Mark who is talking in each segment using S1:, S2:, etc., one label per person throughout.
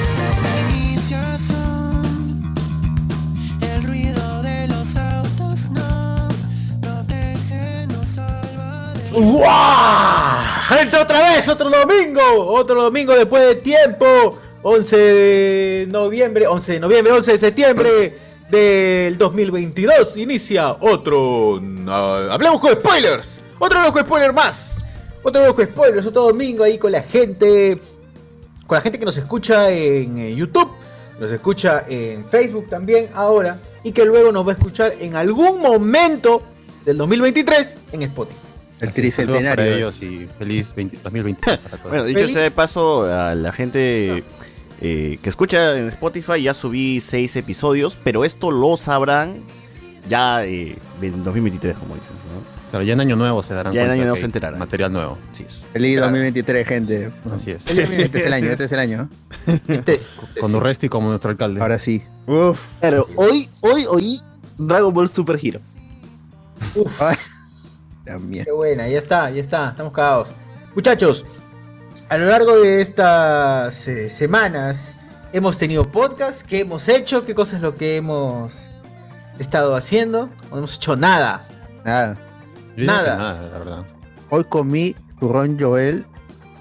S1: Esta es la iniciación, el ruido de los autos nos protege, nos salva de...
S2: ¡Guau! Gente, otra vez, otro domingo, otro domingo después de tiempo, 11 de noviembre, 11 de noviembre, 11 de septiembre del 2022, inicia otro...
S3: ah,
S2: no, hablemos con spoilers, otro loco spoiler más, otro loco spoilers, otro domingo ahí con la gente, con la gente que nos escucha en eh, YouTube, nos escucha en Facebook también ahora, y que luego nos va a escuchar en algún momento del 2023 en Spotify.
S4: El
S5: Saludos para
S4: tricentenario.
S5: ellos y feliz 20 2023 para todos.
S3: Bueno, dicho
S2: Feliz.
S3: sea de paso, a la gente eh, que escucha en Spotify ya subí seis episodios, pero esto lo sabrán ya eh, en 2023, como dicen. ¿no?
S5: Claro, ya en año nuevo se darán
S3: Ya en
S5: cuenta
S3: año nuevo
S5: que
S3: se enterarán.
S5: Material nuevo.
S3: Sí, es.
S4: Feliz 2023, gente.
S5: Así es.
S4: Este es el año, este es el año.
S2: Este es-
S5: Con Urresti como nuestro alcalde.
S4: Ahora sí.
S6: Claro, hoy, hoy oí Dragon Ball Super Hero.
S4: También.
S2: Qué buena, ya está, ya está, estamos cagados. Muchachos, a lo largo de estas eh, semanas hemos tenido podcast, ¿qué hemos hecho? ¿Qué cosas es lo que hemos estado haciendo? No hemos hecho nada.
S4: Nada.
S5: Yo diría
S2: nada.
S5: que Nada, la verdad.
S4: Hoy comí turrón Joel.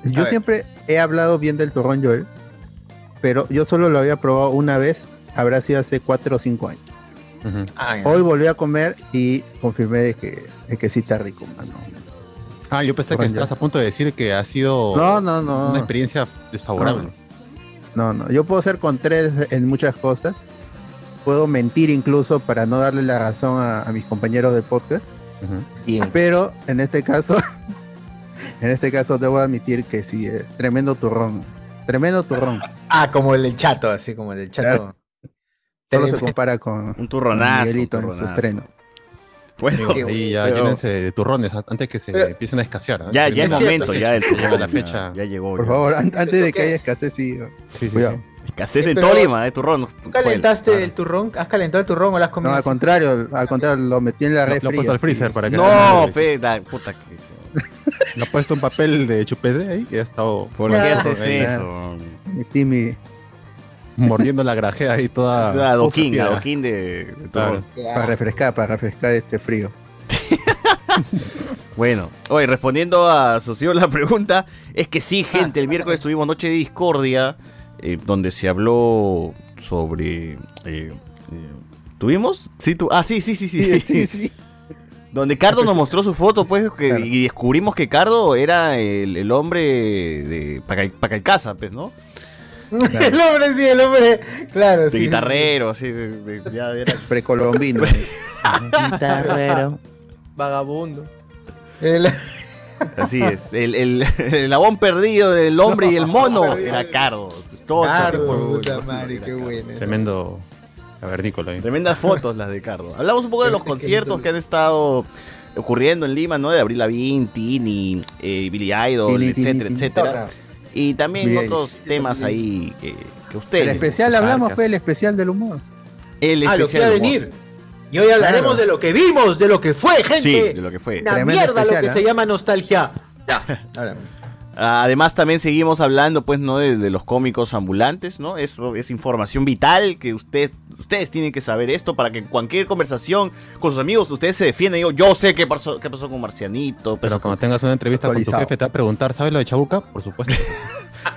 S4: Yo
S2: ver.
S4: siempre he hablado bien del turrón Joel, pero yo solo lo había probado una vez. Habrá sido hace 4 o 5 años.
S5: Ujú.
S2: Ay, no.
S4: Hoy volví a comer y confirmé de que, de que sí está rico, mano.
S5: Ah, yo pensé que
S4: Ojalá.
S5: estás a punto de decir que ha sido
S4: No, no,
S5: una
S4: no.
S5: experiencia desfavorable.
S4: No, no. Yo puedo ser con tres en muchas cosas. Puedo mentir incluso para no darle la razón a, a mis compañeros del podcast.
S5: Ujú.
S4: Pero en este caso, en este caso debo admitir que sí, es tremendo turrón. Tremendo turrón.
S2: Ah, como el del chato, así como el del chato.
S4: Solo se compara con
S3: Un turronazo.
S4: Miguelito
S3: un
S4: en su
S3: turronazo.
S4: estreno.
S3: Bueno,
S2: Qué
S5: Ahí ya
S3: Pero-
S5: llénense de turrones a- antes que se
S2: Pero-
S5: empiecen a escasear. ¿eh?
S3: ya,
S5: Que
S3: ya es
S5: lleguen a la
S3: momento,
S5: fecha,
S3: ya el
S5: que lleguen a la
S3: turrón,
S5: fecha.
S3: Ya, ya llegó.
S4: Por
S3: ya.
S4: favor, an- antes de que
S2: ¿Qué?
S4: haya escasez, sí.
S5: Sí, sí,
S4: Cuidado.
S5: sí.
S3: Escasez en
S2: Pero-
S3: todo Lima Ah, de turrón. Joel.
S2: ¿Tú calentaste
S5: Claro.
S2: el turrón? ¿Has calentado el turrón o lo has
S3: ¿eh?
S4: No,
S2: comido?
S4: al
S2: así?
S4: contrario, al contrario, lo metí en la
S5: Lo,
S4: red
S5: lo he puesto
S4: fría,
S5: al freezer
S4: sí.
S5: para que
S3: No, pe, da, puta que.
S5: Lo he puesto un papel de chupete ahí que ha estado
S3: ¿Por qué
S2: Ah.
S3: haces
S4: Joder.
S3: eso?
S4: Metí mi.
S5: mordiendo la grajea ahí toda.
S3: Es adoquín,
S5: toda Ah, piedra.
S3: adoquín de, de turrón.
S5: Claro.
S4: Para refrescar, para refrescar este frío.
S3: Bueno, hoy respondiendo a Socio la pregunta, es que sí, gente, el miércoles tuvimos Noche de Discordia, eh, donde se habló sobre... eh, eh, ¿Tuvimos? Sí, tu- ah, sí, sí, sí, sí.
S4: Sí, sí, sí.
S3: Donde Cardo nos mostró su foto, pues, que-
S4: Claro.
S3: y descubrimos que Cardo era el, el hombre de Pacay- Pacaycaza, pues, ¿no?
S2: el hombre, sí, el hombre. Claro,
S3: De
S2: sí.
S3: guitarrero, así, de- de- ya era-
S4: Precolombino.
S6: Guitarrero. Vagabundo.
S2: El-
S3: así es. El, el, el abón perdido del hombre y el mono era Cardo. Todo este
S2: Cardo,
S3: tipo de-
S2: puta madre, qué
S3: era Cardo.
S2: bueno.
S5: Tremendo cavernícola ahí.
S3: Tremendas fotos las de Cardo. Hablamos un poco de los conciertos que han estado ocurriendo en Lima, ¿no? De Abril Lavigne, Tini, eh, Billy Idol,
S4: Tini, Tini,
S3: etcétera,
S4: Tini.
S3: etcétera. Y también
S4: Billie
S3: otros temas ahí que, que
S4: El
S3: ustedes.
S4: especial
S5: Arcas.
S4: hablamos, pues, el especial del humor.
S3: el
S2: Ah, lo que
S3: especial
S2: iba a
S3: de humor.
S2: venir. Y hoy hablaremos
S4: Claro.
S2: de lo que vimos, de lo que fue, gente.
S3: Sí, de lo que fue.
S2: Una
S4: Tremendo
S2: mierda
S4: especial,
S2: lo que
S4: ¿eh?
S2: se llama nostalgia. Ya, ahora.
S3: Además, también seguimos hablando, pues, ¿no? De, de los cómicos ambulantes, ¿no? Eso es información vital que usted, ustedes tienen que saber esto para que en cualquier conversación con sus amigos ustedes se defiendan. Yo, yo sé qué pasó, qué pasó con Marcianito,
S5: Pero
S3: pasó con
S5: cuando tengas una entrevista con tu
S4: Actualizado.
S5: jefe, te va a preguntar, ¿sabes lo de Chabuca? Por supuesto.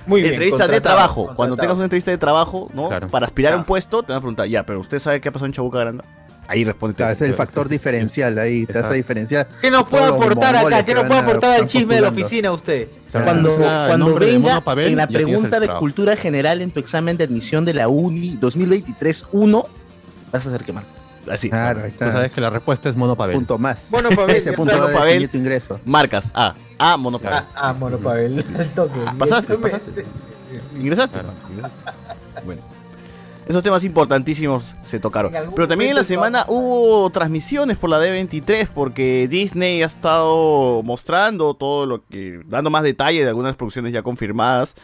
S2: Muy
S3: entrevistas de
S2: contratado,
S3: trabajo.
S2: contratado.
S3: Cuando tengas una entrevista de trabajo, ¿no?
S5: Claro.
S3: Para aspirar a un
S2: Ya.
S3: puesto, te van a preguntar, ya, pero usted sabe qué pasó en Chabuca Grande. Ahí responde.
S4: Claro, es el factor diferencial ahí, te hace
S7: Exacto.
S4: diferenciar.
S8: ¿Qué nos puede
S4: Todos los
S8: aportar
S4: mongoles
S8: acá? ¿Qué
S4: que
S8: nos
S4: van
S8: puede
S4: a-
S8: aportar al
S4: están
S8: chisme de la
S4: postulando.
S8: oficina usted?
S7: Ah,
S9: Cuando,
S7: o sea, el
S9: cuando
S7: nombre de
S9: venga
S7: Mono Pavel,
S9: en la
S7: ya tienes el
S9: pregunta de
S7: trabajo.
S9: cultura general en tu examen de admisión de la UNI 2023-1, vas a hacer que marca.
S3: Así.
S4: Claro, ahí
S7: Tú
S5: Ah.
S4: está.
S7: sabes que la respuesta es Monopabel.
S4: Punto más.
S8: Mono Pavel,
S4: Ese
S8: ya
S4: punto
S8: está.
S4: va a
S3: Mono Pavel.
S4: definir tu ingreso.
S3: Marcas A. A, Monopavel.
S8: Ah, ah, mono Pavel. al toque.
S3: Pasaste,
S8: Directamente.
S3: ¿Ingresaste? Bueno. Esos temas importantísimos se tocaron.
S8: En algún
S3: Pero también en la
S8: momento
S3: semana hubo transmisiones por la D23 porque Disney ha estado mostrando todo lo que... dando más detalle de algunas producciones ya confirmadas.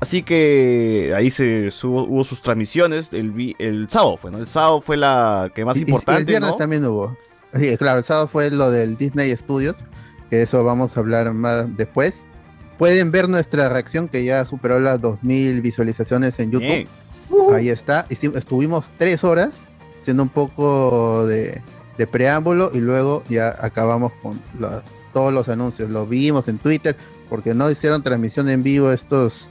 S3: Así que ahí se subo- hubo sus transmisiones. El, vi- el sábado fue, ¿no? El sábado fue la que más
S4: Y- y- y
S3: importante,
S4: el viernes
S3: ¿no?
S4: también hubo. Sí, claro, el sábado fue lo del Disney Studios, que eso vamos a hablar más después. Pueden ver nuestra reacción que ya superó las 2000 visualizaciones en YouTube.
S3: Bien.
S4: Ahí está. Hici- Estuvimos tres horas haciendo un poco de, de preámbulo y luego ya acabamos con la- todos los anuncios. Lo vimos en Twitter porque no hicieron transmisión en vivo estos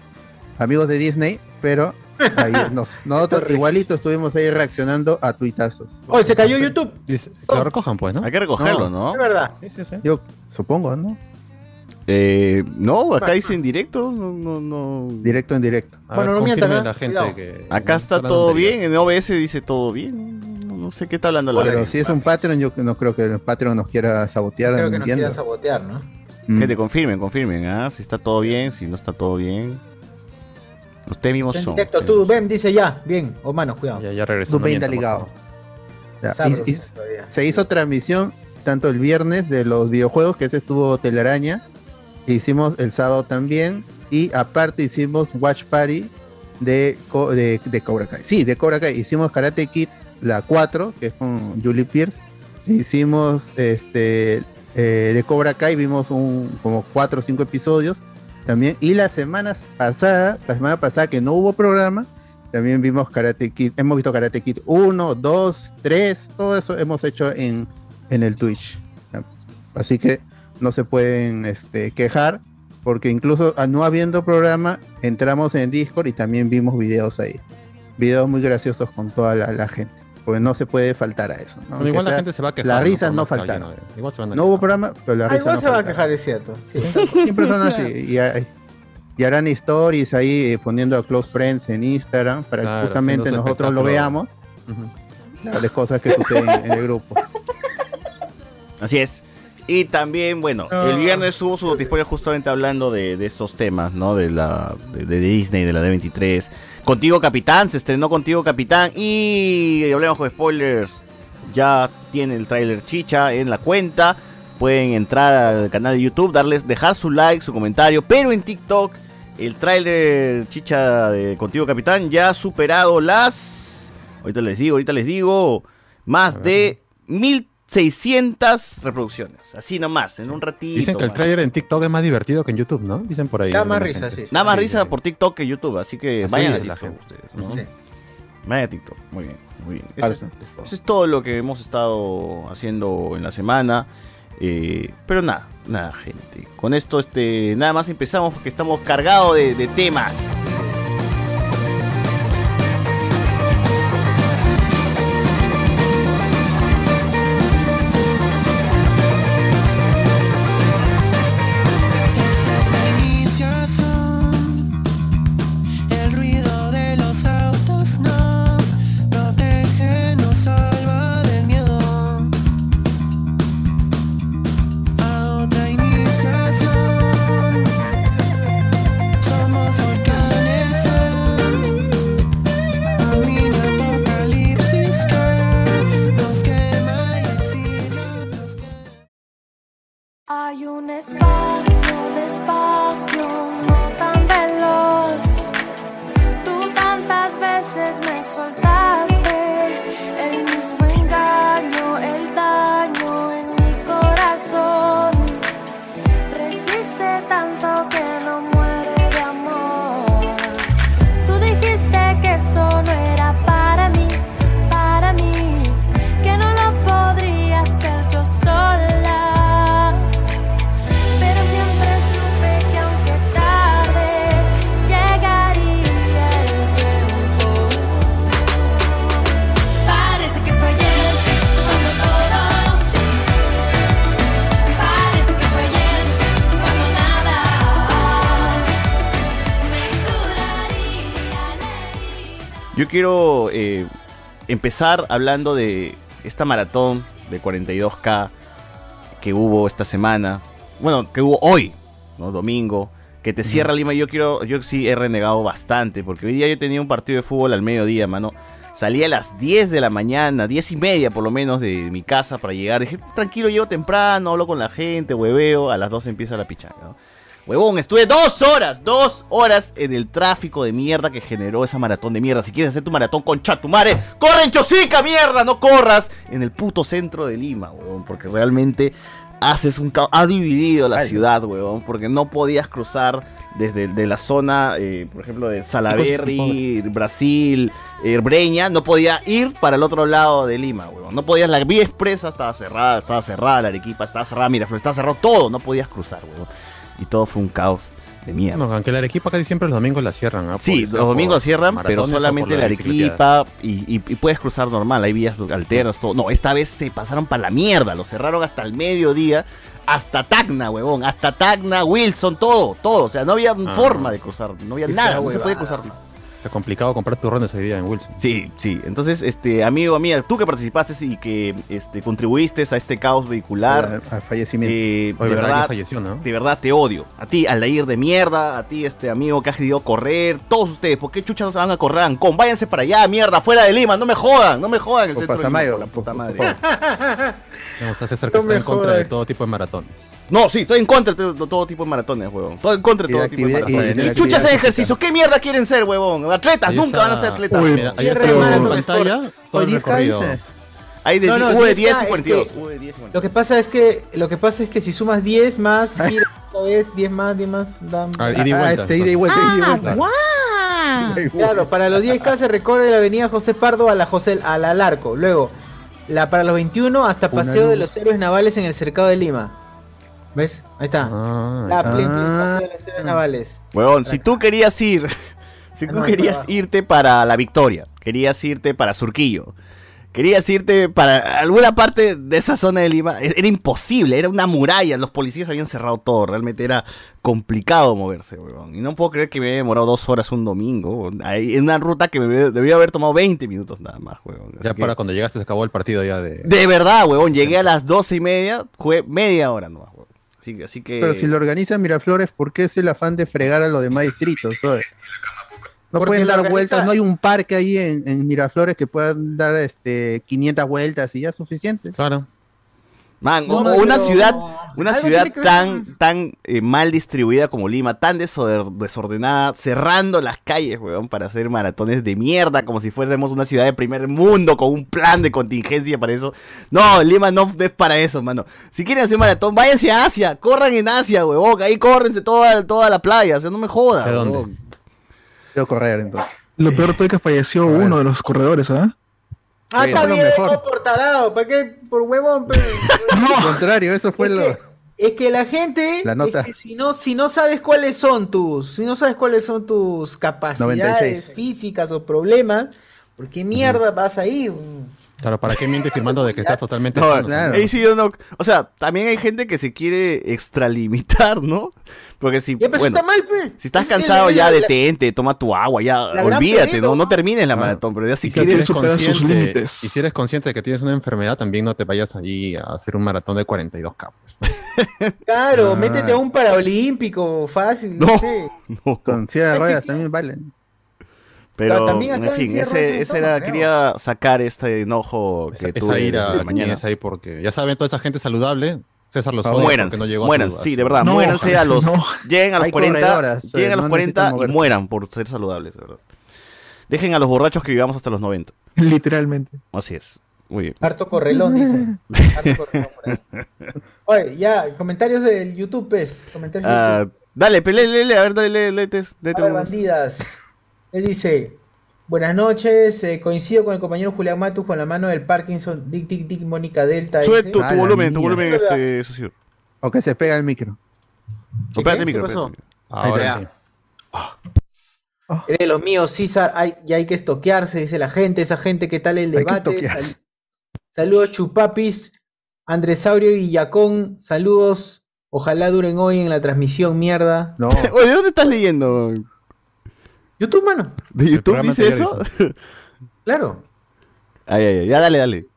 S4: amigos de Disney, pero ahí nos- nosotros igualito estuvimos ahí reaccionando a tuitazos.
S8: Oye, se cayó YouTube.
S7: Dice, que lo recojan, pues, ¿no?
S3: Hay que recogerlo, ¿no?
S8: Es verdad.
S7: Sí, sí, sí.
S4: Yo supongo, ¿no?
S3: Eh, no, acá dice en directo. No, no, no.
S4: Directo en directo.
S7: A
S8: Bueno,
S7: ver,
S8: no mientan,
S7: confirme
S8: ¿ah?
S7: la gente
S8: Cuidado.
S7: que-
S3: Acá
S7: no
S3: está
S7: están
S3: todo
S7: dando
S3: bien, en OBS dice todo bien. No- No sé qué está hablando la
S4: Pero
S3: gente.
S4: si es un Patreon, yo no creo que el Patreon nos quiera sabotear.
S8: Creo
S4: no
S8: que nos
S4: entiendo.
S8: quieren sabotear, ¿no?
S4: Mm.
S3: Gente, confirmen, confirmen, ¿ah? Si está todo bien, si no está todo bien. Ustedes mismos
S8: Está en
S3: son.
S8: directo, tú, ven, dice ya. Bien, o manos, cuidado.
S7: Ya, ya regresó.
S4: Tu
S7: no
S4: peinta
S7: mientan, por
S4: ligado.
S7: favor.
S4: Ya,
S8: Sabros
S4: y- y-
S8: todavía.
S4: se hizo transmisión tanto el viernes de los videojuegos, que ese estuvo Telaraña, hicimos el sábado también, y aparte hicimos Watch Party de, Co- de, de Cobra Kai. Sí, de Cobra Kai. Hicimos Karate Kid, la 4, que es con Julie Pierce. Hicimos este eh, de Cobra Kai, vimos un, como 4 o 5 episodios también. Y las semanas pasadas, la semana pasada que no hubo programa, también vimos Karate Kid, hemos visto Karate Kid 1, 2, 3, todo eso hemos hecho en, en el Twitch. Así que no se pueden este, quejar, porque incluso a no habiendo programa, entramos en Discord y también vimos videos ahí. Videos muy graciosos con toda la, la gente. Porque no se puede faltar a eso. ¿no?
S7: Bueno, igual la
S4: Aunque sea-
S7: gente se va a quejar.
S4: las risas
S7: Por
S4: no
S7: más que
S4: faltaron.
S7: alguien no- Igual se van a
S4: no hubo programa, pero la
S8: Ah,
S4: risa
S8: igual
S4: no
S8: se va a
S4: faltaron.
S8: quejar, es cierto. Sí.
S4: Siempre son así. Y, hay- y harán historias ahí eh, poniendo a Close Friends en Instagram para
S7: Claro,
S4: que justamente
S7: haciendo su
S4: nosotros lo
S7: espectáculo.
S4: veamos,
S7: Ujú.
S4: las cosas que suceden en el grupo.
S3: Así es. Y también, bueno, el viernes hubo su noticia justamente hablando de, de esos temas, ¿no? De la de, de Disney, de la D23. Contigo Capitán, se estrenó Contigo Capitán y hablemos con spoilers. Ya tiene el tráiler chicha en la cuenta. Pueden entrar al canal de YouTube, darles dejar su like, su comentario, pero en TikTok el tráiler chicha de Contigo Capitán ya ha superado las Ahorita les digo, ahorita les digo, más de 1600 reproducciones, así nomás, en un ratito.
S7: Dicen que el
S3: mano.
S7: trailer en TikTok es más divertido que en YouTube, ¿no? Dicen por ahí.
S8: Da más
S7: alguna
S8: risa,
S7: gente.
S8: sí.
S3: Nada más
S7: Sí,
S3: risa
S7: sí.
S3: por TikTok que YouTube, así que
S7: Así
S3: vayan a
S7: dice la
S3: TikTok
S7: gente.
S3: ustedes, ¿no?
S8: Sí.
S3: Vayan a TikTok, muy bien, muy bien. Eso
S4: Claro.
S3: es, eso es todo lo que hemos estado haciendo en la semana. eh, pero nada, nada, gente. Con esto, este, nada más empezamos porque estamos cargados de, de temas.
S10: Estas delicias son el ruido de los autos nos protege, nos salva del miedo a otra iniciación. Somos volcanes en un mini apocalipsis que nos quema y exilia nos
S11: Hay un espacio, despacio, no tan veloz. Tú tantas veces me soltaste el mismo engaño, el daño en mi corazón. Resiste tanto que no muere de amor. Tú dijiste que esto no era para mí, para mí, que no lo podría hacer yo sola. Pero siempre supe que aunque tarde
S3: Yo quiero eh, empezar hablando de esta maratón de 42K que hubo esta semana. Bueno, que hubo hoy, ¿no? Domingo. Que te cierra Lima. Yo quiero. Yo sí he renegado bastante. Porque hoy día yo tenía un partido de fútbol al mediodía, mano. Salí a las 10 de la mañana, 10 y media por lo menos de mi casa para llegar. Dije, tranquilo, llego temprano, hablo con la gente, hueveo. A las 12 empieza la pichanga, ¿no? Huevón, estuve dos horas, dos horas en el tráfico de mierda que generó esa maratón de mierda. Si quieres hacer tu maratón con chatumare, corre en Chosica, mierda, no corras en el puto centro de Lima, huevón, porque realmente haces un caos. Ha dividido la ciudad, huevón, porque no podías cruzar desde de la zona, eh, por ejemplo, de Salaberry, Brasil, eh, Breña, no podía ir para el otro lado de Lima, huevón. No podías, la vía expresa estaba cerrada, estaba cerrada, la Arequipa estaba cerrada, Miraflores estaba cerrado, todo, no podías cruzar, huevón y todo fue un caos de mierda.
S5: No, aunque la Arequipa casi siempre los domingos la cierran. ¿ah?
S3: Sí,
S5: Por-
S3: los
S5: por
S3: domingos cierran, pero
S5: maratones o
S3: solamente
S5: por
S3: la
S5: las bicicleteadas.
S3: Arequipa y, y- y puedes cruzar normal, hay vías alternas, todo. No, esta vez se pasaron para la mierda, lo cerraron hasta el mediodía, hasta Tacna, huevón, hasta Tacna, Wilson, todo, todo. O sea, no había
S5: Ah.
S3: forma de cruzar, no había
S2: Esa
S3: nada, no se
S2: huevada.
S3: podía cruzar.
S5: Está complicado comprar turrones hoy día en Wilson.
S3: Sí, sí. Entonces, este, amigo, amiga, tú que participaste y que este, contribuiste a este caos vehicular,
S4: al fallecimiento.
S3: eh,
S5: Oye,
S3: de
S5: verdad,
S3: verdad,
S5: que falleció, ¿no?
S3: de verdad te odio. A ti, Aldair de mierda, a ti, este amigo que has decidido correr, todos ustedes, ¿por qué chucha no se van a correr a Ancón? Váyanse para allá, mierda, fuera de Lima, no me jodan, no me jodan el
S4: Por
S3: centro de
S4: Pasamayo,
S3: Lima, la puta
S4: por-
S3: madre.
S4: por favor.
S5: Vamos a César
S2: No
S5: que está
S2: me
S5: en contra
S2: jodas.
S5: de todo tipo de maratones.
S3: No, sí, estoy en contra de todo- todo tipo de maratones, huevón. Estoy en contra de
S4: Y de
S3: todo tipo de
S4: actividad- y de
S3: maratones.
S4: la
S3: Ni
S4: actividad
S3: chuchas en
S4: física.
S3: ejercicio, ¿qué mierda quieren ser, huevón? Atletas,
S5: Ahí
S3: nunca
S5: está-
S3: van a ser atletas.
S5: Mira, ahí está
S2: cierra el
S5: en
S2: maratón
S5: pantalla todo el
S4: Hoy
S5: recorrido.
S4: dice,
S3: Hay de
S2: No, no,
S3: 10
S2: 10K,
S3: y
S2: es
S3: 42.
S2: que-
S3: V de 10 y
S2: Lo
S3: 42.
S2: que pasa es que, lo que pasa es que si sumas 10 más, gira Pues, otra vez, 10 más, 10 más, dan.
S5: Ah, ida y
S4: ah,
S5: vuelta. Ah,
S4: este ida y vuelta, ida y
S2: Ah,
S4: vuelta. Ida y vuelta.
S2: Claro, para los 10K se recorre la avenida José Pardo a la José a la Larco. Luego, la para los 21 hasta
S4: Una
S2: Paseo de
S4: luz.
S2: los Héroes Navales en el cercado de Lima. ¿Ves? Ahí está.
S5: Ah,
S2: La plena
S4: Ah.
S2: Paseo de los Héroes Navales.
S3: Huevón, si tú querías ir, si tú
S2: Ah, No,
S3: querías
S2: no.
S3: irte para la victoria, querías irte para Surquillo, querías irte para alguna parte de esa zona de Lima, e- era imposible, era una muralla, los policías habían cerrado todo, realmente era complicado moverse, huevón. Y no puedo creer que me haya demorado dos horas un domingo, huevón, ahí, en una ruta que me debe- debió haber tomado 20 minutos nada más, huevón. Así
S5: Ya
S3: que-
S5: para cuando llegaste se acabó el partido ya de...
S3: Este, De verdad, huevón, llegué a las doce y media, jugué media hora nomás, huevón. Así, que- así que...
S4: Pero si lo organiza Miraflores, ¿por qué es el afán de fregar a los demás distritos? oye? No
S2: Porque
S4: pueden
S2: lo
S4: dar
S2: organiza-
S4: vueltas, no hay un parque ahí en, en Miraflores que puedan dar este 500 vueltas y ya es suficiente.
S5: Claro.
S3: Man,
S2: No,
S3: o-
S2: no,
S3: o una
S2: pero-
S3: ciudad, una
S2: Algo
S3: ciudad
S2: tiene que ver
S3: tan, tan eh, mal distribuida como Lima, tan desoder- desordenada, cerrando las calles, weón, para hacer maratones de mierda, como si fuésemos una ciudad de primer mundo con un plan de contingencia para eso. No, Lima no es para eso, mano. Si quieren hacer maratón, váyanse a Asia, corran en Asia, weón, ahí córrense toda, toda la playa, o sea, no me jodas.
S5: ¿De dónde?
S3: huevón.
S4: Debo correr entonces.
S12: Lo peor todo es que falleció
S4: Ahora
S12: uno de
S4: sí.
S12: los corredores, ¿ah?
S2: Ah,
S3: Bueno,
S2: está
S4: lo
S2: bien,
S4: mejor.
S2: no, por tarado. ¿Para qué? Por huevón, pero.
S4: Al contrario, eso fue
S2: Es
S4: lo.
S2: que- Es que la gente,
S4: La nota.
S2: es que si no, si no sabes cuáles son tus, si no sabes cuáles son tus capacidades
S4: 96.
S2: físicas o problemas, ¿por qué mierda vas a ir?
S5: Claro, ¿para qué miente firmando de que estás totalmente
S3: No,
S5: sano?
S4: claro.
S3: ahí sí yo no- o sea, también hay gente que se quiere extralimitar, ¿no? Porque si,
S2: Ya, pero eso
S3: bueno,
S2: está mal, pe.
S3: Si estás
S2: Es- es-
S3: cansado,
S2: es-
S3: ya
S2: la-
S3: detente, toma tu agua, ya
S2: la gran
S3: olvídate,
S2: perdido,
S3: no, no
S2: ¿no?
S3: termines la
S5: Claro.
S3: maratón, pero ya si
S5: Ah. Y si, eres
S3: quieres.
S12: superar sus
S5: consciente,
S12: límites.
S5: y si eres consciente de que tienes una enfermedad, también no te vayas allí a hacer un maratón de 42K. pues, ¿no?
S2: Claro,
S4: Ah.
S2: métete a un paraolímpico, fácil, no,
S3: No.
S2: sé.
S3: No,
S4: Con silla de
S2: Ay,
S4: ruedas
S2: qué-
S4: también vale.
S2: Pero
S3: pero,
S2: también
S3: en
S2: acá
S3: fin,
S2: encierro es
S3: ese,
S2: un
S3: ese era,
S2: tono, creo.
S3: quería sacar este enojo
S5: Esa,
S3: que
S5: esa
S3: tuve de-
S5: ira
S3: de
S5: que
S3: mañana.
S5: tienes ahí porque ya saben, toda esa gente saludable, César los
S4: Ah,
S5: odia
S3: Muéranse,
S5: porque no llegó a
S3: muéranse,
S5: su- a
S3: sí,
S5: su-
S3: de verdad,
S12: No,
S3: muéranse a los.
S12: no.
S3: Lleguen a los
S4: Hay
S3: 40,
S4: corredoras,
S3: lleguen a los
S4: no
S3: 40
S4: necesitan
S3: y
S4: moverse.
S3: mueran por ser saludables, de verdad. Dejen a los borrachos que vivamos hasta los 90.
S12: Literalmente.
S3: Así es. Muy bien.
S2: Harto correlón, dice. Harto correlón por ahí. Oye, ya, comentarios del YouTube, pez. Comentarios del
S3: Ah,
S2: YouTube.
S3: dale, pe, lee, lee, lee, a ver, dale, lee, léete, léete
S2: A ver,
S3: unos.
S2: bandidas. Él dice: Buenas noches, eh, coincido con el compañero Julián Matus con la mano del Parkinson. Dick, dick, dick, Mónica Delta.
S3: Sube
S2: dice.
S3: tu, tu
S4: A la
S3: volumen, tu
S4: mierda.
S3: volumen, este, socio.
S4: O que se pega el micro.
S2: ¿Qué,
S3: Espérate,
S2: qué?
S3: micro.
S2: ¿Qué pasó?
S3: espérate.
S5: Ahora
S4: Ahí
S5: sí.
S2: Eres Eh, de los míos, César. Hay, ya hay que estoquearse, dice la gente. Esa gente, ¿qué tal el
S4: Hay que
S2: debate?
S4: estoquearse.
S2: Sal- saludos, Chupapis. Andresaurio y Yacón. Saludos. Ojalá duren hoy en la transmisión, mierda.
S4: No.
S3: Oye, ¿dónde estás leyendo?
S2: YouTube, mano.
S3: ¿De YouTube
S5: programa
S3: dice eso?
S5: anterior
S2: Claro.
S3: ay, ay, ay, ya dale, dale.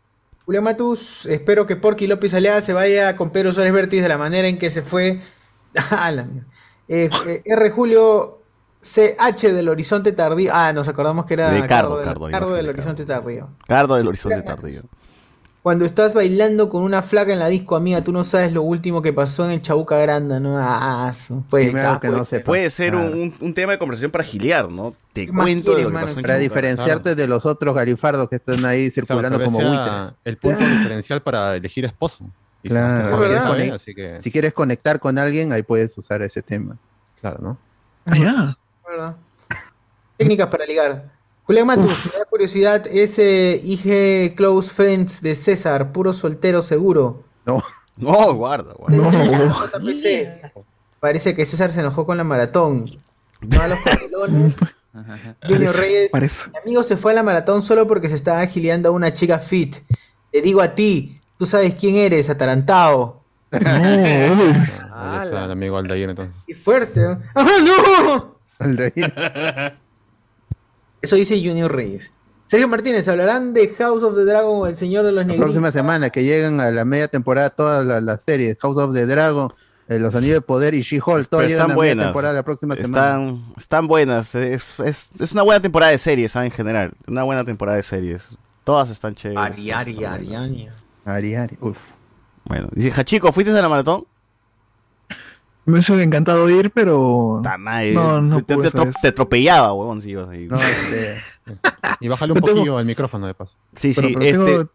S2: Julián Matus, espero que Porky López Alea se vaya con Pedro Suárez Vértiz de la manera en que se fue. Ah, la mierda. Eh, eh, R. Julio CH del Horizonte Tardío. Ah, nos acordamos que era
S3: De Cardo,
S2: del-
S3: Cardo,
S2: Cardo del
S3: imagínate,
S2: Horizonte Tardío.
S3: Cardo del Horizonte Tardío.
S2: Cuando estás bailando con una flaca en la disco, amiga, tú no sabes lo último que pasó en el Chabuca Granda, ¿no? Ah, su- pues,
S4: Dime algo
S2: ah,
S4: que
S2: pues,
S4: no sepa.
S3: Puede ser un,
S4: Claro.
S3: un- un tema de conversación para gilear, ¿no? Te
S2: ¿Qué más
S3: cuento de
S2: quieres,
S3: lo que
S2: mano?
S3: pasó en
S4: Para
S3: Chubuca.
S4: diferenciarte de los otros galifardos que están ahí
S5: Claro,
S4: circulando
S5: tal vez
S4: como
S5: sea
S4: buitres.
S5: El punto diferencial para elegir esposo. Y si
S4: Claro.
S5: no se
S2: Es
S5: puede,
S2: verdad.
S5: ¿eh? así que,
S4: Si quieres conectar con alguien, ahí puedes usar ese tema.
S5: claro, ¿no?
S1: Ah, ya.
S2: ¿verdad? Técnicas para ligar. Julián Matus, me da curiosidad ese IG Close Friends de César, puro soltero seguro.
S3: No, guarda, guarda.
S1: No.
S2: JPC. Parece que César se enojó con la maratón. No a los papelones. Junior
S1: Parece,
S2: Reyes,
S1: parece.
S2: mi amigo se fue a la maratón solo porque se estaba gileando a una chica fit. Te digo a ti, tú sabes quién eres, atarantado. Ah,
S1: No, uy.
S5: Ahí
S2: Ala.
S5: está el amigo Aldair entonces.
S2: Y fuerte. ¿no? ¡Ah, no!
S4: El de ahí.
S2: Eso dice Junior Reyes. Sergio Martínez, hablarán de House of the Dragon, el señor de los
S4: La
S2: negros.
S4: próxima semana que llegan a la media temporada todas las, las series, House of the Dragon, eh, Los Anillos de Poder y She-Hulk,
S3: Pero
S4: todas
S3: están
S4: llegan a la media
S3: buenas.
S4: temporada la próxima semana.
S3: Están, están buenas. Es, es- es una buena temporada de series, ¿sabes? En general. Una buena temporada de series. Todas están chéveres.
S2: Ari, Ari, Ari, Ari.
S4: Ari, Ari, uf.
S3: Bueno, dice, Jachico, ¿fuiste a la maratón?
S1: Me hubiese encantado ir, pero.
S3: Ta madre,
S1: No, no
S3: te,
S1: pude
S3: te
S1: hacer
S3: atro-
S1: eso.
S3: te atropellaba, huevón, si ibas ahí.
S4: No, este,
S5: Y bájale un
S1: No tengo-
S5: poquillo al micrófono de paso.
S3: sí,
S1: pero,
S3: sí,
S1: pero
S3: este...
S1: tengo-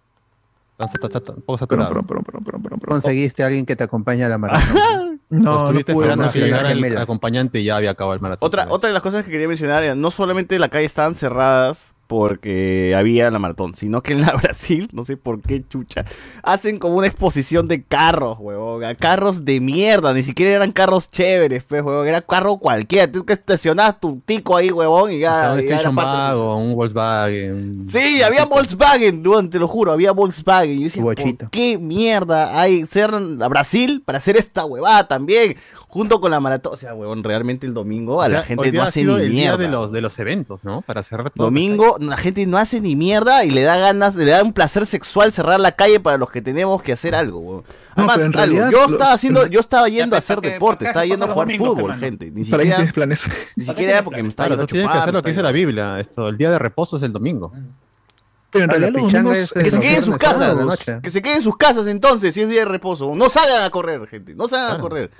S5: Está sat- sat- un poco
S1: pero,
S5: saturado.
S1: pero, pero, pero, pero, pero, pero.
S4: conseguiste a alguien que te acompañe a la maratón.
S5: Lo
S1: No, no
S5: estuviste
S1: pude.
S5: esperando
S4: no,
S5: que
S4: no,
S5: Este llegara
S4: las
S5: el
S4: gemelas.
S5: acompañante y ya había acabado el maratón. pues.
S3: Otra, otra de las cosas que quería mencionar era, no solamente la calle estaban cerradas porque había la maratón, sino que en la Brasil, no sé por qué chucha, hacen como una exposición de carros, huevón, a carros de mierda, ni siquiera eran carros chéveres, pues, huevón, era carro cualquiera, tú que estacionabas tu tico ahí, huevón, y
S5: O sea,
S3: ya...
S5: un
S3: y ya era
S5: Station
S3: parte-
S5: Wagon, un Volkswagen.
S3: Sí, había Volkswagen, dude, te lo juro, había Volkswagen. Y yo decía,
S4: Tu
S3: ¿por
S4: bochito.
S3: qué mierda hay cerran a Brasil para hacer esta huevada también? Junto con la maratón. O sea, huevón, realmente el domingo a
S5: O sea,
S3: la gente
S5: hoy día
S3: no
S5: ha
S3: hace
S5: sido
S3: ni
S5: el
S3: mierda.
S5: día de los, de los eventos, ¿no? Para cerrar todo.
S3: Domingo la gente no hace ni mierda y le da ganas, le da un placer sexual cerrar la calle para los que tenemos que hacer algo, huevón.
S1: No,
S3: Además,
S1: pero en
S3: algo,
S1: realidad
S3: yo
S1: lo-
S3: estaba haciendo, yo estaba
S13: Ya
S3: yendo a hacer
S13: pensaste,
S3: deporte,
S13: ¿para qué
S3: estaba
S13: haces
S3: yendo a
S13: los
S3: jugar
S13: domingos,
S3: fútbol,
S13: hermano?
S3: gente. Ni
S1: Para que
S3: siquiera,
S1: tienes planes.
S3: ni siquiera era porque me estaba
S5: Claro,
S3: yendo a
S5: tú tienes que
S3: chupar,
S5: hacer
S3: me
S5: lo que dice
S3: estaba
S5: la Biblia. Esto, el día de reposo es el domingo.
S1: Pero en
S4: Ah, la
S1: realidad los
S4: pichanga
S1: domingos,
S4: es-
S3: Que
S1: eh,
S3: se
S4: Los
S3: queden en sus
S4: viernes tarde
S3: casas.
S4: de la
S3: los-
S4: noche.
S3: Que se queden en sus casas entonces, si es día de reposo. No salgan a correr, gente. No salgan a
S5: Claro.
S3: correr.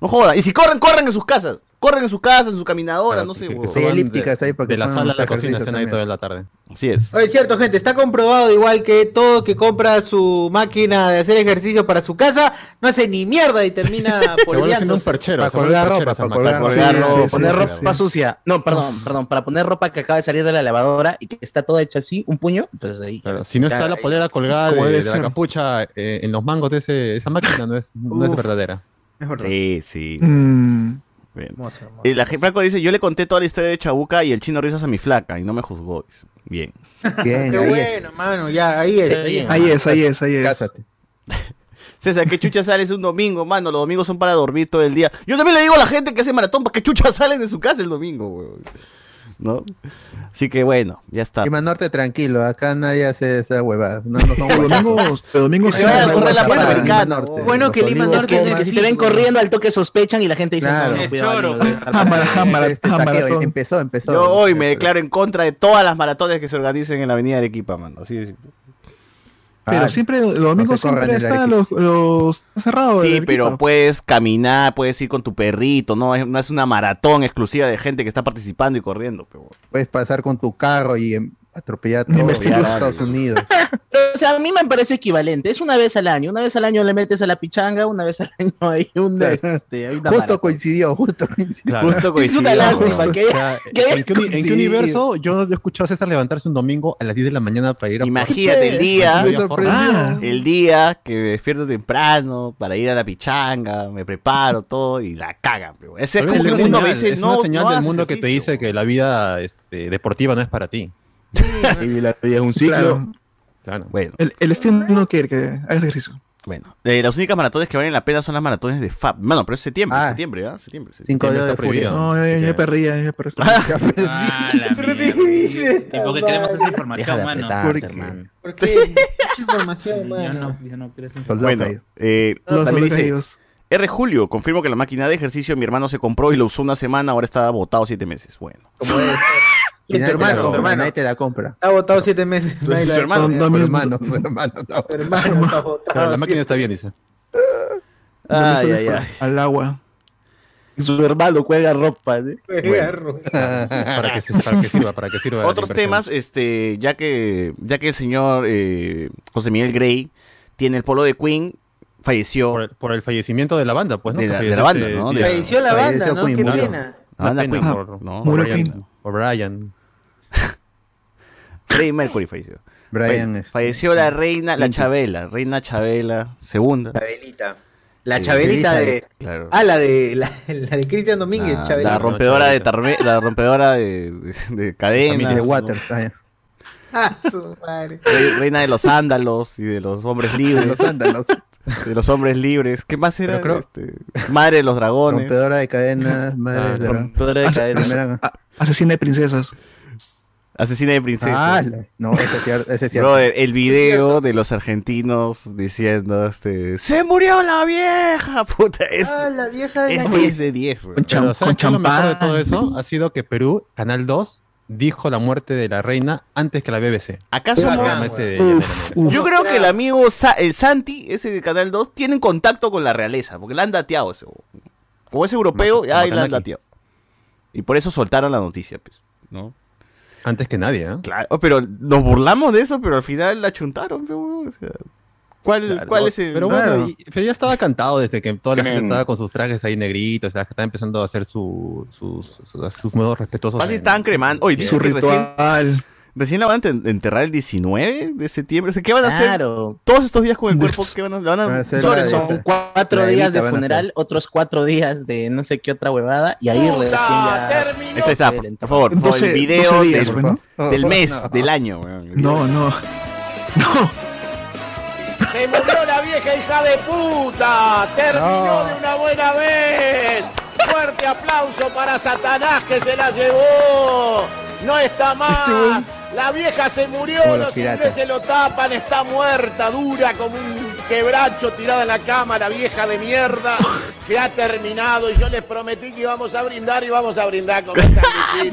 S3: No jodan. Y si corren, corren en sus casas. Corren en sus casas, en su caminadora,
S5: Claro,
S3: no sé.
S5: que- que
S3: huevón.
S4: Sí,
S5: suban
S4: elípticas
S5: de-
S4: ahí para que
S5: De la
S4: puedan
S5: sala a la
S4: hacer
S5: cocina,
S4: ejercicio
S5: estén ahí
S4: también.
S5: toda la tarde.
S3: Así es.
S2: No, es cierto, gente, está comprobado igual que todo que compra su máquina de hacer ejercicio para su casa, no hace ni mierda y termina
S5: Se vuelve siendo un
S2: polveando.
S5: perchero.
S4: Para
S5: se vuelve
S4: colgar
S5: un perchero
S4: ropa,
S5: esa
S4: para
S5: matanza.
S4: colgar
S3: Colgar
S1: sí,
S3: ropa,
S1: sí,
S3: poner
S1: sí,
S3: ropa.
S9: Ropa sucia. No, perdón,
S4: Pues.
S1: Nos-
S9: perdón. Para poner ropa que acaba de salir de la lavadora y que está toda hecha así, un puño, entonces ahí.
S5: Claro, Si no está
S9: Claro,
S5: la
S3: eh,
S5: polera colgada
S1: como
S5: de,
S1: debe
S5: de la
S1: ser.
S5: capucha eh, en los mangos de ese- esa máquina, no es, no es
S2: Uf.
S5: verdadera.
S2: Es verdad.
S3: Sí, sí.
S1: mm,
S3: Bien.
S2: Hermoso, hermoso.
S3: Y la gente Franco dice, yo le conté toda la historia de Chabuca y el chino risas a mi flaca y no me juzgó. Bien.
S4: Bien,
S2: Qué
S4: ahí
S2: bueno, mano, ya, ahí es. ahí es.
S1: Ahí es, ahí es, Pues ahí
S4: es.
S1: es.
S4: Cásate.
S3: César, ¿qué chucha sales un domingo, mano? Los domingos son para dormir todo el día. Yo también le digo a la gente que hace maratón, ¿para qué chucha salen de su casa el domingo, weón? ¿No? Así que bueno, ya está.
S4: Y Manorte tranquilo, acá nadie hace esa huevada. No, no son
S1: Los
S4: guachacos.
S1: domingos, los domingos
S3: Que
S1: sí
S3: se vayan
S1: me
S3: a correr la
S1: gusta.
S4: Pues,
S3: Bueno,
S4: Lima
S3: Panamericana,
S4: Norte,
S2: bueno,
S4: los
S2: que Lima
S4: olivos
S9: Es
S2: Norte
S9: que,
S4: coman-
S2: es
S9: que si te ven
S2: Claro.
S9: corriendo al toque sospechan y la gente dice,
S4: Claro.
S9: no, no, cuidado,
S13: Choro,
S9: no, no, no,
S13: pues.
S9: no, no, no, no, no, no,
S1: Mara-
S4: Este
S1: ah,
S4: saqueo
S1: maratón.
S4: empezó, empezó.
S3: Yo hoy me declaro en contra de todas las maratones que se organicen en la avenida Arequipa, mano. Así de simple. Ah,
S5: Ah,
S1: Pero siempre, los domingos
S4: corran
S1: siempre
S4: en el
S1: está los,
S4: Arequipa.
S1: los está cerrado.
S3: Sí,
S1: el
S3: pero
S1: Arequipa.
S3: puedes caminar, puedes ir con tu perrito, no es, no es una maratón exclusiva de gente que está participando y corriendo. pues. pero-
S4: Puedes pasar con tu carro y em- atropellar a
S1: Ni
S4: todos
S1: investigar.
S4: en Estados Unidos.
S9: Pero, o sea, a mí me parece equivalente. Es una vez al año. Una vez al año le metes a la pichanga, una vez al año hay un.
S4: Claro.
S9: Este, hay una
S4: Justo
S9: maratón.
S4: coincidió, justo coincidió.
S5: Claro.
S3: Justo
S9: Es una
S3: coincidió,
S9: lástima
S3: weón.
S9: que-
S5: O sea,
S9: que
S5: ¿en, qué, uni- en qué
S9: coincidido.
S5: universo yo, yo he escuchado a César levantarse un domingo a las 10 de la mañana para ir a
S3: Imagínate el día,
S4: Me
S5: Había forma.
S4: sorprendió.
S3: el día que me despierto temprano para ir a la pichanga, me preparo todo y la cagan. pero Ese es
S5: Tal vez
S3: como que
S5: es
S3: el mundo
S5: una
S3: me
S5: señal,
S3: dice,
S5: es
S3: no,
S5: una señal
S3: no
S5: del
S3: hagas
S5: mundo que te
S3: ejercicio,
S5: dice que la vida este, deportiva no es para ti.
S9: Y la vida es un ciclo.
S1: Claro,
S5: Claro.
S3: Bueno,
S1: el, el estilo no quiere que hagas ejercicio.
S3: Bueno, eh, las únicas maratones que valen la pena son las maratones de Fab. Mano, pero es septiembre,
S4: Ah.
S3: septiembre, ¿ah? Septiembre. septiembre.
S4: Cinco dedos de furia.
S14: No, yo, yo perdí, ya, yo perdí.
S4: Ya perdí.
S15: Ah, la mierda. ¿Y por qué queremos esa información, mano?
S14: Porque-
S9: hermano.
S8: ¿Por qué? Mucha información,
S15: Yo
S8: mano.
S15: no, yo no quiero esa información.
S4: Soldado
S3: Bueno,
S4: caído.
S3: eh,
S14: Los
S3: también dice,
S14: caídos.
S3: R. Julio, confirmo que la máquina de ejercicio mi hermano se compró y lo usó una semana, ahora está botado siete meses. Bueno.
S8: Como es.
S4: Y
S8: Y tu
S4: nadie te la
S8: hermano, tu
S4: compra,
S8: hermano.
S4: nadie te la compra.
S8: Está votado siete meses.
S3: Entonces, su hermano.
S14: No, no,
S4: Tu
S14: mi-
S4: hermano, tu hermano. no.
S8: Tu hermano está
S7: Pero
S8: votado.
S7: la máquina está bien, dice.
S3: Ah,
S14: no me
S3: Ay,
S14: suele
S3: ay, ay.
S14: Al agua.
S9: Y Su hermano cuelga ropa. ¿sí?
S8: siete meses.
S7: Para que, se- para que sirva, para que sirva. la
S3: Otros
S7: inversión.
S3: temas, este, ya que, ya que el señor eh, José Miguel Grey tiene el polo de Queen, falleció.
S7: Por el, por el fallecimiento de la banda, pues, ¿no?
S3: De la-
S7: Que
S3: de la
S7: falleció
S3: banda,
S7: este
S3: ¿no?
S7: día.
S8: Falleció la banda,
S4: Falleció
S8: ¿no? Qué
S4: Queen,
S7: claro.
S8: pena.
S7: Una
S3: Anda,
S7: pena
S3: Queen.
S7: por, no, por
S14: Murió
S7: Brian,
S14: Queen.
S7: por Brian.
S3: Freddie Mercury falleció.
S4: Brian
S3: Fe-
S4: es.
S3: falleció la reina, la Chabela, reina Chabela segunda.
S8: Chabelita. La
S3: Sí.
S8: Chabelita de.
S3: Claro.
S8: Ah, la de, la, la de Cristian Domínguez,
S3: La,
S8: Chabelita.
S3: la rompedora de tarme- la rompedora de, de- de cadenas,
S4: De
S3: ¿no?
S4: Waters. ah, ya.
S8: Ah, su madre.
S3: Re- reina de los sándalos y de los hombres
S4: De
S3: libres,
S4: los sándalos.
S3: de los hombres libres. ¿Qué más era?
S7: Pero
S3: Este, madre de los dragones.
S4: Rompedora de cadenas.
S7: Ah,
S4: Madre de
S7: rom-
S4: la
S9: Podrá
S14: Hace-
S9: caer.
S14: hace-
S4: primera.
S14: a- Asesina de princesas.
S3: Asesina de princesas.
S4: Ah, la- no, ese es cierto. Ese es cierto.
S3: Brother, el video de los argentinos diciendo este se murió la vieja, puta, es, este
S8: Ah, la vieja de
S3: es
S8: la-
S3: 10 de 10, bro.
S14: Con,
S7: Pero,
S14: cham- con
S7: ¿sabes qué es lo mejor de
S14: champán.
S7: todo eso? Ha sido que Perú, Canal 2, dijo la muerte de la reina antes que la BBC.
S3: Acá
S7: El
S3: somos
S7: programa este de-
S3: Yo creo que el amigo Sa- el Santi, ese de Canal 2, tienen contacto con la realeza, porque la han dateado eso. Como es europeo,
S7: Como
S3: ya ahí la han
S7: Kanaki.
S3: dateado. Y por eso soltaron la noticia, pues, ¿no?
S7: Antes que nadie, ¿eh?
S3: Claro, oh, pero nos burlamos de eso, pero al final la chuntaron, pe, weón, o sea, ¿cuál,
S7: Claro.
S3: ¿cuál es el...?
S7: Pero
S4: Claro.
S7: bueno, y- pero ya estaba cantado desde que toda la gente
S15: Creen.
S7: estaba con sus trajes ahí negritos, o sea, que estaba empezando a hacer su, sus, sus, sus modos respetuosos.
S3: Fácil
S7: en-
S3: estaban cremando. Oye,
S14: Su
S3: que recién,
S14: ritual.
S3: recién la van a enten- enterrar el 19 de septiembre. O sea, ¿Qué van a hacer
S9: Claro.
S3: todos estos días con el cuerpo? ¿Qué van a, le van a,
S4: Va a ser
S3: flores,
S4: la
S3: ¿no?
S4: de-
S9: Son cuatro
S4: La
S9: días
S4: Evita
S9: de
S4: van a
S9: funeral,
S4: hacer.
S9: otros cuatro días de no sé qué otra huevada. Y ahí recién ya.
S3: Este está, por, por favor, por
S14: Doce-
S3: el video
S14: doce días,
S3: del,
S14: bueno.
S3: del mes,
S4: No.
S3: del año. weón.
S14: No, no. No.
S10: Se murió la vieja hija de puta. Terminó
S4: No.
S10: de una buena vez. Fuerte aplauso para Satanás que se la llevó. No está más.
S3: Ese weón.
S10: La vieja se murió,
S4: Como los
S10: los ingleses
S4: piratas.
S10: se lo tapan, está muerta, dura como un quebracho tirada en la cama, la vieja de mierda. Se ha terminado y yo les prometí que íbamos a brindar y vamos a brindar con esa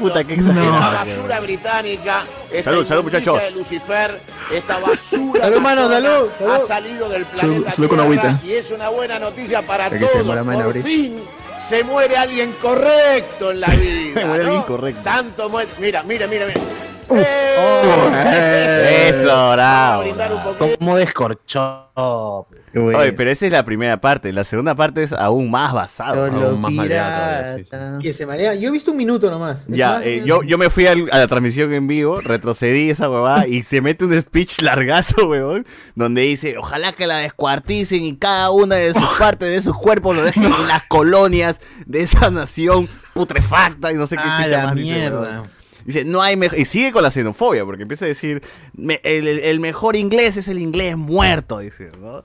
S3: Puta, qué
S10: la
S3: exagerado.
S10: basura británica. esta
S3: Salud, salud,
S10: inmundicia
S3: muchachos.
S10: de Lucifer, esta basura.
S8: Salud, mano,
S10: cabrona
S8: salud,
S10: Ha
S8: salud.
S10: salido del
S14: Salud,
S10: planeta.
S14: salud con
S10: Tierra
S14: agüita.
S10: Y es una buena noticia para
S4: Para que se
S10: todos.
S4: muera más en
S10: Por
S4: abril.
S10: fin se muere alguien correcto en la vida.
S3: Se muere
S10: ¿no?
S3: alguien correcto.
S10: Tanto muere. Mira, mira, mira, mira.
S4: Oh, eh.
S3: Eso,
S10: Para
S3: bravo.
S10: brindar un poquito.
S9: ¿Cómo descorchó?
S4: Qué bueno.
S3: Oye, pero esa es la primera parte. La segunda parte es aún más basada.
S4: Solo
S7: aún más maleado todavía, sí, sí.
S4: pirata.
S8: Que se marea. Yo he visto un minuto nomás. Es
S3: Ya,
S8: más,
S3: eh,
S8: no-
S3: yo, yo me fui al- a la transmisión en vivo, retrocedí esa huevada y se mete un speech largazo, weón, donde dice, ojalá que la descuarticen y cada una de sus partes, de sus cuerpos, lo dejen en las colonias de esa nación putrefacta y no sé qué
S8: Ah,
S3: chicha
S8: la
S3: más dice,
S8: mierda.
S3: huevón. Dice, no hay mejor. Y sigue con la xenofobia, porque empieza a decir, "Me- el, el- el mejor inglés es el inglés muerto, dice, ¿no?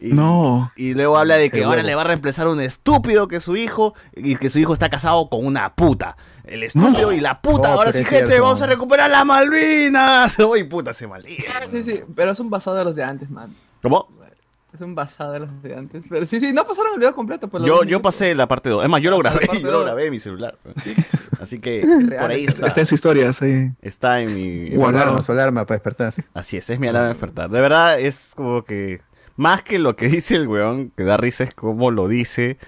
S3: Y-
S14: No.
S3: y luego habla de que
S7: Qué
S3: ahora
S7: huevo.
S3: le va a reemplazar un estúpido que es su hijo y que su hijo está casado con una puta. El estúpido
S14: No.
S3: y la puta.
S4: No,
S3: ahora
S4: pero
S3: sí,
S4: es
S3: gente,
S4: cierto.
S3: vamos a recuperar las Malvinas. Uy, puta, se maldita.
S16: Sí, sí, pero son basados de los de antes, man.
S3: ¿Cómo?
S16: Son basados de los de antes. Pero sí, sí, no pasaron el video completo. por Pues lo
S3: Yo,
S16: menos.
S3: yo pasé la parte 2. Es más, yo lo
S16: Hasta la
S3: grabé,
S16: parte
S3: yo lo
S16: dos.
S3: grabé en mi celular. Así que por ahí está.
S14: Está en su historia, sí.
S3: Está en mi.
S14: Guau.
S4: Alarma, su alarma
S8: pues,
S4: para despertar.
S3: Así es, es mi alarma de despertar. De verdad, es como que. Más que lo que dice el weón, que da risa es cómo lo dice.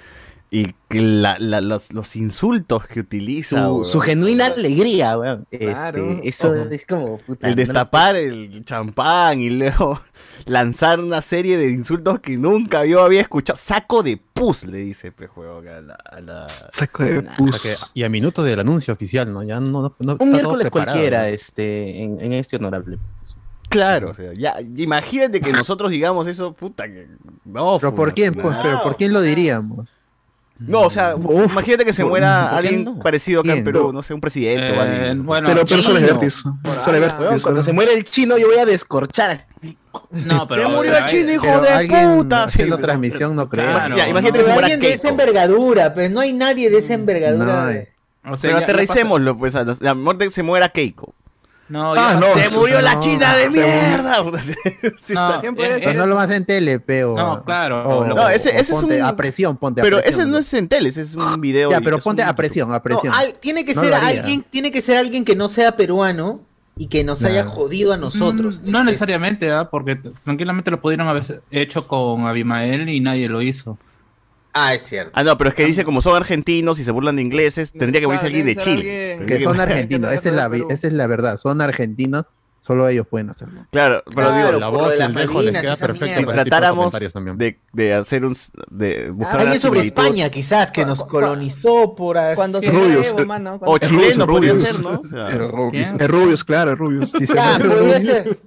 S3: Y que la- la- los, los insultos que utiliza.
S9: Su,
S3: weón.
S9: su genuina alegría, weón. Este,
S16: Claro.
S9: Eso es como puta.
S3: El
S9: no la-
S3: destapar el champán y luego lanzar una serie de insultos que nunca yo había escuchado. Saco de pus, le dice Pejuego a la. a la-
S14: Saco de
S7: O
S14: pus.
S7: sea que- y a minutos del anuncio oficial, ¿no? Ya no, no- no está todo
S9: Un miércoles
S7: preparado,
S9: cualquiera,
S7: ¿no?
S9: este, en, en este honorable.
S3: Claro, o sea, ya, imagínate que nosotros digamos eso, puta que. No,
S4: Pero ¿por quién? Pues,
S3: funado.
S4: pero ¿por quién lo diríamos?
S3: No, o sea, imagínate que se
S9: Uf,
S3: muera
S9: ¿por qué
S3: alguien
S9: no?
S3: parecido acá en
S9: ¿Quién?
S3: Perú, no sé, un presidente o
S9: Eh,
S3: alguien.
S9: bueno, Pero- pero solo es chino. gratis, Por ah, solo es ahora. gratis,
S17: Weón, cuando
S9: solo.
S17: se muere el chino, yo voy a
S9: este
S17: descorchar. No,
S4: pero- pero hay- pero alguien haciendo transmisión no creo.
S3: Ya, imagínate que se
S2: Pero
S3: muera
S2: alguien de
S3: Keiko.
S2: esa envergadura, pues no hay nadie de esa
S4: Mm,
S2: envergadura. de-
S3: Pero aterricémoslo, pues, a los- la muerte se muera Keiko.
S15: No,
S3: ya- Ah, no, se murió la china de
S15: mierda.
S3: pues, No,
S4: Pero no lo vas en tele, peo. No,
S15: claro.
S3: no, no, ese- ese es
S4: ponte
S3: un-
S4: a presión, ponte a
S3: Pero
S4: presión.
S3: ese no es en tele, ese es un video.
S4: Ya,
S3: y-
S4: pero
S3: es
S4: ponte
S3: un- Ah,
S4: a presión, a
S2: No,
S4: presión.
S2: al- tiene que
S4: No
S2: ser
S4: lo haría.
S2: alguien, tiene que ser alguien que no sea peruano y que nos haya
S15: Claro.
S2: jodido a
S3: Mm.
S2: nosotros.
S15: Mm, No necesariamente, ¿ah? porque t- tranquilamente lo pudieron haber hecho con Abimael y nadie lo hizo.
S2: Ah, es cierto.
S3: Ah, no, pero es que dice como son argentinos y se burlan de ingleses, tendría que morirse alguien de Chile. Tendría
S4: Que son
S3: que-
S4: argentinos, esa es, la, vi- esa es la verdad. Son argentinos, solo ellos pueden hacerlo.
S3: Claro, pero
S4: Claro,
S3: digo,
S4: la por lo voz de y el las dejo les malinas, queda esa perfecto mierda.
S3: Si
S4: para este tipo de
S3: tratáramos
S4: comentarios también.
S3: de, de hacer un. s- de buscar una
S2: Alguien sobre
S3: similitud.
S2: España, quizás, que nos colonizó por así.
S18: Cuando
S3: se Rubios, muera Evo, eh, mano, cuando o se- chileno podría ser, ¿no?
S9: Es rubios, claro, es rubios.
S2: Ah, podría ser-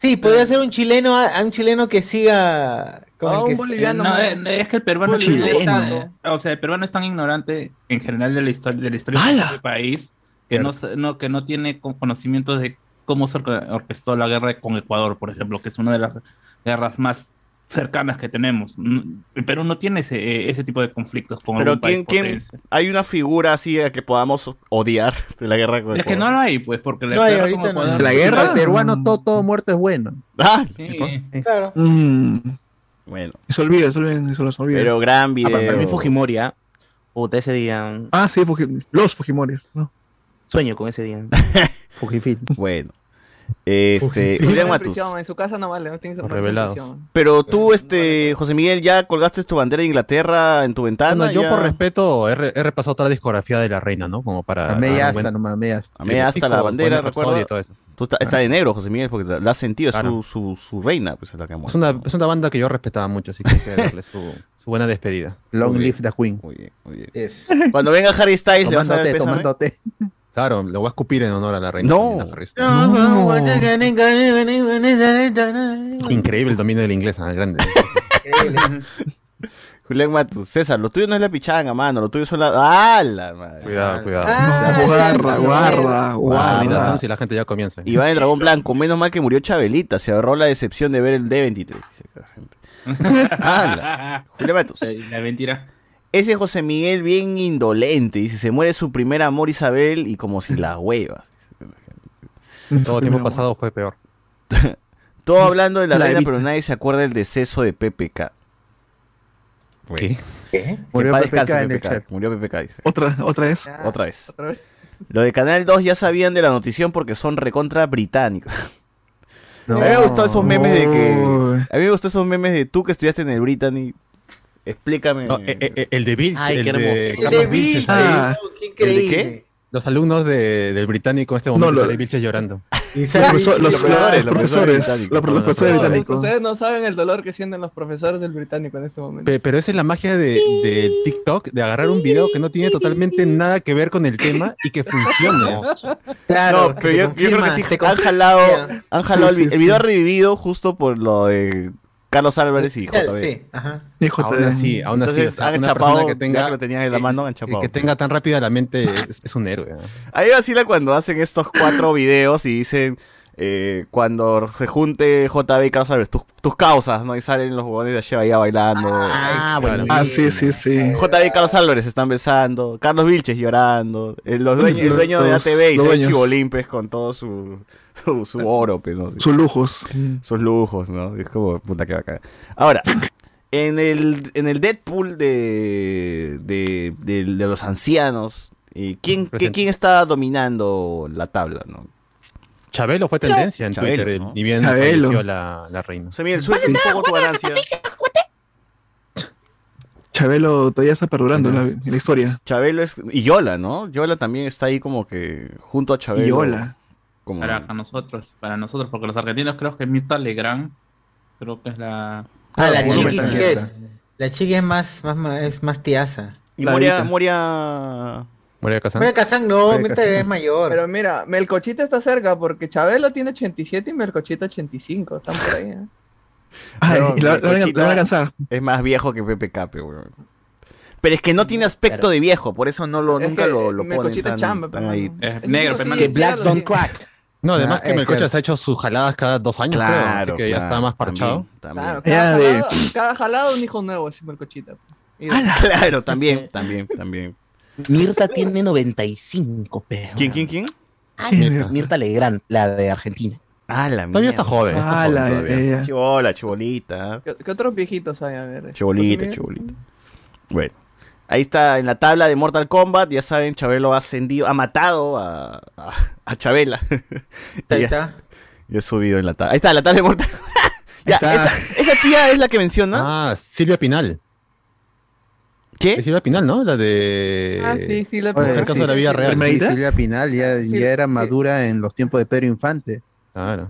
S2: Sí, podría ser un chileno, a a un chileno que siga con el que-
S15: No, eh, eh, es que el peruano
S2: Boliviano.
S15: es tan- o sea, el peruano es tan ignorante en general de la historia de la historia
S2: ¡Hala!
S15: del país que no, sa- no que no tiene con- conocimiento de cómo se orque- orquestó la guerra con Ecuador, por ejemplo, que es una de las guerras más cercanas que tenemos. Mm, El Perú no tiene ese, eh, ese tipo de conflictos con
S3: Pero
S15: algún país
S3: ¿quién, quién,
S15: potencia.
S3: hay una figura así a que podamos odiar de la guerra con
S15: Es que
S3: Ecuador?
S15: no lo hay, pues, porque la
S3: No hay,
S15: guerra con
S3: ahorita no.
S15: Ecuador-
S3: ¿La guerra?
S4: El peruano todo, todo muerto es bueno. Eh.
S3: Ah,
S2: Claro.
S3: Bueno.
S9: Mm, Se olvida, se olvida, se los olvida.
S3: Pero gran video.
S17: para mí Fujimori, ¿ah? Puta, ese día.
S9: Ah, sí, Fuji- los Fujimoris, ¿no?
S17: Sueño con ese día.
S4: Fujifil.
S3: Bueno. Este,
S18: Tiene
S3: Julián
S18: una
S3: Matus.
S18: prisión, En su casa no vale, no tiene que ser
S3: Pero tú, este, José Miguel, ya colgaste tu bandera de Inglaterra en tu ventana.
S5: Bueno, yo
S3: ya-
S5: por respeto he, re- he repasado toda la discografía de la reina, ¿no? Como para.
S4: A media
S5: dar un
S4: asta
S5: buen-
S4: nomás, a media asta.
S3: A mí hasta la
S5: Buena
S3: bandera,
S5: Rapsodia
S3: recuerdo.
S5: y todo eso.
S3: Tú está, está de negro, José Miguel, porque la, la has sentido, es
S5: Claro.
S3: su, su, su reina, pues, la que ha
S5: Es
S3: muerto.
S5: una, es una banda que yo respetaba mucho, así que hay que darle su, su buena despedida.
S4: Long live the queen.
S3: Muy bien, muy bien.
S2: Es.
S3: Cuando venga Harry Styles, le vas a dar el
S4: Tomándote,
S3: pésame.
S4: tomándote.
S5: Claro, lo voy a escupir en honor a la reina.
S3: No.
S5: Elena Harry Styles. Increíble el dominio de la inglesa, grande.
S3: Julián Matus, César, lo tuyo no es la pichanga, mano, lo tuyo es la. ¡Ah, la madre!
S5: Cuidado, cuidado.
S9: guarda, guarda,
S3: guarda.
S5: Guarda. Si Ah, la gente ya comienza.
S3: Iván el Dragón Blanco, menos mal que murió Chabelita, se ahorró la decepción de ver el D23. dice la gente. ¡Hala! Julián Matus.
S15: Eh, La mentira.
S3: Ese José Miguel bien indolente, dice, se muere su primer amor Isabel y como si la hueva.
S5: Todo tiempo pasado fue peor.
S3: Todo hablando de la,
S5: La
S3: reina,
S5: Evita.
S3: pero nadie se acuerda del deceso de PPK.
S5: ¿Qué?
S3: ¿Qué?
S4: Murió
S3: Murió PPK,
S4: PPK en el chat.
S3: Murió PPK, dice.
S9: Otra, otra vez.
S3: Ah, Otra vez. Lo de Canal 2 ya sabían de la notición porque son recontra británicos.
S4: No.
S3: a mí me gustó esos memes de
S9: Uy.
S3: que. A mí me gustó esos memes de tú que estudiaste en el Brittany. Explícame.
S5: No, eh, eh, eh, el de Vilch.
S3: Ay,
S5: el
S3: qué hermoso.
S5: de
S3: El
S5: Carlos
S3: de Vilch,
S5: Vilches,
S3: ah,
S5: ahí.
S2: qué increíble.
S5: ¿El de qué? Los alumnos de- del británico en este momento
S9: lo-
S5: sale Vilches llorando.
S9: Los profesor- los- los
S5: profesores, los profesores
S9: profesores,
S5: británicos.
S9: los
S5: Perdón,
S9: profesores
S5: perdón.
S9: británicos.
S18: Ustedes no saben el dolor que sienten los profesores del británico en este momento.
S5: Pe- Pero esa es la magia de, de TikTok, de agarrar un video que no tiene totalmente nada que ver con el tema y que funcione.
S2: Claro,
S3: no,
S2: que
S3: pero
S2: te
S3: yo, yo creo que
S2: confirma,
S3: sí.
S2: te
S3: Han
S2: confirma.
S3: jalado. Han jalado
S2: Sí,
S3: el, vi-
S2: sí,
S3: el video
S2: sí.
S3: ha revivido justo por lo de Carlos Álvarez y JB.
S2: Sí, ajá.
S9: Hijo
S5: Aún así, aún así.
S3: Entonces,
S5: o sea,
S3: han
S5: una
S3: chapado,
S5: persona que
S3: ya
S5: tenga,
S3: que lo tenían en la mano, han
S5: que,
S3: chapado.
S5: que tenga tan rápida la mente es, es un héroe. ¿eh? ¿no?
S3: A mí me vacila cuando hacen estos cuatro videos y dicen eh, cuando se junte JB y Carlos Álvarez, tus, tus causas, ¿no? Y salen los jugadores de Sheba ya bailando.
S17: Ah, bueno.
S9: Ah, sí, sí, sí.
S3: JB y Carlos Álvarez se están besando, Carlos Vilches llorando, eh, los dueños, el
S9: Los-
S3: dueño de
S9: los
S3: ATV y
S9: dueños. Ah,
S3: Chibolín pues, con todo su, su, su oro, pues, ¿no?
S9: Sus lujos.
S3: sus lujos, ¿no? Es como puta que bacán. Ahora, en el, en el Deadpool de, de, de- de los ancianos, eh, ¿quién, qué- ¿quién está dominando la tabla, no?
S5: Chabelo fue tendencia en
S3: Chabelo,
S5: Twitter,
S3: ¿no?
S5: ni bien
S9: Chabelo.
S5: falleció la, la reina.
S3: José Miguel, suelta un poco tu ganancia.
S9: Chabelo todavía está perdurando en la, en la historia.
S3: Chabelo es. Y Yola, ¿no? Yola también está ahí como que junto a Chabelo.
S9: Y hola.
S3: Como,
S15: Para a nosotros, para nosotros, porque los argentinos creo que Mirta Legrand, creo que es la...
S2: Ah, la
S15: Bueno,
S2: chiqui sí
S15: también.
S2: que es. La chiqui es más, más, más, es más tiaza.
S3: y Moria. Moria...
S5: Moria Kazan.
S2: Moria Kazan no,
S5: Moria
S2: Mirta Legrand es mayor.
S18: Pero mira, Melcochita está cerca porque Chabelo tiene 87 y Melcochita 85. Están por ahí. ¿eh?
S9: Ay,
S3: Pero
S9: la, la van a- la
S3: Melcochita
S9: van a alcanzar.
S3: Es más viejo que Pepe Cape, weón. Pero es que no tiene aspecto de viejo, por eso no lo, nunca
S16: que,
S3: lo, lo
S16: eh,
S3: ponen
S16: Melcochita
S3: tan,
S16: chamba,
S3: tan
S16: pero
S3: ahí.
S16: no. Es negro, pero Que sí, Blacks claro, don't sí. crack.
S5: No, además
S3: Ah,
S5: que
S3: es
S5: Melcochas
S3: cierto.
S5: ha hecho sus jaladas cada dos años, creo, así
S3: Claro,
S5: que ya
S3: claro,
S5: está más parchado.
S16: Claro,
S5: Ya
S16: cada,
S5: de-
S16: jalado, cada jalado un hijo nuevo, así Melcochita. Y-
S3: Claro, también, también, también.
S9: Mirta tiene 95, pero.
S3: ¿Quién, quién, quién?
S8: Ah,
S9: Mirta. Mirta Legrand, la de Argentina.
S3: Ah, la
S9: Todavía está joven, está joven
S3: la
S9: todavía.
S3: Chibola, chibolita.
S16: ¿Qué, qué otros viejitos hay? A
S18: este,
S16: ver.
S3: Chibolita,
S16: Porque-
S3: chibolita. Bueno. Ahí está en la tabla de Mortal Kombat. Ya saben, Chabelo ha ascendido, ha matado a, a, a Chabela.
S8: Ahí
S3: Y ya-
S8: está.
S3: Ya he subido en la tabla. Ahí está, la tabla de Mortal ya, esa, esa tía es la que menciona.
S5: Ah, Silvia Pinal.
S3: ¿Qué?
S5: Es Silvia Pinal, ¿no? La de.
S16: Ah, sí, sí, la
S5: Mujer
S4: Oye,
S5: caso
S4: sí,
S5: de la vida
S4: sí,
S5: real.
S4: sí, Silvia Pinal ya, ya era madura en los tiempos de Pedro Infante.
S5: Claro.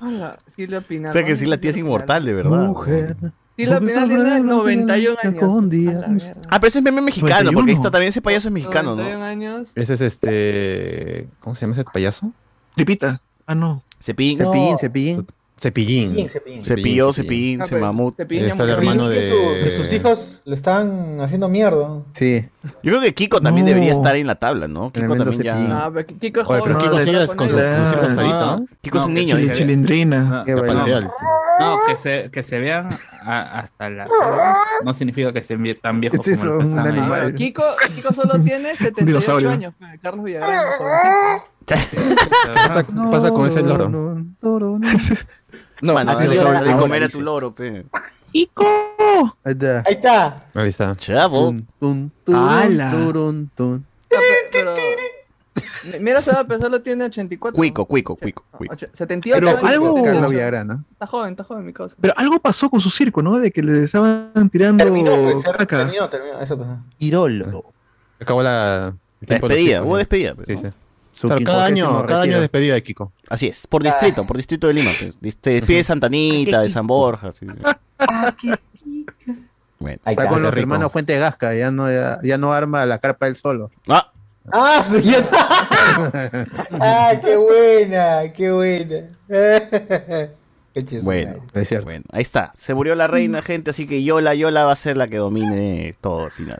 S16: Ala, Silvia Pinal.
S3: O sea que
S16: ¿no?
S3: sí, la tía es inmortal, de verdad.
S4: Mujer.
S16: Silvia Pinal tiene 91 años.
S3: Ah, pero ese es meme mexicano,
S5: 91.
S3: porque ahí está también ese payaso es mexicano, ¿no?
S16: 91 años.
S5: Ese es este. ¿Cómo se llama ese payaso?
S14: Tripita. Ah, no.
S3: Cepillín.
S4: Cepillín, cepillín.
S5: Cepillín.
S8: Cepillín.
S3: Cepilló, cepillín,
S8: Ah,
S3: se
S8: pero
S3: mamut.
S8: Cepillín ya murió. Que sus hijos lo están haciendo mierda.
S4: Sí.
S3: Yo creo que Kiko también
S4: No.
S3: debería estar en la tabla, ¿no? Kiko también ya.
S16: Ah, pero Kiko es
S3: Oye, pero
S16: joven.
S3: Kiko
S16: ¿no?
S3: sí es con su- con su costadito, ¿no? Ah. Kiko es un
S15: que
S3: niño,
S15: chile-
S3: dice.
S14: Chilindrina.
S15: Ah, Qué
S5: Para el
S15: bueno.
S5: real.
S15: No, que se, que se vean a- hasta la. No significa que se vie- tan viejos
S4: Este es
S15: como el ¿eh? que
S4: un
S15: están ahí.
S4: animal.
S3: Eh.
S16: Pero Kiko, Kiko solo tiene 78
S15: Dinosaurio.
S16: años. pero Carlos Villagrán, jovencito.
S5: Pasa, pasa con ese loro.
S3: No,
S5: así lo sabe,
S3: de
S5: ahora
S3: comer a
S5: dice.
S3: tu loro, pe.
S16: Kiko.
S4: Ahí está.
S8: Ahí está.
S5: Ahí está.
S3: Chavo.
S4: Tun, turun,
S5: ¡Hala!
S4: turun, tun.
S16: Pero... Mira, su edad, pero solo tiene 84.
S3: Cuico, cuico, cuico. cuico.
S16: 78
S14: Pero
S16: años.
S14: algo-
S16: 78.
S14: Carlos
S4: Villagrana.
S16: Está joven, está joven mi cosa.
S14: Pero algo pasó con su circo, ¿no? De que le estaban tirando caca.
S8: Terminó, terminó. Eso pues.
S9: Pirolo.
S5: Acabó la. el tiempo de los
S3: Despedida,
S5: chicos,
S3: hubo
S5: ¿no?
S3: despedida.
S5: Sí, sí.
S4: Su
S5: Claro, cada año,
S4: quincuagésimo
S5: cada año
S4: retiro.
S5: despedida de Kiko.
S3: Así es, por distrito, por distrito de Lima. pues. Dis- Se despide de Santanita, de San Borja. sí, sí. Bueno.
S4: Está con los hermanos Fuente de Gasca, ya no, ya, ya no arma la carpa él solo.
S3: Ah,
S8: Ah, su Ah, qué buena, qué buena. Qué chiste.
S3: Bueno,
S4: es cierto.
S3: bueno, ahí está. Se murió la reina, gente, así que Yola, Yola va a ser la que domine todo al final.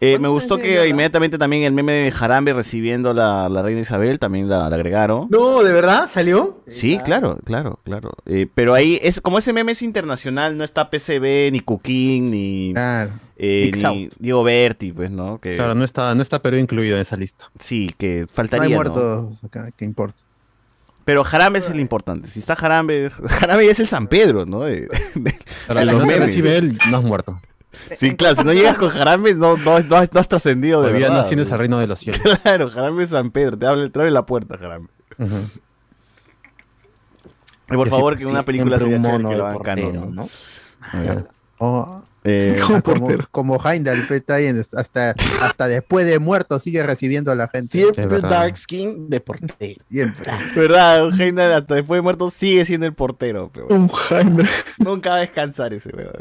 S3: Eh, me gustó
S16: años tiene
S3: que
S16: Yola?
S3: inmediatamente también el meme de Jarambe recibiendo la, la reina Isabel, también la, la agregaron.
S8: No, ¿de verdad? ¿Salió?
S3: Sí, claro, claro, claro. Eh, pero ahí, es como ese meme es internacional, no está PCB, ni Cooking, ni,
S4: Claro.
S3: eh,
S4: Pix
S3: ni
S4: out.
S3: Diego Berti, pues, ¿no? Que,
S5: Claro, no está, no está Perú incluido en esa lista.
S3: Sí, que
S4: No
S3: faltaría,
S4: hay
S3: ¿no?
S4: muertos acá, ¿qué importa?
S3: Pero Jarambe es el importante. Si está Jarambe, Jarambe es el San Pedro, ¿no? De- de-
S5: Para
S3: de
S5: los
S3: los
S5: no te
S3: memes.
S5: recibe él, no has muerto.
S3: Sí, claro, si no llegas con Jarambe, no, no, no has, no has trascendido de
S5: Todavía no
S3: verdad.
S5: asciendes al reino de los cielos.
S3: Claro, Jarambe es San Pedro, te abre, te abre la puerta, Jarambe.
S5: Ujú.
S3: Y por
S5: Sí,
S3: favor, que
S9: sí,
S3: una película
S9: siempre
S3: sería
S9: un
S3: chévere
S9: mono
S3: que lo
S9: de
S3: hagan
S9: portero,
S3: canon, ¿no?
S9: ¿no?
S3: Claro.
S4: Oh,
S3: Eh,
S4: ah, como, como Heimdall, pe, está ahí en- hasta, hasta después de muerto sigue recibiendo a la gente.
S5: Es
S9: Siempre
S5: verdad.
S9: Dark Skin de portero.
S4: Siempre.
S3: ¿Verdad? Heimdall hasta después de muerto sigue siendo el portero. pero bueno,
S14: Un Jaime.
S3: nunca va a descansar ese, weón.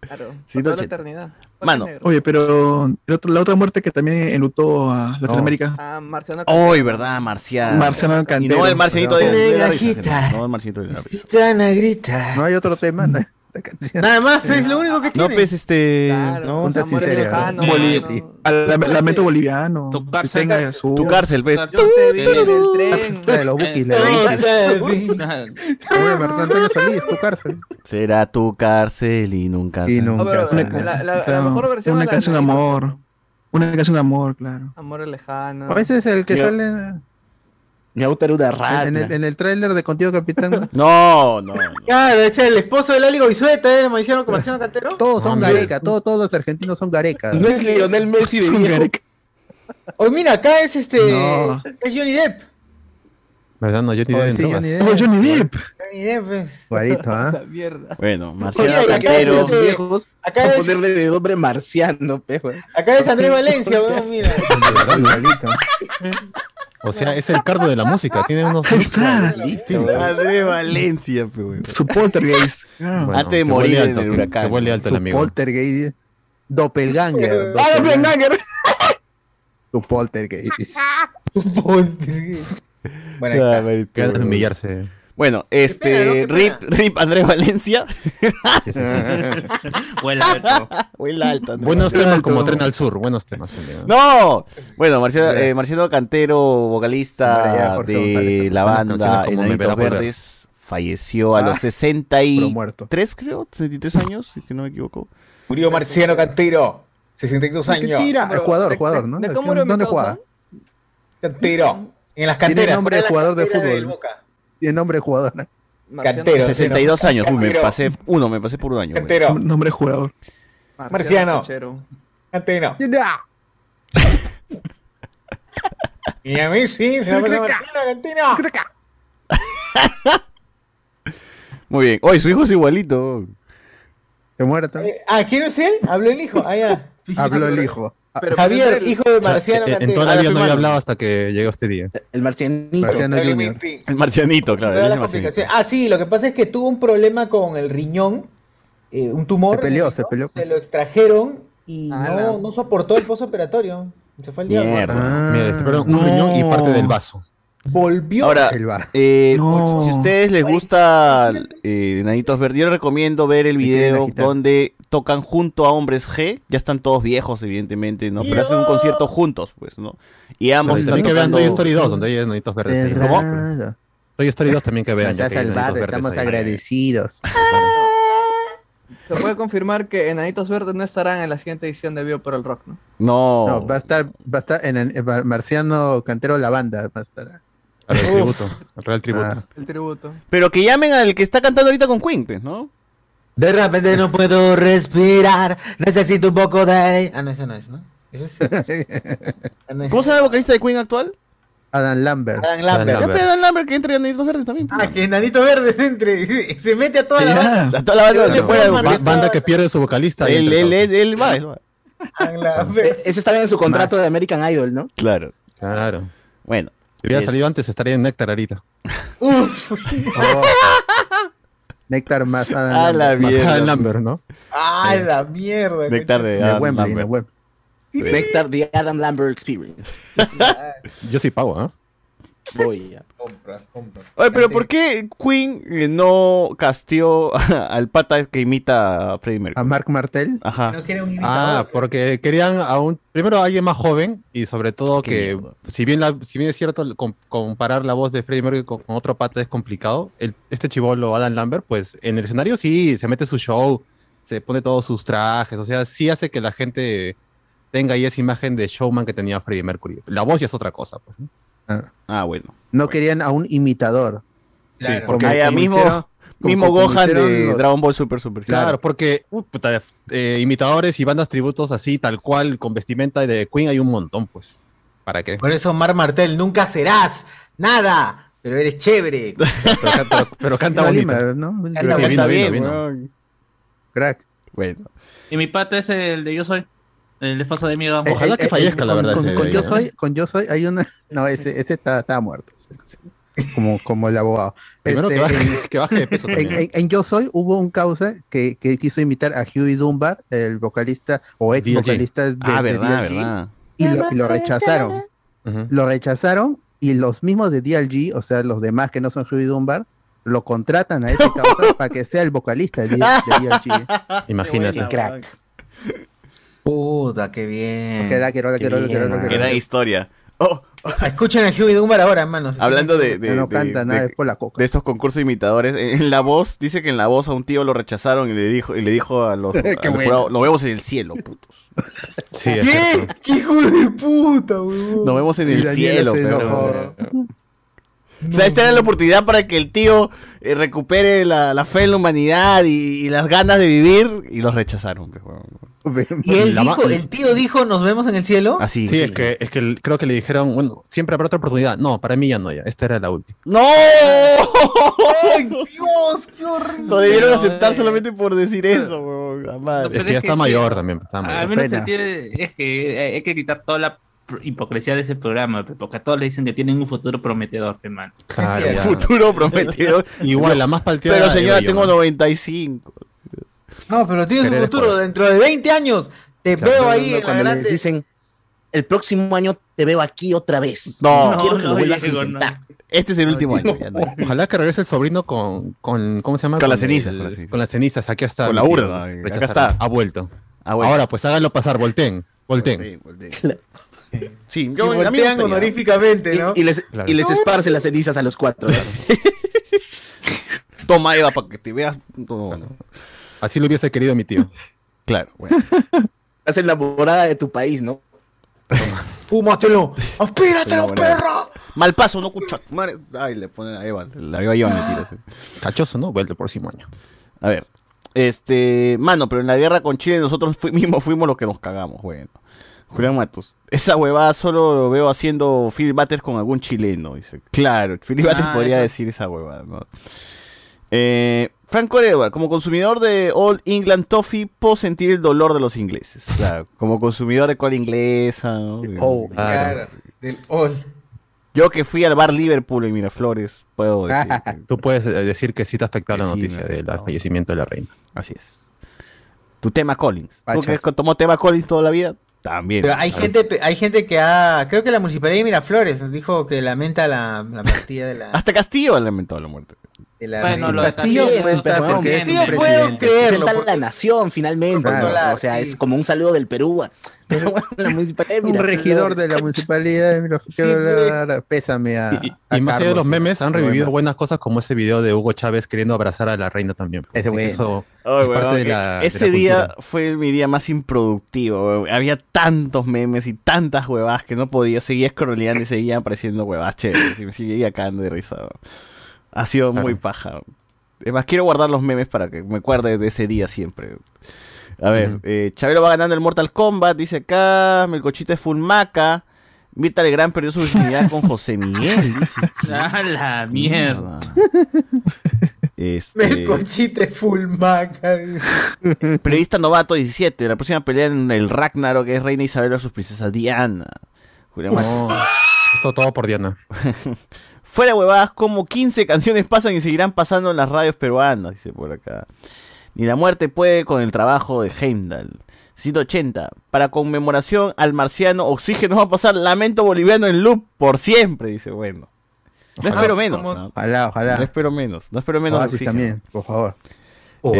S16: Claro.
S3: Sí,
S16: por toda
S3: noche.
S16: la eternidad.
S3: Mano.
S14: Oye, pero el otro- la otra muerte que también enlutó a Latinoamérica.
S16: Ah, Marciano.
S3: Hoy, ¿verdad? Marciano.
S14: Marciano
S3: Y
S14: Cantero.
S3: no el marcianito de, de la risa, gente.
S8: Negrita.
S3: No el marcianito de la risa.
S8: Está negrita.
S4: No hay otro tema, ¿no? esta canción.
S8: Nada más, es lo único que
S3: No,
S8: tiene.
S3: pues este.
S16: Claro, pues,
S3: no,
S4: Ponte
S16: los amores
S4: sincera.
S16: lejanos,
S15: Bolí-
S16: mano.
S14: A la-
S8: Pues,
S14: Lamento boliviano.
S15: Tocar
S14: que tenga
S15: cerca-
S14: su-
S3: Tu cárcel, ve.
S15: Tocar-
S16: Yo te vi en el tren.
S4: La de los Bukis, la de los Bukis. Oye, Marco Antonio Solís, tu cárcel.
S3: Será tu cárcel y nunca.
S4: Y
S3: será.
S16: No,
S4: nunca.
S16: pero
S4: sale.
S16: la, la- la
S14: Claro,
S16: mejor versión
S14: Una
S16: es la
S14: canción de amor. Una canción de amor, claro.
S16: Amores lejanos.
S4: A veces Pues el que
S9: Mira.
S4: sale
S9: Mi auto era una rata.
S4: en el, en el tráiler de Contigo Capitán,
S3: No, no. no.
S8: Claro, es el esposo del Aligo Bisueta, ¿eh? Marciano, Marciano Cantero.
S4: todos son gareca, todos, todos los argentinos son gareca.
S9: No es Lionel Messi de
S14: Un
S9: viejo.
S14: Gareca.
S8: Oh, mira, acá es este.
S14: No.
S8: Es Johnny Depp.
S5: ¿Verdad? No, yo ni
S4: Oye,
S5: idea en
S4: sí,
S5: drogas.
S4: Johnny
S14: Oh,
S4: Depp.
S14: Johnny Depp.
S8: Johnny Depp, pues.
S4: Guarito, ¿ah?
S16: La mierda.
S3: Bueno, Marciano
S9: Mira, y acá es
S3: Cantero.
S9: los viejos.
S8: Acá
S9: a
S8: es-
S9: ponerle de nombre marciano, pejo.
S8: Acá es Andrés Valencia, weón, mira.
S4: Igualito.
S5: O sea, es el cardo de la música. Tiene unos.
S14: Ahí está.
S5: Listo.
S3: Madre Valencia, pe, weón.
S14: Su poltergeist. Claro.
S3: Antes de morir en el huracán.
S5: Que huele alto el
S4: Su
S5: amigo.
S4: poltergeist. Doppelganger.
S9: ¡Ah,
S4: doppelganger,
S9: Doppelganger!
S4: Su poltergeist.
S8: Bueno, ahí
S3: Ah,
S8: está.
S3: Marito, Ah,
S5: Que ganas de
S3: weón.
S5: humillarse.
S3: Bueno, este,
S15: pena, ¿no? Qué
S3: Rip,
S15: pena.
S3: Rip Andrés Valencia.
S15: Vuela alto.
S3: Vuela alto, Andrés
S5: Buenos
S3: Valencia.
S5: temas como Tren al Sur, buenos temas también.
S3: ¡No! Bueno, Marciano, eh, Marciano Cantero, vocalista de la
S5: Buenas canciones
S3: banda
S5: como Me
S3: Enanitos
S5: Verás Volver.
S3: Verdes, falleció a
S5: Ah,
S3: los 63, creo, 63 años, si es que no me equivoco.
S8: Murió Marciano Cantero, 62
S3: ¿De qué
S8: años.
S3: tira?
S4: Ecuador, jugador, ¿no?
S8: de cómo era mi
S4: ¿Dónde
S8: causa?
S4: juega?
S8: Cantero, en las canteras.
S4: Tiene nombre de
S8: Era la
S4: jugador de
S8: cantera del
S4: fútbol.
S8: Boca.
S4: Tiene nombre de jugador. ¿no?
S8: Cantero.
S3: 62 años, uy, me
S8: Cantero.
S3: pasé uno, me pasé por un año. güey.
S8: Cantero.
S14: Nombre de jugador.
S8: Marciano. Cantero. Y a mí sí, se la pasa Marciano Cantero.
S3: Muy bien. Oye, su hijo es igualito.
S4: Se muerto.
S3: Eh,
S8: Ah, ¿quién es él? Habló el hijo. Ah, ya.
S4: Habló el hijo.
S2: Ah,
S8: Javier, hijo de
S5: O sea,
S8: Marciano
S5: eh, en
S8: Cantero.
S5: toda
S8: Ah,
S5: la vida
S8: tu
S5: no había
S8: hermano.
S5: hablado hasta que llegó este día.
S9: El Marcianito.
S4: Marciano Junior.
S3: El marcianito, claro.
S8: Pero
S3: él es
S8: las
S3: el marcianito.
S8: complicaciones. Ah, sí, lo que pasa es que tuvo un problema con el riñón, eh, un tumor.
S4: Se peleó,
S8: en el
S4: se
S8: riñón, Se lo extrajeron y
S4: Ah,
S8: no, no soportó el postoperatorio. Se fue el diablo.
S5: Mierda. Mira, le separaron Ah, un riñón y parte del vaso.
S8: Volvió.
S3: Ahora, eh, si ustedes les gusta eh, Enanitos Verdes, yo les recomiendo ver el video donde tocan junto a Hombres G. Ya están todos viejos, evidentemente, ¿no? Pero hacen un concierto juntos, pues, ¿no? Y ambos
S5: Entonces,
S3: están
S5: también que vean
S3: tocando...
S5: Toy Story 2, donde hay enanitos verdes. ahí.
S4: ¿Cómo?
S5: Toy Story 2 también que vean.
S4: Nos ha
S5: ya que hay enanitos
S4: salvado,
S5: verdes
S4: estamos
S5: ahí.
S4: agradecidos.
S16: Se puede confirmar que Enanitos Verdes no estarán en la siguiente edición de Bio por el Rock, ¿no?
S3: No.
S4: No, va a estar, va a estar en, en- en Marciano Cantero la banda. Va a estar.
S5: Al Real tributo. Al Real tributo.
S16: El tributo.
S3: Pero que llamen al Ah, que está cantando ahorita con Queen, pues, ¿no?
S8: De repente no puedo respirar, necesito un poco de aire. Ah, no, ese no es, ¿no? Ese sí. Ah, no, ese-
S3: ¿Cómo se llama el vocalista de Queen actual?
S4: Adam Lambert.
S8: Adam Lambert.
S3: Ya, pero Dan Lambert que entre en Enanitos Verdes también. pues,
S8: Ah, que Enanito Verde se entre y se mete a toda la banda.
S3: A toda la banda
S8: Se
S3: se
S8: fue
S3: fuera
S8: al
S5: Ba-
S8: mar-
S5: banda que pierde su vocalista. ahí
S3: Él,
S5: entre
S3: él,
S5: todos.
S3: él, él va, él va.
S8: Adam Lambert.
S9: Eso estaba en su contrato de American Idol, ¿no?
S3: Claro.
S5: Claro.
S3: Bueno.
S5: Si hubiera
S3: Eh,
S5: salido antes, estaría en Néctar ahorita.
S8: Uf.
S4: Oh. Néctar más Adam
S3: A la
S4: Lambert.
S3: mierda.
S5: Más Adam Lambert, ¿no?
S8: Ah, la mierda.
S3: Néctar de
S4: De
S3: Adam
S4: Wembley, de
S3: Lambert.
S4: Wembley.
S9: Nectar The Adam Lambert Experience.
S5: Yo sí pago, ¿ah?
S9: Voy a...
S8: Compra, compra.
S3: Oye, pero ¿por qué Queen eh, no casteó a- al pata que imita a Freddie
S4: A
S3: Mercury?
S4: Mark Martel.
S3: Ajá.
S8: No quiere un
S5: Ah,
S8: imitador.
S5: porque querían a un primero a alguien más joven y sobre todo que si bien la, si bien es cierto com- comparar la voz de Freddie Mercury con, con otro pata es complicado. el- este chivolo Adam Lambert, pues en el escenario sí se mete su show, se pone todos sus trajes, o sea sí hace que la gente tenga ahí esa imagen de showman que tenía Freddie Mercury. La voz ya es otra cosa, pues. ¿no?
S3: Ah, bueno.
S4: No querían a un imitador.
S5: Claro.
S4: Como-
S3: Porque haya
S4: como
S3: mismo,
S4: hicieron- como-
S3: mismo
S4: como
S3: Gohan de
S4: hicieron los-
S3: Dragon Ball Super Super.
S5: Claro, porque uh, puta, eh, imitadores y bandas tributos así tal cual con vestimenta de Queen hay un montón, pues. ¿Para qué?
S8: Por eso, Mar Martel, nunca serás nada, pero eres chévere.
S5: Pero canta, pero canta
S4: Iba a
S5: bonito.
S4: Lima, ¿no?
S8: Canta
S5: Sí,
S3: Está
S5: vino, vino,
S3: bien,
S5: vino.
S3: weón.
S4: Crack.
S3: Bueno.
S15: Y mi pata es el de yo soy. El de paso de mi
S4: Eh,
S5: Ojalá
S4: eh,
S5: que
S4: eh,
S5: fallezca, la
S4: con-
S5: verdad,
S4: Con,
S5: ese
S4: con
S5: día, ¿eh?
S4: yo
S5: ¿no?
S4: soy, con yo soy, hay una. No, ese, ese está, está muerto. Como, como el abogado.
S5: Primero que,
S4: Este,
S5: baje, que baje de peso
S4: en,
S5: también.
S4: en- en Yo Soy hubo un causa que, que quiso imitar a Huey Dunbar, el vocalista o ex
S5: DLG.
S4: vocalista de,
S3: Ah,
S4: de
S3: verdad,
S4: DLG,
S3: verdad.
S4: Y, lo, y lo rechazaron.
S5: Ujú.
S4: Lo rechazaron y los mismos de DLG, o sea, los demás que no son Huey Dunbar, lo contratan a ese causa para que sea el vocalista de, D- de DLG.
S5: Imagínate.
S9: Crack.
S3: Uh,
S8: Puta, qué bien.
S4: Que era, que era, que era, que era, que era.
S3: Que era historia. Oh,
S8: Escuchen a Huey Dunbar ahora, hermano.
S3: hablando de, de,
S4: No, no
S3: de-
S4: canta nada,
S3: de-
S4: es por la coca.
S3: de estos concursos de imitadores, eh, en la voz, dice que en la voz a un tío lo rechazaron y le dijo, y le dijo a los, a
S4: Qué
S3: los
S4: bueno.
S3: jurados, nos vemos en el cielo, putos.
S5: Sí, es
S8: ¿Qué?
S5: cierto.
S8: ¿Qué hijo de puta, weón?
S3: Nos vemos en
S4: Y
S3: el
S4: Daniela
S3: cielo,
S4: se
S3: pero-
S4: enojó.
S3: O sea, esta era la oportunidad para que el tío eh, recupere la, la fe en la humanidad y, y las ganas de vivir y los rechazaron. pues, weón.
S8: Y él
S5: La ma- Ah.
S8: dijo, el tío dijo, nos vemos en el cielo.
S3: Así.
S5: Sí, es que, es que el- creo que le dijeron, bueno, siempre habrá otra oportunidad. No, para mí ya no, ya. Esta era la última.
S3: ¡No!
S8: ¡Ay, Dios! ¡Qué horrible!
S3: Lo debieron
S15: No,
S3: aceptar
S15: eh.
S3: solamente por decir eso, weón. La madre.
S15: Pero
S5: es que ya
S15: es que
S5: está
S15: sí.
S5: mayor también. pues, está
S15: Al
S5: mayor.
S15: menos
S4: Pena.
S15: se tiene, es que eh, hay que quitar toda la pr- hipocresía de ese programa, pe, porque a todos le dicen que tienen un futuro prometedor, pe, man.
S5: Claro,
S8: Es
S5: ya.
S3: Futuro prometido.
S5: Igual, la más palteada.
S3: Pero señora,
S5: era yo,
S3: tengo
S5: ¿no?
S3: 95.
S8: No, pero tienes
S5: Pero
S8: un
S5: eres
S8: futuro
S5: joven.
S8: dentro de 20 años. Te
S5: Claro.
S8: veo ahí en la
S9: Cuando les
S8: grande.
S9: dicen, el próximo año te veo aquí otra vez.
S3: No.
S9: quiero que
S3: No,
S9: lo
S3: no,
S9: vuelvas
S3: Diego,
S9: a
S3: no.
S9: intentar.
S3: Este es el último año. ya no.
S5: Ojalá que regrese el sobrino con, con ¿cómo se llama?
S3: Con la
S5: el-
S3: ceniza, con la ceniza.
S5: con las cenizas, aquí está.
S3: Con la
S5: metido,
S3: urna, acá
S5: rechazado.
S3: está.
S5: Ha vuelto.
S3: Ha vuelto.
S5: Ahora, pues háganlo pasar, volteen, volteen.
S3: Sí,
S8: Y
S3: yo a mí me
S8: voltean
S3: gustaría.
S8: honoríficamente, ¿no?
S9: Y, y les,
S5: Claro.
S9: y les esparce las cenizas a los cuatro.
S3: Toma, Eva, para que te veas. No, no.
S5: Así lo hubiese querido mi tío.
S3: Claro, bueno.
S9: Hacen la morada de tu país, ¿no?
S8: ¡Fúmatelo! ¡Aspíratelo,
S3: Una buena-
S8: perro!
S3: Mal paso, no cucha. Madre. Ay, le ponen a Eva. La Eva iba a meter así.
S5: Cachoso, ¿no? Vuelve el próximo año.
S3: A ver. Este, mano, pero en la guerra con Chile nosotros fu- mismos fuimos los que nos cagamos, bueno. Julián Matos, esa huevada solo lo veo haciendo Phil Butters con algún chileno, dice. Claro, Phil Butters
S15: Ah,
S3: podría
S15: eso.
S3: decir esa huevada, ¿no? Eh, Franco Edward, como consumidor de Old England Toffee, puedo sentir el dolor de los ingleses. Claro, como consumidor de cola inglesa. ¿no?
S4: Oh,
S3: Claro.
S8: Claro, del all.
S3: Yo que fui al bar Liverpool en Miraflores, puedo decir. que-
S5: Tú puedes eh, decir que sí te ha afectado
S3: Que
S5: la
S3: sí me
S5: noticia
S3: ha
S5: del
S3: afectado.
S5: fallecimiento de la reina.
S3: Así es. Tu tema Collins. ¿Tú
S4: Pachas.
S3: que co- tomó tema Collins toda la vida? También.
S8: Pero hay gente, pe- hay gente que ha. Creo que la municipalidad de Miraflores nos dijo que lamenta la, la partida de la.
S3: Hasta Castillo ha lamentado la muerte.
S8: de la
S15: Bueno, lo de
S4: Castillo
S15: Castillo
S9: pues,
S4: puede estar
S15: también,
S4: porque es
S15: también.
S4: un
S8: Sí, puedo
S4: presidente.
S8: creerlo.
S9: Representan
S8: porque-
S9: la nación, finalmente.
S4: Claro.
S9: ¿no? O sea,
S8: Sí.
S9: es como un saludo del Perú. Pero bueno, la municipalidad de
S4: Un
S9: Miraflores-
S4: regidor de la municipalidad de Miraflores.
S8: Sí,
S4: Quiero
S8: güey.
S4: dar Pésame a.
S5: Y, y
S4: a
S5: más allá de
S4: Carlos,
S5: los memes,
S4: sí.
S5: han revivido
S4: Problemas.
S5: buenas cosas como ese video de Hugo Chávez queriendo abrazar a la reina también. pues.
S4: Ese
S5: Así que
S4: bueno.
S5: eso-
S3: Ay,
S5: Es
S3: weón,
S5: parte de
S3: e-
S5: la- de
S3: ese
S5: la
S3: día
S5: cultura.
S3: fue mi día más improductivo. weón. Había tantos memes y tantas huevadas que no podía. Seguía scrolleando y seguía apareciendo huevadas chéveres. Y me seguía cagando de risa. weón. Ha sido
S5: Claro.
S3: muy paja. weón. Es más, quiero guardar los memes para que me acuerde de ese día siempre. A ver,
S5: Ujú.
S3: eh, Chabelo va ganando el Mortal Kombat. Dice acá, Melcochita es full maca. Mirta Legrand perdió su virginidad con José Miguel. Dice.
S15: A la mierda.
S3: Este...
S8: Melcochita es full maca.
S3: Periodista novato 17. La próxima pelea en el Ragnarok es Reina Isabel versus Princesa Diana. Julián Mat-
S5: No, Oh, esto todo por Diana.
S3: Fuera huevadas, como 15 canciones pasan y seguirán pasando en las radios peruanas, dice por acá. Ni la muerte puede con el trabajo de Heimdall. 180. Para conmemoración al marciano, Oxígeno va a pasar Lamento Boliviano en loop por siempre, dice. Bueno. No
S5: Ojalá.
S3: espero menos.
S8: Ah, Como-
S3: ¿no?
S4: Ojalá,
S3: No
S4: ojalá.
S3: espero menos. No espero menos. de
S4: Oasis
S3: Oxígeno. Eh,
S4: también, por favor.
S8: Oh,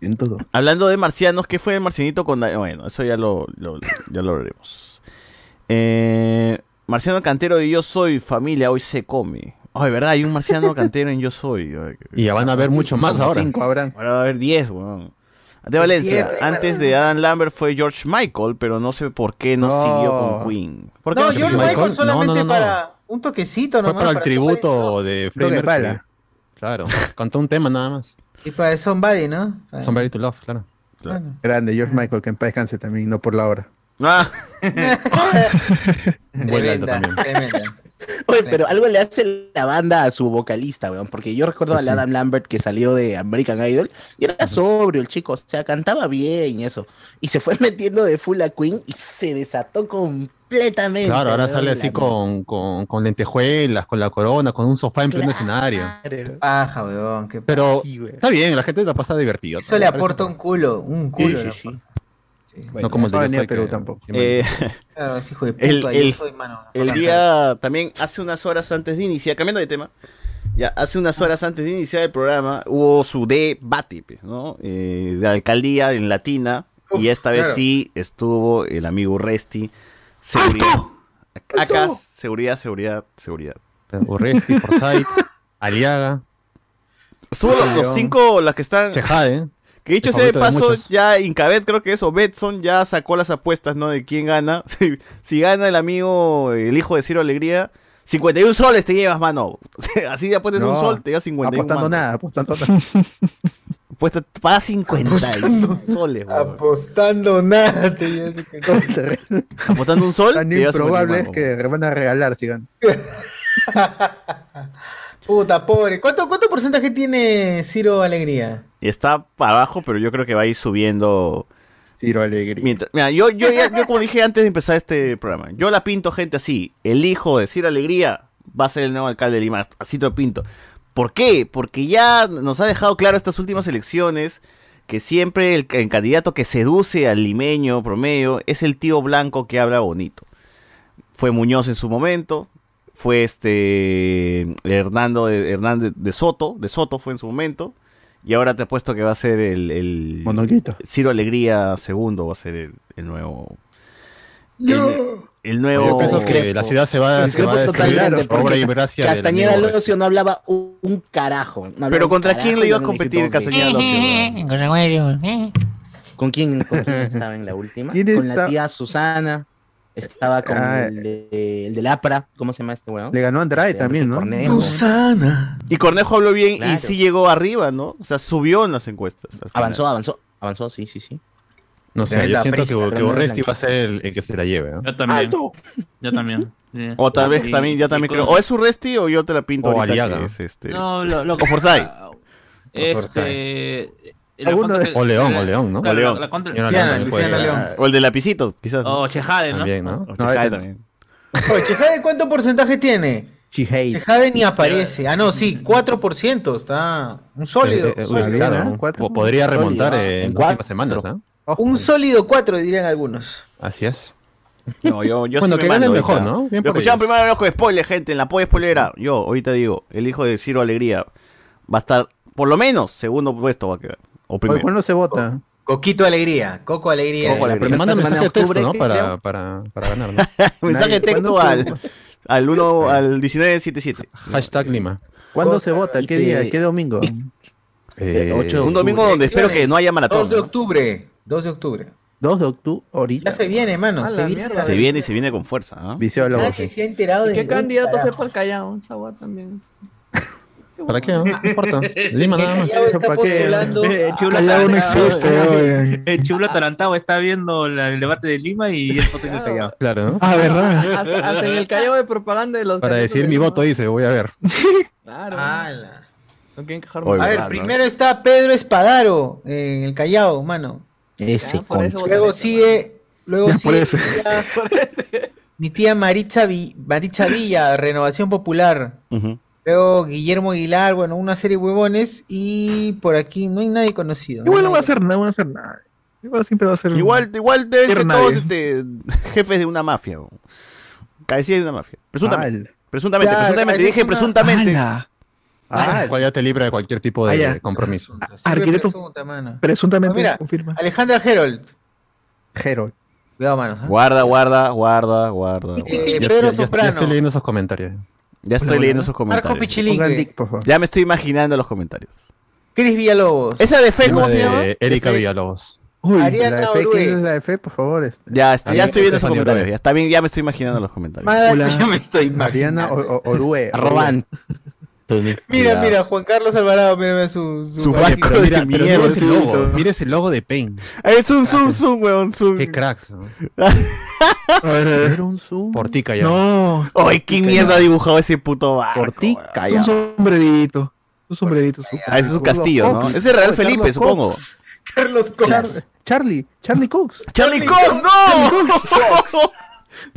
S4: En todo.
S3: Hablando de marcianos, ¿qué fue el marcianito con Da- Bueno, eso ya lo, lo- ya lo veremos. Eh, marciano Cantero de Yo Soy, familia, hoy se come. Ay, verdad, hay un marciano cantero en Yo Soy. Ay,
S5: Y ya van a ver mucho más
S4: Como
S5: ahora.
S4: Cinco habrán.
S3: Ahora va a haber 10, weón. De Valencia, antes de Adam Lambert fue George Michael, pero no sé por qué no,
S4: No.
S3: siguió con Queen. ¿Por qué
S8: No,
S3: se
S8: yo
S5: George
S8: lo
S3: siguió?
S5: Michael?
S8: Michael
S5: No,
S8: solamente
S5: no, no, no.
S8: para un toquecito
S5: Fue
S8: nomás.
S5: para el
S8: Somebody,
S5: tributo de
S4: Toque
S5: Freddie
S4: de
S5: Mercury.
S4: pala.
S5: Claro, cantó un tema nada más.
S8: ¿no? Y para Somebody, ¿no? Para-
S5: Somebody to Love, claro.
S8: Bueno.
S4: Grande, George Michael, que en paz descanse también, no por la hora.
S3: Ah,
S5: Buen dato
S8: Tremenda,
S5: también.
S8: tremenda.
S9: Oye, pero algo le hace la banda a su vocalista, weón. Porque yo recuerdo
S5: Pues
S9: al
S5: sí.
S9: Adam Lambert que salió de American Idol y era sobrio el chico, o sea, cantaba bien y eso. Y se fue metiendo de full a Queen y se desató completamente.
S5: Claro, ahora
S9: weón,
S5: sale
S9: la
S5: así
S9: mierda.
S5: con, con, con lentejuelas, con la corona, con un sofá en pleno escenario.
S2: Ah,
S9: Claro.
S8: Paja, weón. Qué
S5: Pero
S9: Sí, weón.
S5: está bien, la gente la pasa divertido.
S8: Eso le aporta un culo, un culo.
S9: sí,
S8: ¿no?
S9: sí.
S5: No como el de
S4: No
S5: Yo
S4: venía
S5: Soy
S4: a Perú
S5: que-
S4: tampoco.
S5: que-
S3: eh,
S8: Claro, Ah, ese hijo de
S3: El-
S8: puta,
S3: el-
S8: yo soy mano.
S3: El día, también hace unas horas antes de iniciar, cambiando de tema, ya hace unas horas antes de iniciar el programa hubo su debate, pues, ¿no? Eh, de alcaldía en Latina, y esta vez
S8: claro. ¡Ah,
S3: sí estuvo el amigo Resti. Seguridad. Acá, acá, seguridad, seguridad, seguridad.
S5: Urresti, Forsyth, Aliaga,
S3: Estuvo los, los cinco, las que están.
S5: Chejade.
S3: Que dicho
S5: el
S3: sea de
S5: favorito de
S3: paso,
S5: muchos.
S3: ya Incabet, creo que eso, Betson ya sacó las apuestas, ¿no? De quién gana. Si, si gana el amigo, el hijo de Ciro Alegría, 51 soles te llevas, mano. Así de apuestas un
S4: No,
S3: sol, te llevas 51.
S4: Apostando
S3: mano.
S4: nada, apostando nada.
S3: Apuesta, paga 51 soles, weón.
S8: Apostando nada, te digo, así que-
S3: Apostando un sol,
S4: Tan
S3: te llevas
S4: improbable es
S3: 51,
S4: que van a regalar si ganan.
S8: Puta, pobre. ¿Cuánto, ¿Cuánto porcentaje tiene Ciro Alegría?
S3: mano. Está para abajo, pero yo creo que va a ir subiendo.
S4: Ciro Alegría.
S3: Mientras- mira, yo, yo, ya- yo como dije antes de empezar este programa, yo la pinto gente así. El hijo de Ciro Alegría va a ser el nuevo alcalde de Lima. Así te lo pinto. ¿Por qué? Porque ya nos ha dejado claro estas últimas elecciones que siempre el, el candidato que seduce al limeño promedio es el tío blanco que habla bonito. Fue Muñoz en su momento, fue este Hernando de, Hernández de Soto, de Soto fue en su momento, y ahora te apuesto que va a ser el, el Ciro Alegría segundo va a ser el, el nuevo el, el nuevo
S5: Yo pienso que la ciudad se va, se
S9: Discrepo
S5: va a destruir
S9: totalmente,
S5: por
S9: porque
S5: obra y gracia del
S9: Castañeda
S5: amigo
S9: Locio no hablaba un, un carajo. no hablaba
S3: Pero
S9: un
S3: ¿contra
S9: carajo
S3: quién le iba
S9: y
S3: a
S9: no
S3: competir
S9: necesitó
S3: Castañeda
S9: dos
S3: Locio?
S9: veces. ¿Con quién, con quién estaba en la última?
S4: ¿Quién
S9: Con
S4: está-
S9: la tía Susana. Estaba con
S4: Ah,
S9: el, de, el del APRA. ¿Cómo se llama este weón?
S4: Le ganó Andrade también, ¿no?
S9: Cornejo.
S3: Y Cornejo habló bien y
S9: Claro.
S3: sí llegó arriba, ¿no? O sea, subió en las encuestas. al final.
S9: Avanzó, avanzó. Avanzó, sí, sí, sí.
S5: No sé, yo
S9: Tremenda
S5: siento
S9: prisa,
S5: que, que
S9: tremenda
S5: Orresti
S9: blanca.
S5: va a ser el, el que se la lleve. ¿no?
S15: Yo también. Yo también. sí.
S3: O tal vez
S15: Y-
S3: también, ya
S15: y
S3: también
S15: con-
S3: creo. O es Urresti o yo te la pinto
S5: O
S3: ahorita
S5: Aliaga.
S3: que es este.
S15: No, lo, lo
S3: o Forsyth.
S15: Este. la
S5: Alguno
S15: contra
S5: de-
S15: que-
S5: O León,
S15: la-
S5: o León, ¿no?
S15: la-
S5: O
S15: la-
S5: León.
S15: la contra-
S5: Yo no Luciana, León, puede Luciana ser. León.
S3: O el de lapicitos, quizás.
S15: O Chejade, ¿no?
S5: También, ¿no?
S3: O Chejade también.
S2: Oye, Chejade, ¿cuánto porcentaje tiene? Chejade ni aparece. Ah, no, sí, 4%. Está un sólido.
S5: Eh, eh,
S2: sólido.
S5: uy, claro, ¿no? Po- Podría remontar eh, en, las últimas semanas, ¿no?
S2: Un sólido 4, dirían algunos.
S5: Así es.
S3: No, yo, yo sí
S5: Bueno,
S3: me
S5: que gane
S3: mando
S5: el mejor,
S3: ahorita.
S5: ¿no? Bien
S3: Lo
S5: por
S3: escuchaban
S5: ellos.
S3: primero los con spoiler, gente, en la polla spoilera. Yo, ahorita digo, el hijo de Ciro Alegría va a estar, por lo menos, segundo puesto va a quedar. O
S4: Oye,
S3: primero.
S4: ¿Cuándo se vota?
S2: Coquito Alegría, Coco Alegría.
S3: Coco Alegría.
S5: eh, Pero me manda
S9: Semana
S5: mensaje
S9: de
S5: de texto,
S9: octubre,
S5: ¿no?
S9: creo.
S5: Para, para, para ganar, ¿no?
S3: Mensaje
S4: Nadie-
S3: texto
S4: ¿cuándo
S3: al, al 1 al 1977.
S5: Hashtag Lima.
S4: ¿Cuándo se vota?
S9: y
S4: ¿Qué
S9: que-
S4: día? ¿Qué domingo?
S5: Eh,
S9: ocho-
S3: Un domingo donde espero que no haya
S2: 2
S3: maratón.
S2: de
S3: ¿no?
S2: octubre. 2 de octubre.
S4: 2 de octubre,
S2: Ya
S4: ahorita.
S2: se viene, hermano.
S1: A
S2: Se
S1: la
S2: viene.
S1: mierda.
S3: Se viene y se viene con fuerza. ¿ah?
S4: Viciólogo.
S2: Nadie se ha enterado
S1: ¿Y
S2: de
S1: qué
S2: ningún
S1: candidato
S2: carajo.
S1: sepa el Callao? Un sabor también.
S5: ¿Para qué? No No importa. Lima nada más.
S2: Callao está
S4: ¿Para qué?
S2: postulando
S15: Eh,
S2: a-
S15: Chula
S19: Callao no
S15: Tarantado,
S19: existe,
S15: eh,
S19: oye.
S15: eh, Chula Tarantado está viendo la- el debate de Lima y él vota en el Callao.
S5: Claro, ¿no?
S19: Ah, ¿verdad?
S1: Hasta, hasta en el Callao de propaganda de los.
S5: Para
S1: candidatos
S5: decir
S1: de
S5: mi
S1: Lima.
S5: voto, dice, voy a ver.
S1: Claro.
S2: Ala.
S1: No quieren quejar
S3: Oye,
S2: A ver,
S3: ¿verdad, no?
S2: primero está Pedro Espadaro eh, en el Callao, mano.
S9: Ese
S2: Ah,
S1: Ya, por
S9: concha.
S1: eso
S2: Luego
S1: votaré,
S2: sigue, luego
S19: Ya, por
S2: sigue
S19: eso.
S2: mi tía- mi tía Maricha, Vi- Maricha Villa, Renovación Popular.
S3: Ujú.
S2: Luego Guillermo Aguilar, bueno, una serie de huevones. Y por aquí no hay nadie conocido.
S19: Igual no
S2: hay
S19: va a
S2: nadie.
S19: hacer nada, no va a hacer nada. Igual siempre va a ser.
S3: Igual, igual deben ser
S19: Tierna,
S3: todos
S19: eh.
S3: este, jefes de una mafia. ¿no? Cabecillas de una mafia. Presuntamente.
S4: Al.
S3: Presuntamente,
S2: Claro,
S3: presuntamente.
S2: eso es
S3: Dije
S2: una-
S3: presuntamente.
S19: Ala,
S4: Al.
S5: Ah, Cual ya te libra de cualquier tipo
S19: Ah,
S5: de
S19: ya.
S5: compromiso.
S4: Ah,
S2: Sirve
S19: Arquitecto-
S2: presunta, mano.
S19: Ah, Presuntamente
S2: Pues mira,
S19: confirma.
S2: Alejandra Herold.
S4: Harold.
S2: Cuidado, manos. ¿ah?
S3: Guarda, guarda, guarda, guarda.
S2: Y-
S3: guarda.
S2: Eh,
S5: Ya-
S2: Pedro
S5: ya- ya- ya
S2: Soprano.
S5: estoy leyendo esos comentarios.
S3: Ya estoy
S4: Hola,
S3: leyendo
S4: hola.
S3: esos
S2: Marco
S3: comentarios.
S4: Pongan
S2: Pichilingue.
S4: dick, por favor.
S3: Ya me estoy imaginando los comentarios.
S2: Cris Villalobos.
S3: ¿Esa de fe
S5: Tema
S3: cómo se
S5: de
S3: llama?
S5: Erika
S2: Fe-
S5: Villalobos.
S19: Uy,
S4: La de
S2: Ariana
S4: fe, ¿quién es
S2: Orue.
S4: la de fe, por favor? Este.
S3: Ya, estoy- ya
S5: Ahí
S3: estoy viendo
S5: está
S3: esos
S5: Fanny
S3: comentarios.
S5: Roe.
S3: Ya está bien, ya me estoy imaginando los comentarios.
S2: Mada-
S19: Hola.
S2: Ya me estoy imaginando.
S4: Ariana O- O- Orue.
S9: Arroban.
S2: Mira, mira, Juan Carlos Alvarado, mira, mira su, su,
S3: Su
S5: Oye, pero
S3: Hijo de
S5: mira, pero mira
S3: mierda,
S5: ese logo. Mira ese logo de Pain.
S3: Eh, zoom, zoom, zoom, weón, zoom.
S5: Qué cracks. ¿no?
S19: a ver, a ver.
S4: Era un zoom.
S5: Por ti, callado.
S19: No,
S3: Ay, qué mierda ha dibujado ese puto barco.
S4: Por ti,
S3: weón.
S19: un
S4: callado.
S19: sombrerito. Un sombrerito. su-
S3: Ah, ese es un
S4: Carlos
S3: castillo, ¿no?
S4: Cox.
S3: Ese es Real
S4: Oh,
S3: Felipe,
S4: Carlos
S3: supongo.
S4: Cox.
S2: Carlos
S4: Char-
S2: Colas.
S4: Charlie, Charlie Cox.
S3: ¡Charlie Cox, no!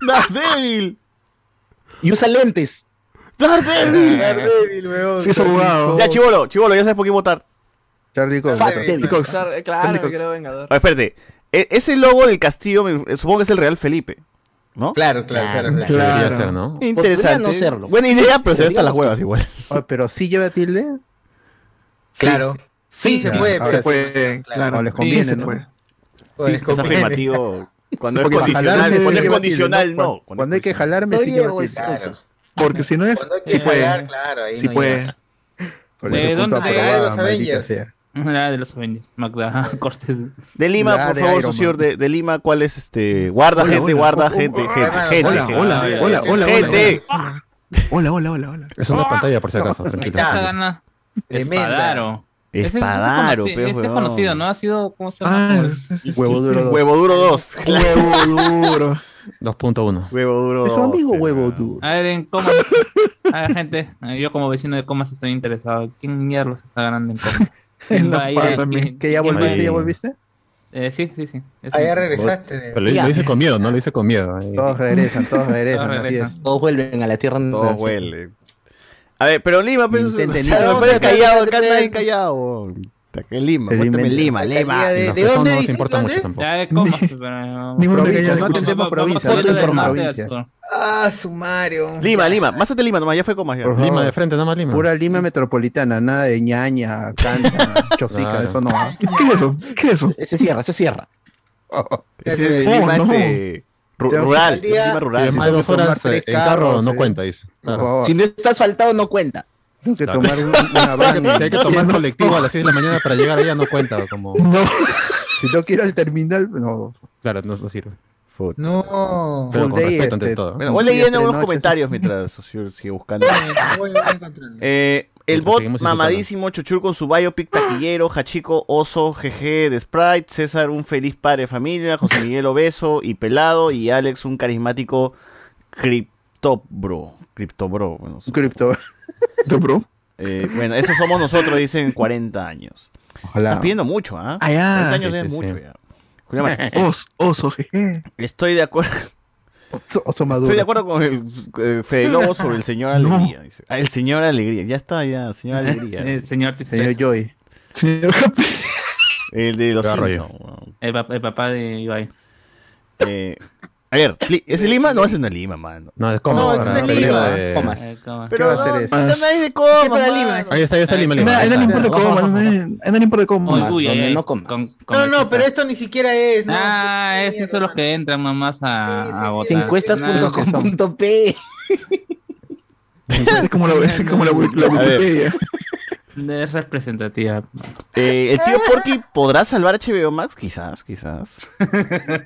S3: ¡Daredevil!
S9: Y usa lentes.
S3: ¡Daredevil!
S2: Daredevil, weón.
S19: Sí, es abogado.
S3: Ya, chivolo, chivolo, ya sabes por quién votar.
S4: Charlie Cox.
S9: Fat
S4: vota.
S9: Devil.
S19: Cox.
S1: Claro, claro,
S19: Andy
S1: me
S19: Cox.
S1: creo vengador.
S3: A ver, espérate. E- ese logo del castillo, me- supongo que es el Real Felipe. ¿No? Ah,
S2: Claro, claro,
S4: Ah,
S2: claro. claro.
S5: Debería
S19: Claro.
S5: ser, ¿no?
S3: Interesante.
S9: Podría no serlo.
S3: Buena idea, pero
S9: Podría
S3: se ven hasta las
S9: no
S3: huevas
S9: serlo.
S3: igual.
S4: Oh, pero sí lleva tilde.
S2: Claro. Sí, se puede.
S4: ahora
S2: pero-
S4: sí.
S19: Fue,
S2: Claro.
S4: O
S19: claro.
S4: les
S19: Sí,
S4: conviene,
S19: se
S4: ¿no?
S19: puede.
S2: Con el
S3: es
S2: convenio.
S3: afirmativo. Cuando es
S19: Porque si
S3: condicional,
S19: jalarse,
S4: sí
S3: cuando es
S4: lleva
S3: condicional,
S4: tilde,
S3: no.
S4: Cuando, cuando hay que jalarme, sí
S9: Oye,
S4: lleva
S9: güey,
S4: tilde.
S2: Claro.
S19: Porque si no es,
S2: Cuando hay que
S19: sí
S2: pagar,
S19: puede.
S2: claro, ahí
S19: Sí
S2: no
S19: puede.
S2: llega.
S4: Con
S15: ¿De
S4: ese punto
S15: dónde?
S4: aprobado,
S2: Los
S4: Ah, maldita
S2: Avengers.
S4: sea.
S15: La Ah, de los Avengers. Magda Cortés.
S3: De Lima,
S4: Ya,
S3: por
S4: de
S3: favor,
S4: Iron
S3: su señor,
S4: Man.
S3: de, de Lima, ¿cuál es este? Guarda,
S19: Hola,
S3: gente,
S19: hola.
S3: guarda,
S19: Oh, oh,
S3: gente,
S19: oh,
S3: gente,
S2: hermano,
S3: gente.
S2: hola,
S3: gente.
S19: hola,
S15: sí,
S19: hola,
S15: sí.
S19: hola,
S3: Gente.
S19: hola. Hola, hola, hola, hola.
S5: Es una pantalla por si acaso, tranquilo.
S15: Esta gana
S2: Tremenda.
S15: Espadaro. Ese- ese
S3: Espadaro,
S15: conocí-
S3: pe,
S15: Ese es
S3: huevón.
S15: conocido, ¿no? Ha sido, ¿cómo se llama?
S19: Ah,
S15: Como-
S19: sí, sí, sí.
S4: Huevo duro dos.
S3: Huevo duro 2.
S19: Huevo duro.
S5: 2.1.
S3: Huevo duro
S4: Es su amigo
S3: dos,
S4: huevo
S3: hermano.
S4: duro.
S15: A ver, en comas. A ver, gente, eh, yo como vecino de comas estoy interesado. ¿Quién mierda se está ganando en comas?
S19: En la parra, mi-
S4: ¿Que ya
S15: quién va a
S4: volviste?
S15: ir?
S4: ¿Ya
S5: Ahí.
S4: volviste?
S15: Eh, sí, sí, sí. Ese
S2: Ah, ya
S15: mismo.
S2: regresaste.
S5: Pero lo, lo hice con miedo, ¿no? Lo hice con miedo. eh. ahí.
S4: Todos regresan, todos regresan, así
S15: regresan.
S4: es.
S9: Todos vuelven a la tierra.
S3: Todo huele. A ver, pero Lima, pues.
S4: Intenten
S3: o sea,
S4: ir.
S3: no puede callado, acá nadie callado. Puta, qué Lima. Cuéntame Lima, Lima.
S5: Y los que son no se importa mucho tampoco.
S15: Ya, eh, ¿cómo?
S4: Provincia,
S15: Pero-
S5: Ninguna pequeña
S4: no
S5: cosa.
S4: entendemos
S5: Vamos, vamos,
S4: provincia, no
S5: vamos,
S4: entendemos
S5: vamos,
S4: provincia.
S2: Ah, sumario.
S3: Lima, Lima. Más de Lima nomás, ya fue comas ya.
S4: Por favor.
S5: más Lima.
S4: Pura Lima metropolitana, nada de ñaña, canta, chosica,
S3: Claro.
S4: eso no. va.
S14: ¿Qué es eso? ¿Qué es eso?
S9: Se cierra, se cierra.
S3: Ese es
S4: Oh,
S3: Lima
S4: no.
S5: Eh,
S3: este, ru-
S4: Tengo que
S3: rural.
S4: salir a-
S3: es Lima rural.
S4: Sí,
S3: sí.
S4: más de dos horas, eh, en carro no cuenta,
S5: dice.
S9: Si no estás faltado, no cuenta.
S4: Tengo que
S5: Claro.
S4: tomar un- una
S5: Si
S4: van.
S5: hay que tomar colectivo a las 6 de la mañana para llegar allá, no cuenta. Como...
S4: No. Si no quiero al terminal, no.
S5: Claro, no, no sirve.
S2: No.
S5: Pero con
S4: Full day,
S5: respeto ante
S4: este,
S5: todo.
S3: Bueno, voy
S4: Días,
S3: leyendo
S4: tres
S3: unos
S4: noches.
S3: comentarios mientras sigo sigo buscando. Eh, el
S5: Mientras
S3: bot
S5: seguimos insultando.
S3: mamadísimo, Chuchur con su biopic taquillero, Hachico, Oso, GG de Sprite, César, un feliz padre de familia, José Miguel obeso y pelado, y Alex, un carismático criptobro. Criptobro, bueno, sí.
S4: Cripto.
S14: bro?
S3: Eh, bueno, esos somos nosotros, dicen 40 años.
S4: Ojalá.
S3: Estás pidiendo mucho, ¿ah?
S14: Ah, ya.
S3: 40 años
S14: Sí,
S3: es
S14: sí,
S3: mucho
S14: sí.
S3: ya. Julio Martín,
S14: Os, oso, jeje.
S3: Estoy de acuerdo.
S4: Oso- Oso maduro.
S3: Estoy de acuerdo con el eh, Fede Lobo sobre el señor
S14: No.
S3: Alegría. dice. Ah, el señor Alegría. Ya está, ya, señor Alegría.
S15: Eh, señor Tristeza.
S4: Señor Joy.
S14: Señor Happy.
S3: El de los
S5: Qué
S3: Simpsons.
S15: El, pap- el papá de Ibai.
S3: Eh, a ver, Li- ¿es en Lima? No, ese no es Lima, mano.
S5: No, es como.
S3: No,
S5: para-
S3: es de
S5: para-
S3: Lima.
S5: de-
S9: Comas.
S4: ¿Qué va a hacer eso?
S14: Más.
S3: de comas,
S2: para
S3: mano.
S2: Lima?
S5: Ahí está, ahí está Lima, Lima.
S14: Nada,
S5: ahí
S14: nada,
S5: está.
S14: importa cómo, nada, nada importa cómo.
S15: Oye, uy, eh.
S9: donde
S15: ay, ay,
S9: no comas.
S15: con
S2: No, no,
S15: esta-
S2: pero esto ni siquiera es. No,
S15: Ah, es eso los que entran mamás a,
S2: Sí, sí,
S15: a
S2: sí.
S15: votar.
S4: punto com.
S9: Encuestas.com.p.
S14: Es como la, es como la, la
S3: A ver.
S14: Wikipedia.
S15: Nah, Es representativa.
S3: Eh, el tío Porky podrá salvar HBO Max, quizás, quizás.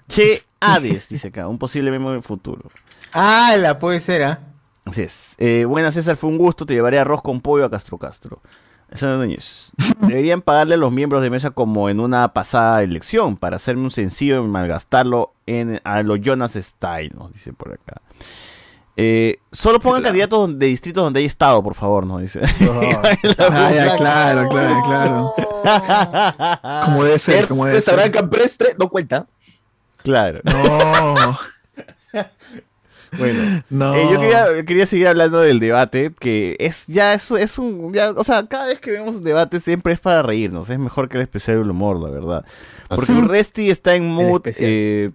S3: che Hades, dice acá, un posible memo del futuro.
S2: Ah, la puede ser, ¿ah?
S3: Así es. Eh, buenas, César, fue un gusto. Te llevaré arroz con pollo a Castro Castro. César Núñez. Deberían pagarle a los miembros de mesa como en una pasada elección para hacerme un sencillo y malgastarlo en, a los Jonas Style, nos dice por acá. Eh, solo pongan candidatos de distritos donde hay estado, por favor, nos dice.
S4: Por favor.
S14: Ah, ya, claro, claro, claro. Como debe ser, como debe ser.
S9: Restaurante campestre, no cuenta.
S3: claro.
S2: Oh.
S14: No,
S3: Bueno.
S14: no.
S3: Eh, yo quería, quería seguir hablando del debate, que es ya es, es un... ya, o sea, cada vez que vemos un debate siempre es para reírnos, es mejor que el especial del humor, la verdad. Porque Resti está en mood,
S4: especial.
S3: eh,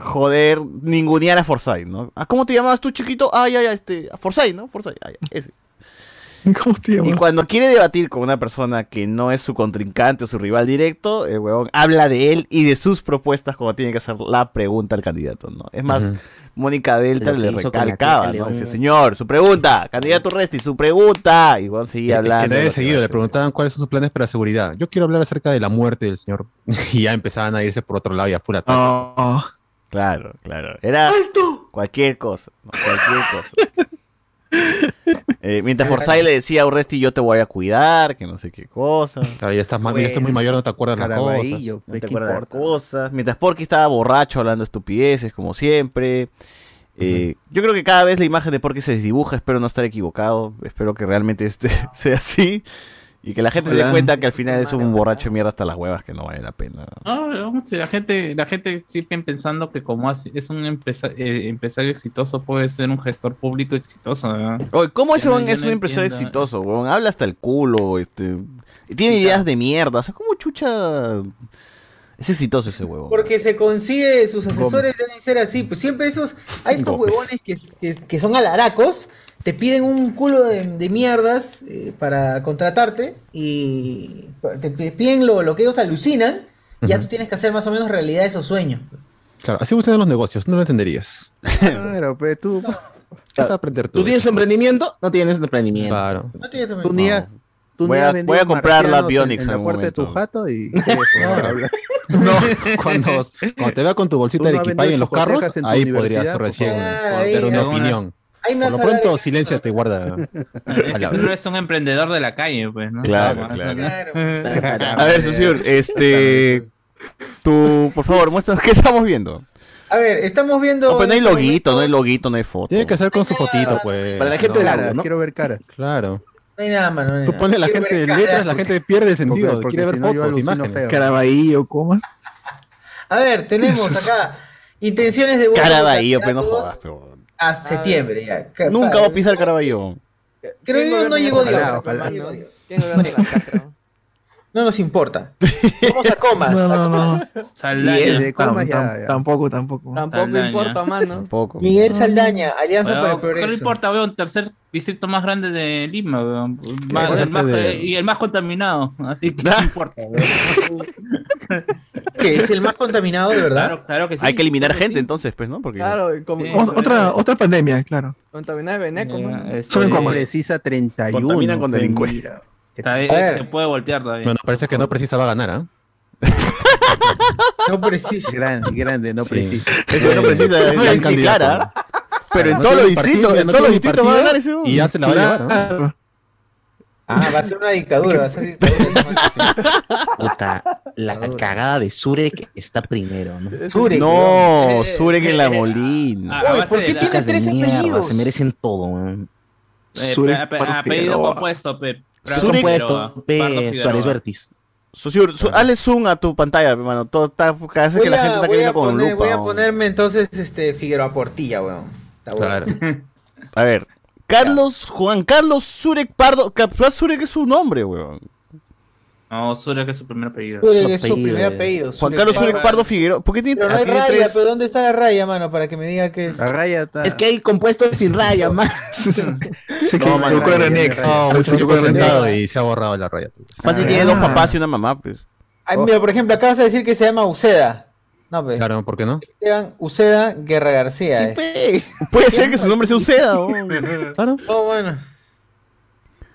S3: joder, ningunear a Forsyth, ¿no? Ah, ¿Cómo te llamabas tú, chiquito? Ah, ya, ya, este, a Forsyth, ¿no? Forsyth, ah, ya, ese.
S14: ¿Cómo te
S3: Y
S14: llamas?
S3: cuando quiere debatir con una persona que no es su contrincante o su rival directo, el huevón habla de él y de sus propuestas como tiene que hacer la pregunta al candidato, ¿no? Es más,
S5: Ujú.
S3: Mónica
S9: Lo
S3: Delta
S9: que
S3: le
S9: hizo con la
S3: recalcaba,
S9: Teca
S3: ¿no?
S9: León.
S3: Dice, señor, su pregunta, candidato Resti, su pregunta. Y huevón seguía hablando.
S5: Que no
S3: de lo
S5: había
S3: que iba
S5: seguido,
S3: a
S5: le
S3: hacer.
S5: preguntaban cuáles son sus planes para seguridad. Yo quiero hablar acerca de la muerte del señor. Y ya empezaban a irse por otro lado y a full ataque.
S14: No.
S3: Claro, claro. Era cualquier cosa. ¿no? Cualquier cosa. Eh, mientras Forsyth le decía a Urresti, yo te voy a cuidar, que no sé qué cosa.
S5: Claro, ya estás, ma- ya estás muy mayor, no te acuerdas las cosas.
S4: Caraballo,
S3: No
S4: ¿de qué
S3: te acuerdas las
S4: importa?
S3: cosas. Mientras Porky estaba borracho hablando estupideces, como siempre. Eh, Yo creo que cada vez la imagen de Porky se desdibuja. Espero no estar equivocado. Espero que realmente este sea así. Y que la gente se dé
S14: Ojalá.
S3: cuenta que al final es un borracho de mierda hasta las huevas que no vale la pena.
S15: No, no, si la gente, la gente sigue pensando que como hace- es un empresa- eh, empresario exitoso, puede ser un gestor público exitoso. ¿verdad?
S3: Oye, ¿cómo
S15: Ya
S3: ese
S15: no-
S3: weón
S15: ya
S3: es
S15: no
S3: un empresario
S15: entiendo.
S3: exitoso, weón? Habla hasta el culo, este. y Tiene ideas de mierda. O sea, ¿cómo chucha. Es exitoso ese huevón.
S2: Porque se consigue, sus asesores
S4: Gómez.
S2: deben ser así. Pues siempre esos, hay estos
S3: Gómez.
S2: huevones que, que- que son alaracos, te piden un culo de, de mierdas eh, para contratarte y te pi- piden lo, lo que ellos alucinan. y Ya
S5: Ujú.
S2: tú tienes que hacer más o menos realidad esos sueños.
S5: Claro, así funcionan los negocios, no lo entenderías.
S4: Claro, Ah, pero pues, tú,
S5: Vas a aprender todo.
S9: ¿Tú tienes emprendimiento? No tienes emprendimiento.
S5: Claro.
S2: No te-
S4: tú ni has- tú
S3: Voy
S4: ni
S3: a-
S4: has vendido
S3: voy a comprar
S4: marcianos
S3: la
S4: en-
S3: Bionics
S4: en la
S3: en algún
S4: puerta de tu
S3: momento.
S4: jato y Claro.
S5: No, cuando, cuando te vea con tu bolsita
S4: Tú
S5: de
S4: no has
S5: equipay
S4: vendido
S5: en los carros,
S4: chocotecas en tu
S5: ahí
S4: universidad,
S5: podrías tú
S4: por
S5: recién
S2: favor. Ah, ahí,
S5: dar una
S15: ahí.
S5: opinión.
S2: Ahí
S5: Por
S2: me
S5: lo
S2: vas a hablar
S5: pronto,
S2: de-
S5: silencio te guarda.
S15: Es que
S5: palabras.
S15: no es un emprendedor de la calle, pues, ¿no?
S3: Claro,
S15: O sea,
S3: claro.
S15: ¿no?
S2: Claro.
S3: A ver, Susur, este. Tú, por favor, muéstranos qué estamos viendo.
S2: A ver, estamos viendo.
S3: No, pero no hay
S2: en este
S3: loguito, no hay
S2: momento-
S3: loguito, no hay foto.
S5: Tiene que ser con su fotito, pues.
S9: Para la gente
S5: de
S9: de la-
S4: Caras,
S9: ¿no?
S4: Quiero ver caras.
S5: Claro.
S2: No hay nada, mano. no hay
S5: Tú
S2: nada.
S5: pones a la
S2: Quiero
S5: gente de
S2: ver
S5: letras,
S2: caras.
S5: la gente pierde sentido.
S4: Porque-
S5: quiere
S4: porque
S5: ver
S4: si no, yo
S5: fotos,
S4: alucino
S5: imágenes.
S4: feo.
S14: Caraballo, comas.
S2: A ver, tenemos acá intenciones de voto.
S3: Caraballo, pero pues, no jodas,
S2: candidatos
S3: pero.
S2: A septiembre, ya. Ca-
S3: Nunca
S2: pa-
S3: va a pisar Caraballo.
S2: Creo que no llegó Dios.
S4: Ojalá, ojalá.
S2: No llegó Dios.
S16: Tengo que ver las cuatro.
S2: No nos importa. Vamos a comas.
S14: No, no, no.
S2: Saldaña.
S14: Y es de
S2: Tam-
S14: comas,
S2: tam-
S14: ya, ya. Tampoco, tampoco.
S2: Tampoco importa, mano.
S3: Tampoco.
S2: Miguel Saldaña, Alianza
S15: Weón,
S2: para el
S15: ¿Qué
S2: Progreso.
S15: no importa, weón? Tercer distrito más grande de Lima, weón. Más-
S2: Aparte
S15: el más-
S2: de-
S15: Y el más contaminado, así que no importa, weón.
S2: Que es el más contaminado, de verdad.
S15: Claro, claro que sí.
S3: Hay que eliminar gente entonces, pues, ¿no? Porque
S16: Claro, y como
S15: Sí.
S16: como-
S14: O- otra, otra pandemia, claro.
S16: contaminada de Veneco, mano.
S14: Son
S4: Con
S14: comas.
S4: precisa 31.
S3: Ah, este, contaminan con delincuencia.
S4: Mira. Ah.
S15: Todavía
S4: A ver.
S15: se puede voltear Eh, todavía.
S5: Bueno, parece que no precisa va a ganar, ¿ah?
S2: No precisa.
S4: Grande, grande, no precisa. Eh,
S3: Eso no precisa, es
S5: Gran
S3: bien
S5: candidato.
S3: clara. ¿eh? Pero en
S5: No
S3: todos los
S5: tiene partido,
S3: distritos, en
S5: no
S3: todos los
S5: tiene
S3: distritos va a
S5: partido,
S3: ganar ese weón.
S5: Y ya se la va a llevar, ¿no?
S14: Claro.
S2: Ah, va a ser una dictadura. Va a ser dictadura.
S9: Puta, la cagada de Surek está primero, ¿no?
S2: Surek,
S3: No,
S15: Eh,
S3: Surek en la
S15: eh, a-
S3: Molina.
S15: a
S2: Uy,
S15: base
S2: ¿por
S15: de
S2: qué
S15: la-
S2: tiene
S9: Chicas de
S2: tres
S9: mierda,
S2: apellidos?
S9: se merecen todo, weón.
S15: Eh,
S14: Surek
S15: pe- pe- apellido
S14: Figueroa.
S15: compuesto, pe.
S3: Surek-
S9: Compuesto, P. Suárez Vértiz.
S3: Susur, su- hazle zoom a tu pantalla, hermano. Todo está, cada vez
S2: Voy
S3: que la
S2: a-
S3: gente está
S2: voy a
S3: cayendo con
S2: poner-
S3: lupa.
S2: Voy a
S3: weón.
S2: ponerme entonces este Figueroa Portilla, weón. Está bueno.
S5: Claro.
S3: A ver. Carlos, Juan Carlos Surek Pardo. Capaz Surek es su nombre, weón.
S15: No, Surek es su primer apellido.
S2: Surek es su
S9: apellido,
S2: primer
S9: eh.
S2: apellido.
S3: Juan Carlos Surek Pardo Figueroa. ¿Por qué tiene,
S9: Ah,
S2: Pero no hay
S3: tiene
S2: raya,
S3: tres?
S2: pero ¿dónde está la raya, mano? Para que me diga que es.
S4: La raya está.
S9: Es que hay compuestos sin raya, más.
S14: Se
S3: No,
S14: equivocó
S3: mano,
S14: con
S4: ya,
S14: el
S4: ya,
S14: NEC.
S4: ya.
S5: No,
S14: Se
S5: mucho
S14: equivocó
S5: tiempo
S14: con el
S5: sentado
S14: NEC.
S5: y se ha borrado la raya. pues.
S3: Fácil
S4: Ah.
S3: tiene dos papás y una mamá, pues.
S2: Ay, mira, por ejemplo, acabas de decir que se llama Uceda. No, pues.
S5: Claro, ¿por qué no?
S2: Esteban Uceda Guerra García. eh. es.
S3: pues.
S9: pues.
S3: Puede ser que su nombre sea Uceda, weón.
S5: Claro.
S2: Oh, bueno.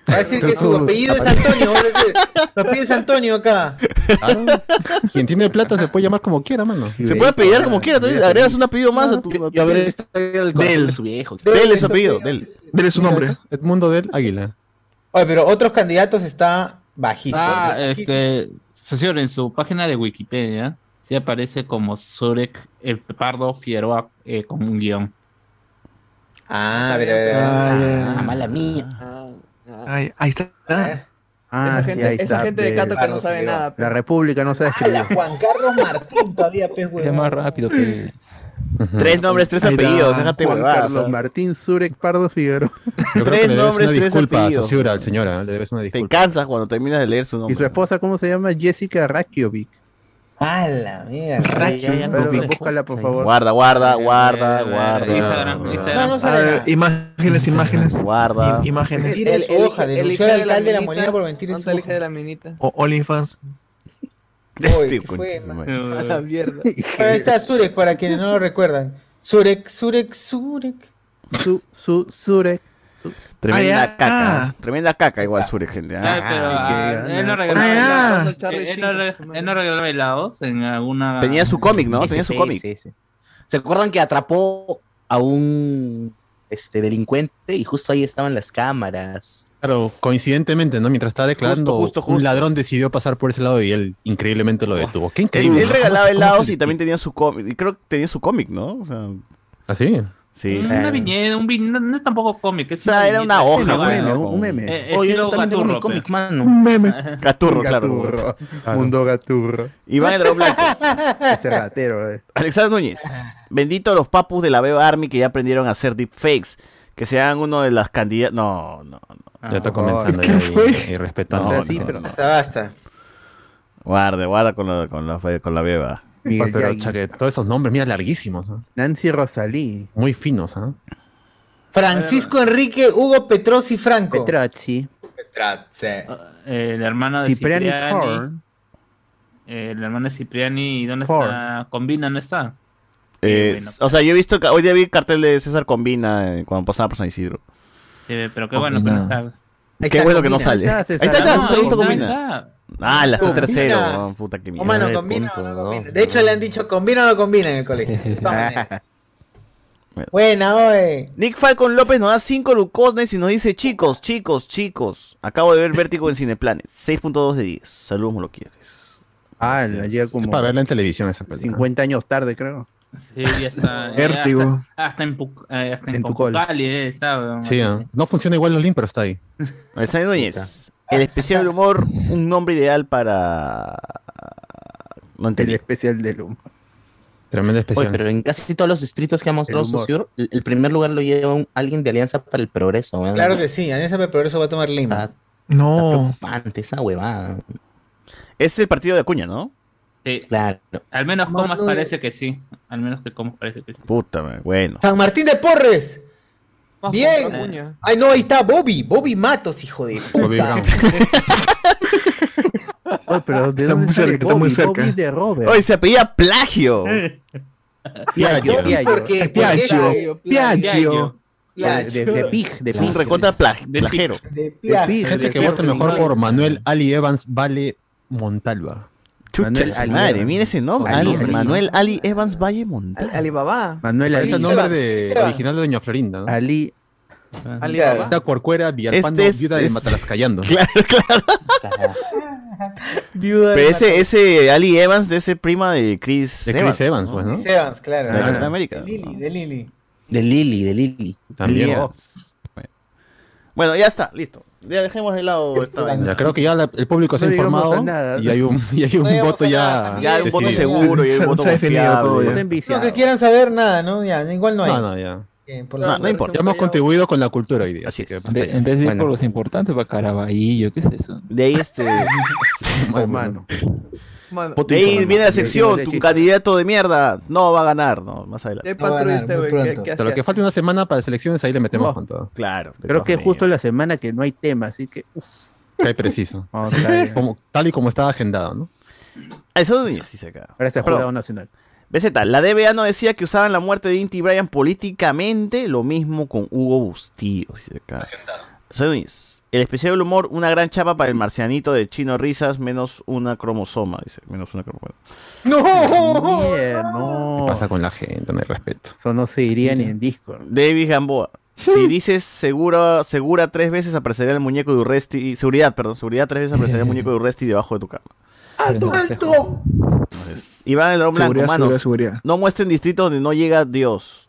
S2: Va a decir que su
S14: Entonces,
S2: apellido es Antonio. va a decir, Su apellido es Antonio acá.
S5: claro. Quien tiene plata se puede llamar como quiera, mano.
S3: Se puede apellidar como quiera, también. Agregas un apellido más a tu. a tu-
S9: Yo habré estado en el corazón
S14: Del.
S9: de su viejo.
S3: Dele su apellido, dele.
S14: Dele su nombre.
S5: Edmundo del Águila.
S2: Oye, pero otros candidatos está bajísimo.
S15: Ah,
S2: bajísimo.
S15: este, señor, en su página de Wikipedia sí aparece como Surek el Pardo Figueroa eh, con un guión.
S2: Ah, pero, pero-
S9: Ah,
S14: Ay,
S9: mala mía.
S14: ay, ahí está.
S16: Esa
S4: Ah, sí,
S16: gente,
S4: ahí
S16: esa
S4: está.
S16: gente de
S4: pe.
S16: Cato que
S2: Pardo
S16: no sabe
S2: Figueroa.
S16: nada.
S4: La República no sabe
S2: Ala,
S4: escribir.
S2: Juan Carlos Martín todavía, pues,
S15: Es
S2: huevón.
S15: más rápido que.
S3: Tres nombres, tres
S14: Ahí está.
S3: apellidos. Déjate
S4: Juan
S3: huevadas.
S4: Carlos Martín Surek Pardo Figueroa.
S5: Yo creo
S3: Tres
S5: que le debes
S3: nombres,
S5: una
S3: tres
S5: disculpa a
S3: apellidos.
S5: Sosura, al señor, ¿eh? le debes una
S3: Te
S5: disculpa.
S3: cansas cuando terminas de leer su nombre.
S4: Y su esposa, ¿cómo se llama? Jessica Rakiovic.
S2: A la mierda.
S9: Ay, ay, ay,
S4: Pero
S9: no,
S4: búscala, por favor.
S3: Guarda, guarda, guarda,
S15: Eh,
S3: guarda.
S15: Instagram, Instagram.
S2: No, no
S14: A
S2: sabe
S14: ver,
S2: nada.
S14: Ah, imágenes, imágenes.
S3: Guarda.
S14: Im- Imágenes.
S2: Tire
S16: El-
S2: su
S16: el-
S2: hoja,
S16: el
S2: denunció
S16: hija
S2: al
S16: de la
S2: alcalde de la
S16: minita.
S2: Molina por mentir en
S16: ¿Dónde
S2: su
S16: está el hija
S2: hoja.
S16: de la minita?
S14: O OnlyFans.
S2: Oy,
S3: Este
S2: ¿qué
S3: concha
S2: fue,
S3: su
S2: man?
S3: madre.
S16: A la mierda.
S2: Bueno, ahí está Surek, para quienes no lo recuerdan. Surek, Surek, Surek.
S4: Su, su, Surek.
S3: Tremenda
S14: Ah, ya.
S3: caca. Tremenda caca igual Sure, gente. ah.
S15: Ah, pero ah,
S4: que
S15: él no
S4: gana.
S14: Ah,
S15: regalaba
S14: ya.
S15: helados.
S16: Cuando Charlie
S15: Eh, Él
S16: Sheen,
S15: no re-
S16: su madre.
S15: él no regalaba helados en alguna.
S3: Tenía su cómic, ¿no? Tenía su
S9: Ese,
S3: cómic.
S9: ese, ese. ¿Se acuerdan que atrapó a un este, delincuente y justo ahí estaban las cámaras?
S5: Claro, coincidentemente, ¿no? Mientras estaba declarando,
S3: Justo, justo, justo.
S5: un ladrón decidió pasar por ese lado y él increíblemente lo detuvo. Qué
S3: Él,
S5: increíble.
S3: él
S5: ¿Cómo
S3: regalaba
S5: se- cómo se
S3: helados
S5: les-
S3: y también tenía su cómic. Y creo que tenía su cómic, ¿no? O sea,
S5: ¿Ah, sí?
S3: sí. sí.
S15: Mm, Una viñeta, un vi- no, no es tampoco cómic.
S3: Ah. O sea, era una hoja.
S4: Un meme,
S3: bueno,
S4: un,
S3: con-
S4: un meme.
S15: Eh,
S9: Oye,
S15: estilo
S9: yo también tengo mi
S15: Gaturro,
S9: cómic,
S15: pe.
S9: mano.
S14: Un meme.
S3: Gaturro, claro.
S4: Gaturro. Mundo gaturro.
S3: Iván Edro Blanco.
S4: Ese ratero, eh.
S3: Alexander Núñez. Bendito a los papus de la Beba Army que ya aprendieron a hacer deepfakes. Que sean uno de las candidatas. No, no, no.
S5: Ya está
S15: Ah,
S5: comenzando.
S14: ¿Qué
S5: ya, eh, y-
S14: fue?
S5: Y, respetando.
S4: O sea,
S3: No,
S4: sí,
S3: no,
S4: pero no.
S2: Basta, basta.
S3: Guarda, guarda con la, con la, fe- con la Beba.
S4: Miguel
S5: Pero,
S4: Yagi.
S5: chaque, todos esos nombres, mira, larguísimos. ¿no?
S4: Nancy Rosalí.
S5: Muy finos, ¿ah?
S2: Francisco Enrique, Hugo Petrosi Franco.
S4: Petrozzi.
S2: Petrozzi.
S15: eh, el hermano de
S4: Cipriani
S15: Cipriani.
S4: Thorn.
S15: eh, el hermano de Cipriani. ¿Y dónde
S4: Thor.
S15: está? Combina, ¿no está?
S3: Eh,
S15: bueno.
S3: O sea, yo he visto. ca- Hoy día vi cartel de César Combina eh, cuando pasaba por San Isidro.
S15: Eh, pero qué bueno que no
S5: Combina.
S15: está.
S2: Ahí
S3: Qué
S2: está,
S3: bueno que no
S2: combina.
S3: sale.
S4: Ahí
S3: Ahí
S4: está,
S3: está,
S4: César.
S3: ahí está,
S4: Ah,
S3: César
S15: ahí
S3: Augusto
S15: está,
S3: Combina.
S15: ahí está.
S3: Ah, la está
S2: Combina.
S3: tercero. weón, Puta que
S2: O
S3: mierda.
S2: mano,
S5: Nueve
S2: combina o
S5: punto
S2: no
S5: dos,
S2: combina. De hecho, le han dicho combina o no combina en el colegio. De todas maneras. Buena, oye.
S3: Nick Falcon López nos da 5 lucones y nos dice, chicos, chicos, chicos, acabo de ver Vértigo en Cineplanet, 6.2 de 10, saludos moloquiales.
S4: Ah, la llega
S5: Es
S4: como
S5: para verla en televisión esa película.
S4: 50 años tarde, creo.
S15: pues, Sí, ya está.
S14: Vértigo.
S15: Eh, Hasta, hasta en, Puc- eh, hasta en,
S4: En tu col.
S15: Pucallpa, eh, está, weón.
S5: Sí, ¿ah? no funciona igual los link, pero está ahí.
S3: Alexander Núñez, el especial del humor, un nombre ideal para... No
S4: El
S3: entendí.
S4: especial del humo.
S5: Tremendo especial.
S9: Oye, pero en casi todos los distritos que ha mostrado
S4: El humor.
S9: Saussure, el, el primer lugar lo lleva un- alguien de Alianza para el Progreso, weón.
S2: Claro que sí, Alianza para el Progreso va a tomar Lima.
S9: Está-
S14: No.
S9: Ante esa huevada.
S3: Es el partido de Acuña, ¿no?
S15: Sí.
S9: Claro.
S15: Al menos
S3: Mano
S15: Comas
S3: de-
S15: parece que sí. Al menos que Comas parece que sí.
S3: Puta, man, bueno.
S2: San Martín de Porres.
S15: Vamos,
S2: Bien.
S15: Acuña.
S2: Ay, no, ahí está Bobby. Bobby Matos, hijo de puta.
S4: Oye, pero ¿de dónde sale Bobby? Bobby de Robert.
S3: Oye, se apellía plagio.
S4: Piaggio, Piaggio.
S2: porque-
S4: Piaggio,
S2: porque- Piaggio.
S4: De, de, de Pig, de
S5: Es
S4: Pig.
S5: un
S3: recontra plagero.
S2: De
S4: Piaggio,
S5: Gente
S4: de
S5: que vota
S4: Sergio
S5: mejor por
S4: Ibáñez.
S5: Manuel Ali Evans Vale Montalva.
S3: Chucha, su madre, mire ese nombre.
S5: Ali,
S3: Ali-
S5: Ali.
S3: Manuel Ali Evans Valle Montal.
S16: Alibaba.
S4: Manuel
S5: Es el nombre de, original de Doña Florinda. ¿no?
S4: Ali.
S16: Ali Baba.
S5: Está Corcuera, Villalpando,
S3: Este es-
S5: viuda de
S3: es-
S5: Matalascayando.
S2: Viuda
S3: Pero
S2: de
S3: ese, ese Ali Evans de ese prima de Chris
S5: De Chris Evans, pues, ¿no?
S2: Sebas, claro.
S3: De Latinoamérica.
S2: De Lili, de Lili.
S9: De Lili, de Lili.
S5: También.
S3: Yes. Bueno, ya está, listo. Ya dejemos de lado esta vaina.
S5: Ya creo que ya la- el público se ha
S3: No digamos
S5: informado
S3: nada.
S5: y hay un, y hay un voto ya.
S3: Ya hay un voto
S5: decidido.
S3: seguro y hay un voto confiable.
S2: Los que quieran saber, nada, ¿no? Ya, igual no hay.
S5: No, no, ya.
S2: Bien, por lo
S5: No,
S2: menos.
S5: importa. Ya hemos contribuido con la cultura hoy día. Así que basta
S20: De-
S5: ya.
S20: en vez de ir
S5: Bueno.
S20: por los importantes, va Caraballo, ¿qué es eso?
S3: De ahí este.
S4: mano.
S3: De ahí viene la sección, tu candidato de mierda no va a ganar, no, más adelante.
S16: No va a ganar, muy pronto.
S5: Hasta lo que falta una semana para las elecciones, ahí le metemos
S4: No.
S5: con todo.
S3: Claro.
S4: Creo que es justo la semana que no hay tema, así que. uf,
S5: Cae preciso.
S4: Vamos, está bien.
S5: Como- tal y como estaba agendado, ¿no?
S3: Eso sí se acaba.
S5: este
S4: Gracias,
S3: Pero-
S4: Jurado Nacional.
S3: BZ, la DBA no decía que usaban la muerte de Inti Bryan políticamente, lo mismo con Hugo Bustillo. dice acá. Soy Luis. El especial del humor, una gran chapa para el marcianito de Chino Risas, menos una cromosoma, dice, menos una cromosoma.
S2: ¡No!
S4: no.
S5: ¿Qué pasa con la gente? No hay respeto.
S4: Eso no se iría ni en Discord.
S3: David Gamboa. Si dices segura, segura tres veces aparecería el muñeco de Urresti. Seguridad, perdón, seguridad tres veces aparecería el muñeco de Urresti debajo de tu cama.
S2: ¡Alto, alto!
S3: Entonces, Iván el Dragón Blanco,
S14: Seguridad,
S3: manos,
S14: seguridad, seguridad.
S3: No muestren distritos donde no llega Dios.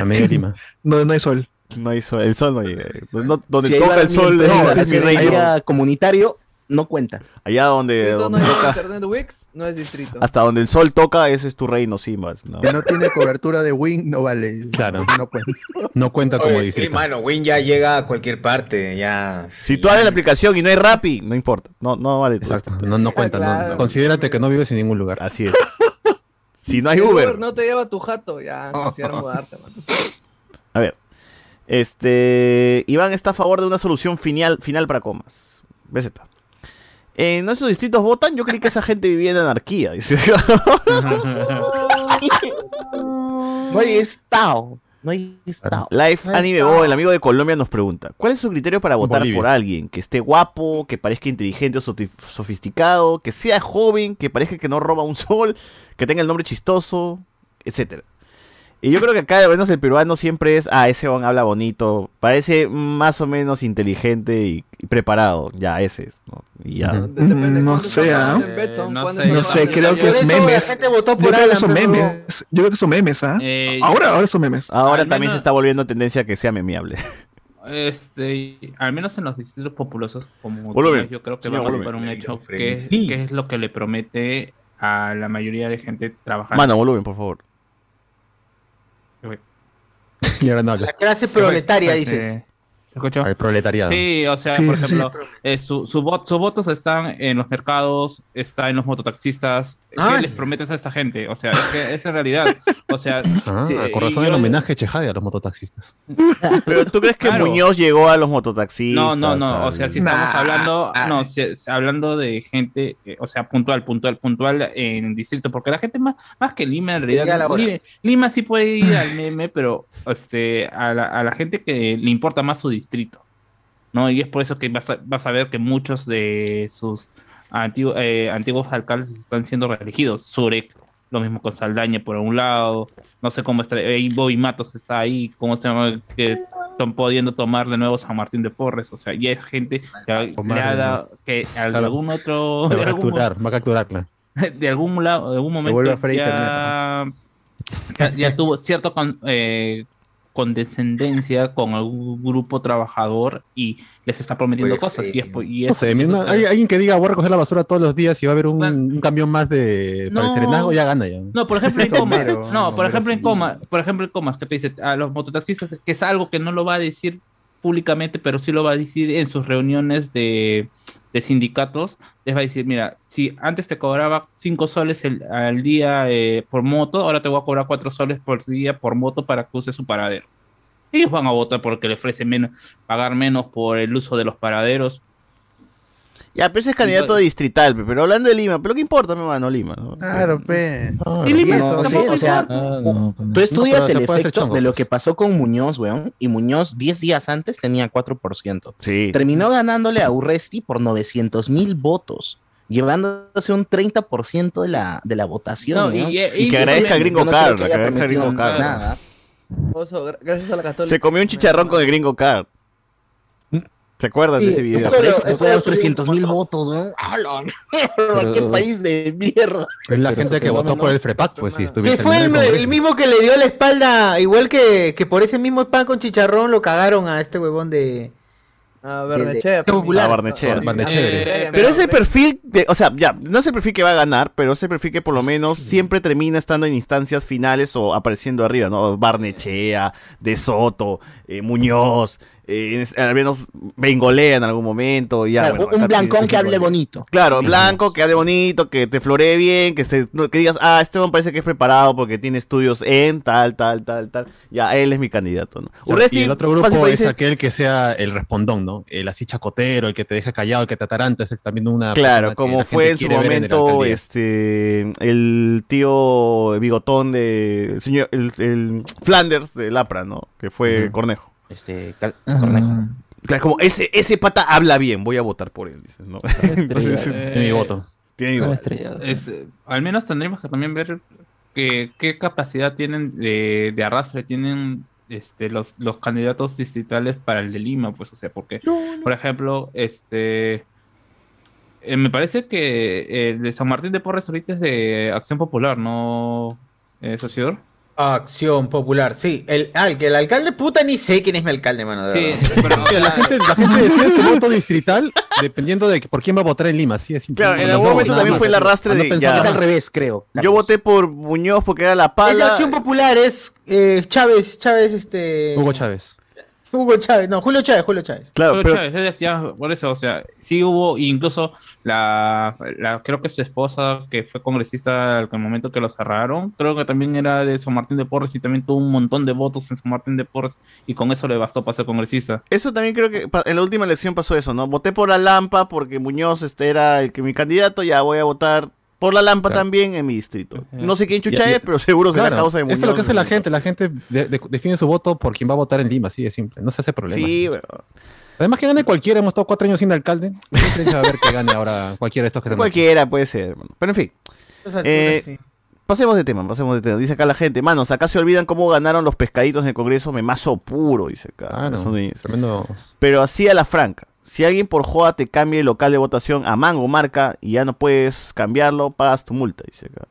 S5: A medio Lima. Eh,
S14: No, no hay sol.
S3: No hay sol, el sol no llega. No- donde
S9: Si ahí
S3: toca
S9: va
S3: el sol,
S9: mi empresa,
S3: ese es
S9: si
S3: mi
S9: ahí
S3: reino.
S9: va comunitario, no cuenta.
S3: Allá donde,
S16: Distrito no
S3: donde
S16: llega
S3: toca-
S16: internet Wix, no es distrito.
S3: hasta donde el sol toca, ese es tu reino, sí, más. No.
S4: Que no tiene cobertura de Wing, no vale.
S5: Claro.
S4: No cuenta.
S5: No cuenta como
S21: Oye, sí,
S5: distrito.
S21: mano, Win ya llega a cualquier parte, ya.
S3: Si tú abres la aplicación y no hay Rappi, no importa. No, no vale.
S5: Exacto. No, no cuenta. no. Considérate que no vives en ningún lugar.
S3: Así es. Si no hay
S16: El
S3: Uber.
S16: No te lleva tu jato, ya.
S14: Ah.
S16: No quisieron mudarte, mano.
S3: A ver. Este. Iván está a favor de una solución final, final para comas. BZ. En nuestros distritos votan, yo creí que esa gente vivía en anarquía. dice.
S9: No hay estado. No hay estado.
S3: Life Anime Bo, el amigo de Colombia, nos pregunta: ¿Cuál es su criterio para votar
S5: Bolivia.
S3: por alguien? Que esté guapo, que parezca inteligente o soti- sofisticado, que sea joven, que parezca que no roba un sol, que tenga el nombre chistoso, etcétera. Y yo creo que acá, al menos el peruano siempre es: ah, ese Juan habla bonito, parece más o menos inteligente y, y preparado. Ya, ese es. ¿no? Y ya.
S14: Mm, No sé, ¿ah?
S15: Eh,
S14: No sé, creo que es memes. Yo
S2: por
S14: creo que
S2: Alan,
S14: son
S2: pero-
S14: memes. Yo creo que son memes, ¿ah?
S15: Eh,
S14: Ahora, ahora son memes.
S3: Ahora
S15: Al
S3: también se
S15: menos-
S3: está volviendo tendencia que sea memeable.
S15: Este, al menos en los distritos populosos, como
S3: Volumen.
S15: Tunas, yo creo que
S3: Señor,
S15: va a
S3: volumen.
S15: ser un hecho
S21: Freddy,
S15: que,
S21: sí.
S15: que es lo que le promete a la mayoría de gente trabajando.
S3: Mano, volumen, por favor.
S5: Y ahora no habla.
S2: Clase proletaria, dices.
S15: Eh, ¿Se escuchó?
S5: Al proletariado.
S15: Pues, eh, Sí, o sea,
S5: Sí,
S15: por
S5: sí,
S15: ejemplo, eh, su- su vot- sus votos están en los mercados, está en los mototaxistas. ¿Qué
S5: Ay.
S15: les prometes a esta gente? O sea, es que es en realidad. O sea,
S5: Ah,
S15: sí,
S5: con razón
S15: y
S5: el
S15: yo-
S5: homenaje de Chejade a los mototaxistas.
S3: Pero tú crees que
S15: Claro.
S3: Muñoz llegó a los mototaxistas.
S15: No, no, no.
S3: al-
S15: O sea, si estamos hablando, no, si es- hablando de gente, eh, o sea, puntual, puntual, puntual en distrito, porque la gente más, más que Lima en
S2: Llega a la
S15: realidad.
S2: hora.
S15: Lima, Lima sí puede ir al meme, pero este, a la, a la gente que le importa más su distrito, ¿no? Y es por eso que vas a, vas a ver que muchos de sus antiguos, antiguos alcaldes están siendo reelegidos. Surek, lo mismo con Saldaña por un lado, no sé cómo está, eh, Bobby Matos está ahí, cómo se llama, que están pudiendo tomar de nuevo San Martín de Porres, o sea, y hay gente que ha- le ha dado, que al- de
S5: Claro.
S15: algún otro,
S5: Va
S15: de
S5: a
S15: algún,
S5: capturar, va a capturarla.
S15: de algún lado, de algún momento
S4: vuelve a Freddy
S15: ya, ya, ya tuvo cierto con, eh, condescendencia con algún grupo trabajador y les está prometiendo
S5: Oye,
S15: cosas y es, po- y
S5: No
S15: es-
S5: sé, mira,
S15: entonces-
S5: hay alguien que diga voy a recoger la basura todos los días y va a haber un, un camión más de para
S15: No.
S5: el serenazgo, ya gana ya.
S15: No, por ejemplo en coma.
S5: Sombrero,
S15: no, por
S5: sombrero
S15: ejemplo en
S5: sencillo.
S15: coma, por ejemplo en coma, que te dice a los mototaxistas que es algo que no lo va a decir públicamente, pero sí lo va a decir en sus reuniones de, de sindicatos. Les va a decir, mira, si antes te cobraba 5 soles el- al día eh, por moto, ahora te voy a cobrar 4 soles por día por moto para que uses su paradero. Ellos van a votar porque le ofrecen menos, pagar menos por el uso de los paraderos.
S3: Ya, pero ese es candidato
S15: Entonces-
S3: distrital, pe, pero hablando de Lima, pero ¿qué importa, mi hermano, Lima? ¿no?
S4: Claro, pe.
S9: Y Lima
S3: tampoco
S9: sí, o sea,
S3: importa.
S9: u- tú
S3: pero- Ah, No,
S9: estudias
S3: pero
S9: el
S3: se puede hacer
S9: efecto
S3: chongo,
S9: de lo que pasó con Muñoz, weón, y Muñoz 10 días antes tenía 4%. Terminó ganándole a Urresti por 900 mil votos, llevándose un 30% de la, de la votación.
S16: No, y-
S9: weón.
S16: y- Y y- que agradezca a Gringo
S9: Yo no creo
S3: Carr,
S9: que haya
S3: que agradezca a
S9: prometido
S3: Gringo Carr.
S9: nada.
S16: Oso, gra- gracias a la católica.
S3: Se comió un chicharrón con el gringo Card. ¿Se acuerdan de ese video?
S9: Por eso te puedan 300 mil votos, weón. ¡Hala! ¡Qué
S3: Pero-
S9: país de mierda!
S5: Es la gente que votó por el FREPAC, pues sí, estuviste
S8: Que fue
S5: en
S8: el,
S5: Congreso.
S8: el mismo que le dio la espalda, igual que, que por ese mismo pan con chicharrón lo cagaron a este huevón de...
S15: Ah,
S16: A
S8: Barnechea, pues.
S3: A Barnechea.
S8: Ah, Barnechea. Eh,
S3: pero,
S8: pero-
S3: ese perfil, de- o sea, ya, no es el perfil que va a ganar, pero ese perfil que por lo menos siempre termina estando en instancias finales o apareciendo arriba, ¿no? Barnechea, De Soto, eh, Muñoz, eh, es- al menos Bengolea en algún momento. y Ya,
S9: Claro,
S3: bueno,
S9: un
S3: acá
S9: blancón
S3: tienes
S9: que hable
S3: Bengolea.
S9: bonito.
S3: Claro, blanco, que hable bonito, que te floree bien, que, se- no, que digas, ah, este me parece que es preparado porque tiene estudios en tal, tal, tal, tal. Ya, él es mi candidato, ¿no?
S5: y
S3: Urresti,
S5: el otro
S3: fácil
S5: grupo
S3: me
S5: es
S3: dice-
S5: aquel que sea el respondón, ¿no? El así chacotero, el que te deja callado, el que te ataranta, es el- también una. persona
S3: Claro,
S5: que
S3: como
S5: la gente
S3: fue en su
S5: quiere ver la
S3: momento
S5: alcaldía.
S3: este el tío bigotón de el señor el, el Flanders de Lapra, ¿no? Que fue
S9: Ujú.
S3: Cornejo.
S9: Este, Cal- Cornejo.
S3: Claro, como ese ese pata habla bien, voy a votar por él, dices, ¿no?
S15: Eh,
S3: Tiene mi voto.
S15: Es, eh, al menos tendremos que también ver que- qué capacidad tienen de, de arrastre tienen este, los, los candidatos distritales para el de Lima, pues, o sea, porque, por ejemplo, este eh, me parece que el de San Martín de Porres ahorita es de Acción Popular, ¿no, eh, Sociedad?
S8: Acción Popular, sí. El, ah, el que el alcalde puta ni sé quién es mi alcalde, mano. de
S15: Sí,
S8: verdad.
S15: pero, o sea,
S5: La gente, la gente decide su voto distrital dependiendo de que- por quién va a votar en Lima, sí, es
S3: Claro, en
S5: importante.
S3: algún
S5: No,
S3: momento
S5: nada
S3: también
S5: más,
S3: fue el
S5: así. Ah,
S3: arrastre
S5: Ando
S3: de
S5: pensando
S3: ya.
S5: más.
S9: creo.
S3: Yo voté por Muñoz porque era la
S8: Es de
S3: pala.
S8: Acción Popular, es eh, Chávez, Chávez, este...
S5: Hugo Chávez.
S8: Hugo Chávez, no, Julio Chávez, Julio Chávez.
S15: Julio Chávez, es de- ya, por eso, o sea, sí hubo incluso la, la- creo que su esposa que fue congresista al momento que lo cerraron, creo que también era de San Martín de Porres y también tuvo un montón de votos en San Martín de Porres y con eso le bastó para ser congresista.
S3: Eso también creo que pa- en la última elección pasó eso, ¿no? Voté por la Lampa porque Muñoz este era el que mi candidato, ya voy a votar por la Lampa también en mi distrito. No sé quién chucha
S5: Ya, ya.
S3: es, pero seguro será
S5: Claro,
S3: causa de Muñoz.
S5: Eso es lo que hace la gente. La gente de- de- define su voto por quien va a votar en Lima, sí, es simple. No se hace problema.
S3: Sí,
S5: Además que gane cualquiera, hemos estado cuatro años sin alcalde. ¿Qué diferencia va a haber que gane ahora cualquiera de estos que están aquí?
S3: Cualquiera puede ser, hermano. Pero en fin.
S8: Esas
S3: Eh,
S8: alturas, sí.
S3: Pasemos de tema, pasemos de tema. Dice acá la gente, manos, acá se olvidan cómo ganaron los pescaditos en el Congreso, memazo puro, dice acá.
S5: Ah,
S3: Son de- Pero así a la franca. Si alguien por joda te cambia el local de votación a mango marca y ya no puedes cambiarlo, pagas tu multa, dice acá.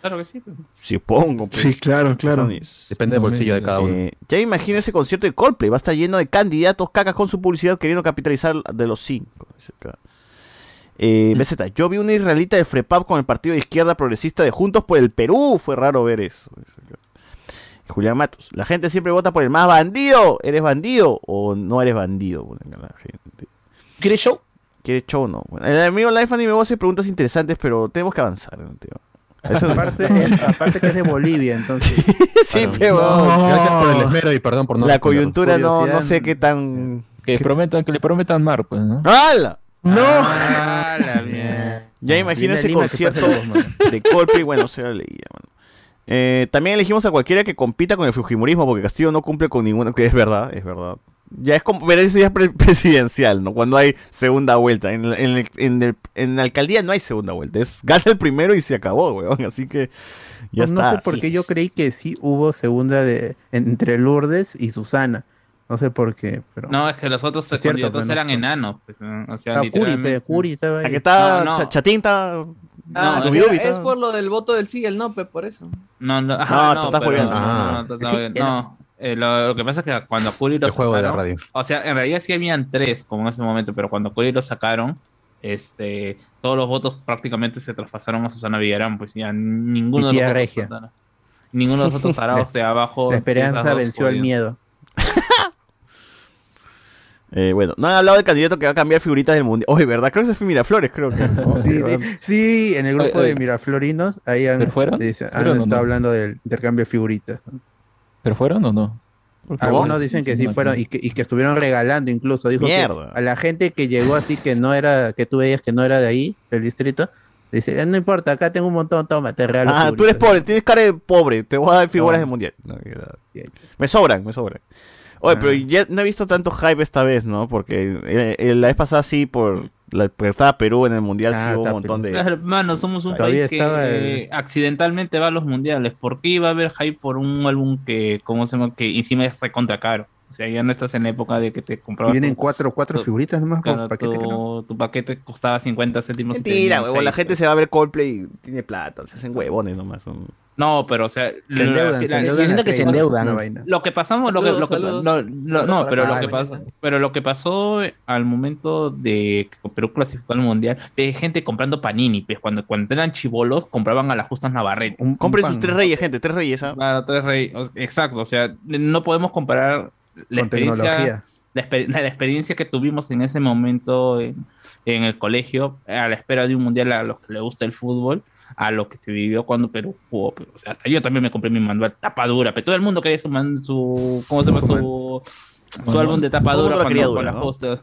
S15: Claro que sí.
S3: Supongo. pues.
S14: Sí, claro, claro.
S3: Son is-
S5: Depende del bolsillo de cada uno.
S3: Eh, ya me imagino ese concierto de Coldplay. Va a estar lleno de candidatos cacas con su publicidad queriendo capitalizar de los cinco. dice acá.
S5: Mm.
S3: Eh, BZ, yo vi una israelita de Frepap con el partido de izquierda progresista de Juntos por el Perú. Fue raro ver eso. dice acá. Julián Matos, la gente siempre vota por el más bandido. ¿Eres bandido o no eres bandido? Bueno, acá la gente.
S9: ¿Quieres show?
S3: ¿Quieres show o no? Bueno, el amigo Life Anime me hace preguntas interesantes, pero tenemos que avanzar en el tema. Eso-
S4: Aparte, es- aparte que es de Bolivia, entonces.
S3: sí,
S4: Claro.
S3: pero.
S4: No.
S5: Gracias por el esmero y perdón por no.
S3: La
S5: responderos.
S3: coyuntura no, no sé qué tan.
S20: Que, prometan, que le prometan mar, pues, ¿no?
S3: ¡Hala!
S20: ¡No!
S3: Ya
S20: Viene
S3: imagino ese
S20: Lima, que
S3: concierto
S20: pase los
S3: de Coldplay. Bueno, se lo leía, mano. Eh, también elegimos a cualquiera que compita con el fujimorismo, porque Castillo no cumple con ninguno. Que es verdad, es verdad. Ya es como, pero eso ya es pre- presidencial, ¿no? Cuando hay segunda vuelta. En, la- en el- en el- en la alcaldía no hay segunda vuelta. Es gana el primero y se acabó, weón. Así que ya
S4: no
S3: está.
S4: sé por qué yo creí que sí hubo segunda de entre Lourdes y Susana. No sé por qué, pero.
S15: No, es que los otros
S4: Es cierto,
S15: candidatos
S4: pues, no.
S15: eran enanos, pues, ¿no? o sea,
S4: Ah, Curi,
S15: literalmente.
S4: pe, Curi estaba ahí.
S3: Aquí
S15: No,
S3: está
S15: no.
S3: Cha- Chatín, está.
S16: Ah,
S3: Dubi
S16: mira,
S3: Dubi,
S16: es
S3: está-
S16: por lo del voto del sí y el no, pe, por eso.
S15: No, no,
S3: No,
S15: ajá,
S3: te
S15: no,
S3: estás
S15: pero-
S3: volviendo.
S15: no, no, no, no, no. Eh, lo, lo que pasa es que cuando a Curry lo
S5: juego de la
S15: sacaron-
S5: radio.
S15: o sea, en realidad sí habían tres como en ese momento, pero cuando a Curry lo sacaron, este, todos los votos prácticamente se traspasaron a Susana Villarán, pues ya ninguno
S4: Mi tía
S15: de los
S4: regia.
S15: otros tarados- ninguno de los otros tarados de abajo.
S4: La
S15: de esas
S4: esperanza
S15: dos
S4: venció al
S15: pudieron.
S4: miedo.
S3: Eh, bueno, no han hablado del candidato que va a cambiar figuritas del mundial. Oye, ¿verdad? Creo que ese fue Miraflores, creo que.
S4: Sí, sí, sí, en el grupo
S3: Oye,
S4: de
S3: oye.
S4: Miraflorinos, ahí han, dice- han
S3: ¿Fueron o
S4: estado
S3: no?
S4: hablando del intercambio de figuritas.
S20: ¿Pero fueron o no? Porque
S4: Algunos
S20: bueno,
S4: dicen que sí
S20: imagino.
S4: fueron y que, y que estuvieron regalando incluso. Dijo que
S20: Mierda.
S4: a la gente que llegó así que no era, que tú veías que no era de ahí, del distrito, dice, "Ah, no importa, acá tengo un montón, toma, te regalo.
S3: Ah, tú eres pobre, tienes cara de pobre, te voy a dar figuras del mundial. No, que la- me sobran, me sobran. Oye, pero
S4: Ah.
S3: ya no he visto tanto hype esta vez, ¿no? Porque eh, eh, la vez pasada sí, por la, porque estaba Perú en el
S5: Ah,
S4: Ah,
S3: mundial, sí hubo un montón de.
S15: Claro, Hermano, somos un
S3: Todavía
S15: país que
S3: estaba el-
S15: eh, accidentalmente va a los mundiales. ¿Por qué iba a haber hype por un álbum que, como se llama, que encima es recontra caro? O sea, ya no estás en la época de que te comprabas.
S4: Vienen
S15: tu-
S4: cuatro, cuatro
S15: tu-
S4: figuritas nomás por
S15: claro,
S4: paquete,
S15: tu,
S4: creo.
S15: tu paquete costaba 50 céntimos. y te
S3: Mentira,
S15: venían
S3: huevón, la
S15: seis,
S3: gente se va a ver Coldplay y tiene plata, se hacen huevones nomás. son-
S15: No, pero o sea,
S3: Se
S15: la-
S3: endeudan, se
S15: la-
S3: endeudan a crédito, es una vaina.
S15: Lo que pasamos, lo que, lo que-
S3: Saludos,
S15: no,
S3: saludos.
S15: lo- no, pero lo
S3: Ah,
S15: que
S3: bueno.
S15: pasó, pero lo que pasó al momento de que Perú clasificó al mundial, de gente comprando panini, pues cuando, cuando eran chivolos compraban a las justas Navarrete.
S3: Compren sus tres reyes, gente, tres reyes. ¿ah?
S15: Claro, tres reyes, o- exacto, o sea, no podemos comparar la
S3: Con
S15: experiencia-
S3: tecnología.
S15: La, exper- la experiencia que tuvimos en ese momento en, en el colegio, a la espera de un mundial a los que le gusta el fútbol, a lo que se vivió cuando Perú jugó. pero, o sea, hasta yo también me compré mi manual tapadura, pero todo el mundo quería su, man- su ¿cómo se llama? Su, su
S3: Manual.
S15: álbum de
S3: Todo el
S15: tapadura
S3: mundo lo quería
S15: cuando, con
S3: dura,
S15: las
S3: ¿no?
S15: justas.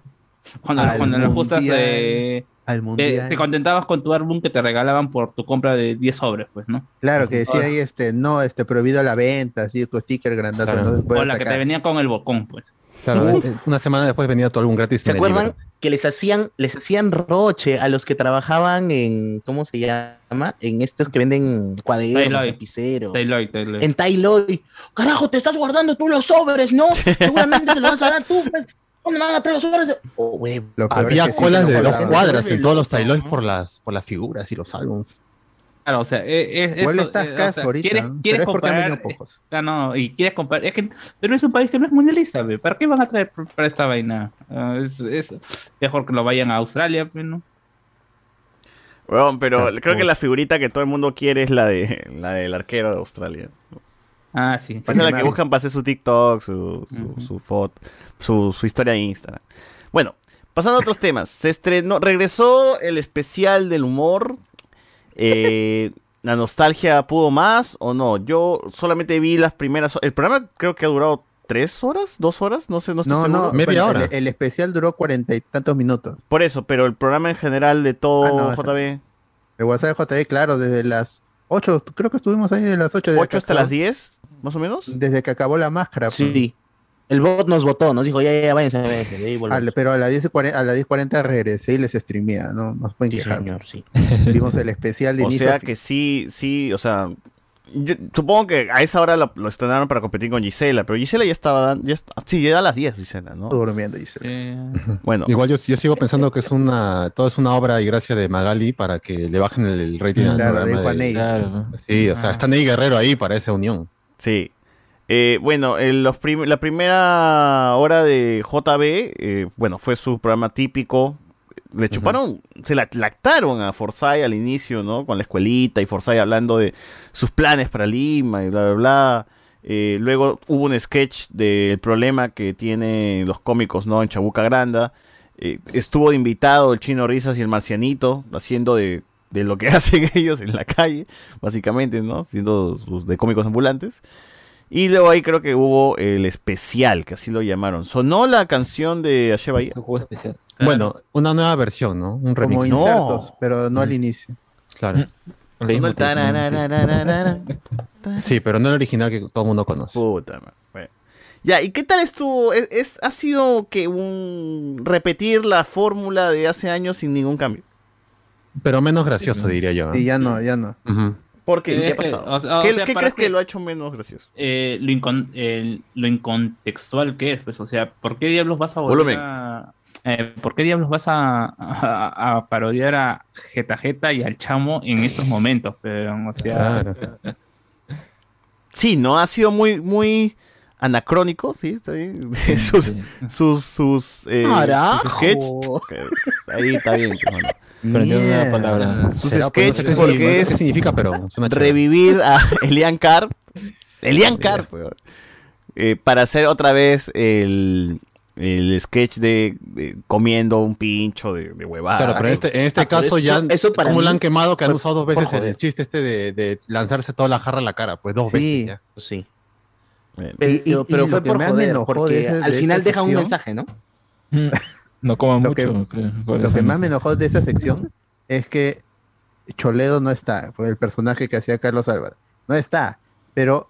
S15: Cuando,
S3: Al
S15: cuando las justas
S3: mundial,
S15: eh,
S4: al
S15: te-
S4: mundial.
S15: te contentabas con tu álbum que te regalaban por tu compra de 10 sobres, pues, ¿no?
S4: Claro, que decía
S15: Ah.
S4: ahí, este, no, este, prohibido la venta, así, tu sticker grandazo, no se puede
S15: O la que
S4: sacar.
S15: te venía con el bocón, pues.
S5: Claro, eh, una semana después venía todo algún gratis.
S9: ¿Se acuerdan que les hacían, les hacían roche a los que trabajaban en, ¿cómo se llama? En estos que venden cuadernos,
S15: Tayloy.
S9: lapiceros.
S15: Tayloy, Tayloy.
S9: En Tayloy. Carajo, te estás guardando tú los sobres, ¿no? Seguramente te lo vas a dar tú. pues. ¿Dónde me van a traer los sobres? Oh, güey.
S5: Había colas de dos
S9: guardaban.
S5: cuadras en todos los tailones por las, por las figuras y los álbums.
S15: Claro, o sea, e- es,
S5: Igual
S15: eso,
S5: está
S15: eh,
S5: escaso ahorita,
S15: ¿Quieres,
S5: ¿no? Pero
S15: quieres
S5: es porque han
S15: comparar?
S5: venido pocos.
S15: Ah, no, y quieres comparar. Es que Perú es un país que no es mundialista, ve, ¿Para qué van a traer por- para esta vaina? Ah, es, es mejor que lo vayan a Australia, pues, ¿no?
S3: Huevón, pero creo que la figurita que todo el mundo quiere es la de la del arquero de Australia.
S15: Ah, sí.
S3: Esa Pues es la que buscan para hacer su TikTok, su, su, su foto, su, su historia de Instagram. Bueno, pasando a otros temas. Se estrenó, regresó el especial del humor. Eh, ¿La nostalgia pudo más o no? Yo solamente vi las primeras. El programa creo que ha durado tres horas, dos horas, no sé, no estoy
S4: No,
S3: seguro. eh,
S4: no, bueno, El, el especial duró cuarenta y tantos minutos.
S3: Por eso, pero el programa en general de todo
S4: Ah, no, esa-
S3: JB.
S4: El WhatsApp de JB, claro, desde las 8, creo que estuvimos ahí desde las 8. de
S3: ¿Ocho hasta las 10, más o menos?
S4: Desde que acabó la máscara. pues.
S9: Sí. El bot nos votó, nos dijo, ya, ya, ya, váyanse, váyanse. de ahí volvemos.
S4: Al- pero a las 10.40 a las 10:40 regresé y les streameaba, ¿no? Nos pueden quejar. Vimos el especial de
S3: O
S4: inicio.
S3: sea
S4: a fin.
S3: que sí, sí, o sea, yo supongo que a esa hora lo, lo estrenaron para competir con Gisela, pero Gisela ya estaba dando, ya est- sí, ya da a las 10 Gisela, ¿no?
S4: durmiendo, Gisela.
S3: eh, Bueno.
S5: Igual yo, yo sigo pensando que es una, todo es una obra y gracia de Magali para que le bajen el, el rating al
S4: Claro,
S5: programa
S4: de Juan
S5: de-
S4: Ney. Claro.
S5: Sí, o sea,
S4: Ah.
S5: está Ney Guerrero ahí para esa unión.
S3: Sí. Eh, bueno, el- los prim- la primera hora de JB, eh, bueno, fue su programa típico. Le chuparon, se la lactaron a Forsyth al inicio, ¿no? Con la escuelita y Forsyth hablando de sus planes para Lima y bla, bla, bla. Eh, luego hubo un sketch del problema que tienen los cómicos, ¿no? En Chabuca Granda. Eh, estuvo de invitado el chino Risas y el marcianito, haciendo de, de lo que hacen ellos en la calle, básicamente, ¿no? Siendo sus, de cómicos ambulantes. Y luego ahí creo que hubo el especial, que así lo llamaron. Sonó la canción de Ashe Bahía.
S5: Bueno, una nueva versión, ¿no? Un remix.
S4: Como insertos, pero
S3: Mm.
S4: no al inicio.
S5: Claro.
S3: Sonó el tarararararara.
S5: Sí, pero no el original que todo el mundo conoce.
S3: Puta, Bueno. Ya, ¿y qué tal estuvo? Es, es- ¿Ha sido que un repetir la fórmula de hace años sin ningún cambio?
S5: Pero menos gracioso, diría yo. ¿eh?
S4: Y ya no, ya no.
S5: Ujú.
S3: ¿Por qué? ¿Qué
S15: Eh,
S3: ha pasado?
S15: eh, o sea, o
S3: ¿Qué,
S15: sea,
S3: qué
S15: para
S3: crees
S15: que-
S3: que lo ha hecho menos gracioso?
S15: eh, lo, incon- el- lo incontextual que es, pues, o sea, ¿por qué diablos vas a volver
S3: Volumen.
S20: Ah,
S15: a, eh, ¿por qué diablos vas a, a- a parodiar a Geta Geta y al Chamo en estos momentos? peón? o sea,
S3: Sí, ¿no? Ha sido muy, muy anacrónico, sí, está bien. sus, sus, sus, eh,
S9: ¡Carajo!
S3: sus sketch. Ok, Ahí está bien. pero no.
S5: Pero entiendo una palabra.
S3: Sus
S5: Será, pues, no sé
S3: sketch,
S5: qué significa, no
S3: porque
S5: sé
S3: es
S5: qué significa, pero suena chévere.
S3: revivir a Elian Carr. Elian Carr, pues, eh, para hacer otra vez el, el sketch de, de comiendo un pincho de, de huevada.
S5: Claro, pero en
S4: Eh,
S5: este, en este
S3: Ah, pero
S5: caso ya,
S3: eso- eso para
S5: como lo
S3: mí
S5: han quemado, que han usado dos veces
S3: joder.
S5: el chiste este de, de lanzarse toda la jarra a la cara, pues dos
S9: Sí,
S5: veces. Ya.
S9: Sí.
S5: Pero,
S9: Pero, pero fue por joder, porque al final deja un mensaje, ¿no?
S20: No coma
S4: Lo que-
S20: mucho. creo. ¿Cuál
S4: Lo
S20: es
S4: que
S20: el
S4: más
S20: mensaje?
S4: me enojó de esa sección es que Choledo no está, por el personaje que hacía Carlos Álvarez. No está, pero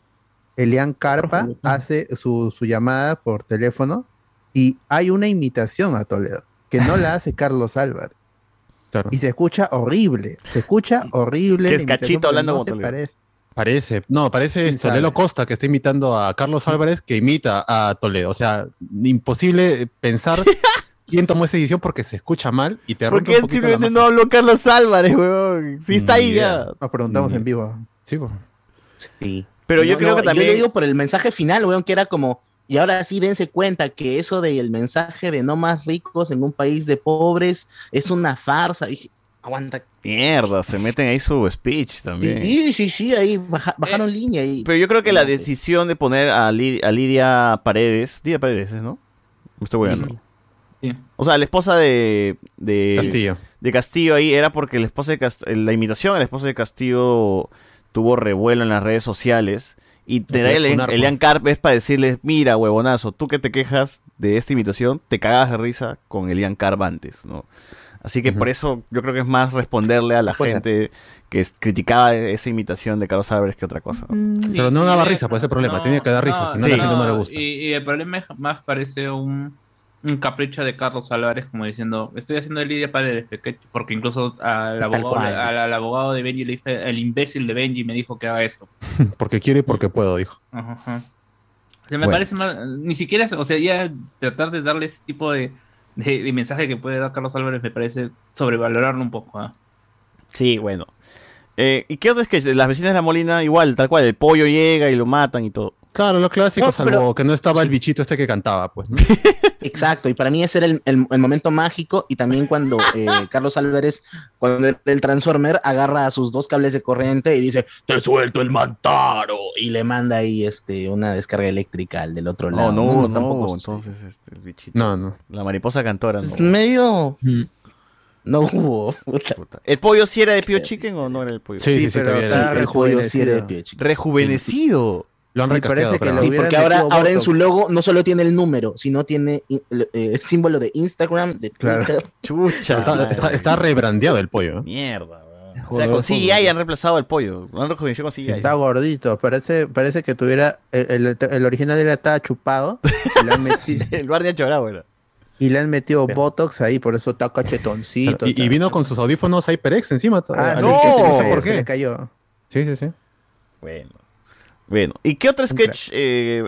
S4: Elian Carpa hace su, su llamada por teléfono y hay una imitación a Toledo que no la hace Carlos Álvarez. Y se escucha horrible, se escucha horrible. la
S5: Que es
S4: imitación
S5: Cachito
S4: porque
S5: hablando
S4: no
S5: con
S4: se
S5: Toledo.
S4: parece.
S5: Parece, no, parece esto, Lelo Costa que está imitando a Carlos Álvarez que imita a Toledo. O sea, imposible eh, pensar quién tomó esa decisión porque se escucha mal y te rompe
S3: Porque
S5: un
S3: él
S5: poquito la
S3: simplemente no habló Carlos Álvarez, weón. Sí está ahí ya.
S4: Nos preguntamos en vivo.
S5: Sí,
S3: Pero yo
S9: No,
S3: creo
S9: no,
S3: que también.
S9: Yo le digo por el mensaje final, weón, que era como. Y ahora sí dense cuenta que eso del mensaje de no más ricos en un país de pobres es una farsa. Y dije, aguanta.
S3: Mierda, se meten ahí su speech también.
S9: Sí, sí, sí, ahí baja- bajaron línea. Y,
S3: Pero yo creo que la decisión de poner a, Li- a Lidia Paredes, Lidia Paredes, ¿es, ¿no? Me estoy hueveando.
S15: Sí.
S3: O sea, la esposa de, de
S5: Castillo.
S3: De Castillo ahí era porque la esposa de Cast- la imitación a la esposa de Castillo tuvo revuelo en las redes sociales. Y tener
S5: fue
S3: a
S5: un
S3: Elian,
S5: arco.
S3: Elian Carp es para decirles, mira, huevonazo, tú que te quejas de esta imitación, te cagabas de risa con Elian Carp antes, ¿no? Así que por eso yo creo que es más responderle a la
S5: Puede ser.
S3: gente que es- criticaba esa imitación de Carlos Álvarez que otra cosa. ¿no?
S5: Pero no daba risa, pues ese problema, tenía que dar risa, si no a la gente no le gusta.
S15: Y, y el problema es más parece un, un capricho de Carlos Álvarez, como diciendo, estoy haciendo el Lidia Paredes, que- porque incluso al abogado,
S5: cual.
S15: al, al abogado de Benji le dije, el imbécil de Benji me dijo que haga esto.
S5: Porque quiero y porque puedo, dijo.
S15: Ajá, ajá. O sea, me
S5: Bueno.
S15: parece mal, ni siquiera, es- o sea, ya tratar de darle ese tipo de, de- de mensaje que puede dar Carlos Álvarez me parece sobrevalorarlo un poco. ¿ah?
S3: Sí, bueno. Eh, ¿Y qué otro es que las vecinas de la Molina igual, tal cual? El pollo llega y lo matan y todo.
S5: Claro, lo clásico,
S3: No,
S5: salvo
S3: pero-
S5: que no estaba el bichito este que cantaba, pues. ¿no?
S9: Exacto, y para mí ese era el, el- el momento mágico y también cuando eh, Carlos Álvarez, cuando el, el Transformer agarra a sus dos cables de corriente y dice, te suelto el mantaro, y le manda ahí este, una descarga eléctrica al del otro lado.
S3: no, no,
S9: tampoco
S3: entonces este, el bichito.
S5: No, no.
S3: La mariposa cantora,
S9: Es
S3: no.
S9: medio... No hubo. puta.
S3: ¿El pollo sí era de Pio Chicken o no era el pollo?
S9: Sí, sí, sí, todavía era. El pollo sí era de Pio Chicken.
S3: Rejuvenecido.
S5: Lo han
S3: Y parece
S5: recasteado,
S3: que
S5: pero
S3: lo
S9: Sí,
S3: hubieran
S9: porque ahora,
S3: metido
S9: ahora en
S3: Botox.
S9: su logo no solo tiene el número, sino tiene eh, el eh, símbolo de Instagram, de
S5: Claro.
S9: Twitter.
S3: Chucha.
S5: Está, está- está rebrandeado el pollo. ¿eh?
S3: Mierda, weón. O sea, con CGI han reemplazado al pollo. Lo han rejuvenecido con CGI.
S4: Está gordito, parece, parece que tuviera. El, el- el original era estaba chupado. y le han metido-
S3: El guardia chorado, weón.
S4: Y le han metido Botox ahí, por eso está cachetoncito.
S5: Y, y vino con sus audífonos HyperX encima.
S4: Ah,
S5: al-
S4: sí,
S5: al-
S4: que
S5: no
S4: se le
S5: sé
S4: cayó,
S5: por
S4: se
S5: qué.
S4: le cayó.
S5: Sí, sí, sí.
S3: Bueno. Bueno. ¿Y qué otro sketch eh,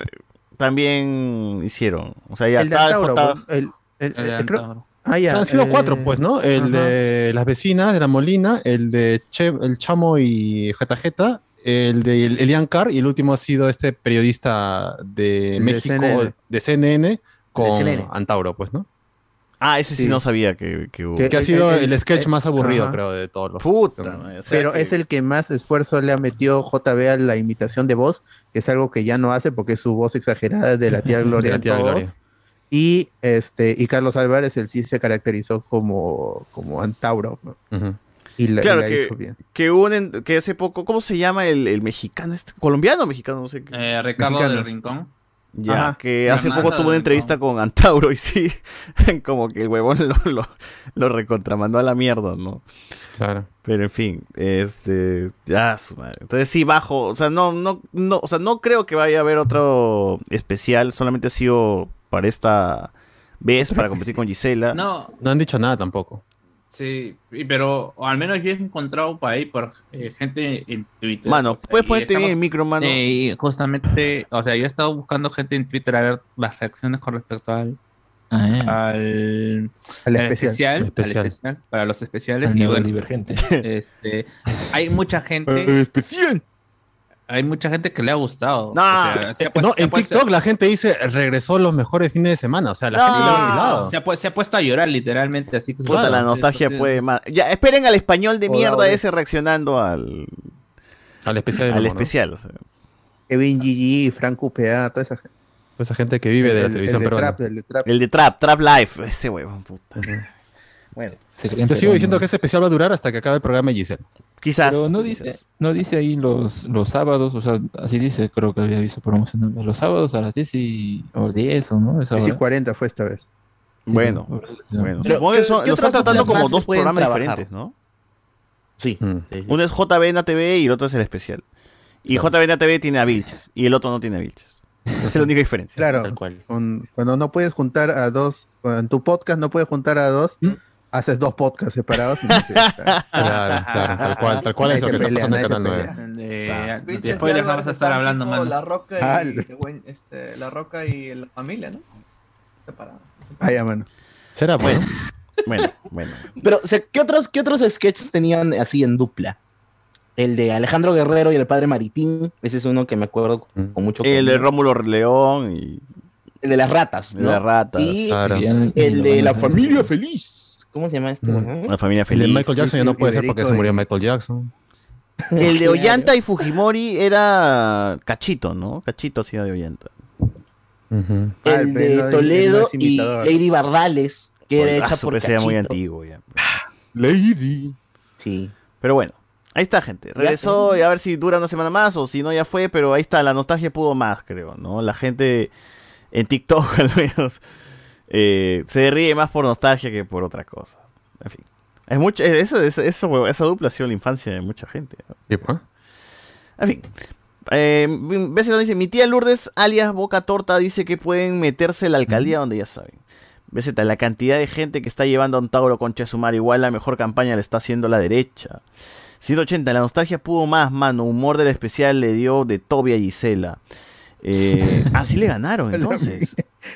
S3: también hicieron? O sea, ya
S4: El de
S3: está
S4: Antauro,
S3: J-
S4: pues, el- el-
S15: El de
S4: eh, creo-
S15: Antauro.
S4: Ah,
S5: O
S4: ya,
S5: sea, han sido
S4: eh,
S5: cuatro, pues, ¿no? El de las vecinas de la Molina, el de Che- el Chamo y Jeta Jeta, el de El- Elian Carr y el último ha sido este periodista de
S4: El de
S5: México,
S4: CNN.
S5: de CNN, con
S3: De CNN.
S5: Antauro, pues, ¿no?
S3: Ah, ese sí,
S5: Sí.
S3: no sabía que, que hubo.
S5: Que ha
S4: el-
S5: sido
S4: el-
S5: el,
S4: el-
S5: sketch
S4: el-
S5: más aburrido,
S4: ajá.
S5: creo, de todos los.
S3: Puta, madre, o sea
S4: Pero
S3: que-
S4: es el que más esfuerzo le ha metido JB a la imitación de voz, que es algo que ya no hace porque es su voz exagerada de la tía Gloria.
S5: De la
S4: en
S5: tía
S4: todo.
S5: Gloria.
S4: Y este, y Carlos Álvarez, él sí se caracterizó como, como Antauro. ¿no? Y la, y
S3: Claro
S4: la
S3: que,
S4: hizo bien.
S3: que un en- que hace poco, ¿cómo se llama el, el mexicano este? ¿Colombiano o mexicano? No sé qué.
S15: Eh, Ricardo
S3: Mexicano.
S15: del Rincón.
S3: Ya,
S15: Ajá.
S3: que
S15: La
S3: hace
S15: mata
S3: poco tuvo
S15: del
S3: una entrevista con Antauro y sí, como que el huevón lo, lo, lo recontramandó a la mierda, ¿no?
S5: Claro.
S3: Pero en fin, este, ya su madre. Entonces sí bajo, o sea, no no no, o sea, no creo que vaya a haber otro especial, solamente ha sido para esta vez para competir con Gisela.
S15: No.
S5: No han dicho nada tampoco.
S15: Sí, y- pero al menos yo he encontrado para ahí por eh, gente en Twitter.
S3: Mano,
S15: o sea,
S3: puedes
S15: y
S3: ponerte bien
S15: estamos-
S3: el micro, mano.
S15: Eh, y justamente, o sea, yo he estado buscando gente en Twitter a ver las reacciones con respecto al al,
S4: al
S15: especial,
S20: especial.
S15: al
S20: Especial.
S15: especial, para los especiales
S20: Al
S15: y bueno,
S20: neurodivergente.
S15: Este, hay mucha
S20: Al
S15: gente Hay mucha gente que le ha gustado.
S5: No.
S15: O sea, se ha puesto-
S5: no,
S15: se ha
S5: en
S15: puesto-
S5: TikTok la gente dice regresó los mejores fines de semana. O sea, la
S15: No.
S5: gente lo ha vacilado.
S15: se ha, pu- se ha puesto a llorar literalmente, así que
S3: Puta, la nostalgia puede más. Ya, esperen al español de
S15: Joda,
S3: mierda
S15: ves.
S3: ese reaccionando al
S5: al especial.
S3: Al
S4: Mamoró.
S3: especial, o sea.
S4: Kevin GG, Frank UPA, toda esa gente.
S5: Esa gente que vive de la
S3: El- el
S5: televisión
S3: de
S5: peruana.
S3: Trap, el de Trap. El de Trap, Trap Life. Ese huevón, puta.
S5: Bueno.
S20: Se creen
S5: Yo sigo
S20: peruanos.
S5: diciendo que ese especial va a durar hasta que acabe el programa de Giselle.
S3: Quizás.
S20: Pero no dice, no dice ahí los, los sábados, o sea, así dice, creo que había visto promocional. Los sábados a las 10 y, o 10 o no. Esa
S4: Es
S20: hora.
S4: y 40 fue esta vez.
S3: Bueno, bueno. Supongo que son- lo están tratando como dos programas diferentes, ¿no?
S9: Sí.
S5: Mm.
S3: Uno es JVN TV y el otro es el especial. Y JVN TV tiene a Vilches y el otro no tiene a Vilches. Esa es la única diferencia.
S4: Claro, con- cuando no puedes juntar a dos, en tu podcast no puedes juntar a dos, haces dos podcasts separados. claro,
S5: Claro, claro, tal cual, tal cual es lo que Ah. está pasando en Canal 9.
S15: Eh,
S16: Bitches
S15: de
S16: y
S15: spoilers
S16: Álvarez
S15: vamos a estar
S16: están
S15: hablando,
S16: tipo
S15: mano.
S16: La Roca y,
S4: Ah,
S16: y Gwen- este, La Roca y la familia, ¿no? Separados.
S4: Ah, ya, mano.
S5: ¿Será bueno?
S3: bueno, bueno.
S9: Pero, o sea, ¿qué otros, qué otros sketches tenían así en dupla? El de Alejandro Guerrero y el padre Maritín. Ese es uno que me acuerdo con con mucho
S3: El de
S9: cariño.
S3: Rómulo León y.
S9: El de las ratas.
S3: El de las ratas.
S9: Y
S3: Claro.
S9: el de la familia feliz. ¿Cómo se llama este? weón?
S3: La familia
S5: El
S3: feliz.
S5: de Michael Jackson ya no puede ser porque se murió Michael Jackson.
S3: El de Ollanta y Fujimori era Cachito, ¿no? Cachito hacía de Ollanta.
S9: El de Toledo y Lady Bardales, que era hecha
S3: Golazo,
S9: por
S3: pero ese era muy
S9: Cachito.
S3: antiguo ya. Lady.
S9: Sí.
S3: Pero bueno, ahí está, gente. Regresó y a ver si dura una semana más o si no ya fue, pero ahí está, la nostalgia pudo más, creo, ¿no? La gente en TikTok al menos eh, se ríe más por nostalgia que por otra cosa. En fin. Es mucho, eh, eso, eso, eso, huevo, esa dupla ha sido la infancia de mucha gente. ¿no? En fin. Eh, Bessie nos dice, mi tía Lourdes, alias Boca Torta, dice que pueden meterse en la alcaldía donde ya saben. Beseta, la cantidad de gente que está llevando a un Tauro concha de su madre, igual la mejor campaña la está haciendo la derecha. 180, la nostalgia pudo más, mano. Humor del especial le dio de Toby a Gisela. Eh, ah, sí le ganaron entonces.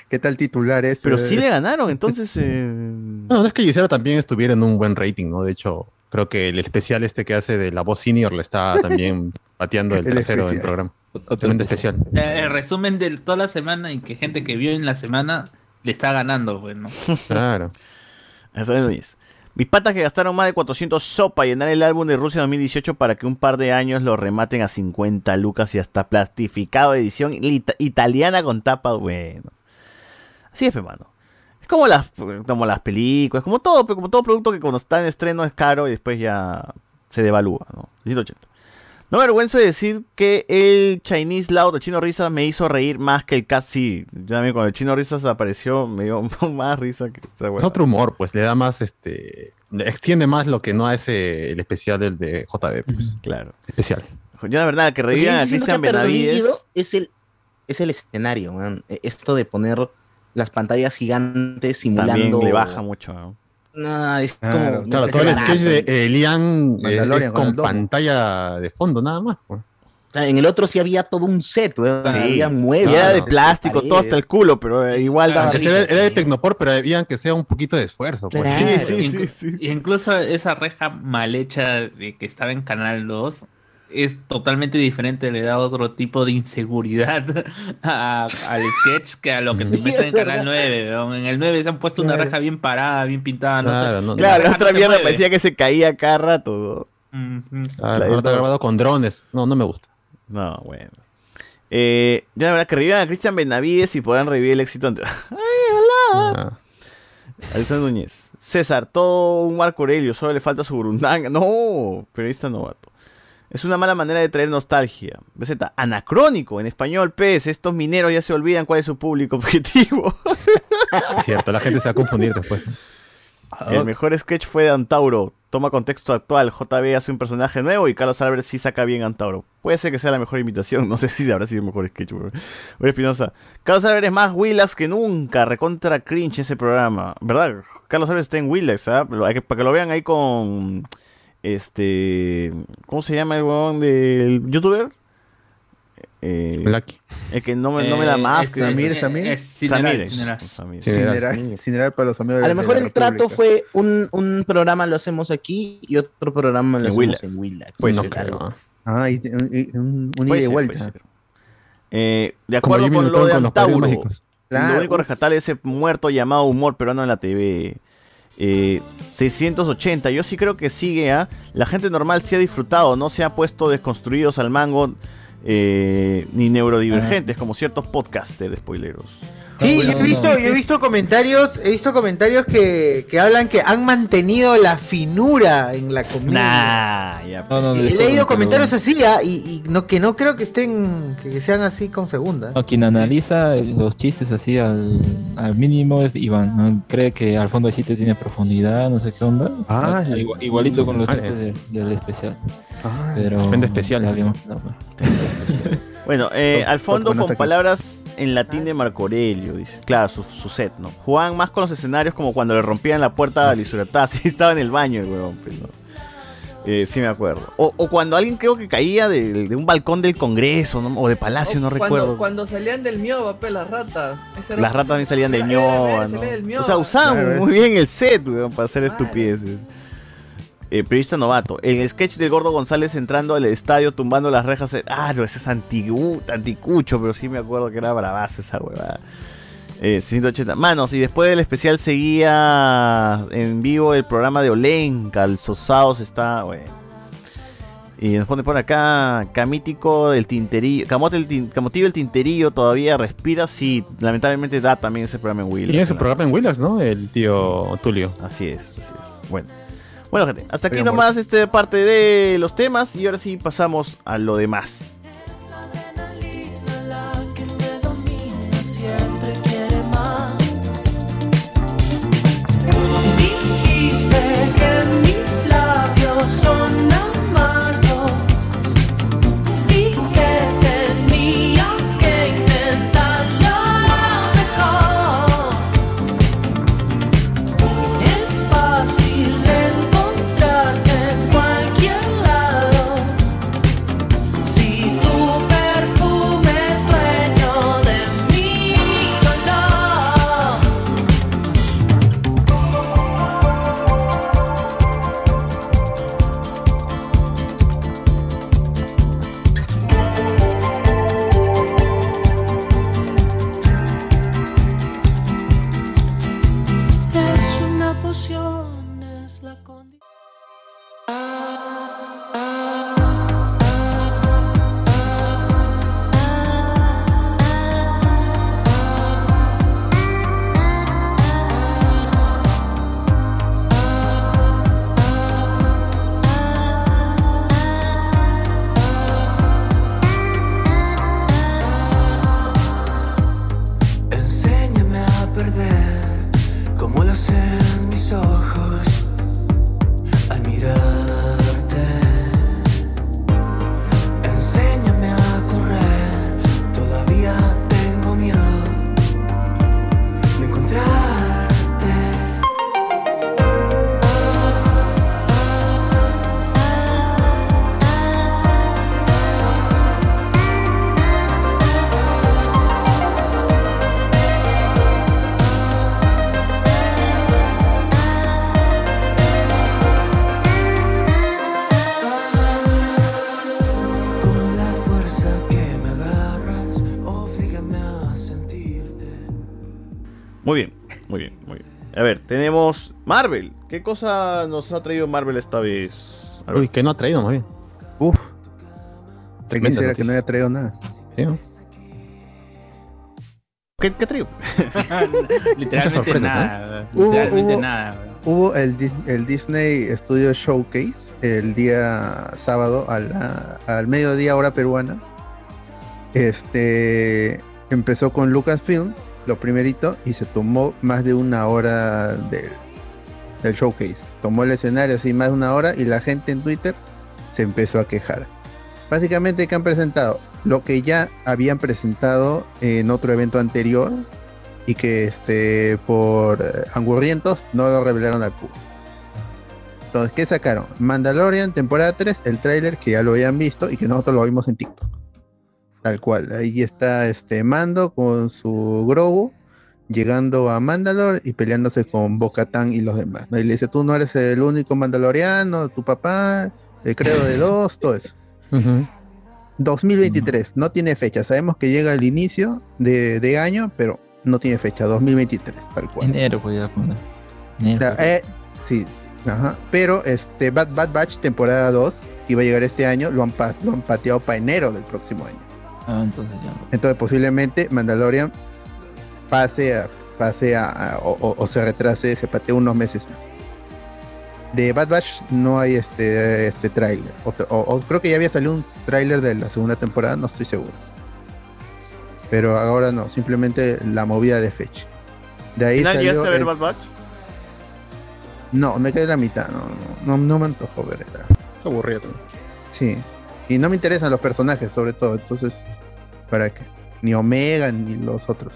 S4: ¿Qué tal titular es?
S3: Pero sí le ganaron, entonces. eh,
S5: No, no es que Gisela también estuviera en un buen rating, ¿no? De hecho, creo que el especial este que hace de la voz senior le está también pateando el
S15: El
S5: trasero
S15: especial.
S5: del programa. Totalmente especial.
S15: Eh, el resumen de toda la semana y que gente que vio en la semana le está ganando, pues, ¿no?
S5: Claro.
S3: Eso es lo que es. Mis patas que gastaron más de 400 sopa y llenar el álbum de Rusia 2018 para que un par de años lo rematen a 50 lucas y hasta plastificado edición lit- italiana con tapa. Bueno. Así es, hermano. Es como las, como las películas, como todo, como todo producto que cuando está en estreno es caro y después ya se devalúa, ¿no? 180. No me avergüenzo de decir que el Chinese Loud, el chino risas, me hizo reír más que el cat. Sí, yo también cuando el chino risas apareció me dio más risa que esa
S5: Es
S3: huevada.
S5: otro humor, pues le da más, este, le extiende más lo que no hace el especial del de JB, pues.
S3: Claro.
S5: Especial.
S3: Yo la verdad, que
S9: Lo que
S3: revivan
S9: yo
S3: a
S9: siento
S3: Cristian
S9: que ha
S3: Benavides.
S9: perdido Es el, es el escenario, weón. E- Esto de poner las pantallas gigantes simulando.
S3: También le baja mucho. ¿no?
S9: No, Ah, es como.
S5: Claro,
S9: no
S5: claro,
S9: sé,
S5: todo el
S9: barato.
S5: sketch de Elian es,
S9: Mandalorian con
S5: con
S9: el domo.
S5: pantalla de fondo, nada más. pues.
S9: En el otro sí había todo un set, weón.
S5: Sí.
S9: Había muebles. este,
S5: Y era de
S9: paredes.
S5: plástico, todo hasta el eh,
S3: culo, pero igual
S5: Aunque sea- era, de Tecnopor, pero había que sea un poquito de esfuerzo. pues.
S15: Y inc- y incluso esa reja mal hecha de que estaba en Canal 2 es totalmente diferente, le da otro tipo de inseguridad a- al sketch que a lo que se
S5: Sí,
S15: muestra
S5: es
S15: en Canal
S5: verdad.
S15: 9. weón. En el 9 se han puesto una reja bien parada, bien pintada. no sé.
S5: Claro, no,
S15: La
S3: Claro,
S15: reja
S3: la
S15: no
S3: otra
S15: se
S3: mierda
S15: mueve.
S3: parecía que se caía cada rato.
S15: ¿no?
S5: Claro, Ah, ahora está grabado con drones. No, no me gusta.
S3: No, bueno. Eh, yo la verdad que revivan a Cristian Benavides y podrán revivir el éxito anterior. Alexander Núñez. César, todo un Marco Aurelio, solo le falta su burundanga. No, periodista novato. Es una mala manera de traer nostalgia. BZ, anacrónico en español, pez. Estos mineros ya se olvidan cuál es su público objetivo.
S5: Es cierto, la gente se va a confundir después.
S3: El mejor sketch fue de Antauro. Toma contexto actual. JB hace un personaje nuevo y Carlos Álvarez sí saca bien a Antauro. Puede ser que sea la mejor imitación. No sé si habrá sido el mejor sketch, weón. Uri Espinosa. Carlos Álvarez más Willax que nunca. Recontra cringe ese programa. ¿Verdad? Carlos Álvarez está en Willax, ¿ah? Lo- hay que- Para que lo vean ahí con. Este. ¿Cómo se llama el weón del youtuber? Eh, El que no me, no me la
S4: Eh,
S3: más.
S4: es- Samir, es- Samir. es Cineral, Cineral. Cineral, cineral para los
S9: A
S4: amigos de
S9: lo
S4: la
S9: mejor el
S4: República.
S9: trato fue un, un programa lo hacemos aquí y otro programa lo
S3: En
S9: hacemos
S3: Willax.
S9: en Willax.
S3: Pues
S9: No,
S3: no
S9: claro.
S3: creo, ¿ah?
S4: Ah, y, y- y- un, un ida
S3: Puede
S4: y
S3: ser,
S4: vuelta.
S3: puede ser. Eh, de
S4: Como
S3: acuerdo
S4: Jimmy
S3: con lo
S4: Neutron
S3: de
S4: con los padres
S3: Antauro,
S4: mágicos. Claro.
S3: lo único rescatable es ese muerto llamado humor peruano en la TV. Eh, 680, yo sí creo que sigue, ¿ah? La gente normal se ha disfrutado, no se ha puesto desconstruidos al mango eh, ni
S4: Ah.
S3: neurodivergentes, como ciertos podcasters spoileros.
S8: Sí, yo he visto, yo he visto comentarios, he visto comentarios que, que hablan que han mantenido la finura en la comida.
S3: Nah, ya.
S8: Y he leído comentarios así ah, y, y no, que no creo que estén, que sean así con segunda.
S20: No, quien analiza los chistes así al, al mínimo es Iván. ¿no? Cree que al fondo el chiste tiene profundidad, no sé qué onda.
S5: Ah,
S20: Igual- igualito con los
S5: vale.
S20: chistes del- del especial.
S5: Ah,
S20: Pero
S5: depende especial.
S20: ya hablamos, no, pues.
S3: Bueno, eh, al fondo
S20: Bueno,
S3: con
S20: hasta aquí.
S3: palabras en latín de Marco Aurelio, dice. Claro, su, su set, ¿no? Jugaban más con los escenarios como cuando le rompían la puerta a Lisuretá. Ah, Sí, estaba en el baño el huevón, pues, ¿no? Eh, sí me acuerdo. O, o cuando alguien creo que caía de, de un balcón del Congreso, ¿no? O de Palacio, no
S16: cuando,
S3: recuerdo.
S16: Cuando salían del mioba, pe, las ratas. Ese era-
S3: Las ratas también salían del
S16: Era- era-
S3: ñoba,
S16: salía
S3: ¿no?
S16: del ñoba.
S3: O sea, usaban
S16: Claro, eh.
S3: muy bien el set, weón, para hacer estupideces. Eh, periodista novato. El sketch del gordo González entrando al estadio, tumbando las rejas. eh, Ah, no, ese es antigu- anticucho, pero sí me acuerdo que era bravaza esa huevada. Eh, 180. Manos, y después del especial seguía en vivo el programa de Olenka. El Sosaos está, bueno. Y nos pone por acá Camítico el Tinterillo. Camote el tin- Camotillo el Tinterillo todavía respira. Sí, lamentablemente da también ese programa en Will.
S5: Tiene su programa en Willas, ¿no? El tío Tulio.
S3: Así es, así es. Bueno. Bueno, gente, hasta aquí nomás este parte de los temas y ahora sí pasamos a lo demás.
S1: La que me domina siempre quiere más. Dijiste que mis labios son amargos y que tenía que intentarlo mejor. Es fácil encontrarte en cualquier lado. Si tu perfume es dueño de mi color es una poción, es la condición.
S22: Enséñame a perder como lo hacen mis ojos al mirarte. Enséñame a correr, todavía tengo miedo de encontrarte. Con la fuerza que me agarras, oblígame a sentirte.
S3: Muy bien, muy bien, muy bien. A ver, tenemos Marvel. ¿Qué cosa nos ha traído Marvel esta vez?
S5: Uy, que no ha traído más bien.
S4: Uf.
S5: Tremenda
S4: Quisiera que no
S5: noticia.
S4: haya traído nada.
S3: ¿Qué, qué trío?
S15: Literalmente
S4: sorpresas,
S15: nada.
S4: ¿eh? Hubo-
S15: Literalmente
S4: hubo-
S15: nada.
S4: Hubo el, Di- el Disney Studio Showcase el día sábado a la- al mediodía hora peruana. Este empezó con Lucasfilm, lo primerito, y se tomó más de una hora del, del showcase. Tomó el escenario así más de una hora y la gente en Twitter se empezó a quejar. Básicamente, que han presentado? Lo que ya habían presentado en otro evento anterior y que este, por eh, angurrientos no lo revelaron al público. Entonces, ¿qué sacaron? Mandalorian, temporada 3, el tráiler que ya lo habían visto y que nosotros lo vimos en TikTok. Tal cual. Ahí está este Mando con su Grogu llegando a Mandalor y peleándose con Bocatán y los demás. ¿no? Y le dice, tú no eres el único mandaloriano, tu papá, el credo de dos, todo eso. 2023, no tiene fecha. Sabemos que llega al inicio de, de año, pero no tiene fecha. 2023, tal cual.
S20: Enero, pues ya. pues, ¿no? Enero.
S4: Claro, eh, sí, ajá. Pero este Bad Bad Batch temporada 2, que que iba a llegar este año, lo han, pa- lo han pateado para enero del próximo año.
S20: Ah, entonces ya.
S4: Entonces posiblemente Mandalorian pase a, pase a, a- o, o- o se retrase, se patee unos meses más. De Bad Batch no hay este, este tráiler. Otro- O, o creo que ya había salido un tráiler de la segunda temporada, no estoy seguro. Pero ahora no, simplemente la movida de fecha. De ahí
S3: final
S4: salió
S3: llegaste a ver
S4: el-
S3: Bad Batch?
S4: No, me quedé en la mitad, no, no, no, no me antojo ver esta.
S5: Es aburrido.
S4: Sí. Y no me interesan los personajes, sobre todo. Entonces, ¿para qué? Ni Omega ni los otros.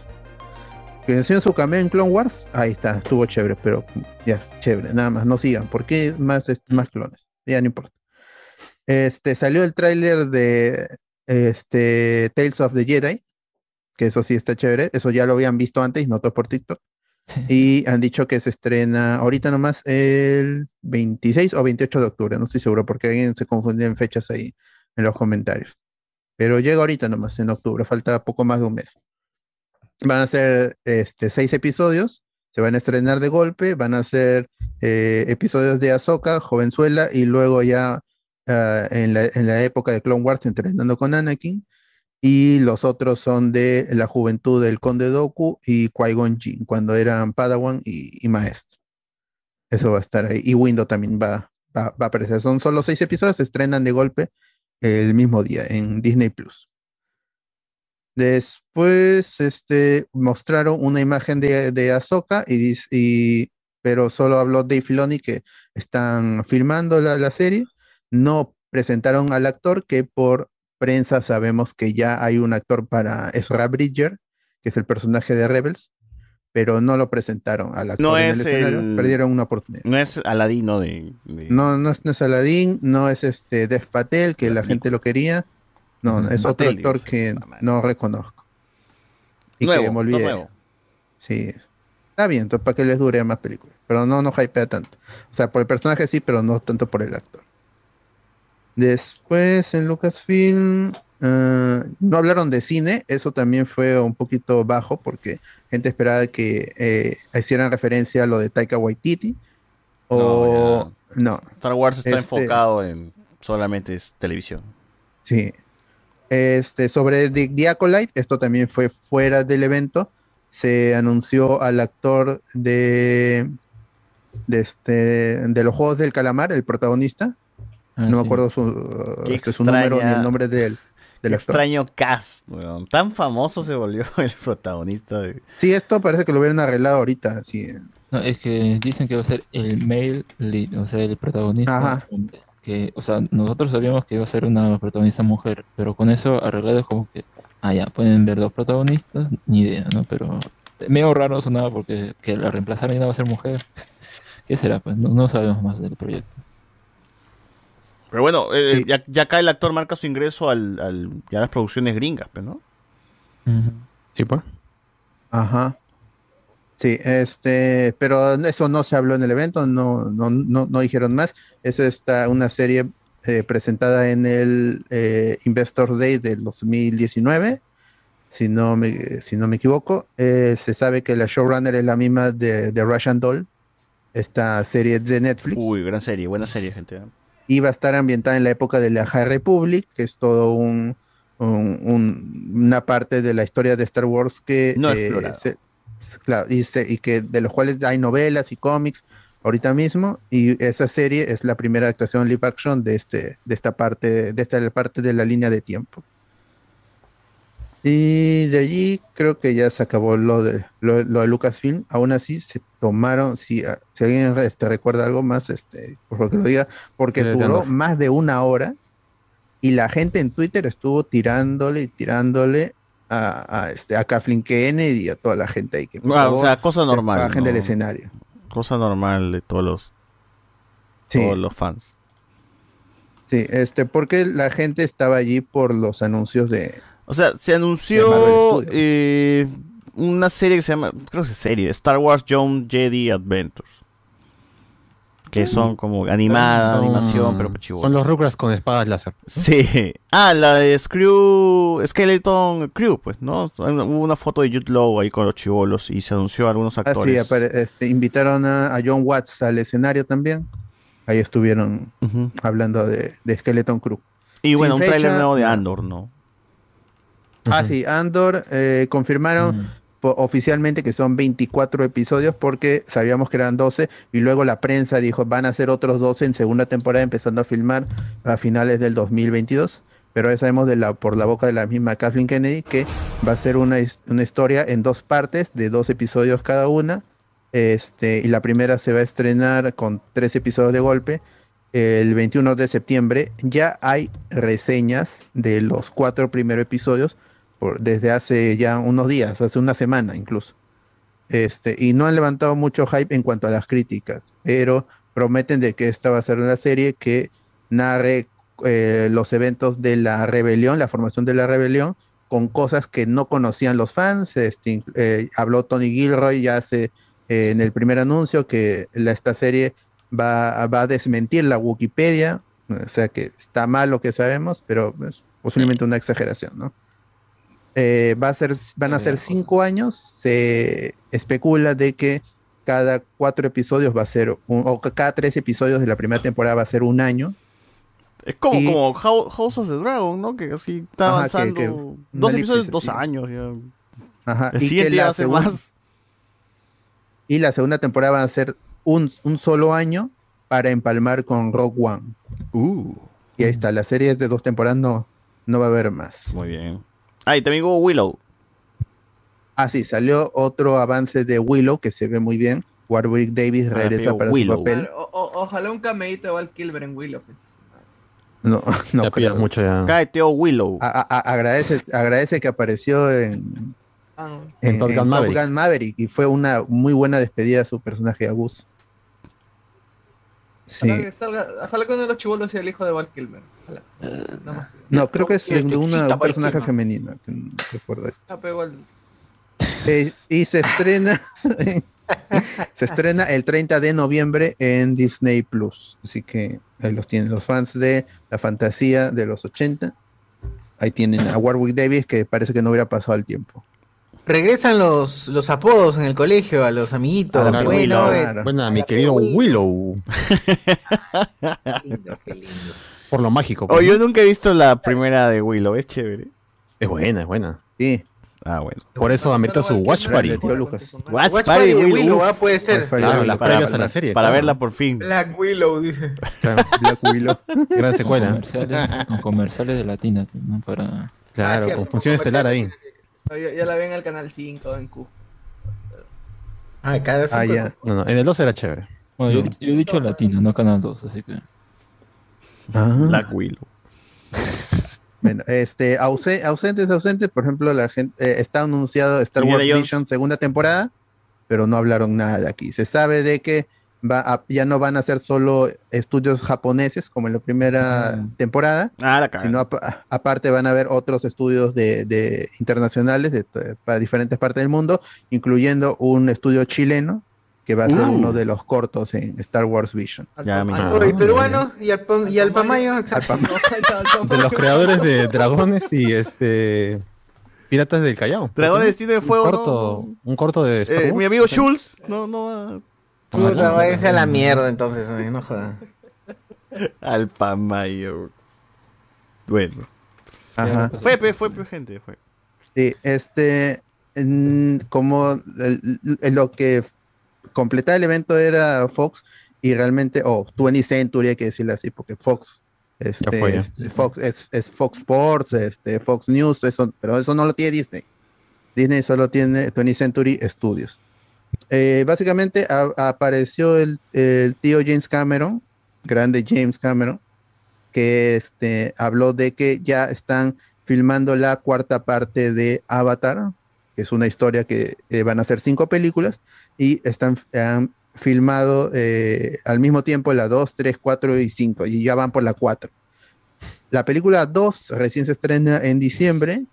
S4: Que hicieron su cameo en Clone Wars, ahí está, estuvo chévere, pero ya, chévere, nada más, no sigan. ¿Por qué más, est- más clones? Ya no importa. Este, salió el tráiler de este, Tales of the Jedi, que eso sí está chévere, eso ya lo habían visto antes, noto por TikTok. Y han dicho que se estrena ahorita nomás el 26 o 28 de octubre, no estoy seguro porque alguien se confundió en fechas ahí en los comentarios. Pero llega ahorita nomás en octubre, falta poco más de un mes. Van a ser este, seis episodios, se van a estrenar de golpe, van a ser eh, episodios de Ahsoka, Jovenzuela y luego ya ah, en, la, en la época de Clone Wars entrenando con Anakin y los otros son de la juventud del Conde Doku y Qui-Gon Jinn, cuando eran Padawan y, y maestro. Eso va a estar ahí. Y Window también va, va, va a aparecer. Son solo seis episodios, se estrenan de golpe el mismo día en Disney Plus. Después este, mostraron una imagen de, de Ahsoka, y, dis- y- pero solo habló Dave Filoni que están filmando la, la serie. No presentaron al actor, que por prensa sabemos que ya hay un actor para Ezra Bridger, que es el personaje de Rebels, pero no lo presentaron al actor.
S3: No
S4: en
S3: es
S4: el escenario.
S3: el-
S4: Perdieron una oportunidad.
S3: No es Aladino de. de-
S4: No, no es, no es Aladdin, no es este Dev Patel, que la gente lo quería. No, no, es otro
S3: Patel,
S4: actor que no reconozco. Y que
S3: Nuevo,
S4: me olvidé.
S3: no nuevo.
S4: Sí. Está bien, entonces para que les dure más películas. Pero no nos hypea tanto. O sea, por el personaje sí, pero no tanto por el actor. Después en Lucasfilm ah, no hablaron de cine, eso también fue un poquito bajo porque gente esperaba que eh, hicieran referencia a lo de Taika Waititi. O no,
S3: Star Wars está
S4: Este-
S3: enfocado en solamente es televisión.
S4: Sí. Este, sobre The, The Acolyte, esto también fue fuera del evento. Se anunció al actor de, de, este, de los Juegos del Calamar, el protagonista. no me acuerdo su,
S3: Qué
S4: este, su número ni
S3: extraña-
S4: el nombre de él.
S3: Qué
S4: Del actor.
S3: extraño cast, weón. Tan famoso se volvió el protagonista de.
S4: Sí, esto parece que lo hubieran arreglado ahorita. Sí.
S20: No, es que dicen que va a ser el male lead, o sea, el protagonista. hombre. Que, o sea, nosotros sabíamos que iba a ser una protagonista mujer, pero con eso arreglado es como que, ah, ya, pueden ver dos protagonistas, ni idea, ¿no? Pero medio raro sonaba porque que la reemplazaron y no va a ser mujer. ¿Qué será? Pues no, no sabemos más del proyecto.
S3: Pero bueno, eh, ya, ya acá el actor marca su ingreso al, al, ya a las producciones gringas, pues, ¿no?
S5: Sí, pues.
S4: Ajá. Sí, este, pero eso no se habló en el evento, no, no, no, no dijeron más. Eso está una serie eh, presentada en el eh, Investor Day del 2019, si no me, si no me equivoco. Eh, se sabe que la showrunner es la misma de, de Russian Doll, esta serie de Netflix
S3: Uy, gran serie, buena serie, gente. ¿eh?
S4: iba a estar ambientada en la época de la High Republic, que es todo un, un- un- una parte de la historia de Star Wars que
S3: No
S4: eh,
S3: explorada.
S4: se- s- claro, y, se- y que de los cuales hay novelas y cómics ahorita mismo y esa serie es la primera adaptación live action de este de esta parte de esta parte de la línea de tiempo. Y de allí creo que ya se acabó lo de, lo, lo de Lucasfilm. Aún así se tomaron, si, ah, si alguien este, recuerda algo más, este, por favor que lo diga, porque
S5: Eh,
S4: duró
S5: Gandalf.
S4: más de una hora y la gente en Twitter estuvo tirándole y tirándole a, a, este, a Kathleen Kennedy y a toda la gente ahí que por
S3: Ah, o
S4: favor,
S3: sea, cosa
S4: se
S3: normal,
S4: Bajen del
S3: ¿no?
S4: escenario.
S3: Cosa normal de todos los, todos los fans.
S4: Sí, este, porque la gente estaba allí por los anuncios de.
S3: O sea, se anunció eh, una serie que se llama, creo que es serie, Star Wars Young Jedi Adventures. Que
S4: Mm.
S3: son como animada,
S5: Son-
S3: animación, pero chivo.
S5: Son los Rugrats con espadas láser.
S3: Sí. Ah, la de Screw. Skeleton Crew, pues, ¿no? Hubo una foto de Jude Law ahí con los chivolos y se anunció a algunos
S4: Así,
S3: actores.
S4: este, invitaron a, a John Watts al escenario también. Ahí estuvieron hablando de, de Skeleton Crew.
S3: Y bueno, un
S4: Sin
S3: tráiler
S4: fecha,
S3: nuevo de
S4: no.
S3: Andor, ¿no?
S4: Ah, sí, Andor eh, confirmaron po- oficialmente que son 24 episodios porque sabíamos que eran 12 y luego la prensa dijo van a ser otros 12 en segunda temporada empezando a filmar a finales del 2022. Pero ya sabemos de la, por la boca de la misma Kathleen Kennedy que va a ser una, his- una historia en dos partes de dos episodios cada una. Este, y la primera se va a estrenar con tres episodios de golpe el 21 de septiembre. Ya hay reseñas de los cuatro primeros episodios por- desde hace ya unos días, hace una semana incluso. Este, y no han levantado mucho hype en cuanto a las críticas, pero prometen de que esta va a ser una serie que narre eh, los eventos de la rebelión, la formación de la rebelión, con cosas que no conocían los fans. Este, eh, habló Tony Gilroy ya hace eh, en el primer anuncio que la- esta serie va, va a desmentir la Wikipedia, o sea que está mal lo que sabemos, pero es posiblemente una exageración, ¿no? Eh, va a ser, van a ser cinco años. Se especula de que cada cuatro episodios va a ser, un- o ca- cada tres episodios de la primera temporada va a ser un año.
S3: Es como,
S4: Y-
S3: como How- House of the Dragon, ¿no? Que así
S4: Ajá,
S3: está
S4: que-
S3: avanzando.
S4: que
S3: dos
S4: una
S3: episodios,
S4: elipsis
S3: dos
S4: así.
S3: años. ya.
S4: Ajá,
S3: El siguiente ya va a ser
S4: segun-
S3: más.
S4: y la segunda temporada va a ser un, un solo año para empalmar con Rogue One.
S3: Uh.
S4: Y ahí está, la serie es de dos temporadas, no, no va a haber más.
S3: Muy bien. Ah, y también hubo Willow.
S4: Ah, sí, salió otro avance de Willow que se ve muy bien. Warwick Davis
S3: Ah,
S4: regresa
S3: pero
S4: para
S3: Willow.
S4: su papel.
S16: O- o- ojalá un cameíto de Val Kilmer en Willow.
S4: No, no
S5: Ya pillas mucho ya.
S3: Cállate, oh Willow.
S4: agradece, agradece que apareció en,
S16: Ah.
S4: en,
S5: Top
S4: en
S5: Gun
S4: Top
S5: Maverick.
S4: Gun Maverick y fue una muy buena despedida a su personaje a Gus. Sí.
S16: Ojalá que salga, ojalá que uno de los chibolos sea el hijo de Val Kilmer. Ojalá. Nada más.
S4: No, creo que es de
S5: Este,
S16: Yo-
S4: una-
S16: yo-
S4: un personaje femenino. que no recuerdo.
S16: Ah, pero igual.
S4: Eh, y se estrena se estrena el 30 de noviembre en Disney Plus. Así que ahí los tienen los fans de la fantasía de los 80. Ahí tienen a Warwick Davis que parece que no hubiera pasado el tiempo.
S2: Regresan los, los apodos en el colegio a los amiguitos.
S5: Ah,
S2: Bueno,
S5: Willow.
S2: eh,
S5: Bueno, mi querido Willow. Por lo mágico. pues.
S3: Oh, yo nunca he visto la primera de Willow. Es chévere.
S5: Es buena, es buena.
S4: Sí.
S3: Ah, bueno.
S5: Por eso ameritó su Watch Party.
S3: Watch,
S2: Watch
S3: Party
S2: Party de
S3: Willow.
S2: Willow,
S3: Uf.
S2: ah, puede ser. Watch
S5: de
S2: Party
S3: Claro,
S5: Willow.
S3: las
S5: Para-
S3: previas a
S5: para-
S3: la serie.
S5: para
S3: Para verla
S5: verla
S3: por fin.
S2: Black Willow, dije.
S4: Black Willow.
S5: Gran secuela.
S20: Con comerciales, con comerciales de Latina, ¿no? Para...
S5: Claro,
S20: cierto,
S5: con función estelar ahí.
S16: Yo, yo la vi en el canal 5 en Q.
S2: Ah, cada
S5: Ah,
S20: cinco-
S5: ya. No, no, en el 2 era chévere.
S20: Bueno, yo, yo he dicho Latina, no Canal 2, así que...
S4: Ah.
S3: Black Willow.
S4: Bueno, este, ausen- ausentes, ausentes, por ejemplo, la gente eh, está anunciado Star
S3: Indiana
S4: Wars
S3: Jones.
S4: Vision segunda temporada, pero no hablaron nada de aquí. Se sabe de que va a- ya no van a ser solo estudios japoneses como en la primera temporada, sino apa- aparte van a haber otros estudios de, de internacionales de to- para diferentes partes del mundo, incluyendo un estudio chileno que va a ser
S2: Uh.
S4: uno de los cortos en Star Wars Vision. Ah,
S2: Al peruano y al, pam- y al pamayo, exacto.
S5: De los creadores de Dragones y este. Piratas del Callao.
S3: Dragón de Destino de Fuego,
S5: Un corto, un corto de. Star
S3: Eh,
S5: Wars.
S3: mi amigo Schultz. No, no va.
S2: Puta, váyanse a la mierda entonces, eh, no jodan.
S3: Al pamayo. Bueno.
S4: Ajá.
S3: Fue, pe, fue, pe, gente. Fue.
S4: Sí, este, en- como el- el- lo que f- completaba el evento era Fox y realmente, o 20 Century, hay que decirlo así, porque Fox, este,
S5: fue, ya.
S4: este, Fox es, es Fox Sports, este, Fox News, eso, pero eso no lo tiene Disney. Disney solo tiene 20 Century Studios. Eh, básicamente a- apareció el, el tío James Cameron, grande James Cameron, que este, habló de que ya están filmando la cuarta parte de Avatar, que es una historia que eh, van a ser cinco películas, y están han filmado eh, al mismo tiempo la 2, 3, 4 y 5, y ya van por la 4. La película 2 recién se estrena en diciembre,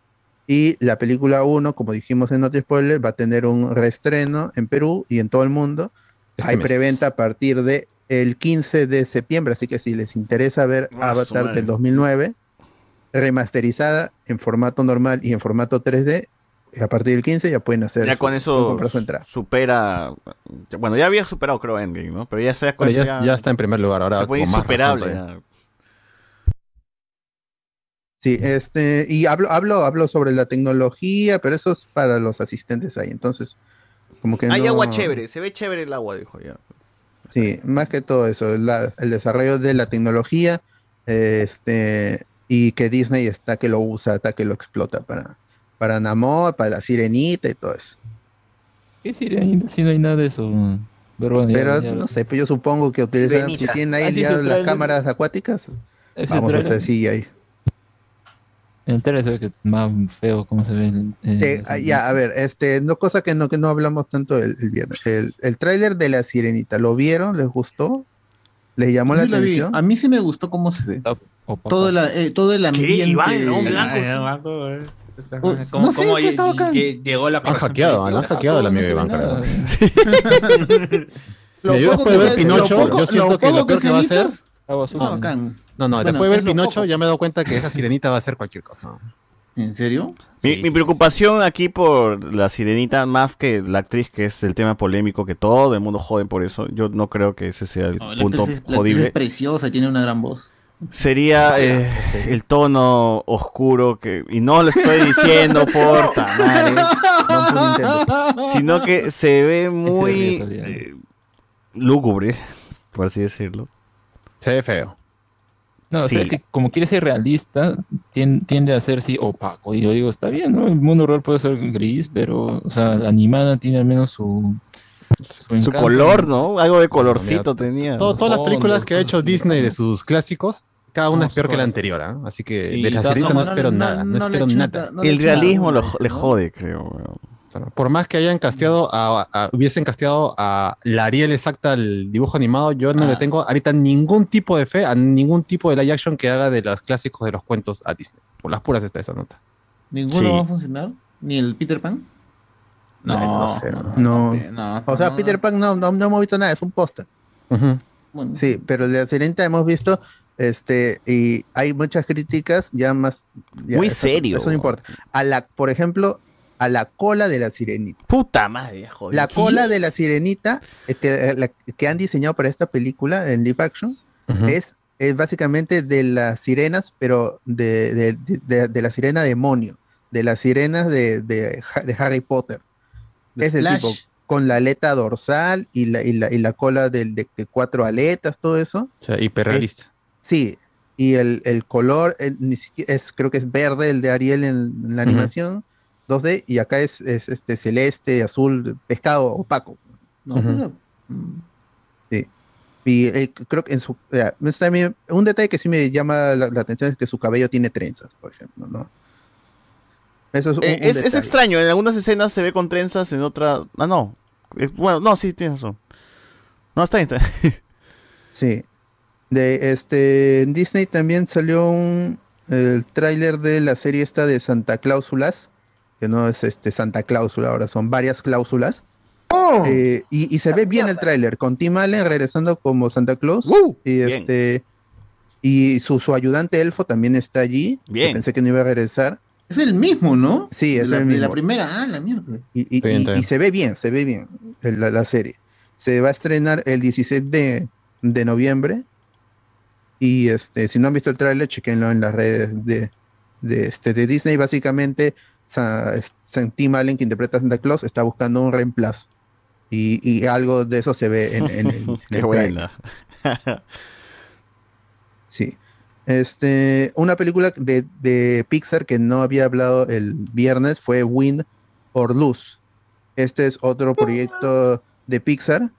S4: y la película 1, como dijimos en Not Spoiler, va a tener un reestreno en Perú y en todo el mundo.
S5: Este
S4: Hay
S5: mes.
S4: preventa a partir de el 15 de septiembre, así que si les interesa ver
S5: Ah, su
S4: Avatar
S5: madre.
S4: del 2009 remasterizada en formato normal y en formato 3D, a partir del 15 ya pueden hacer
S3: Ya
S4: su-
S3: con
S4: pueden
S3: eso
S4: comprar su entrada.
S3: supera. Bueno, ya había superado, creo, Endgame, ¿no? Pero ya sea
S5: Pero ya, ya está en primer lugar ahora.
S3: Se puede
S5: con más
S3: insuperable.
S5: razón todavía.
S3: ya.
S4: Sí, este, y hablo, hablo, hablo sobre la tecnología, pero eso es para los asistentes ahí. Entonces, como que
S3: Hay
S4: no-
S3: agua chévere, se ve chévere el agua, dijo ya.
S4: Sí, más que todo eso, la- el desarrollo de la tecnología, eh, este, y que Disney está que lo usa, está que lo explota para, para Namor, para la sirenita y todo eso.
S20: ¿Qué sirenita si no hay nada de eso? man? Pero bueno, ya-
S4: Pero
S20: ya-
S4: no sé, pues yo supongo que utilizan, si
S20: Sirenita.
S4: tienen
S20: ¿Has
S4: ahí
S20: visto
S4: ya
S20: el
S4: las
S20: tráiler?
S4: cámaras acuáticas,
S20: ¿Ese
S4: vamos este, a
S20: tráiler?
S4: hacer CGI.
S20: En el trailer se ve que más feo cómo se ve. el- el-
S4: Te- ah, ya, a ver, este, no, cosa que no, que no hablamos tanto el, el viernes. El, el tráiler de la sirenita, ¿lo vieron? ¿Les gustó? ¿Les llamó la
S23: Sí lo vi.
S4: atención?
S23: A mí sí me gustó cómo se ve. Todo, la, eh, todo el ambiente.
S15: Ay, blanco, eh.
S23: Pues,
S15: ¿Cómo,
S23: no sé,
S15: cómo
S23: pues, estaba acá.
S15: lle- llegó la
S5: Han Ah, hackeado, ¿no? Han hackeado el amigo Iván, creo.
S23: Lo
S5: Mira, yo
S23: poco
S5: después de
S23: que
S5: ver
S23: se- lo
S5: Pinocho,
S23: poco-
S5: yo siento
S23: lo
S5: que lo
S23: poco
S5: peor
S23: que
S5: que va a
S23: se
S5: ser.
S23: hizo, está bacán.
S5: No, no,
S23: Bueno,
S5: después de
S23: es
S5: ver
S23: lo
S5: Pinocho
S23: poco.
S5: ya me he dado cuenta que esa sirenita va a ser cualquier cosa.
S23: ¿En serio?
S3: Mi, mi preocupación aquí por la sirenita, más que la actriz, que es el tema polémico que todo el mundo jode por eso, yo no creo que ese sea el
S23: No, la
S3: punto
S23: actriz es- la actriz es
S3: jodible.
S23: preciosa y tiene una gran voz.
S3: Sería eh, el tono oscuro que. Y no lo estoy diciendo, porta madre. Sino que se ve muy eh, lúgubre, por así decirlo.
S5: Se ve feo.
S20: No, o sea,
S3: Sí.
S20: que como quiere ser realista, tien- tiende a ser sí opaco. Y yo digo, está bien, ¿no? El mundo real puede ser gris, pero, o sea, la animada tiene al menos su. Su,
S3: Su
S20: encanto.
S3: color, ¿no? Algo de colorcito
S20: Mira,
S3: tenía.
S5: Todo- todas las películas
S20: Fondo,
S5: que ha hecho Disney de sus clásicos, cada una es peor que la anterior, ¿ah? Así que de la
S3: todas
S5: sirenita no
S3: son-
S5: espero
S3: no-
S5: nada, no
S3: no le
S5: espero
S3: echo
S5: nada.
S3: nada, no le El echo nada. realismo lo- le jode, creo.
S5: Por más que hayan casteado, a- a- hubiesen casteado a la Ariel exacta al dibujo animado, yo
S4: Ah.
S5: no le tengo ahorita ningún tipo de fe a ningún tipo de live action que haga de los clásicos de los cuentos a Disney. Por las puras está esa nota.
S23: ¿Ninguno
S5: Sí.
S23: va a funcionar? ¿Ni el Peter Pan?
S5: No, no sé.
S4: No.
S23: no,
S4: o sea,
S23: no,
S4: Peter Pan no, no, no hemos visto nada, es un póster.
S23: Bueno.
S4: Sí, pero la sirenita hemos visto, este, y hay muchas críticas ya más. ya,
S3: Muy
S4: eso-
S3: serio.
S4: Eso no importa. A la, por ejemplo, a la cola de la sirenita.
S3: Puta madre, joder.
S4: La cola de la sirenita eh, que, eh, la- que han diseñado para esta película en live action es, es básicamente de las sirenas, pero de, de- de- de- de la sirena demonio, de las sirenas de, de Ha- de Harry Potter.
S23: De
S4: es el
S23: Flash.
S4: tipo con la aleta dorsal y la, y la, y la cola del- de, de cuatro aletas, todo eso.
S5: O sea, hiperrealista.
S4: Sí, y el, el color eh, ni siquiera es, creo que es verde el de Ariel en, la
S5: Ujú.
S4: animación 2D, y acá es, es, este celeste, azul, pescado opaco.
S23: No,
S4: Ujú.
S23: pero-
S4: Sí. Y eh, c- creo que en su. eh, eso también, un detalle que sí me llama la, la atención es que su cabello tiene trenzas, por ejemplo, ¿no? Eso es, un-
S3: Eh,
S4: un
S3: es, es
S4: detalle.
S3: extraño, en algunas escenas se ve con trenzas, en otras. Ah, no. Eh, Bueno, no, sí, tienes razón. No, está bien. está bien.
S4: Sí. De este en Disney también salió un el tráiler de la serie esta de Santa Cláusulas, que no es este Santa Cláusula, ahora son varias cláusulas.
S23: ¡Oh!
S4: Eh, y, y se ve bien el tráiler, con Tim Allen regresando como Santa Claus. y
S23: Bien.
S4: este y su, su ayudante elfo también está allí. que
S23: Bien.
S4: Pensé que no iba a regresar.
S23: Es el mismo, ¿no?
S4: Sí, es
S23: de la,
S4: el
S23: de
S4: mismo.
S23: la primera, ah, la mierda.
S4: Y, y-
S23: Está bien,
S4: y-
S23: está bien.
S4: y se ve bien, se ve bien el- la, la serie. Se va a estrenar el 16 de, de noviembre. Y este, si no han visto el tráiler, chequenlo en las redes de, de, este, de Disney. Básicamente, Sa- San Tim Allen, que interpreta a Santa Claus, está buscando un reemplazo. Y, y algo de eso se ve en, en el, en el
S3: Qué
S4: tráiler.
S3: buena.
S4: Sí. Este, una película de, de Pixar que no había hablado el viernes fue Win or Lose. Este es otro proyecto de Pixar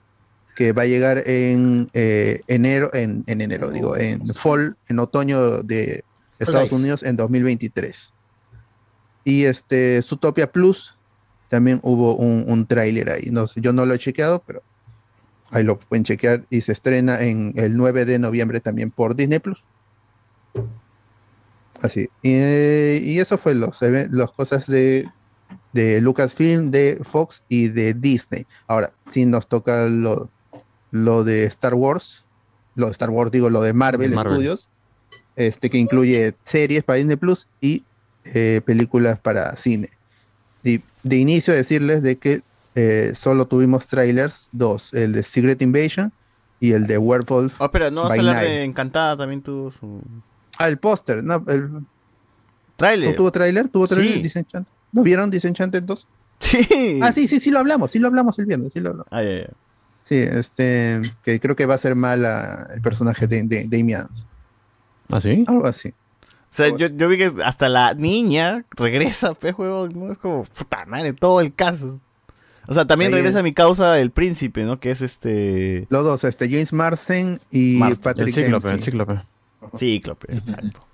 S4: que va a llegar en eh, enero, en, en enero, digo, en fall, en otoño de Estados
S23: Nice.
S4: Unidos en 2023. Y este, Zootopia Plus, también hubo un, un tráiler ahí. No, sé, yo no lo he chequeado, pero ahí lo pueden chequear. Y se estrena en el 9 de noviembre también por Disney Plus. Así. Y, eh, y eso fue los, eve- las cosas de, de Lucasfilm, de Fox y de Disney. Ahora, si nos toca lo, lo de Star Wars, lo de Star Wars, digo, lo de Marvel,
S5: De Marvel.
S4: Studios, este, que incluye series para Disney Plus y eh, películas para cine. de, de inicio decirles de que eh, solo tuvimos trailers, dos, el de Secret Invasion y el de Werewolf.
S3: Ah, espera, ¿no vas a
S4: by
S3: hablar
S4: Night.
S3: de Encantada también tú? su-
S4: Ah, el póster, no, el...
S3: Trailer.
S4: ¿No tuvo trailer? ¿Tuvo trailer?
S3: Sí.
S4: Disenchant. ¿Lo vieron Disenchanted 2?
S3: Sí.
S4: Ah, sí, sí, sí lo hablamos, sí lo hablamos el viernes, sí lo hablamos. Sí, este, que creo que va a ser mala el personaje de, de, de Amy Adams.
S5: ¿Ah, sí?
S4: Algo así.
S3: O sea, yo, yo vi que hasta la niña regresa, pe juego, ¿no? Es como, puta madre, todo el caso. O sea, también
S4: Ahí
S3: regresa
S4: es.
S3: mi causa el príncipe, ¿no? Que es este.
S4: Los dos, este, James Marsden y
S3: Marsden.
S4: Patrick
S3: El cíclope,
S4: Dempsey.
S3: el cíclope. Cíclope, exacto.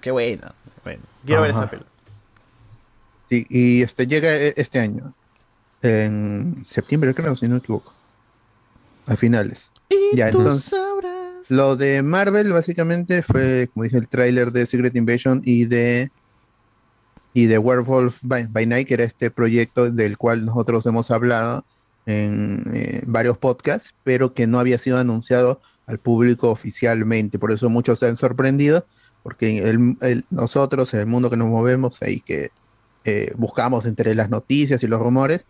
S3: Qué buena. Bueno, quiero ver
S4: Ajá.
S3: esa pelota.
S4: Sí, y este, llega eh, este año. En septiembre, creo, si no me equivoco. A finales. ya,
S22: tú
S4: entonces. Lo de Marvel, básicamente, fue, como dije, el tráiler de Secret Invasion y de. Y de Werewolf by, by Night, que era este proyecto del cual nosotros hemos hablado en eh, varios podcasts, pero que no había sido anunciado al público oficialmente. Por eso muchos se han sorprendido, porque el- el- nosotros, en el mundo que nos movemos, ahí que eh, buscamos entre las noticias y los rumores.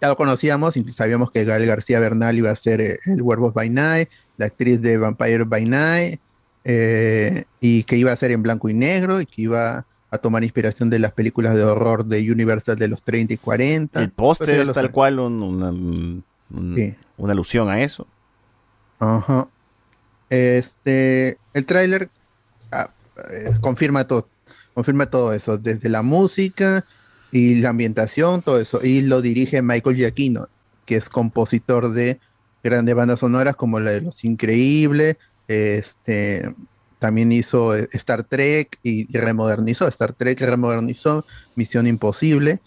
S4: Ya lo conocíamos, incluso sabíamos que Gael García Bernal iba a ser eh, el Werewolf by Night, la actriz de Vampire by Night, eh, y que iba a ser en blanco y negro, y que iba a tomar inspiración de las películas de horror de Universal de los 30 y 40.
S3: El
S4: Entonces
S3: póster
S4: Pues ya
S3: es
S4: lo
S3: tal
S4: sabe.
S3: cual un- una, un- un-
S4: Sí.
S3: una alusión a eso.
S4: Ajá. Este, el tráiler ah, eh, confirma todo, confirma todo eso, desde la música y la ambientación, todo eso. Y lo dirige Michael Giacchino, que es compositor de grandes bandas sonoras como la de Los Increíbles, este, también hizo eh, Star Trek y, y remodernizó, Star Trek remodernizó Misión Imposible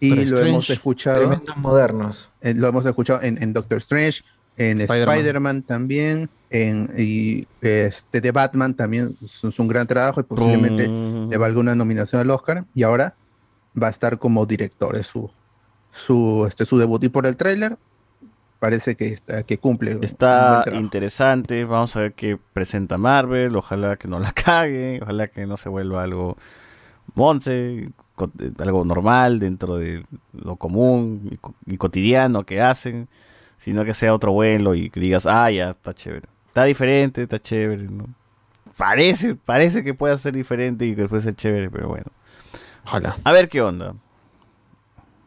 S4: y
S2: Pero
S4: lo
S2: Strange,
S4: hemos escuchado
S2: tremendos modernos.
S4: eh, lo hemos escuchado en, en Doctor Strange, en
S2: Spider-Man.
S4: Spider-Man también, en y, este de Batman también es, es un gran trabajo y posiblemente
S3: Tum.
S4: le valga una nominación al Oscar. Y ahora va a estar como director, es su, su, este, su debut. Y por el tráiler parece que, está, que cumple. un buen
S3: Está
S4: trabajo.
S3: interesante, vamos a ver qué presenta Marvel, ojalá que no la cague, ojalá que no se vuelva algo monce, co- eh, algo normal dentro de lo común y, co- y cotidiano que hacen, sino que sea otro vuelo y que digas, ah, ya, está chévere, está diferente, está chévere, ¿no? Parece, parece que pueda ser diferente y que puede ser chévere, pero bueno.
S5: Ojalá.
S3: A ver qué onda.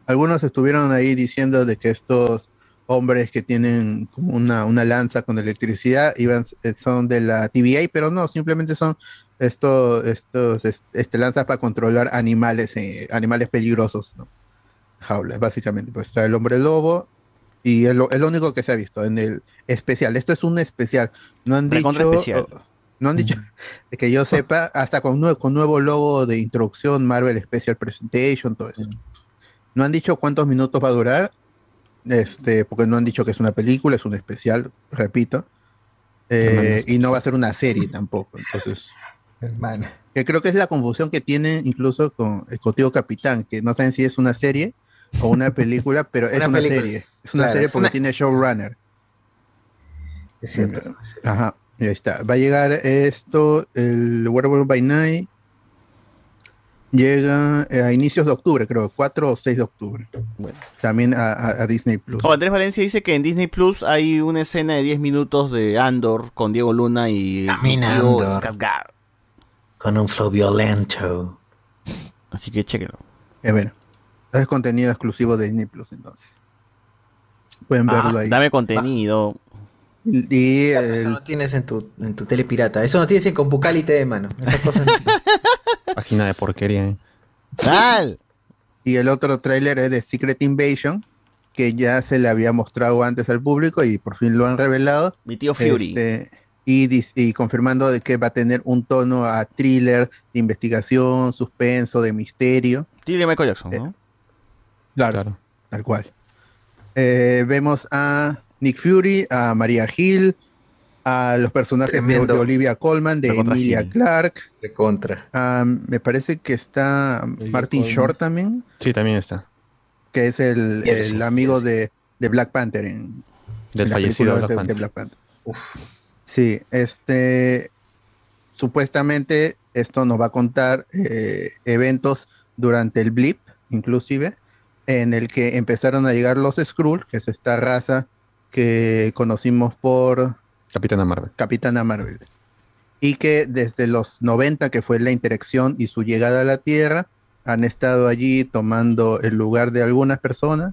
S4: Algunos estuvieron ahí diciendo de que estos hombres que tienen como una, una lanza con electricidad iban, eh, son de la TVA, pero no, simplemente son estos, estos es- este, lanzas para controlar animales, eh, animales peligrosos, ¿no? Jaulas, básicamente. Pues está el hombre lobo y es lo, es lo único que se ha visto en el especial. Esto es un especial. No han dicho...
S3: Recontra especial.
S4: oh, no han dicho que yo sepa, hasta con, nue- con nuevo logo de introducción, Marvel Special Presentation, todo eso. No han dicho cuántos minutos va a durar, este, porque no han dicho que es una película, es un especial, repito. Eh, y no va a ser una serie tampoco. Entonces,
S2: Hermano.
S4: que creo que es la confusión que tienen incluso con el Contigo Capitán, que no saben si es una serie o una película, pero es
S2: Una
S4: una,
S2: película.
S4: serie. Es una
S2: Claro,
S4: serie
S2: es
S4: porque
S2: una-
S4: tiene showrunner.
S2: Es cierto.
S4: Ajá, y ahí está. Va a llegar esto, el Werewolf by Night. Llega eh, a inicios de octubre, creo, 4 o 6 de octubre. También a, a- a Disney Plus.
S5: Pues,
S3: Oh, Andrés Valencia dice que en Disney Plus hay una escena de 10 minutos de Andor con Diego Luna y
S2: Caminando.
S3: Diego Skarsgård.
S2: Con un flow violento.
S3: Así que chequenlo.
S4: Es Eh, bueno. Es contenido exclusivo de Disney Plus, entonces. Pueden verlo
S3: Ah,
S4: ahí.
S3: Dame contenido.
S4: Y
S2: Eso no tienes en tu, en tu tele pirata. Eso no tienes en Compucal y TV, mano. Esas cosas no.
S5: Página de porquería, ¿eh?
S4: Y el otro tráiler es de Secret Invasion, que ya se le había mostrado antes al público y por fin lo han revelado.
S3: Mi tío Fury.
S4: Este, y, dis- y confirmando de que va a tener un tono a thriller, de investigación, suspenso, de misterio.
S3: Dile Michael Jackson, ¿no?
S5: Eh,
S4: Claro. Tal cual. Eh, vemos a Nick Fury, a Maria Hill, a los personajes de,
S2: Tremendo.
S4: de Olivia Colman, de
S2: Recontra
S4: Emilia
S2: Hill.
S4: Clark.
S2: De contra.
S4: Ah, me parece que está Martin
S5: Colman.
S4: Short también,
S5: Sí, también está.
S4: que es el,
S5: Yes,
S4: el amigo de, de Black Panther en,
S5: Del
S4: en la
S5: fallecido
S4: película
S5: Black
S4: de- de
S5: Panther.
S4: Black Panther. Sí, este supuestamente esto nos va a contar eh, eventos durante el blip, inclusive, en el que empezaron a llegar los Skrull, que es esta raza que conocimos por...
S5: Capitana Marvel.
S4: Capitana Marvel. Y que desde los 90, que fue la interacción y su llegada a la Tierra, han estado allí tomando el lugar de algunas personas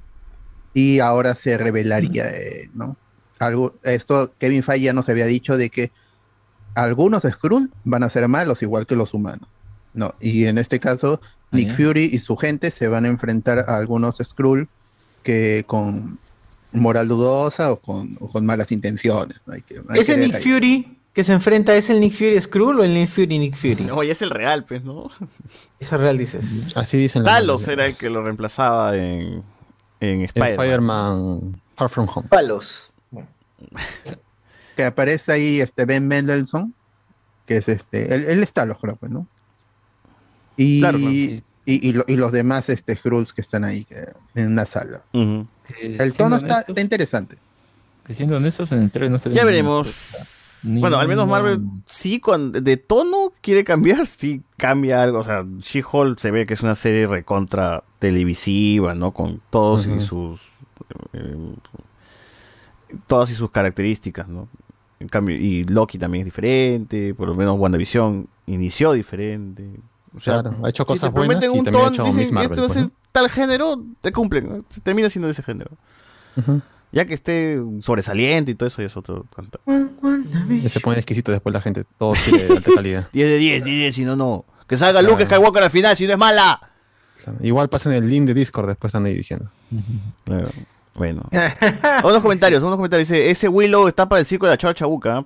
S4: y ahora se revelaría, eh, ¿no? Algo, esto Kevin Feige ya nos había dicho de que algunos Skrull van a ser malos igual que los humanos, ¿no? Y en este caso, Nick
S24: ya.
S4: Fury y su gente se van a enfrentar a algunos Skrull que con moral dudosa o con, o con malas intenciones, ¿no? Hay que- hay
S2: ¿Ese
S4: que ver
S2: Nick
S4: ahí.
S2: Fury que se enfrenta es el Nick Fury Skrull o el Nick Fury Nick Fury?
S3: No, y es el real, pues, ¿no?
S2: Eso es real, dices.
S5: Así dicen las
S3: Talos
S5: noticias.
S3: era el que lo reemplazaba en, en
S5: En
S3: Spider-Man.
S5: Spider-Man Far From Home.
S2: Palos.
S4: Que aparece ahí este Ben Mendelssohn, que es este, él, él está los creo, pues, ¿no? Y,
S20: Claro, claro, sí.
S4: y, y lo- y los demás este, Skrulls que están ahí que- en una sala.
S2: Eh,
S20: Que,
S4: El tono
S20: siendo
S4: está,
S20: honestos-
S4: está interesante.
S20: que siendo honestos, en el trailer no se ve
S3: Ya
S20: ninguna
S3: veremos.
S20: sorpresa. Ni
S3: Bueno, al menos
S20: una-
S3: Marvel sí, cuando de tono quiere cambiar, sí cambia algo. O sea, She-Hulk se ve que es una serie recontra televisiva, ¿no? Con todos y
S5: Ujú.
S3: sus. eh, todas y sus características, ¿no? En cambio, y Loki también es diferente, por lo menos WandaVision inició diferente. O sea,
S5: Claro, ha hecho
S3: si te
S5: cosas buenas
S3: prometen
S5: y
S3: un
S5: también ha
S3: tono,
S5: hecho
S3: dicen,
S5: Miss Marvel,
S3: "Este va a
S5: pues,
S3: ser
S5: ¿no?
S3: tal género, te cumplen, ¿no? Se termina siendo ese género. Ya que esté sobresaliente y todo eso, ya es otro cantar.
S5: Ya Se pone exquisito después la gente. Todo quiere alta calidad.
S3: 10 de 10, 10 de 10, si no, no. Que salga Luke Skywalker al final, si no es mala.
S5: Igual pasen el link de Discord, después están ahí diciendo.
S3: Bueno. unos comentarios, unos comentarios. Dice, ese Willow está para el circo de la chava chabuca.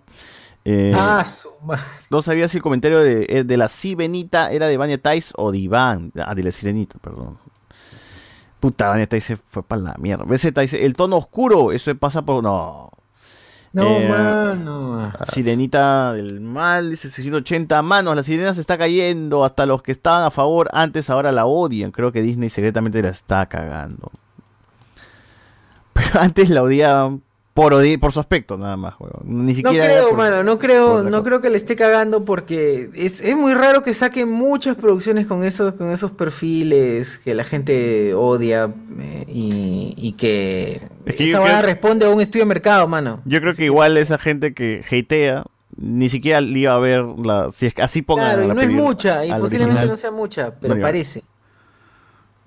S3: Eh,
S2: Ah, su ma-
S3: No sabía si el comentario de, eh, de la Sibenita era de Vania Tais o de Iván. Ah, de la Sirenita, perdón. Puta, Vania Tais se fue para la mierda. BZ dice, el tono oscuro, eso pasa por... No.
S2: No,
S3: Eh,
S2: mano.
S3: Sirenita del mal, dice 680 manos, la sirena se está cayendo, hasta los que estaban a favor antes ahora la odian, creo que Disney secretamente la está cagando. Pero antes la odiaban por, odi- por su aspecto nada más, huevón. ni
S2: No
S3: siquiera... era
S2: creo,
S3: por-
S2: mano, no creo, no creo que le esté cagando porque es, es muy raro que saquen muchas producciones con esos, con esos perfiles que la gente odia eh, y, y que
S3: Es que yo
S2: esa vaina
S3: creo-
S2: responde a un estudio de mercado, mano.
S3: Yo creo que igual esa gente que hatea, ni siquiera le iba a ver la... Si es que así pongan
S2: Claro, y
S3: la
S2: no es
S3: peli-
S2: mucha, y
S3: al
S2: posiblemente
S3: original.
S2: no sea mucha, pero
S3: Bueno,
S2: parece.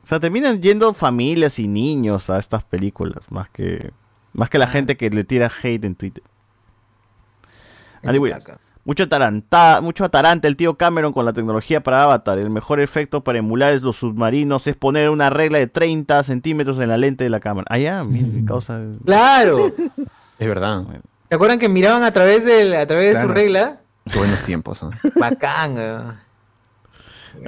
S3: O sea, terminan yendo familias y niños a estas películas, más que más que la gente que le tira hate en Twitter. Andy Williams. Mucho ataranta, mucho ataranta el tío Cameron con la tecnología para Avatar. El mejor efecto para emular los submarinos es poner una regla de 30 centímetros en la lente de la cámara. Ah, ya, mi causa.
S2: Claro.
S5: Es verdad.
S2: ¿Te acuerdan que miraban a través de, a través de
S3: Claro.
S2: su regla?
S5: Qué buenos tiempos. ¿eh?
S2: Bacán, weón.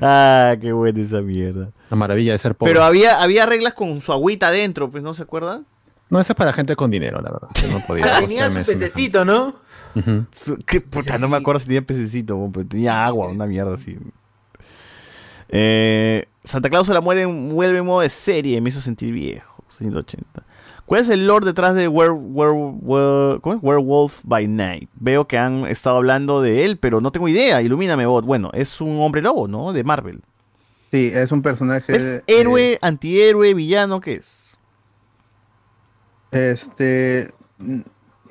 S3: Ah, qué buena esa mierda.
S5: La maravilla de ser pobre.
S3: Pero había, había reglas con su agüita adentro, pues, ¿no se acuerdan?
S5: No, eso es para gente con dinero, la verdad. que No podía.
S2: Ah, tenía su
S5: costearme eso.
S2: pececito, ¿no?
S5: Ujú.
S3: Su- ¿Qué puta? No me acuerdo si tenía pececito, weón, pero tenía agua, una mierda así. Eh, Santa Claus la muere en- vuelve en modo de serie, me hizo sentir viejo. 680. ¿Cuál es el lore detrás de Were- Were- Were- ¿cómo es? Werewolf by Night? Veo que han estado hablando de él, pero no tengo idea. Ilumíname, bot. Bueno, es un hombre lobo, ¿no? De Marvel.
S4: Sí, es un personaje.
S3: ¿Es héroe, antihéroe, villano? ¿Qué Eh, es?
S4: Este.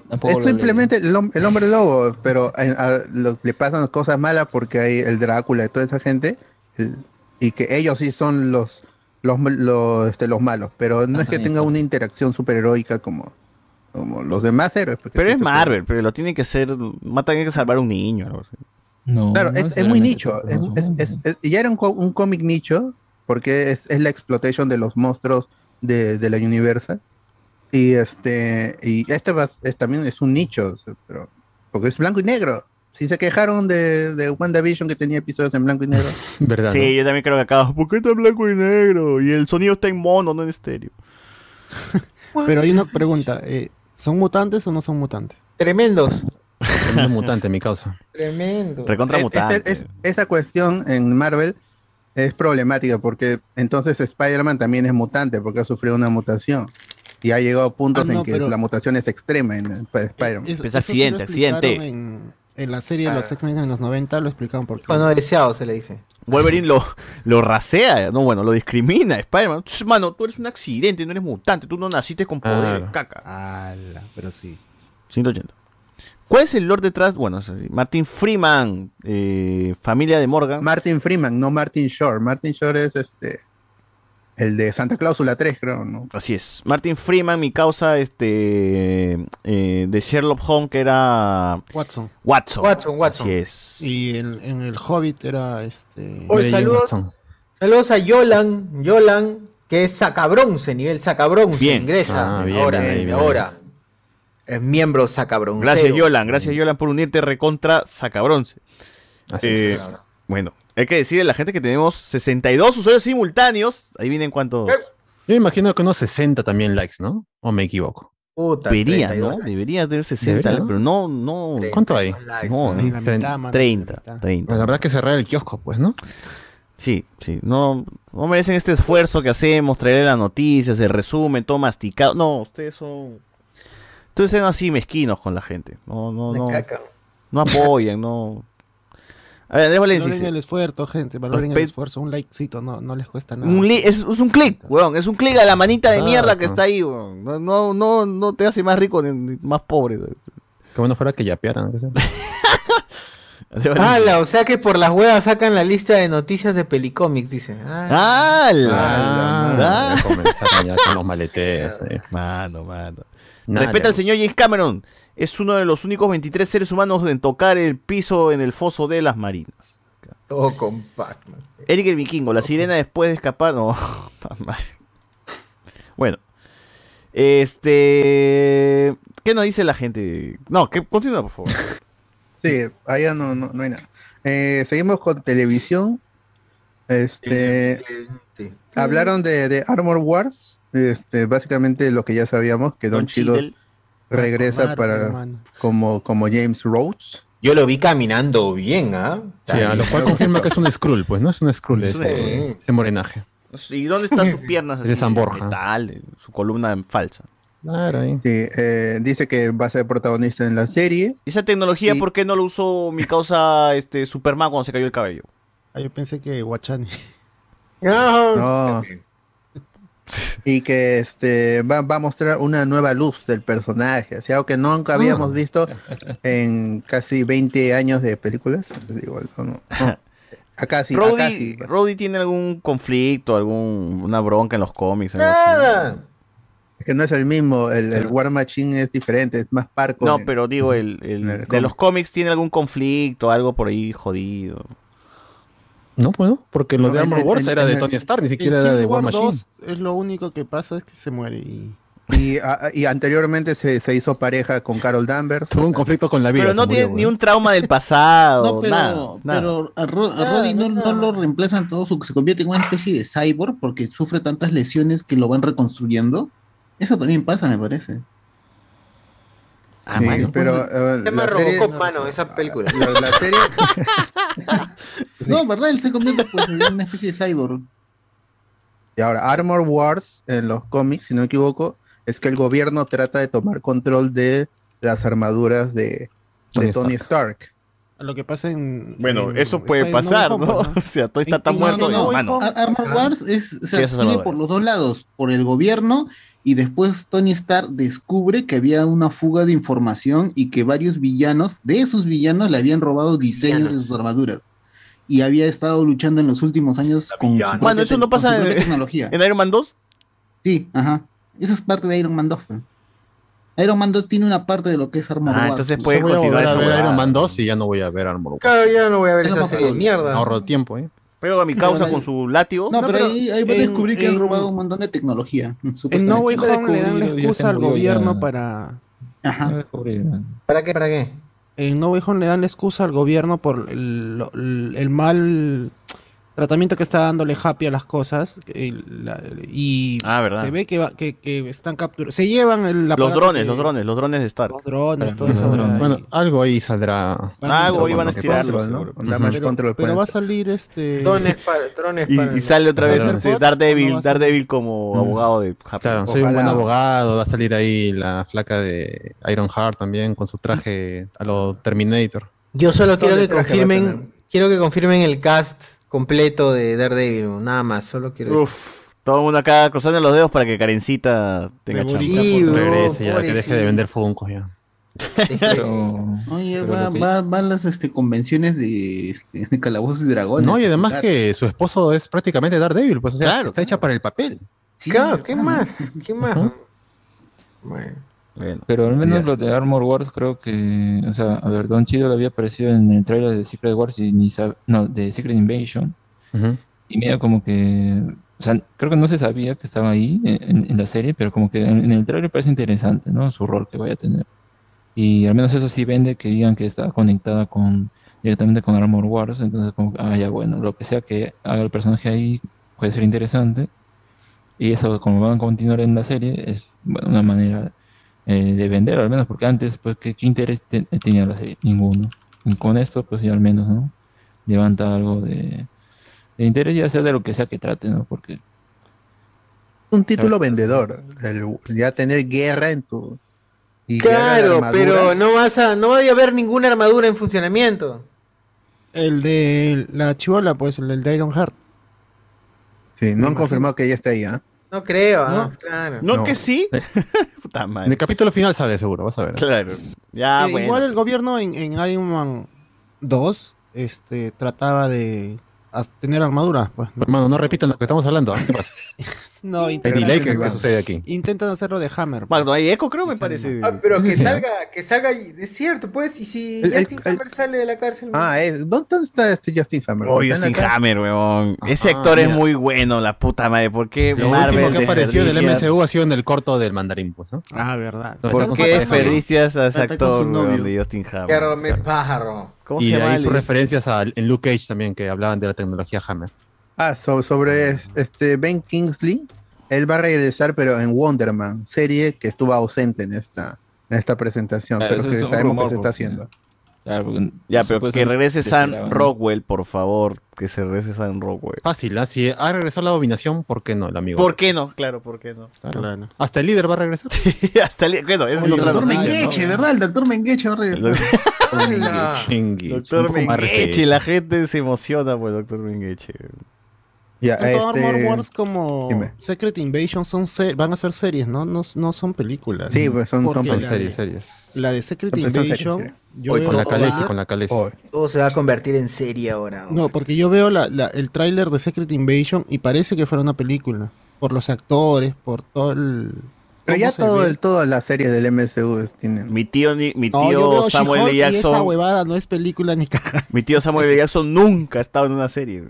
S3: Tampoco
S4: es
S3: lo leí.
S4: simplemente el, hom- el hombre lobo, pero en- a- lo- le pasan cosas malas porque hay el Drácula y toda esa gente, el- y que ellos sí son los los, mal- los, este, los malos, pero no es que tenga una interacción superheroica como, como los demás héroes. pues. porque
S3: Pero
S4: sí
S3: es
S4: se puede.
S3: Marvel, pero lo tiene que ser. Mata tiene que salvar a un niño. algo así.
S4: claro,
S3: no
S4: es, es muy
S3: necesariamente
S4: nicho. es- es- es- es- ya era un, co- un cómic nicho, porque es, es la explotación de los monstruos de, de la Universal. Y este y este va- es- también es un nicho, o sea, pero porque es blanco y negro. Si se quejaron de, de WandaVision que tenía episodios en blanco y negro.
S5: ¿Verdad?
S3: Sí, yo también creo que acá. ¿Por qué está en blanco y negro? Y el sonido está en mono, no en estéreo.
S25: Pero hay una pregunta. eh, ¿Son mutantes o no son mutantes?
S2: Tremendos.
S5: Tremendo mutante, mi causa.
S2: Tremendo.
S3: Recontra
S4: Es-
S3: mutante.
S4: E-, es- es- esa cuestión en Marvel es problemática porque entonces Spider-Man también es mutante porque ha sufrido una mutación. Y ha llegado a puntos
S25: Ah, no,
S4: en que
S25: pero- Eh,
S4: Pues la mutación es extrema en Sp- Spider-Man.
S25: Eso- eso sí lo explicaron En, en la serie de los
S8: Claro.
S25: X-Men en los 90 lo explicaban por qué.
S8: Hijo no deseado se le dice.
S3: Wolverine lo, lo rasea, no, bueno, lo discrimina. Spider-Man, "Tss, mano, tú eres un accidente, no eres mutante, tú no naciste con poder,
S25: Claro.
S3: caca.
S25: Ah. pero sí.
S3: 180. ¿Cuál es el lord detrás? Bueno, es así, Martin Freeman, eh, familia de Morgan.
S4: Martin Freeman, no Martin Shore. Martin Shore es este el de Santa Cláusula 3, creo, ¿no?
S3: Así es. Martin Freeman, mi causa este eh, de Sherlock Holmes, que era
S25: Watson.
S3: Watson.
S8: Watson, Watson.
S3: Así es.
S25: Y en, en el Hobbit era este.
S8: Hoy saludos. Saludos a Yolan, Yolan, que es sacabronce, nivel sacabronce.
S3: Bien.
S8: Ingresa
S3: Ah, bien,
S8: ahora,
S3: bien,
S8: desde
S3: bien.
S8: ahora. Es miembro sacabronce.
S3: Gracias, Yolan. Gracias, Yolan, por unirte recontra Sacabronce.
S8: Así
S3: Eh,
S8: es.
S3: Bueno, hay que decirle a la gente que tenemos 62 usuarios simultáneos. Ahí vienen cuántos.
S8: Eh.
S5: Yo imagino que unos 60 también likes, ¿no? O me equivoco.
S8: Puta,
S3: Debería,
S5: 32
S3: ¿no? Debería tener 60,
S5: Debería, ¿no?
S3: pero no, no.
S5: ¿Cuánto hay?
S3: No,
S5: Ni
S3: no.
S5: la mitad, mano,
S3: 30, 30.
S5: Pues La verdad que cerrar el kiosco, pues, ¿no?
S3: Sí, sí. No, no merecen este esfuerzo que hacemos, traerle las noticias, el resumen, todo masticado. No, ustedes son. Ustedes son así mezquinos con la gente. No, no, no. No apoyan, no. A ver, Andrés Valencia.
S25: Valoren
S3: dice,
S25: el esfuerzo, gente. Valoren el
S3: Respe-
S25: esfuerzo. Un likecito no, no les cuesta nada.
S3: un li- es, es un clic, weón. Es un clic a la manita de mierda que
S5: Exacto.
S3: está ahí, weón. No, no, no, no te hace más rico ni, ni más pobre.
S5: Que bueno fuera que yapearan.
S8: Ala, o sea que por las huevas sacan la lista de noticias de Pelicomics, dice.
S3: ¡Ala!
S5: Ah,
S3: Ah.
S5: ya comenzaron ya con los maleteos. eh.
S3: Mano, mano.
S5: Nada,
S3: Respeta al señor James Cameron. Es uno de los únicos 23 seres humanos en tocar el piso en el foso de las marinas.
S5: Oh,
S8: Todo con Pac-Man.
S3: Eric el Vikingo, la sirena después de escapar. No, tan mal. Bueno. Este. ¿Qué nos dice la gente? No, que continúa, por favor.
S4: Sí, allá no, no, no hay nada. Eh, seguimos con televisión. Este, hablaron de, de Armor Wars. Este, básicamente lo que ya sabíamos, que Don, Chilo
S21: Cheadle.
S4: regresa
S21: Retomar,
S4: para
S21: hermano.
S4: como, como James Rhodes.
S8: Yo lo vi caminando bien, ¿ah?
S5: Sí, a lo cual confirma que es un Skrull, pues, ¿no? Es un Skrull
S3: Es
S5: ese,
S3: un-
S5: ese morenaje.
S3: ¿Y dónde están sus piernas?
S5: Es de San
S3: de
S5: Borja.
S3: metal, su columna en falsa.
S4: Sí, eh, dice que va a ser protagonista en la serie.
S3: Esa tecnología,
S4: Y-
S3: ¿por qué no lo usó mi causa este, Superman cuando se cayó el cabello?
S25: Ah, yo pensé que Guachani.
S4: No. Y que este va, va a mostrar una nueva luz del personaje, o sea, algo que nunca habíamos
S3: Ah.
S4: visto en casi 20 años de películas. Digo, no, no. Acá sí, acá
S3: Roddy,
S4: sí.
S3: Roddy tiene algún conflicto, alguna bronca en los cómics. algo
S4: Ah,
S3: así?
S8: Nada.
S4: Es que no es el mismo, el, el War Machine es diferente, es más parco.
S3: No, pero digo, el, el- de
S4: cómic. Ah,
S3: los cómics tiene algún conflicto, algo por ahí jodido.
S5: No, bueno, porque lo
S4: No,
S5: de
S4: en-
S5: Armor
S4: en-
S5: Wars
S4: en-
S5: era
S4: en
S5: de
S4: el-
S5: Tony Stark, ni
S4: en
S5: siquiera era de War Machine.
S25: es lo único que pasa es que se muere y.
S4: Y, a- y anteriormente se, se hizo pareja con Carol Danvers.
S5: Tuvo un conflicto con la
S3: Pero no tiene ni un trauma del pasado,
S4: No, pero-
S3: nada. nada.
S23: Pero a, Ro- a Roddy no, no lo reemplazan todo, su- se convierte en una especie de cyborg porque sufre tantas lesiones que lo van reconstruyendo. Eso también pasa, me parece.
S8: Ah,
S4: Sí, pero eh,
S8: Tema
S4: la serie, Ah,
S8: Robocop, mano, esa película.
S4: la, la serie
S23: No, ¿verdad? Él se convierte pues, en una especie de cyborg.
S4: Y ahora, Armor Wars en los cómics, si no me equivoco, es que el gobierno trata de tomar control de las armaduras de, de
S5: Tony
S4: Tony Stark.
S25: Lo que pasa en.
S3: Bueno,
S25: en
S3: eso puede
S25: Spider-Man
S3: pasar,
S25: No
S3: ¿no?
S25: Way Home,
S3: O sea, todo está
S25: En-
S3: tan
S25: en-
S3: muerto
S25: en No
S3: de
S25: Way
S3: mano.
S25: Home,
S23: Ar- Armor Wars es, o sea,
S3: Sí, esas
S23: tiene
S3: armaduras.
S23: por los dos lados, por el gobierno y después Tony Stark descubre que había una fuga de información y que varios villanos, de esos villanos, le habían robado diseños de sus armaduras. Y había estado luchando en los últimos años con su propia
S3: Mano, eso
S23: te-
S3: no
S23: con su
S3: pasa en,
S23: propia tecnología.
S3: en Iron Man 2.
S23: Sí, ajá. Eso es parte de Iron Man 2. pues. Iron Man 2 tiene una parte de lo que es Armor
S5: Ah,
S23: Wars.
S5: entonces
S23: O sea,
S5: puede
S23: voy a
S5: continuar
S23: volver
S5: a
S23: a ver
S5: ver Iron
S23: Man.
S5: Man 2 y ya no voy a ver Armor Wars.
S8: Claro, ya no voy a ver
S23: Es
S8: esa
S23: lo más
S8: serie de
S23: probable.
S8: mierda.
S5: Ahorro tiempo, ¿eh?
S3: Pego a mi causa con su látigo.
S23: No, pero, ahí, ahí va a
S25: en-
S23: descubrir que han
S25: en-
S23: robado un montón de tecnología.
S25: En No
S23: supuestamente.
S25: Way Home le dan la excusa al gobierno para.
S23: Ajá.
S8: ¿Para qué? ¿Para qué?
S25: En No Way Home le dan la excusa al gobierno por el, lo- el- el mal tratamiento que está dándole Happy a las cosas. el- la- y
S3: Ah, verdad.
S25: se ve que, va- que, que están capturando. Se llevan el, la
S3: Los
S25: aparato
S3: drones,
S25: que-
S3: los drones, los drones de Stark.
S25: Los drones, todo eso.
S5: Bueno, algo ahí saldrá.
S3: Ah, Algo ahí van a estirarlo,
S5: Control,
S3: seguro.
S5: Ujú.
S4: Damage Control
S25: Pero
S4: puede
S25: va a
S4: ser.
S25: salir este.
S8: Drones para. Drones
S3: Y,
S8: para
S3: y sale otra vez
S5: Claro.
S3: este,
S25: ¿O no va
S3: Daredevil,
S25: a ser?
S3: Daredevil como
S5: Mm.
S3: abogado de Happy.
S5: Claro, soy un
S3: Ojalá.
S5: buen abogado, va a salir ahí la flaca de Iron Heart también con su traje a lo Terminator.
S2: Yo solo quiero
S4: ¿Dónde
S2: que
S4: traje va a
S2: confirmen, quiero que confirmen el cast completo de Daredevil, nada más, solo quiero
S3: Uf, todo el mundo acá cruzando los dedos para que Karencita tenga chamba.
S2: Memorita, Sí, por favor.
S5: Regrese ya, que deje
S2: pobrecito.
S5: de vender Funko ya.
S23: Oye,
S5: pero
S23: va-
S5: lo que-
S23: va- van las este, convenciones de, este, de calabozos y dragones.
S5: No, y además
S23: Claro.
S5: que su esposo es prácticamente Daredevil, pues o sea,
S23: Claro.
S5: está hecha para el papel.
S2: claro, ¿qué más? ¿Qué más?
S20: Pero al menos lo de Armor Wars creo que, o sea, a ver, Don Chido le había aparecido en el trailer de Secret Wars y ni sab- no, de Secret Invasion. Y medio como que, o sea, creo que no se sabía que estaba ahí en, en la serie, pero como que en, en el trailer parece interesante, ¿no? Su rol que vaya a tener. Y al menos eso sí vende que digan que está conectada con directamente con Armor Wars, entonces como, que, ah, ya bueno, lo que sea que haga el personaje ahí puede ser interesante. Y eso, como van a continuar en la serie, es bueno, una manera eh, de vender, al menos, porque antes, pues, ¿qué, qué interés te- tenía la serie? Ninguno. Y con esto, pues, ya al menos, ¿no? Levanta algo de, de interés, ya sea de lo que sea que trate, ¿no? Porque
S4: Un título vendedor. el- ya tener guerra en tu. y guerra de
S2: Claro, pero
S4: armaduras.
S2: no vas a, no va a haber ninguna armadura en funcionamiento.
S25: El de la chivola, pues, el del de Iron Heart.
S4: Sí, no han confirmado que ya está ahí, ¿ah? Eh,
S2: No creo, ah, claro.
S3: sí.
S5: Puta madre. Eh, En el capítulo final sale seguro, vas a ver.
S3: Claro. Ya,
S25: Eh, Igual el gobierno en, en Iron Man 2 este, trataba de as- tener armaduras, pues.
S5: Hermano, no repitan lo que estamos hablando. ¿Qué pasa?
S25: No,
S5: Penny
S25: intentan,
S5: Lake, ¿qué sucede aquí?
S25: intentan hacerlo de Hammer.
S3: Bueno, hay eco, creo, me parece.
S2: Ah, pero que
S5: Sí.
S2: salga, que salga, y- es cierto, pues, y si
S4: El- el-
S2: Justin Hammer sale de la cárcel.
S4: Ah, es, ¿dónde está este Justin Hammer?
S3: Oh,
S4: ¿Está en
S3: Justin
S4: la cara?
S3: Hammer, weón. Ese
S4: Ajá,
S3: actor es
S4: mira.
S3: muy bueno, la puta madre. ¿Por qué
S5: Lo
S3: Marvel
S5: último que apareció del
S3: desperdicia-
S5: MCU ha sido en el corto del mandarín, pues, ¿no?
S25: Ah, verdad.
S3: ¿Por qué desperdicias a ese
S5: Está con su
S3: actor
S5: novio.
S3: weón, de Justin Hammer?
S2: Perro me pájaro.
S3: ¿Cómo
S5: Y
S3: se
S5: de
S3: llama?
S5: ahí sus
S3: el-
S5: referencias al- en Luke Cage también, que hablaban de la tecnología Hammer.
S4: Ah, so- sobre este Ben Kingsley. Él va a regresar, pero en Wonder Man, serie que estuvo ausente en esta, en esta presentación,
S20: Claro,
S4: pero
S20: eso
S4: que
S20: es un
S4: sabemos
S20: rumor,
S4: que se está
S20: pues,
S4: haciendo.
S20: Claro, porque
S3: Ya, pero que
S20: supuestamente
S3: regrese
S20: decía,
S3: Sam
S20: ¿no?
S3: Rockwell, por favor. Que se regrese Sam Rockwell.
S5: Fácil, ¿ah? Si ha regresado la dominación, ¿por qué no, el amigo?
S3: ¿Por qué no? Claro, ¿por qué no?
S5: Claro. Hasta el líder va a regresar.
S3: Hasta el... Bueno, esa es
S23: El
S3: otra
S23: doctor
S3: noticia,
S23: Mengeche,
S3: ¿no?
S23: ¿verdad? El doctor Mengeche va a regresar.
S3: Doctor
S5: un poco más
S3: Mengeche,
S5: respeto.
S3: la gente se emociona por el Doctor Mengeche.
S4: Ya, este,
S25: Tanto Armor Wars como
S3: dime.
S25: Secret Invasion son se- van a ser series, ¿no? No, no son películas.
S4: Sí, pues, son- son
S25: Porque
S4: pel-
S25: la-
S4: series,
S5: series.
S25: La de Secret
S4: Son- son series,
S25: Invasion.
S4: creo.
S25: yo
S5: Hoy
S25: veo-
S5: con la Khaleesi, con la Khaleesi.
S2: Todo se va a convertir en serie ahora.
S25: No, porque yo veo la- la- el tráiler de Secret Invasion y parece que fuera una película. Por los actores, por todo el.
S4: Pero ya
S25: cómo se
S4: todo
S25: ve.
S4: el, todas las series del MCU tienen.
S3: Mi tío, ni- mi
S25: No, yo
S3: tío
S25: veo
S3: Samuel
S25: She-Hulk
S3: L.
S25: y Esa
S3: Jackson.
S25: huevada no es película ni caja.
S3: Mi tío Samuel L. Jackson nunca ha estado en una serie.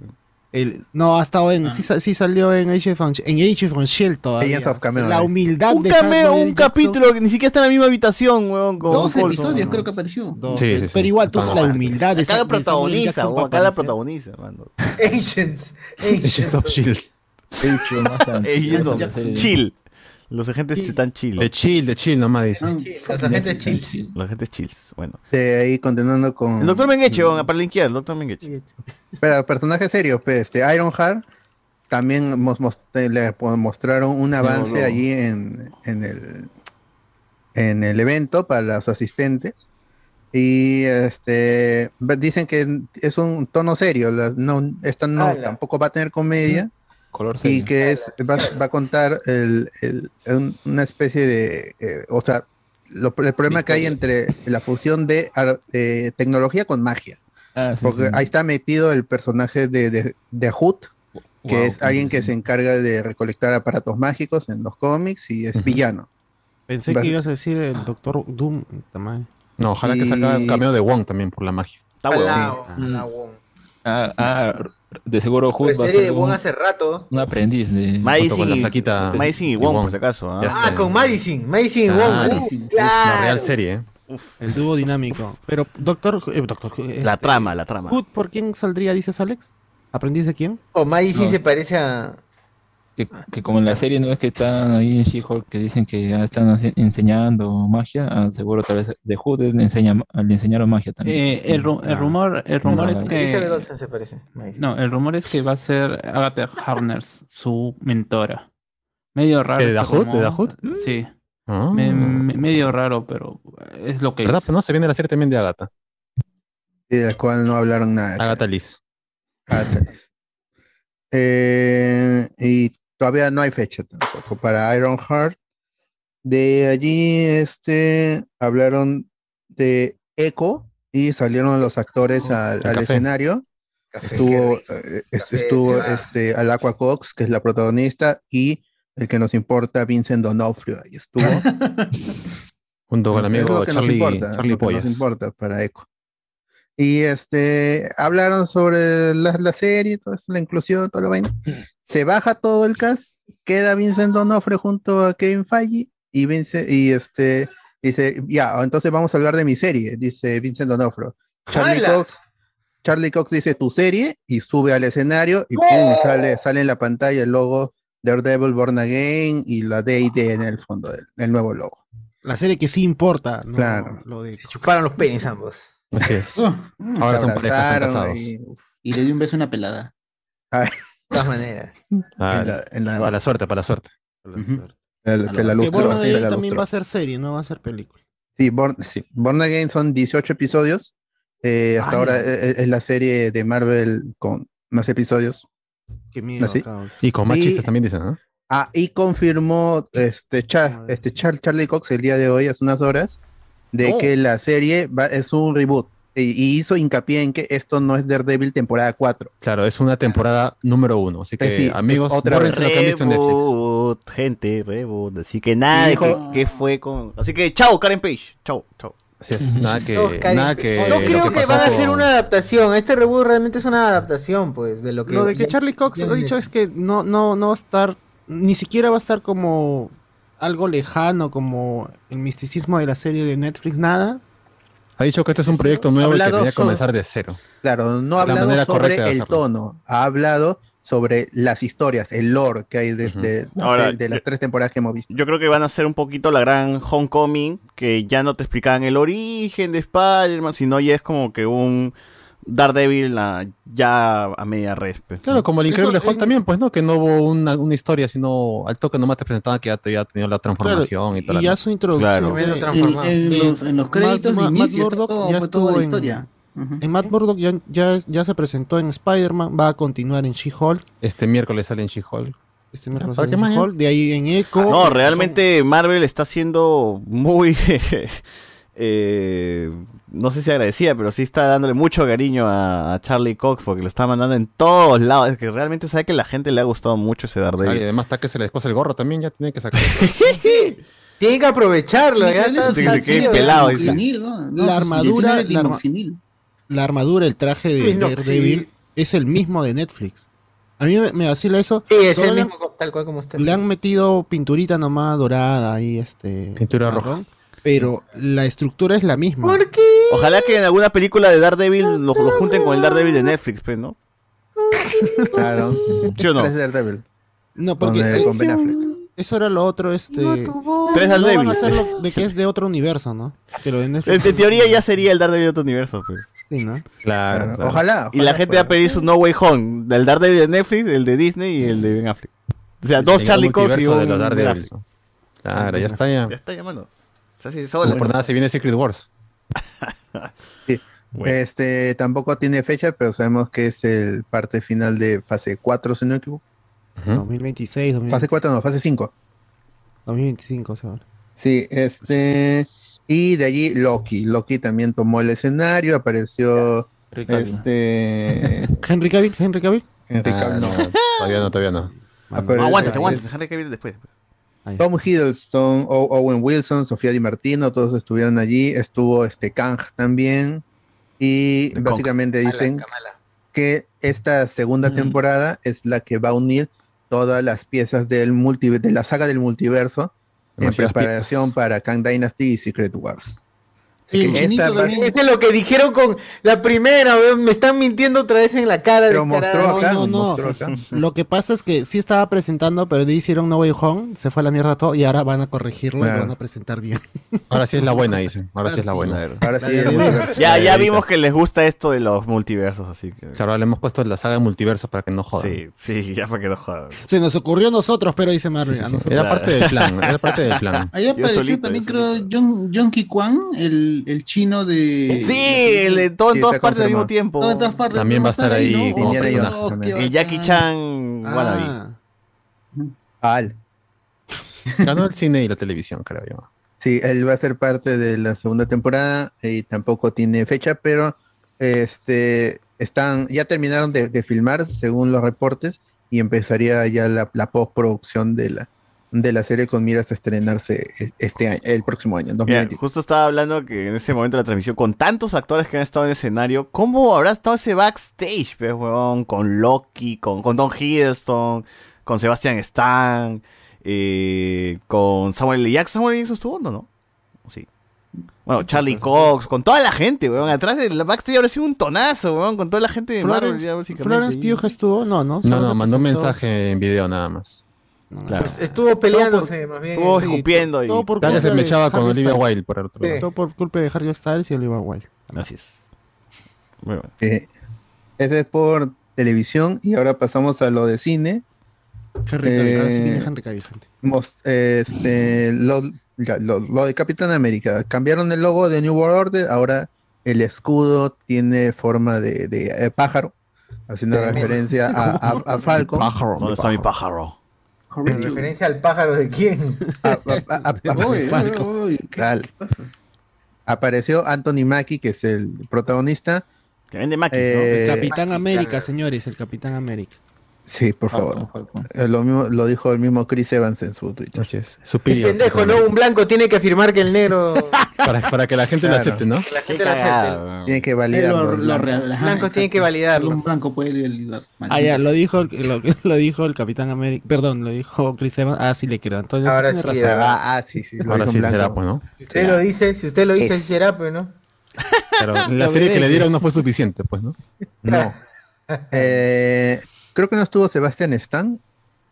S25: No, ha estado
S3: Ah.
S25: en. Sí, sa- sí salió en Age of, en Age of Shield todavía.
S3: Agents of Cameo,
S25: La
S3: eh.
S25: humildad
S3: Un
S25: de
S3: cameo,
S25: Samuel
S3: un
S25: L. Jackson.
S3: capítulo, que ni siquiera está en la misma habitación, weón. Con
S23: Dos
S3: Coulson.
S23: episodios creo que apareció.
S25: No,
S3: Sí,
S25: pe-
S3: sí, sí.
S25: Pero igual, tú
S3: Está
S25: la
S3: mal.
S25: humildad de
S3: Acá la
S25: Sa- de Samuel L.
S3: protagoniza,
S25: Jackson
S3: weón,
S25: para
S2: ¿eh?
S3: acá la
S25: aparecer.
S3: protagoniza, mano.
S2: Agents. Agents.
S5: of Shields.
S3: Agents of Chill. Los agentes están chill.
S5: De chill, de chill nomás
S2: Ah,
S5: dicen.
S2: Los agentes chills.
S3: Los agentes chills, bueno.
S4: De ahí continuando con.
S3: El doctor
S5: Mm.
S3: Mengeche, weón, para linkear, el doctor Mengeche.
S4: Pero personajes serios, pues, este Ironheart también mos- mos- eh, le po- mostraron un avance
S3: voló.
S4: allí en, en el en el evento para los asistentes y este ve- dicen que es un tono serio, las- no esta no
S20: Ala.
S4: tampoco va a tener comedia
S20: Color
S4: y
S20: serio.
S4: que es va, va a contar el- el- un- una especie de eh, o sea, lo- el problema que hay entre la fusión de ar- eh, tecnología con magia.
S20: Ah, sí,
S4: Porque
S20: sí.
S4: ahí está metido el personaje de, de, de Hood, que
S20: Wow,
S4: es
S20: qué
S4: alguien que se encarga de recolectar aparatos mágicos en los cómics y es villano.
S25: Pensé
S4: Vas-
S25: que ibas a decir el Doctor Doom. puta madre.
S5: No, ojalá que salga un cameo de Wong también por la magia.
S3: Está
S20: Ah, ah, de seguro Hood
S2: Pues
S20: va a
S2: serie
S20: ser
S2: de Wong
S20: un,
S2: hace rato.
S20: un aprendiz de...
S3: Madison
S5: Junto con la
S3: y-
S5: flaquita-
S3: Madison y
S5: y
S3: Wong,
S5: Wong.
S3: por si acaso. ¿ah?
S5: Ya
S2: Ah, con Madison. Madison y
S5: Claro.
S2: Wong. Uh, claro.
S5: La real serie, ¿eh?
S25: El dúo dinámico. Pero Doctor. eh, doctor eh,
S3: La trama, la trama.
S25: Hood, ¿por quién saldría, dices Alex? ¿Aprendiz de quién?
S2: O Oh, Madison
S20: No.
S2: se parece a.
S20: Que, que como en la serie no es que están ahí en She-Hulk que dicen que ya están hace- enseñando magia, ah, seguro tal vez de Hood le, enseña, le enseñaron magia también.
S15: Eh, el, ru- el rumor, el rumor es
S2: Elizabeth
S15: que.
S2: Olsen se parece. Madison.
S15: No, el rumor es que va a ser Agatha Harners, su mentora. Medio raro.
S5: ¿Eh, de
S15: ese
S5: la Hood? ¿De la
S15: rumor.
S5: Hood?
S15: Sí.
S5: Ah.
S15: Me- me- medio raro, pero es lo que
S5: ¿Verdad?
S15: dice.
S5: Pues Pero no se viene la serie también de Agatha.
S4: Y de la cual no hablaron nada.
S5: Agatha Liz.
S4: Eh, y todavía no hay fecha tampoco para Ironheart. De allí este, hablaron de Echo y salieron los actores al,
S20: el
S4: al
S20: café.
S4: escenario.
S20: Café, qué
S4: estuvo
S20: rico.
S4: eh, este,
S20: Café,
S4: estuvo
S20: cebada.
S4: este, Alacua Cox, que es la protagonista, y el que nos importa, Vincent Donofrio. Ahí estuvo.
S5: Junto con el
S4: Entonces,
S5: amigo
S4: es lo que
S5: Charlie-
S4: nos importa,
S5: Charlie
S4: lo que
S5: Pollas.
S4: nos importa para Echo. Y este, hablaron sobre la, la serie, toda eso, la inclusión, toda la vaina. Se baja todo el cast, queda Vincent Donofre junto a Kevin Feige y Vince- y este dice, ya, entonces vamos a hablar de mi serie, dice Vincent Donofrio. Charlie
S2: ¡Hala!
S4: Cox, Charlie Cox dice tu serie y sube al escenario y pum, sale, sale en la pantalla el logo Daredevil Born Again y la D&D en el fondo, del el nuevo logo.
S25: La serie que sí importa. ¿no?
S4: Claro.
S25: Lo de... Se
S2: chuparon los penes ambos.
S5: Así es.
S4: Ahora son parejas, son casados.
S26: Y le di un beso a una pelada.
S4: De
S2: todas maneras.
S5: Ah,
S4: En la-
S5: para la suerte, para la suerte.
S4: Se- se la
S25: Que
S4: lustró,
S25: Born Again
S4: se la
S25: también
S4: lustró.
S25: va a ser serie, no va a ser película.
S4: Sí, Born, sí. Born Again son 18 episodios. Eh, hasta
S25: Ah,
S4: ahora
S25: ya.
S4: eh, eh, es, la serie de Marvel con más episodios.
S25: Qué miedo,
S4: Así.
S25: cabrón.
S5: Y con más chistes también dicen, ¿no?
S4: Ah, y confirmó este, Cha- este Char- Charlie Cox el día de hoy, hace unas horas, de
S5: Oh.
S4: que la serie va- es un reboot. Y, y hizo hincapié en que esto no es Daredevil temporada 4.
S5: Claro, es una temporada número uno. Así que,
S4: Sí, es
S5: amigos,
S4: otra vez.
S5: bórrense lo que han visto en Netflix.
S3: Reboot, gente, reboot. Así que nada, de que,
S4: Dijo-
S3: que fue con. Así que chao, Karen Page. Chao, chao.
S5: Así es, nada que.
S2: Oh, Karen,
S5: nada Ah, que
S2: no
S5: lo
S2: creo que,
S5: pasó
S2: van a
S5: con-
S2: hacer una adaptación. Este reboot realmente es una adaptación, pues, de lo que.
S25: Lo de que Charlie Cox ha dicho es que no, no, no va a estar, ni siquiera va a estar como algo lejano, como el misticismo de la serie de Netflix, nada.
S5: Ha dicho que este es un proyecto nuevo y que
S4: Hablado
S5: tenía que
S4: sobre-
S5: comenzar de cero.
S4: Claro, no ha
S5: La
S4: hablado
S5: manera
S4: sobre
S5: correcta de
S4: el
S5: hacerlo.
S4: tono, ha hablado sobre las historias, el lore que hay de, de- de-
S3: Ahora, eh,
S4: de las tres temporadas que hemos visto.
S3: Yo creo que van a ser un poquito la gran Homecoming, que ya no te explicaban el origen de Spider-Man, sino ya es como que un Daredevil ah, ya a media respe.
S5: Claro, como el increíble
S3: Eso,
S5: Hulk también, pues no, que no hubo una, una historia, sino al toque nomás te presentaban que ya te había tenido la transformación y tal.
S25: ya su introducción. de-
S26: En- en
S25: de-
S26: los- en los
S25: Eh, Matt-
S26: créditos de
S25: Matt- Matt
S26: inicio está
S25: Murdock
S26: todo-
S25: ya
S26: fue toda la
S25: estuvo en-
S26: historia.
S25: En Matt Murdock ya, ya, ya se presentó en Spider-Man, va a continuar en She-Hulk.
S5: Este miércoles sale en She-Hulk.
S25: Este miércoles
S5: ¿Para
S25: en
S5: qué más, ya?
S25: She-Hulk, De ahí en Echo.
S3: No, realmente Marvel está siendo muy. eh, no sé si agradecida, pero sí está dándole mucho cariño a, a Charlie Cox porque lo está mandando en todos lados. Es que realmente sabe que a la gente le ha gustado mucho ese
S5: Ah, y
S3: Daredevil.
S5: además está que se le descosa el gorro también, ya tiene que sacar.
S2: Tienen que aprovecharlo. Ya
S5: Tiene
S2: está-
S5: que
S2: está
S5: se quede
S2: chido, ¿eh?
S5: pelado,
S2: ya.
S5: dice.
S26: Limusinil, ¿no? No,
S25: la
S26: sí,
S25: armadura,
S26: limusinil,
S25: la arma-
S26: limusinil.
S25: la armadura, el traje de
S2: Uy, no,
S25: Daredevil
S2: sí.
S25: es el mismo de Netflix. A mí me, me vacila eso.
S2: Sí, es el
S25: Solo le han-
S2: mismo, co- tal cual como está.
S25: Le han metido pinturita nomás dorada ahí, este.
S5: Pintura
S25: roja. Pero la estructura es la misma.
S3: Ojalá que en alguna película de Daredevil lo, lo junten con el Daredevil de Netflix, pues, ¿no?
S4: Claro.
S3: ¿Sí o no?
S4: Tres Daredevil.
S25: No, porque
S4: Con- con Ben Affleck.
S25: eso era lo otro, este.
S3: Tres
S25: no
S3: Daredevil. Este
S25: van a hacerlo de que es de otro universo, ¿no? Que lo de Netflix-
S3: En, en teoría ya sería el Daredevil de otro universo, pues.
S25: Sí, ¿no?
S5: Claro.
S4: claro. Ojalá,
S3: Y la gente va a pedir su No Way Home, el Daredevil de Netflix, el de Disney y el de Ben Affleck. O sea, dos
S5: El
S3: Charlie Cox y
S5: multiverso
S3: un
S5: de los
S3: Ben
S5: Daredevils,
S3: Affleck.
S5: ¿no? Claro, ya está ya.
S3: Ya está llamando. Se hace
S5: No
S3: sola.
S5: por nada se viene Secret Wars.
S4: Sí. Este tampoco tiene fecha, pero sabemos que es el parte final de fase 4, si no me equivoco.
S25: 2026, 2025.
S4: Fase 4 no, fase 5.
S25: 2025, o sea, ahora.
S4: Sí, este. Y de allí Loki. Loki también tomó el escenario, apareció. Este.
S25: Henry Cavill, Henry Cavill.
S4: Henry
S5: Ah,
S4: Cavill, no.
S5: no, todavía no, todavía no.
S4: Apareció-
S3: Aguántate, aguántate, Henry Cavill después.
S4: Tom Hiddleston, O- Owen Wilson, Sofía Di Martino, todos estuvieron allí. Estuvo este Kang también. Y básicamente dicen que esta segunda temporada es la que va a unir todas las piezas del multi- de la saga del multiverso en
S5: Demasiadas
S4: preparación para Kang Dynasty y Secret Wars. Así
S2: Sí,
S4: que
S2: esta
S4: esta va-
S2: también- Ese es lo que dijeron con la primera, weón, me están mintiendo otra vez en la cara.
S4: Pero
S2: descarada.
S4: mostró acá,
S25: No, no,
S4: mostró acá.
S25: Lo que pasa es que sí estaba presentando, pero le hicieron No Way Home, se fue a la mierda todo y ahora van a corregirlo y
S5: Claro.
S25: lo van a presentar bien.
S5: Ahora sí es la buena, dicen. Ahora sí es la buena.
S4: Ahora sí es la
S25: buena.
S3: Ya, ya
S5: Ahorita.
S3: vimos que les gusta esto de los multiversos, así que.
S5: Claro, le hemos puesto la saga de multiverso para que no joda.
S3: Sí, sí, ya para que no jodan.
S25: Se nos ocurrió a nosotros, pero dice Marvin. a nosotros.
S5: Era parte del plan, era parte del plan.
S26: Ahí
S5: Yo
S26: apareció
S5: solito,
S26: también,
S5: yo
S26: creo, John, John Ki Kwan, el,
S23: el, el chino de.
S3: Sí, el de todo- en
S23: Sí,
S3: todas
S23: está
S3: partes
S23: confirmado.
S3: al mismo tiempo.
S23: Todo en todas partes.
S5: También va a estar ahí
S23: ¿no?
S5: como
S23: Indiana
S5: personaje
S23: Jones.
S5: también.
S3: El Jackie Chan
S25: Ah.
S3: wannabe.
S4: Al.
S5: Ganó el cine y la televisión, creo yo.
S4: Sí, él va a ser parte de la segunda temporada y tampoco tiene fecha, pero este están ya terminaron de, de filmar según los reportes y empezaría ya la, la postproducción de la de la serie con miras a estrenarse e- este año, el próximo año, en
S3: Mira,
S4: 2020.
S3: justo estaba hablando que en ese momento de la transmisión, con tantos actores que han estado en el escenario, ¿cómo habrá estado ese backstage, pues, huevón? Con Loki, con, con Don Hiddleston, con Sebastian Stan, eh, con Samuel L. Jackson. ¿Samuel L. Jackson estuvo o no? no? Sí. Bueno, Charlie Cox, con toda la gente, huevón. Atrás del backstage habrá sido un tonazo, huevón, con toda la gente de Marvel.
S25: Florence,
S3: eh. ya, básicamente,
S25: Florence
S3: ahí.
S25: Pugh estuvo, no, no.
S5: No,
S25: solo
S5: no, mandó un
S25: representó-
S5: mensaje en video nada más. Pues, eh,
S3: Claro.
S2: Estuvo peleándose, más bien.
S3: Estuvo
S2: sí.
S3: escupiendo y...
S25: Todo por
S5: Tal que
S25: culpa
S5: se
S25: de
S5: mechaba con
S25: Harry
S5: Olivia
S25: Styles.
S5: Wilde por el otro lado.
S25: Todo por culpa de Harry Styles y Olivia Wilde.
S3: Así es.
S4: Eh, ese es por televisión y ahora pasamos a lo de cine.
S25: Henry Cavill, ahora sí
S4: Eh,
S25: viene Henry Cavill, gente.
S4: mos- este, lo, ya, lo- lo de Capitán América. Cambiaron el logo de New World Order. Ahora el escudo tiene forma de, de, eh, pájaro, haciendo referencia a, a- a Falcon.
S3: ¿Dónde está mi pájaro?
S2: ¿En referencia al pájaro de quién?
S4: Oye, Falcon. Tal. Apareció Anthony Mackie, que es el protagonista. Eh,
S3: Que vende Mackie.
S5: eh,
S25: El Capitán América, señores, el Capitán América.
S4: Sí, por favor. Eh, Lo, mismo, lo dijo el mismo Chris Evans en su Twitter.
S5: Así es.
S2: Un pendejo, ¿no? Un blanco tiene que afirmar que el negro.
S5: Para, para que la gente lo
S4: Claro.
S5: acepte, ¿no?
S2: La gente lo acepte.
S4: Tiene que validarlo.
S2: Lo- lo-
S4: ¿no?
S2: Los blancos tienen que validarlo.
S23: Un blanco puede liderar.
S25: Ah, ya, lo dijo, el- lo, lo dijo el Capitán América. Perdón, lo dijo Chris Evans. Ah, sí le creo. Entonces,
S2: Ahora
S25: tiene
S2: sí,
S25: razón.
S2: ahora-
S4: Ah, ah, sí, sí. Lo
S5: Ahora
S4: dijo
S5: sí
S4: en blanco.
S5: será, pues, ¿no?
S2: Si usted lo dice, si usted lo dice,
S4: Es-
S2: sí será, pues, ¿no?
S5: Pero la
S2: Lo
S5: serie que le
S2: obedece.
S5: dieron no fue suficiente, pues, ¿no?
S4: No. Eh, creo que no estuvo Sebastián Stan.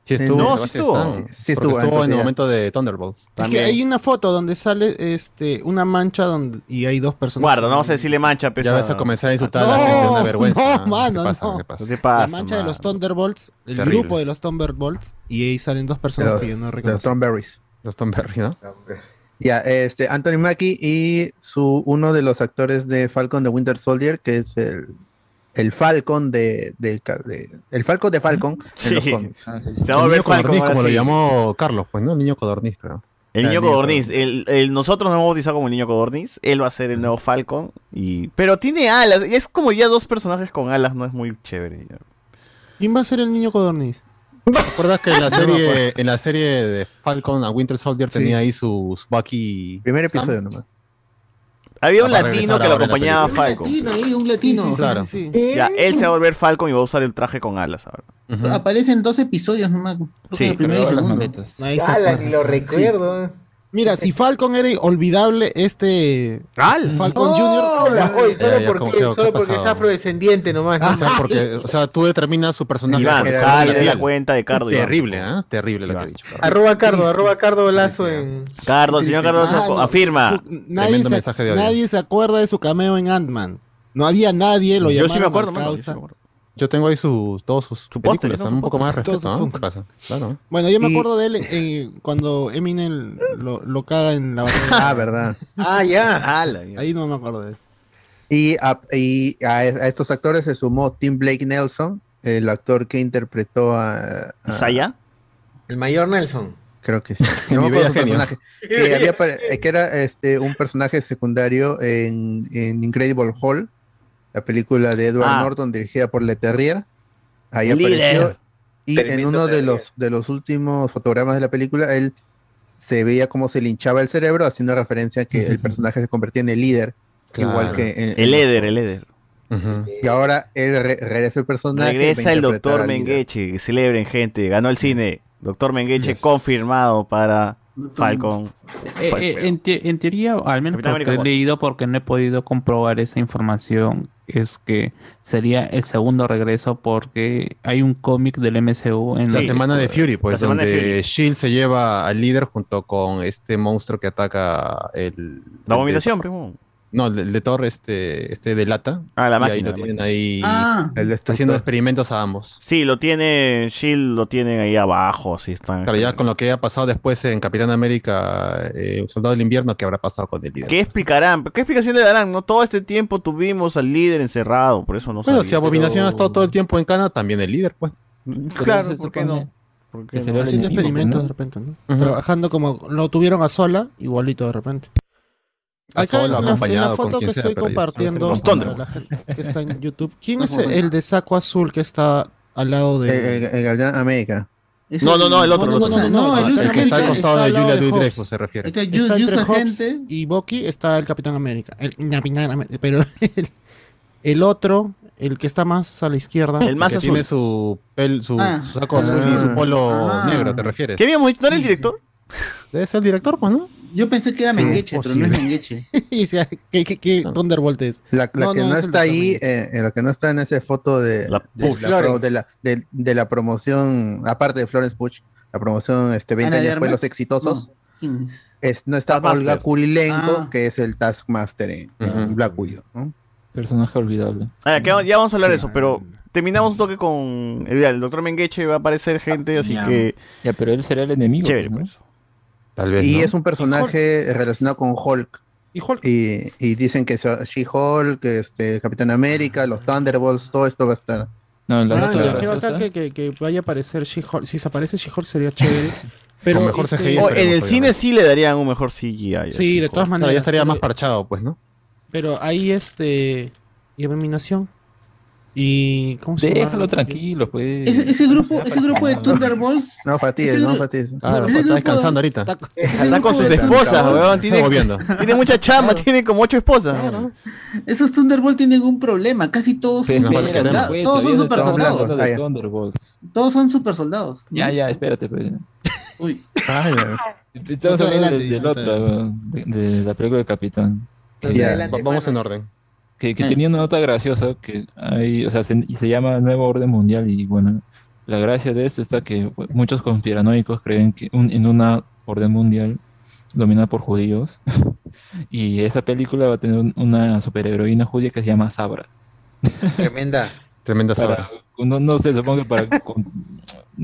S5: Sí
S4: En-
S5: estuvo.
S4: sí
S5: Sebastián
S4: estuvo.
S5: Stan,
S4: Sí, sí
S5: porque
S4: estuvo,
S5: estuvo en
S4: entonces
S5: el
S4: ya.
S5: momento de Thunderbolts.
S25: Es que hay una foto donde sale este, una mancha donde, y hay dos personas.
S3: Guarda, no vamos a decirle mancha, pero
S5: Ya vas a comenzar a insultar a la gente, una vergüenza.
S25: No, mano,
S5: ¿Qué pasa?
S25: no.
S5: ¿Qué pasa?
S3: ¿Qué pasa,
S25: La mancha de los Thunderbolts, el
S5: Terrible.
S25: grupo de los Thunderbolts, y ahí salen dos personas
S4: Los-
S25: que yo no
S4: los
S25: reconozco.
S4: Thornberries.
S5: Los Tom Berry, ¿no?
S4: Ya, este, Anthony Mackie y su, uno de los actores de Falcon de Winter Soldier, que es el, el Falcon de, del ca- de- El Falcon de Falcon en los cómics.
S3: Se va a
S5: El
S3: volver Falcon.
S5: niño codorniz,
S3: ahora
S5: como lo
S3: sí.
S5: llamó Carlos, pues, ¿no? El niño codorniz, creo.
S3: El niño
S4: Ah, niño
S3: codorniz. El, el- nosotros nos hemos bautizado como el niño codorniz. Él va a ser el nuevo Falcon. Y, pero tiene alas. y Es como ya dos personajes con alas. No es muy chévere. ya.
S25: ¿Quién va a ser el niño codorniz?
S5: ¿Te acuerdas que en la serie, en la serie de Falcon a Winter Soldier
S4: Sí.
S5: tenía ahí su, su Bucky.
S4: Primer episodio nomás.
S3: Había un
S5: Ah, para
S3: latino que
S5: regresar
S3: lo
S5: ahora a la
S3: acompañaba a
S5: película.
S3: Falcon.
S23: Latino ahí, un latino.
S5: Claro.
S3: Ya, él se va a volver Falcon y va a usar el traje con alas ahora.
S23: Aparecen dos episodios nomás. Creo que
S3: Sí,
S23: el primero y
S3: pero-
S23: segundo.
S25: Nadie se
S2: Ala,
S25: acuerda.
S2: ni lo
S25: Sí.
S2: recuerdo.
S25: Mira, si Falcon era olvidable, este Falcon
S2: Hola,
S25: Jr.
S2: oye,
S5: Ya,
S2: solo
S5: ya,
S2: porque,
S5: confío, ¿qué
S2: solo
S5: ha
S2: porque es
S5: pasado?
S2: afrodescendiente nomás.
S5: O sea, porque, o sea, tú determinas su personaje.
S3: Iván,
S5: por el
S3: sale
S5: color
S3: de la
S5: piel.
S3: cuenta de Cardo, Iván,
S5: Terrible, ¿eh? Terrible lo que he dicho.
S2: Arroba Cardo, arroba Cardo Lazo en.
S3: Cardo, el señor Cardo
S25: Ah, no.
S3: afirma.
S25: Su- nadie,
S5: Tremendo
S25: se,
S5: mensaje de odio.
S25: nadie se acuerda de su cameo en Ant-Man. No había nadie, lo
S3: Yo sí me
S25: llamaron por
S3: acuerdo, mano, yo sí
S25: causa.
S3: me acuerdo.
S5: Yo tengo ahí sus, todos sus
S3: póster,
S5: películas,
S3: ¿no?
S5: ¿no?
S3: Su
S5: un poco más de
S25: póster.
S5: respeto,
S25: Todos
S5: ¿no?
S25: sus
S5: ¿Qué pasa? Claro.
S25: Bueno, yo me
S4: Y-
S25: acuerdo de él eh, cuando Eminem lo, lo caga en la batalla.
S4: Ah, verdad.
S2: Ah, ya.
S3: Ala, ya.
S25: Ahí no me acuerdo de él.
S4: Y, a, y a, a estos actores se sumó Tim Blake Nelson, el actor que interpretó a. a-
S3: Saya.
S2: El mayor Nelson.
S4: Creo que sí.
S5: Mi
S4: No me acuerdo
S5: bella
S4: su
S5: genio.
S4: personaje. Que, había apare- eh, que era este, un personaje secundario en, en Incredible Hall, la película de Edward
S3: Ah.
S4: Norton dirigida por Leterrier. Ahí
S3: Líder.
S4: apareció. Y en
S2: Tremendo
S4: uno de
S2: Leterrier.
S4: los, de los últimos fotogramas de la película, él se veía cómo se linchaba el cerebro, haciendo referencia a que el personaje se convertía en el líder,
S5: Claro.
S4: igual que en,
S3: El Eder, el Eder.
S5: Ujú.
S4: Y ahora él re- regresa el personaje. y va a
S3: Regresa el
S4: interpretar
S3: doctor
S4: al líder.
S3: Mengeche. que Celebren, gente. Ganó el cine. Doctor Mengeche confirmado para Falcon.
S15: Eh, eh, en, te- en teoría, al menos
S3: Capitán
S15: porque
S3: América
S15: he
S3: muere.
S15: leído, porque no he podido comprobar esa información, es que sería el segundo regreso porque hay un cómic del MCU en
S5: La
S15: el-
S5: semana de Fury, pues,
S3: La semana
S5: donde
S3: de Fury.
S5: Shield se lleva al líder junto con este monstruo que ataca el.
S3: La
S5: el de-
S3: abominación, primo.
S5: No, el de, el de Thor, este, este de lata.
S3: Ah, la
S5: Y ahí
S3: máquina,
S5: lo
S3: la
S5: tienen
S3: máquina.
S5: ahí
S3: Ah. El destructor.
S5: haciendo experimentos a ambos.
S3: Sí, lo tiene, eh, Shield lo tienen ahí abajo, así están.
S5: Claro, ya con lo que ha pasado después en Capitán América, eh, Soldado del Invierno, ¿qué habrá pasado con el líder?
S3: ¿Qué explicarán? ¿Qué explicación le darán? No todo este tiempo tuvimos al líder encerrado, por eso no
S5: Bueno,
S3: salió.
S5: si Abominación ha estado todo el tiempo en Cana, también el líder, pues.
S3: Claro, ¿por qué no? ¿Por qué
S5: que se
S3: no?
S5: vea
S25: Haciendo
S5: enemigo,
S25: experimentos
S5: ¿no?
S25: de repente, ¿no?
S5: Ujú.
S25: Trabajando como lo tuvieron a sola, igualito de repente.
S5: A
S25: Acá
S5: sola,
S25: en la- en la,
S5: acompañado, con
S25: foto
S5: quien
S25: que
S5: sea,
S25: estoy
S5: pero ya.
S25: compartiendo
S5: Los
S25: para
S5: Thunderbolts.
S25: la gente que está en YouTube. ¿Quién
S4: No,
S25: es
S4: no, no.
S25: el de saco azul que está al lado de
S4: El, el, el Capitán América.
S5: No, no, no, el otro, el otro.
S25: no,
S5: El que
S25: Agente
S5: está al costado de
S25: al lado
S5: Julia Louis-Dreyfus,
S25: Hobbs.
S5: se refiere.
S25: Está,
S5: Está Yu- Yu
S25: entre Hobbs
S5: Agente.
S25: y Bucky está el Capitán América. El, pero el, el otro, el que está más a la izquierda.
S5: El más Que azul. tiene su, pel- su,
S25: Ah.
S5: su saco azul y su polo
S25: Ah.
S5: negro, ¿te refieres?
S3: ¿Qué habíamos dicho? ¿No era el director?
S5: Debe ser el director, pues, ¿no?
S2: Yo pensé que era
S25: Sí,
S2: Mengeche, pero no
S25: posible.
S2: es Mengeche.
S25: y sea, ¿qué, qué, qué Thunderbolt es?
S4: La, la que no,
S25: es el
S4: está
S25: de Thor.
S4: ahí, eh, eh, la que no está en esa foto de la, de,
S25: Puch.
S4: la, pro-
S25: Florence.
S4: de, la, de, de la promoción, aparte de Florence Puch, la promoción este, 20
S2: Ana de
S4: años después de
S2: Armas.
S4: los exitosos,
S2: No.
S4: es, no está
S2: Taskmaster.
S4: Olga Kurilenko,
S2: Ah.
S4: que es el Taskmaster en, en Black Widow. ¿no?
S20: Personaje olvidable.
S3: Ah, que ya vamos a hablar de eso, pero terminamos un toque con. eh, ya, El doctor Mengeche va a aparecer gente, así
S20: Ya.
S3: que.
S20: Ya, pero él será el enemigo.
S3: Chévere, pues.
S20: ¿no?
S5: Tal
S4: Y es un personaje relacionado con Hulk.
S25: Y,
S4: y dicen que so- She-Hulk, este, Capitán América, los Thunderbolts, todo esto va a estar.
S20: No,
S4: la
S25: Ah, ya, qué bacán que, que, que vaya a aparecer She-Hulk. Si se aparece She-Hulk sería chévere. Pero este,
S3: O en el cine sí le darían un mejor CGI.
S25: Sí, de todas maneras.
S5: ya estaría más
S25: Porque-
S5: parchado, pues, ¿no?
S25: Pero ahí este. Y abominación. Y. ¿Cómo se llama?
S20: Déjalo tranquilo, pues.
S2: Ese, ese grupo, ese grupo de Thunderbolts.
S4: No fatigues,
S2: Ese
S4: no
S2: gru-
S4: fatigues.
S2: Claro, Ese está grupo- descansando ahorita.
S5: Está,
S3: Está con sus esposas, weón. Tiene, tiene mucha chamba, tiene como ocho esposas.
S2: Esos Thunderbolts tienen un problema. Casi todos
S20: Sí,
S2: son
S20: espera,
S2: super
S20: espera,
S2: soldados.
S20: espera,
S2: Todos son Ah,
S20: espera,
S2: super
S20: estamos hablando de
S2: soldados.
S20: Thunderbolts.
S2: Todos son super soldados.
S20: Ya, ya, espérate, pues.
S2: ¿Mm? Uy.
S20: Estamos
S2: Adelante,
S20: hablando del, del
S2: adelante.
S20: otro, weón, de, de la película de Capitán. Que-
S5: Ya, va- vamos en orden.
S20: Que,
S2: Eh.
S15: Eh.
S20: que tenía una nota graciosa que hay, o sea, se, y se llama Nuevo Orden Mundial y bueno, la gracia de esto está que bueno, muchos conspiranoicos creen que un- en una orden mundial dominada por judíos y esa película va a tener un- una superheroína judía que se llama Sabra.
S15: Tremenda.
S5: Tremenda
S20: Para- no, no sé, supongo que para con-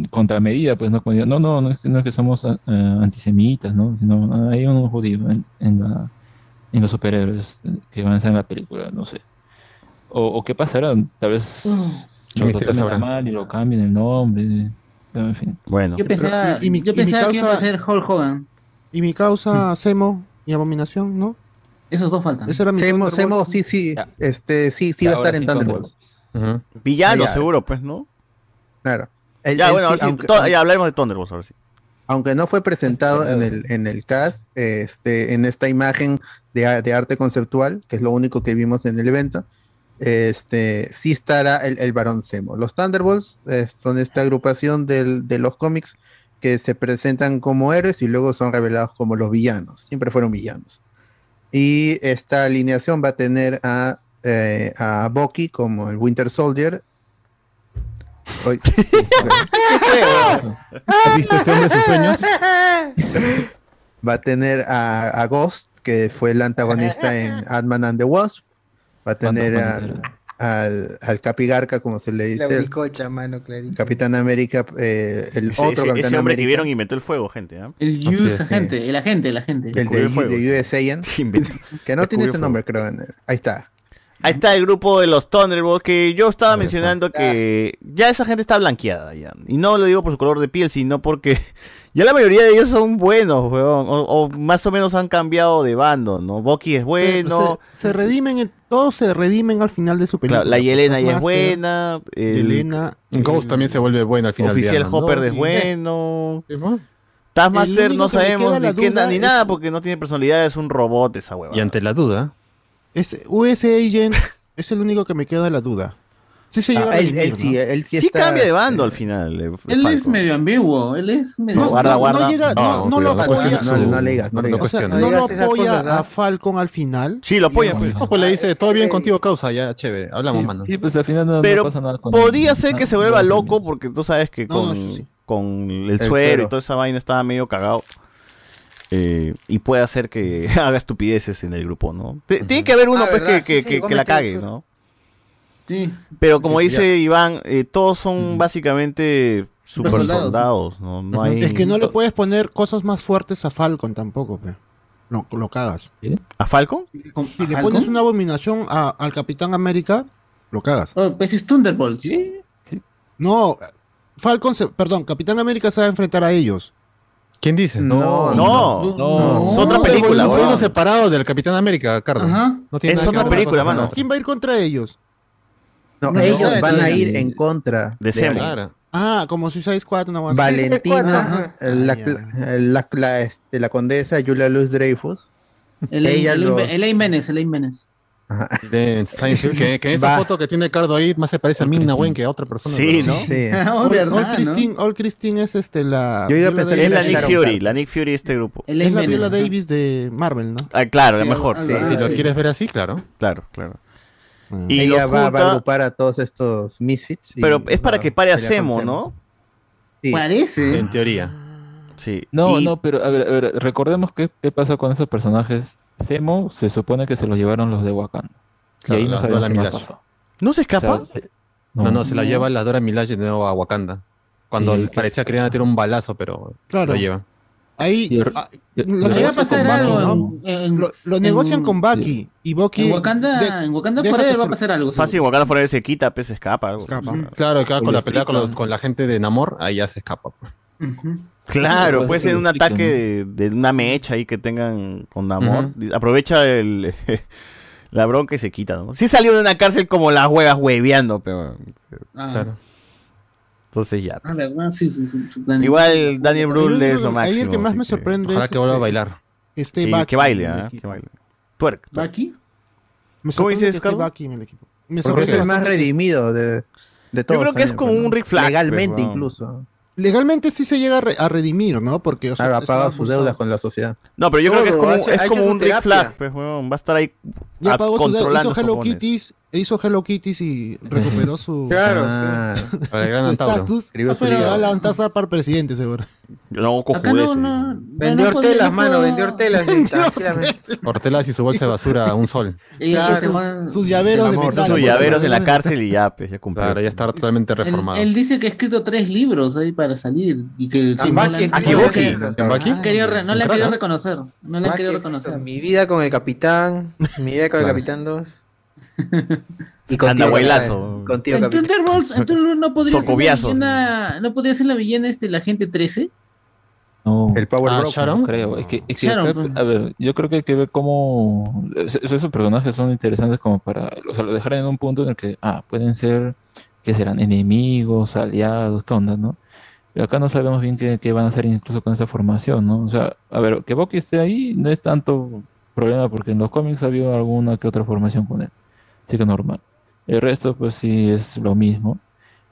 S20: contramedida, pues no, como digo, no, no, no es, no es que somos ah, ah, antisemitas, ¿no? Sino ah, hay un judío en, en la- en los superhéroes que van a ser en la película, no sé. O, o qué pasará, tal
S2: Mm.
S20: vez
S5: ¿Qué
S20: lo
S5: misterios
S20: traten
S5: habrá?
S20: mal y lo cambien el nombre, pero en fin.
S3: Bueno.
S2: Yo pensaba,
S25: y mi-
S2: yo
S25: y mi
S2: pensaba que iba a
S25: causa-
S2: ser Hulk Hogan.
S25: Y mi
S3: Mm.
S25: causa, Semo y Abominación, ¿no?
S2: Esos dos faltan.
S25: Eso era mi
S4: Semo,
S25: Thunderbolt.
S4: Semo, sí, sí, este, sí, sí
S25: Ya,
S4: va a
S25: ahora
S4: estar en
S25: sí,
S4: Thunderbolts.
S3: Villano,
S4: Ya.
S3: seguro, pues, ¿no?
S4: Claro. El-
S3: ya,
S4: el
S3: bueno,
S4: sí,
S3: ahora sí,
S4: aunque-
S3: to- ya hablaremos de Thunderbolts ahora sí.
S4: aunque no fue presentado en el, en el cast, este, en esta imagen de, a- de arte conceptual, que es lo único que vimos en el evento, este, sí estará el, el Barón Semo. Los Thunderbolts eh, son esta agrupación del- de los cómics que se presentan como héroes y luego son revelados como los villanos. Siempre fueron villanos. Y esta alineación va a tener a, eh, a Bucky como el Winter Soldier. Ay, este, Ah,
S5: ¿Has visto ese hombre sus sueños?
S4: Va a tener a, a Ghost, que fue el antagonista en Ant-Man and the Wasp. Va a tener al, al, al Capigarca, como se le
S27: La
S4: dice, el
S27: bricocha, mano, clarito.
S4: Capitán América, eh, el
S3: Ese,
S4: otro
S3: ese-
S4: Capitán
S3: ese hombre que
S4: América,
S3: vieron inventó el fuego, gente. ¿ah?
S2: El US agente, el agente, el agente.
S4: el de, de USAN, que no tiene
S3: Descubrió
S4: ese nombre, creo. en el- ahí está.
S3: Ahí está el grupo de los Thunderbolts que yo estaba mencionando que ya esa gente está blanqueada ya. Y no lo digo por su color de piel, sino porque ya la mayoría de ellos son buenos, weón. O, o más o menos han cambiado de bando, ¿no? Bucky es
S5: pues, eh,
S3: bueno.
S25: Se, se redimen, en- todos se redimen al final de su película.
S3: Claro, la Yelena ya es
S25: Taskmaster,
S3: buena. el
S20: Ah,
S25: Yelena.
S5: Ghost también se vuelve bueno al final.
S3: Oficial
S5: digamos, ¿no?
S3: Hopper es
S5: Sí. Eh,
S3: bueno. Taskmaster
S5: El único
S3: no
S5: que me
S3: sabemos
S5: queda la
S3: ni, qué,
S5: duda
S3: ni
S5: es-
S3: nada pues. porque no tiene personalidad, es un robot esa hueva.
S5: Y ante la duda,
S25: Es US Agent es el único que me queda la duda. Sí se
S3: Ah,
S25: llega a
S3: él-
S25: redimir,
S3: él
S25: ¿no?
S3: sí, él sí Sí está, este, cambia de bando al final. eh,
S2: Él es
S3: Falcon.
S2: medio ambiguo, él es medio
S3: Pues No, guarda, guarda.
S25: no, no lo apoya. O sea, no lo apoya a Falcon al final.
S3: Sí, lo apoya,
S25: pues.
S5: No, pues le dice, todo bien contigo, causa, ya, chévere, hablamos,
S20: Sí,
S5: mano.
S20: sí, pues al final no, no
S3: Pero
S20: pasa nada con
S3: Podría
S20: él.
S3: ser que
S20: Ah,
S3: se vuelva
S20: no,
S3: loco porque tú sabes que con, con el,
S20: El
S3: suero
S20: suero.
S3: y toda esa vaina estaba medio cagado. eh, y puede hacer que haga estupideces en el grupo, ¿no? T- Tiene que haber uno
S9: Ah,
S3: pues, que-
S9: ¿verdad?
S3: que,
S9: Sí, sí,
S3: que-
S9: vos
S3: que la
S9: metés
S3: cague,
S9: un-
S3: ¿no?
S9: Sí.
S3: Pero como
S9: Sí,
S3: dice
S9: ya.
S3: Iván, eh, todos son básicamente super soldados, ¿no? No hay...
S25: Es que no le puedes poner cosas más fuertes a Falcon tampoco, pe. No, lo cagas.
S3: ¿A Falcon?
S25: Si le pones una abominación a- al Capitán América, lo cagas.
S9: pues es Thunderbolts.
S25: No, Falcon, se- perdón, Capitán América se va a enfrentar a ellos.
S5: ¿Quién dice?
S25: No,
S3: no,
S25: no.
S5: Es otra película, weón. separado del Capitán América, Carlos.
S25: Ajá.
S5: No tiene
S25: Es
S5: nada que
S25: otra
S5: ver una
S25: película,
S5: cosa con la
S25: mano.
S5: otra.
S25: ¿Quién va a ir contra ellos?
S4: No,
S25: No,
S4: ellos
S25: no,
S4: van
S25: no,
S4: a
S25: no,
S4: ir
S25: no.
S4: en contra
S25: De Semo.
S4: alguien.
S25: Ah, como Suicide Squad, una huevada.
S4: Valentina, la, eh, la, la- este, la condesa Julia Luz Dreyfus. Ella los-
S9: Elaine Menes, Elaine Menes.
S5: De Seinfeld, que, que esa
S4: Va.
S5: foto que tiene Cardo ahí más se parece a Minna Wen que a otra persona.
S4: Sí.
S25: All,
S9: verdad,
S25: All
S9: ¿no?
S25: Christine, All Christine es este la.
S3: Yo iba a
S25: viuda
S3: pensar
S25: de-
S3: que era Es la Nick Sharon Fury, Carter. la Nick Fury de este grupo.
S25: Es la
S3: Elaine
S25: Viola
S3: Menes, ¿no?
S25: Davis de Marvel, ¿no?
S3: Ah, claro, es
S25: Sí,
S3: mejor.
S25: Eh, algo así. Si lo quieres
S5: ver así, claro.
S3: Claro, claro.
S4: Mm. ella
S3: lo
S4: va, va a
S3: junta-
S4: agrupar a todos estos misfits. y
S3: Pero es para
S4: va
S3: que pare a
S4: pelear con
S3: Semo,
S4: Zemo.
S3: ¿no?
S4: Sí.
S9: Parece.
S5: En teoría.
S3: Sí.
S20: No,
S3: Y-
S20: no, pero a ver, a ver, recordemos qué, qué pasó con esos personajes. Semo se supone que se lo llevaron los de Wakanda.
S5: Claro,
S20: y ahí no
S5: las
S20: sabemos
S5: Dora
S20: qué más
S5: Milaje.
S20: pasó.
S3: ¿No se escapa?
S20: O sea, se-
S5: No, no, se la
S20: No.
S5: lleva la Dora Milaje de nuevo a Wakanda. Cuando
S20: Sí,
S5: parecía que le iban a tirar un balazo, pero
S25: Claro.
S5: lo lleva.
S25: Ahí. ah, Lo
S9: Le va a
S25: negocian
S9: pasar
S25: con
S9: algo.
S25: Bucky, ¿no?
S9: en- en-
S25: Lo, lo
S9: en-
S25: negocian con Bucky. Y Bucky.
S9: En Wakanda- en Wakanda
S25: deja
S9: Forever
S25: que
S9: va a
S25: se-
S9: pasar algo.
S3: Fácil, Wakanda Forever se quita, pues se escapa. Algo.
S5: Mm, Claro, claro, con la pelea con, los-
S3: Ujú.
S5: con la gente de Namor, ahí ya se escapa. pues.
S3: Claro, puede ser un
S5: Explican,
S3: ataque de, de una mecha ahí que tengan con amor. Aprovecha el, la bronca y se quita, ¿no? Sí salió de una cárcel como las huevas hueveando, pero...
S9: Ah.
S5: Claro.
S3: Entonces ya.
S9: Ah, ¿verdad? Sí, sí, sí.
S3: Igual Daniel Brühl es lo
S25: Ahí
S3: máximo.
S25: el que más
S3: así
S25: me
S3: que-
S25: sorprende es este- que esté
S3: Sí,
S25: Bucky
S3: que baile,
S25: en el
S3: ¿ah?
S25: equipo.
S3: Que baile. Tuerc. tuerc.
S25: Me
S3: ¿Cómo
S25: sorprende
S3: dices,
S25: que esté
S3: Carlos?
S25: Bucky en el equipo.
S4: Porque
S25: Me
S4: es
S25: sorprende
S4: el más
S25: bastante.
S4: redimido de, de todos.
S25: creo que es
S4: también,
S25: como
S4: pues, ¿no?
S25: un Rick Flag,
S4: Legalmente
S3: pues, weón.
S4: incluso.
S25: Legalmente sí se llega a, re- a redimir, ¿no? Porque. o sea,
S4: Claro, ha
S25: estaba
S4: pagado sus
S25: acusado.
S4: deudas con la sociedad.
S3: No, pero yo
S25: Todo,
S3: creo que es como,
S25: ha hecho-
S3: es
S25: ha
S3: como
S25: hecho
S3: un
S25: su
S3: Rick
S25: terapia.
S3: Flag, pues, huevón. Va a estar ahí
S25: Ya
S3: a-
S25: pagó su deuda,
S3: Ah, controlando
S25: hizo Hello
S3: sofones.
S25: Kitties, hizo Hello Kitties y recuperó su
S3: Claro,
S4: Ah. sí.
S5: Para el gran
S25: su
S5: Antauro.
S25: estatus.
S4: Escribió
S25: Ah,
S4: su
S25: pero se
S4: libro.
S25: va a levantar a para presidente, seguro.
S3: Yo no hago
S25: Acá no,
S3: cojudeces.
S25: no,
S2: Vendió
S9: pues,
S2: hortelas, mano, vendió hortelas. sí, tranquilamente.
S5: Hortelas y su bolsa de basura a un sol.
S9: Claro,
S25: sus,
S9: bueno,
S25: sus llaveros de
S5: Amor,
S25: metal.
S5: sus
S25: pues,
S5: llaveros
S3: en la cárcel y ya, pues, ya cumplió.
S5: Claro, ya está totalmente
S9: Él,
S5: reformado.
S9: él dice que ha escrito tres libros ahí para salir y que, que
S2: Ambaki,
S9: no, la-
S2: Ambaki.
S9: no la-
S2: Ambaki.
S9: no la-
S2: Ambaki.
S9: no la quería re- no la
S2: Ambaki.
S9: quería reconocer. No la
S2: Ah,
S9: quería
S2: qué
S9: reconocer.
S2: lindo. Mi vida con el capitán, mi vida con el
S9: Claro.
S2: capitán 2.
S9: Y
S2: contigo,
S3: Andahuaylazo.
S2: eh, Contigo,
S9: En
S2: capitán.
S9: Thunderbolts, en Thunderbolts este no podría ser la
S3: Socoviazos.
S9: villana, no podría ser la villana este, la gente 13.
S20: No.
S4: El Power
S20: Ah,
S4: Broker.
S20: Sharon, creo. Es que, es que
S9: Sharon,
S20: acá- a ver, yo creo que hay que ver cómo es- esos personajes son interesantes como para, o sea, lo dejar en un punto en el que, ah, pueden ser, que serán enemigos, aliados, qué onda, ¿no? Pero acá no sabemos bien qué, qué van a hacer incluso con esa formación, ¿no? O sea, a ver, que Bucky esté ahí no es tanto problema porque en los cómics ha habido alguna que otra formación con él, así que normal. El resto, pues sí, es lo mismo.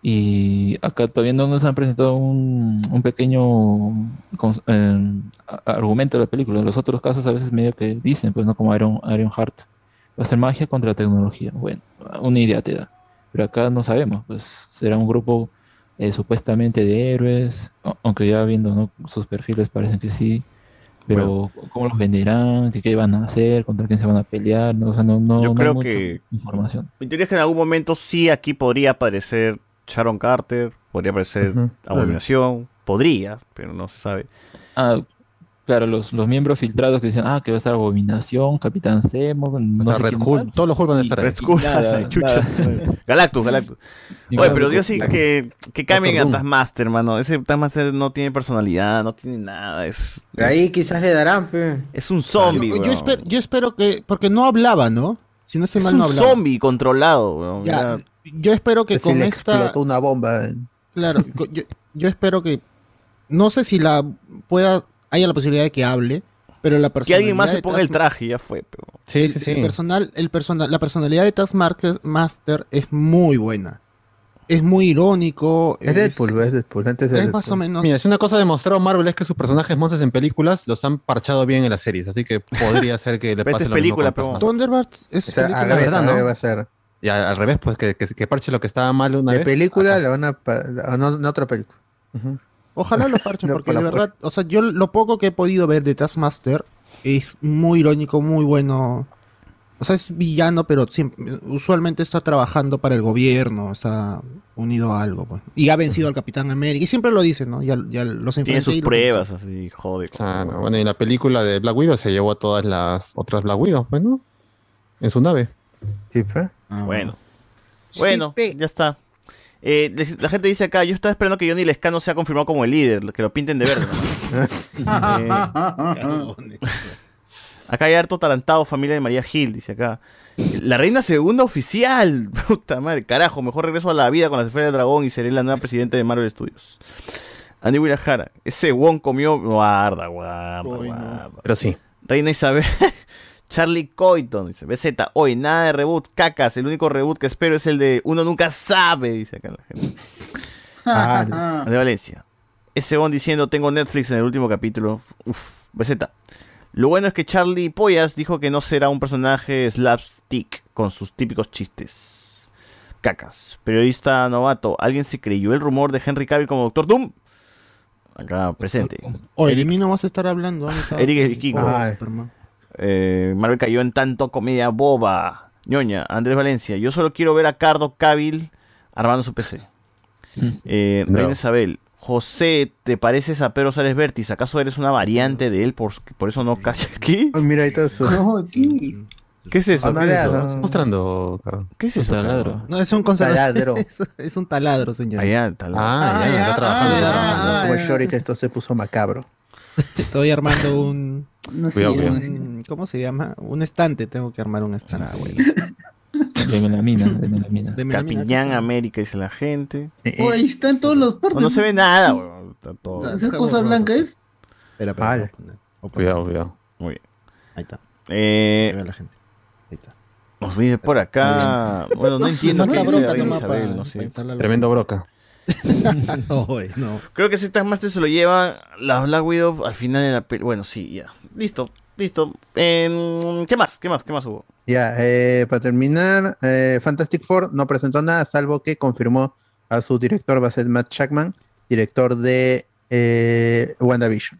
S20: Y acá todavía no nos han presentado un, un pequeño cons- eh, a- argumento de la película. En los otros casos a veces medio que dicen, pues no como Iron, Iron Heart. Va a ser magia contra tecnología. Bueno, una idea te da. Pero acá no sabemos, pues será un grupo eh, supuestamente de héroes, a- aunque ya viendo ¿no? sus perfiles parecen que sí. Pero cómo los venderán, qué, qué van a hacer, contra quién se van a pelear, no, o sea, no, no, no
S3: Yo
S20: hay
S3: creo
S20: mucha
S3: que-
S20: información.
S3: Mi teoría es que en algún momento sí aquí podría aparecer Sharon Carter, podría aparecer
S20: Ujú.
S3: Abominación, podría, pero no se sabe.
S20: Ah, claro, los, los miembros filtrados que dicen, ah, que va a estar Abominación, Capitán Semo, no
S5: sea,
S20: sé
S5: Red
S20: quién
S5: Hulk,
S20: más.
S5: todos los Hulk van a
S20: Y-
S5: estar ahí.
S20: y
S3: Red Skull,
S20: nada,
S3: chucha.
S20: nada.
S3: Galactus, Galactus.
S20: Y
S3: Oye,
S20: nada,
S3: pero yo sí
S20: claro.
S3: que, que cambien a
S20: Doctor Doom.
S3: Taskmaster, hermano. Ese Taskmaster no tiene personalidad, no tiene nada. Es,
S2: De ahí quizás le darán, pe.
S3: es un zombie,
S25: Yo, yo
S3: weón.
S25: esper- yo espero que. Porque no hablaba, ¿no? Si no se
S3: Es
S25: mal, no
S3: un
S25: hablaba.
S3: zombie controlado, weón. Ya.
S25: Ya, yo espero que
S4: Que si
S25: con
S4: Pues le
S25: esta.
S4: explotó una bomba. eh.
S25: Claro, co- yo, yo espero que. No sé si la pueda. Haya la posibilidad de que hable, pero la persona.
S3: Que alguien más se ponga el traje, ya fue, pero.
S5: Sí,
S25: el, el personal, el personal, la personalidad de Taskmaster Master es muy buena. Es muy irónico. eh,
S4: Es Deadpool, es Deadpool. Antes de
S25: es
S4: Deadpool.
S25: más o menos.
S5: Mira, si una cosa ha demostrado Marvel es que sus personajes monstruos en películas los han parchado bien en las series, así que podría ser que le
S3: Pero
S5: pase
S3: esta
S5: lo
S3: es película,
S5: mismo con
S3: pero-
S5: Taskmaster.
S25: Thunderbirds es.
S4: O sea,
S25: película,
S4: al revés,
S5: ¿verdad,
S4: al
S5: no?
S4: revés va a ser.
S5: Y al, al revés, pues que, que- que parche lo que estaba mal una
S4: De
S5: vez.
S4: película la van a. pa- a no- no otra película.
S25: Ojalá lo parchen,
S4: No,
S25: porque
S4: con
S25: de
S4: la
S25: verdad, o sea, yo lo poco que he podido ver de Taskmaster es muy irónico, muy bueno. O sea, es villano, pero siempre, usualmente está trabajando para el gobierno, está unido a algo. Pues. Y ha vencido al Capitán América, y siempre lo dice, ¿no? Ya, ya los enfrenté
S3: Tiene sus
S25: y lo
S3: pruebas, así, joder.
S5: Claro, bueno, y la película de Black Widow se llevó a todas las otras Black Widow, bueno, en su nave.
S4: Sí, pues.
S3: Ah, Bueno. Bueno, ya está. Eh, de- la gente dice acá, yo estaba esperando que Johnny Lescano sea confirmado como el líder, que lo pinten de verde. ¿no? Eh, acá hay harto tarantado, familia de María Gil, dice acá. La reina segunda oficial. Puta madre, carajo, mejor regreso a la vida con la esfera del dragón y seré la nueva presidenta de Marvel Studios. Andy Wirajara, ese Wong comió. Guarda, guarda, guarda.
S5: Pero sí.
S3: Reina Isabel. Charlie Coyton, dice BZ, hoy nada de reboot, cacas, el único reboot que espero es el de Uno Nunca Sabe, dice acá la gente.
S5: Ah,
S4: Ah,
S3: De Valencia. Ese Bond diciendo, tengo Netflix en el último capítulo. Uf, BZ. Lo bueno es que Charlie Poyas dijo que no será un personaje slapstick con sus típicos chistes. Cacas. Periodista novato. ¿Alguien se creyó el rumor de Henry Cavill como Doctor Doom? Acá presente.
S25: Oye, de mí no vas a estar hablando. ¿dónde está?
S3: Eric el Kiko.
S25: Pobre
S3: Ay.
S25: Superman.
S3: Eh, Marvel cayó en tanto comedia boba. ñoña, Andrés Valencia. Yo solo quiero ver a Cardo Cabil armando su PC. Eh,
S5: Bravo.
S3: Reina Isabel. José, ¿te pareces a Pedro Sárez Vértiz? ¿Acaso eres una variante de él? Por, por eso no calla aquí.
S4: Ah, mira, ahí está su.
S3: ¿Qué es eso?
S4: Ah, no,
S3: ¿Qué es
S4: ya,
S3: eso?
S4: no, no.
S5: Mostrando, Carlos.
S3: ¿Qué es eso? Carlos?
S25: No, es un conservador.
S4: Taladro.
S25: es, es un taladro, señor.
S3: Allá, taladro. Ah,
S4: ya, está
S25: trabajando.
S4: Como Shory, que esto se puso macabro.
S25: Estoy armando un.
S4: No
S5: sé, Cuidado, cuidado.
S25: un- ¿Cómo se llama? Un estante. Tengo que armar un estante.
S20: De melamina, de melamina.
S25: De
S3: Capiñán América, dice la gente.
S4: Eh,
S23: Oh, ahí están todos los
S3: No,
S23: partes.
S3: no se ve nada, weón. Está todo-
S23: ¿Esa cosa blanca es?
S25: Vale.
S5: Cuidado, cuidado.
S3: Muy bien.
S25: Ahí está.
S3: Eh,
S25: la gente.
S3: Nos viene por acá. Bueno, no entiendo qué dice la reina Isabel, no sé.
S5: Tremendo broca.
S25: no.
S3: Creo que ese Taskmaster se lo lleva la Black Widow al final de la peli. Bueno, sí, ya. Listo, listo. Em, ¿Qué más? ¿Qué más? ¿Qué más hubo?
S4: Ya, eh, para terminar, eh, Fantastic Four no presentó nada, salvo que confirmó a su director, va a ser Matt Shackman, director de eh, WandaVision.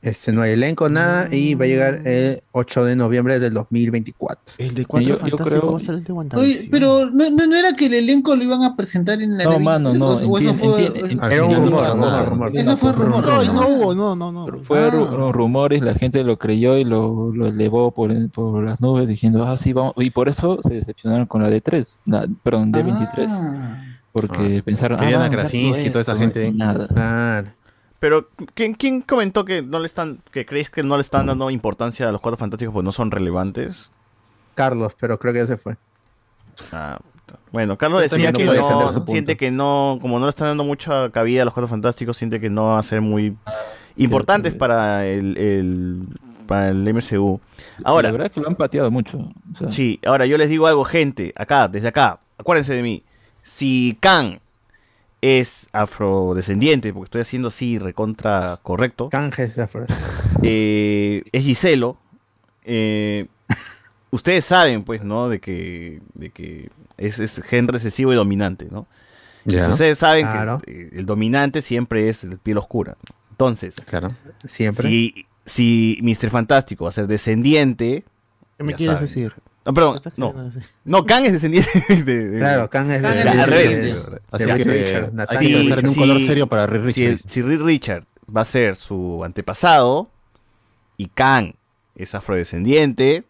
S4: Este no hay elenco, nada, y va a llegar el 8 de noviembre del 2024.
S25: El de Cuatro Fantásticos va a ser el de
S23: Oye,
S25: WandaVision.
S23: pero no, no, no era que el elenco lo iban a presentar en la
S20: No,
S23: TV?
S20: mano,
S23: ¿Eso-
S20: no,
S23: o eso
S20: entiende-
S23: fue-
S5: Ah,
S20: entiende-
S23: eh,
S20: entiende- no pasó nada.
S23: Eso fue rumor. Ah.
S25: No, no hubo, no, no, no.
S20: Fue ru- ru- rumores, la gente lo creyó y lo, lo elevó por, por las nubes diciendo, ah, sí, vamos. Y por eso se decepcionaron con la de 3, la, perdón, de 23.
S23: Ah.
S20: Porque pensaron,
S5: Querían
S20: ah,
S5: a Krasinski y toda esa gente.
S20: Nada.
S3: Pero, ¿quién, quién comentó que no le están, que crees que no le están dando importancia a los cuatro fantásticos porque no son relevantes?
S4: Carlos, pero creo que ya se fue.
S3: Ah, puta. bueno, Carlos
S4: Yo
S3: decía
S4: también no
S3: que
S4: puedo defender
S3: no,
S4: su punto.
S3: siente que no, como no le están dando mucha cabida a los cuatro fantásticos, siente que no va a ser muy importantes para el, el- para el MCU. Ahora,
S20: la verdad es que lo han pateado mucho. o sea.
S3: Sí, ahora yo les digo algo, gente, acá, desde acá, acuérdense de mí. Si Khan es afrodescendiente, porque estoy haciendo así recontra correcto.
S4: Khan es
S3: es Giselo. eh, ustedes saben, pues, ¿no? De que, de que es, es gen recesivo y dominante, ¿no?
S5: Ya.
S3: Ustedes saben
S4: Claro.
S3: que eh, el dominante siempre es el piel oscura. ¿no? Entonces,
S4: Siempre.
S3: si, si Mr. Fantástico va a ser descendiente.
S25: ¿Qué me
S3: ya
S25: quieres
S3: saben.
S25: decir?
S3: No, perdón,
S25: ¿Estás
S3: no.
S25: queriendo decir?
S3: No, Khan es descendiente de. de-
S4: Claro, Khan es de-
S3: Al
S4: de-
S3: revés.
S4: de- Así de Reed que Richards, hay Nathan.
S5: que pensar en un color serio para Reed
S3: si el-
S5: Richards.
S3: Si, Reed Richard va a ser su antepasado y Khan es afrodescendiente,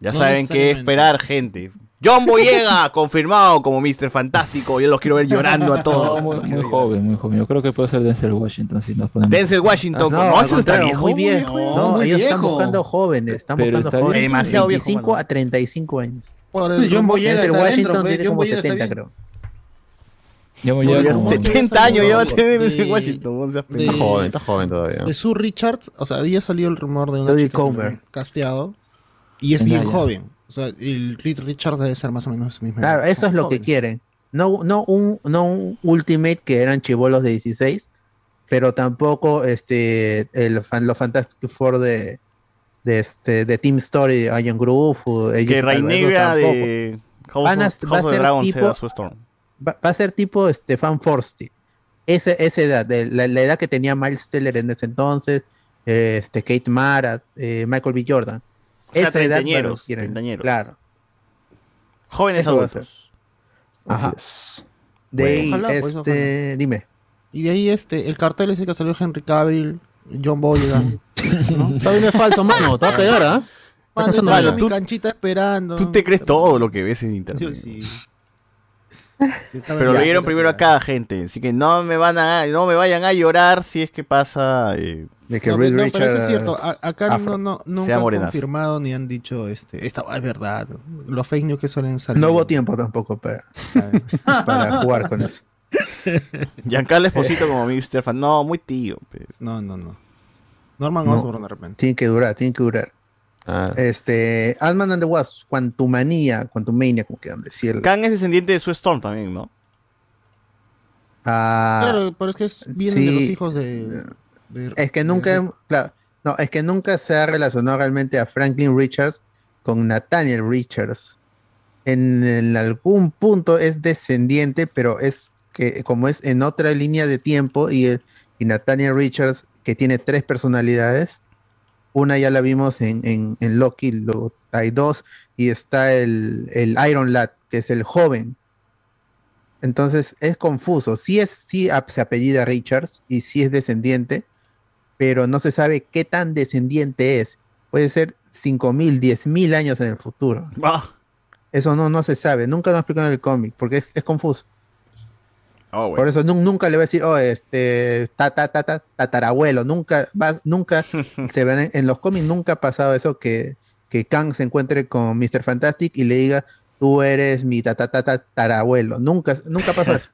S3: ya
S5: No
S3: saben qué
S5: necesariamente.
S3: esperar, gente. John Boyega, confirmado como Mr. Fantástico. Yo los quiero ver llorando a todos.
S20: No, muy, muy joven, muy joven. Yo creo que puede ser Denzel Washington si nos ponemos. Ah,
S3: Denzel Washington,
S4: No,
S3: ¿no?
S4: al
S3: Eso está
S4: contrario,
S3: viejo,
S4: muy
S3: muy
S4: viejo.
S3: viejo.
S4: No,
S3: Muy
S4: ellos están
S3: viejo.
S4: buscando jóvenes, están
S3: Pero
S4: buscando
S3: está bien.
S4: jóvenes.
S3: Demasiado viejo,
S4: 25 a 35 años.
S25: Por
S23: el- John Boyega
S4: Denzel
S23: está
S4: Washington
S23: adentro, pues,
S4: tiene
S23: John
S4: como
S23: Boyega está
S4: 70,
S23: bien.
S4: creo.
S20: Yo me
S3: No,
S20: llevo
S3: ya
S20: como-
S3: 70 años ya va a tener
S25: De-
S3: Denzel Washington. o sea,
S25: de- Está joven, está
S5: joven todavía.
S25: De Sue Richards, o sea, había salido el rumor de una chica que lo habían casteado. Y es
S4: En
S25: bien
S4: Naya.
S25: joven. O sea, el Reed Richards debe ser más o menos su misma edad.
S4: Claro, eso es lo que quieren. No, no, un, no un Ultimate que eran chivolos de 16, pero tampoco este, el, fan- los Fantastic Four de, de, este, de Team Story, Iron Groove. o ellos
S3: Que
S4: tal vez, no,
S3: Rainegra
S4: tampoco.
S3: de House
S4: Van a- va
S3: of,
S4: a
S3: House of the
S4: ser
S3: Dragon
S4: tipo-
S3: será su Storm.
S4: Va, va a ser tipo este, Fan Force. Ese- esa edad, de la, la edad que tenía Miles Teller en ese entonces, eh, este, Kate Mara, eh, Michael B. Jordan.
S3: O sea,
S4: esa edad para
S3: treintañeros,
S4: los que quieren.
S3: treintañeros.
S4: Claro.
S3: Jóvenes
S4: Eso va a ser.
S3: adultos.
S4: Ajá. De ahí,
S25: Ojalá, pues,
S4: este,
S25: ojalá.
S4: dime.
S25: Y de ahí este, el cartel ese que salió Henry Cavill, John Boygan. ¿no? Todavía no es falso, mano. Te va a pegar, ¿ah? Mano,
S3: Mano,
S25: estaba
S3: tú-
S25: mi canchita esperando.
S3: Tú te crees todo lo que ves en internet.
S25: Sí, estaba
S3: Pero lo
S25: ya.
S3: dieron primero a cada gente, así que no me van a, no me vayan a llorar si es que pasa eh,
S4: de
S25: No, pero- no, pero eso es cierto. A- acá no, no, nunca
S3: sea
S25: han
S3: morenazo.
S25: confirmado ni han dicho este, esta es verdad. Los fake news que suelen salir.
S4: No hubo tiempo tampoco para, para jugar con eso.
S3: Giancarlo Esposito como Mr. Fan. No, muy tío. pues.
S25: No, no, no. Norman
S4: No.
S25: Osborn de repente.
S4: Tiene que durar, tiene que durar. Este, Ant-Man and the Wasp, Quantumania, Quantumania, como quieran decirlo.
S3: Kang es descendiente de su Storm también, ¿no?
S4: Ah,
S25: claro, pero es que es- vienen de
S4: sí.
S25: los hijos de. de-
S4: Es que nunca, claro, no, es que nunca se ha relacionado realmente a Franklin Richards con Nathaniel Richards. En, en algún punto es descendiente, pero es que como es en otra línea de tiempo y, el- y Nathaniel Richards, que tiene tres personalidades, una ya la vimos en, en, en Loki, lo, hay dos, y está el, el Iron Lad, que es el joven. Entonces es confuso. Sí es, sí ap- se apellida Richards y sí es descendiente, pero no se sabe qué tan descendiente es. Puede ser 5.000, 10.000 años en el futuro.
S3: Ah,
S4: Eso no, no se sabe. Nunca lo explican en el cómic porque es, es confuso. Por eso nun- nunca le va a decir, oh, este, ta, ta, ta, ta, tatarabuelo. Nunca, va, nunca se ven en, en los cómics, nunca ha pasado eso que, que Kang se encuentre con Mr. Fantastic y le diga, tú eres mi ta, ta, ta, ta, tatarabuelo. Nunca, nunca pasa eso.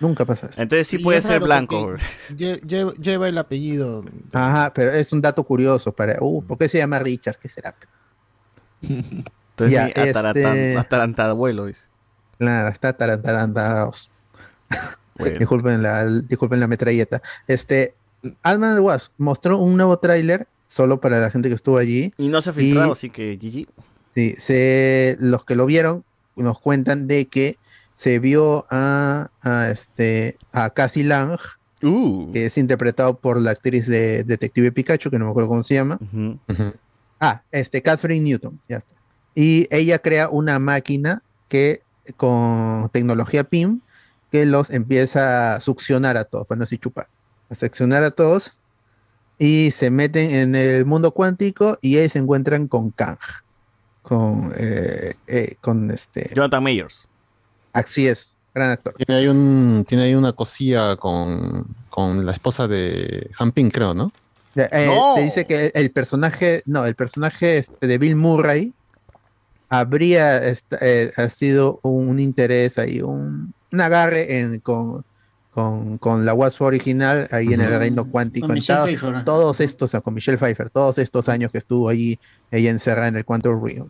S4: nunca pasa eso.
S3: Entonces sí
S25: Y
S3: puede
S25: es
S3: ser
S25: raro
S3: blanco.
S25: porque lle- lle- lleva el apellido.
S4: Ajá, pero es un dato curioso para, uh, ¿por qué se llama Richard? ¿Qué será?
S3: Entonces
S4: Ya,
S3: mi ataratan-
S4: este-
S3: atarantabuelo, dice.
S4: Claro, está atarantarantados. disculpen, la, disculpen la metralleta. Este, Alman and the Wasp mostró un nuevo tráiler solo para la gente que estuvo allí.
S3: Y no se ha filtrado, así que GG.
S4: Sí, se, los que lo vieron nos cuentan de que se vio a, a este, a Cassie Lang, que es interpretado por la actriz de Detective Pikachu, que no me acuerdo cómo se llama. Ah, este, Catherine Newton, ya está. Y ella crea una máquina que con tecnología PIM que los empieza a succionar a todos, para no decir chupar, a succionar a todos y se meten en el mundo cuántico y ahí se encuentran con Kang, con, eh, eh, con este,
S3: Jonathan Mayors.
S4: así es, gran actor.
S5: Tiene ahí, un, tiene ahí una cosilla con, con la esposa de Hampin, creo, ¿no?
S4: Ya, eh,
S5: ¡No!
S4: Se dice que el personaje, no, el personaje este de Bill Murray habría est- eh, ha sido un interés ahí, un, un agarre en, con, con, con la Wasp original ahí en el
S23: Ujú.
S4: reino cuántico.
S23: Con
S4: en
S23: Michelle
S4: Tao-
S23: Pfeiffer.
S4: todos estos, ah, con Michelle Pfeiffer, todos estos años que estuvo allí ella encerrada en el Quantum Realm.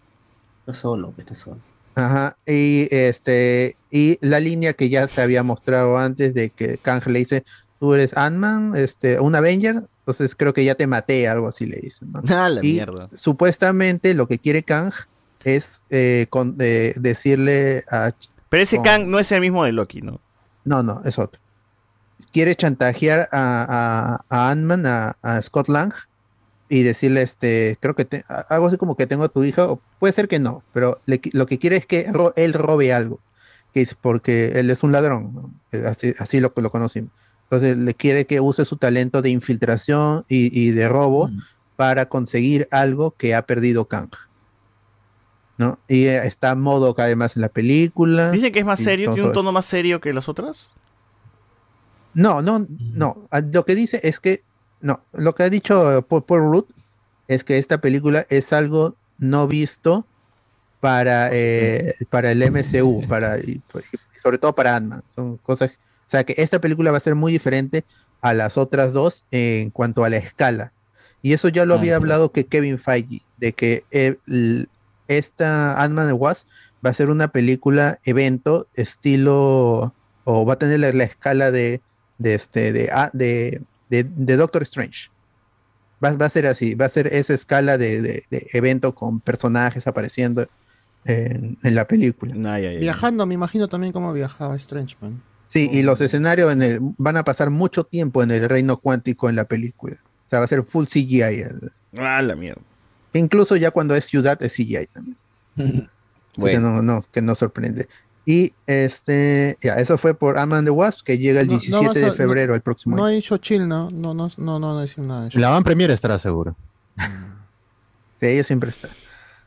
S23: Está solo, está solo.
S4: Ajá, y este, y la línea que ya se había mostrado antes de que Kang le dice, tú eres Ant-Man, este, un Avenger, entonces creo que ya te maté, algo así le dicen, ¿no?
S3: Ah, la
S4: Y
S3: mierda.
S4: Supuestamente lo que quiere Kang es eh, con- eh, decirle a...
S3: Pero ese
S4: con-
S3: Kang no es el mismo de Loki, ¿no?
S4: No, no, es otro. Quiere chantajear a, a, a Ant-Man, a, a Scott Lang, y decirle, este, creo que te- a- algo así como que tengo a tu hija, o puede ser que no, pero le qui- lo que quiere es que ro- él robe algo, que es porque él es un ladrón, ¿no? Eh, así, así lo, lo conocimos. Entonces le quiere que use su talento de infiltración y, y de robo
S3: Mm.
S4: para conseguir algo que ha perdido Kang. ¿No? Y eh, está Modoc además en la película.
S3: Dicen que es más
S4: y
S3: serio,
S4: todo-
S3: tiene un
S4: todo eso.
S3: tono más serio que las otras.
S4: No, no, no. Ah, Lo que dice es que, no, lo que ha dicho eh, Paul, Paul Rudd es que esta película es algo no visto para, eh, para el MCU, para, y- pues, y sobre todo para Ant-Man. Son cosas, o sea, que esta película va a ser muy diferente a las otras dos en cuanto a la escala. Y eso ya lo había hablado que Kevin Feige, de que eh, l- esta Ant-Man and the Wasp va a ser una película evento estilo o va a tener la, la escala de de este de, ah, de, de- de Doctor Strange. Va, va a ser así, va a ser esa escala de, de- de evento con personajes apareciendo en, en la película.
S3: Ay, ay, ay.
S25: Viajando, me imagino también cómo viajaba Strange Man.
S4: Sí, y los escenarios en el, van a pasar mucho tiempo en el reino cuántico en la película. O sea, va a ser full CGI. el-
S3: Ah, la mierda.
S4: E Incluso ya cuando es ciudad es CGI también. Así que
S3: Bueno.
S4: no, no, que no sorprende. Y este, ya, eso fue por Aman the Wasp, que llega el
S25: No- no
S4: 17
S25: vas a-
S4: de
S25: no-
S4: febrero, el próximo
S25: No
S4: año.
S25: hay Xochitl, ¿no? No, no, no, no, no dicen nada. de
S5: La van premier estará seguro.
S4: Sí, ella siempre está.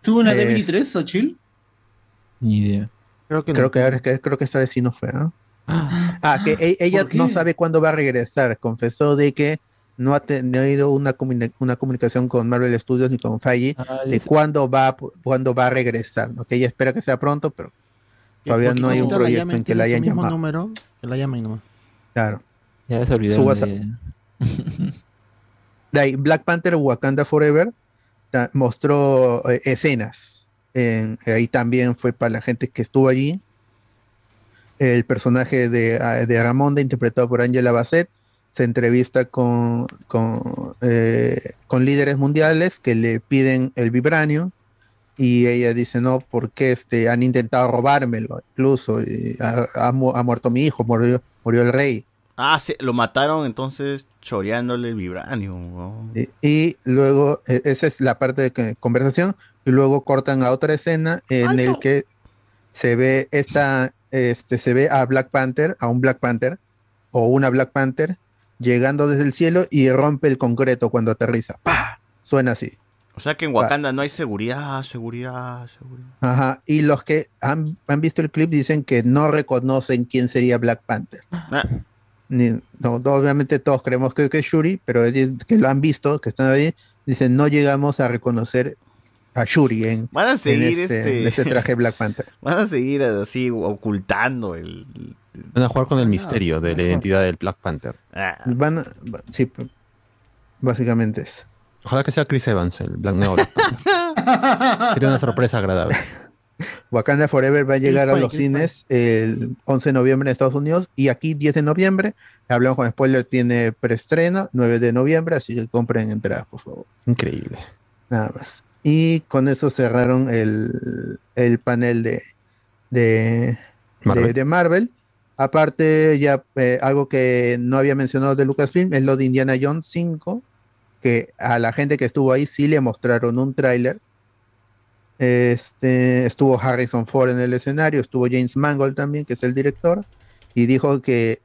S23: ¿Tuvo una
S4: Es-
S23: Devil 3, Sochil?
S20: Ni idea.
S25: Creo que,
S4: creo que, ahora es que- creo que esta vez sí no fue. ¿ah? Ah, que e- ella no sabe cuándo va a regresar. Confesó de que no ha tenido una, comuni- una comunicación con Marvel Studios ni con Feige
S25: Ah,
S4: de cuándo va, a po- cuándo va a regresar. ¿no? Que ella espera que sea pronto, pero todavía
S25: Porque
S4: no hay un
S25: ahorita
S4: proyecto
S25: llamen,
S4: en que la
S25: tiene su
S4: hayan
S25: mismo
S4: llamado.
S25: número, que la llamen nomás.
S4: Claro.
S20: Ya se olvidaron
S4: Su WhatsApp.
S20: de-
S4: De ahí, Black Panther Wakanda Forever ta- mostró eh, escenas. En- ahí también fue para la gente que estuvo allí. El personaje de, ah, de Ramonda, interpretado por Angela Bassett, se entrevista con, con, eh, con líderes mundiales que le piden el vibranio. Y ella dice, no, porque este, han intentado robármelo, incluso. y ha, ha mu- ha muerto mi hijo, murió, murió el rey.
S3: Ah, sí, lo mataron entonces choreándole el vibranio. weón.
S4: Y, y luego, e- esa es la parte de que- conversación, y luego cortan a otra escena en el que se ve esta, este, se ve a Black Panther, a un Black Panther, o una Black Panther, llegando desde el cielo y rompe el concreto cuando aterriza. ¡Pah! Suena así.
S3: O sea que en Wakanda no hay seguridad, seguridad, seguridad.
S4: Ajá. Y los que han, han visto el clip dicen que no reconocen quién sería Black Panther.
S3: Ah.
S4: Ni- no, no, obviamente todos creemos que, que es Shuri, pero ellos que lo han visto, que están ahí, dicen no llegamos a reconocer a Shuri en,
S3: Van a
S4: en
S3: seguir este-
S4: en este traje Black Panther.
S3: Van a seguir así ocultando el.
S5: Van a jugar
S4: Ah,
S5: con el misterio de la identidad del Black Panther.
S3: ah.
S4: Van, a- va- sí, p- básicamente es.
S5: Ojalá que sea Chris Evans, el Black Neo. Black Panther. Sería una sorpresa agradable.
S4: Wakanda Forever va a llegar a
S5: Spike,
S4: los
S5: Chris
S4: cines el 11 de noviembre en Estados Unidos y aquí 10 de noviembre. Hablamos con spoiler, tiene preestreno 9 de noviembre, así que compren entradas, por favor.
S5: Increíble.
S4: Nada más. Y con eso cerraron el, el panel de, de,
S5: Marvel.
S4: de- de Marvel. Aparte, ya eh, algo que no había mencionado de Lucasfilm es lo de Indiana Jones 5, que a la gente que estuvo ahí sí le mostraron un tráiler. Este, estuvo Harrison Ford en el escenario, estuvo James Mangold también, que es el director, y dijo que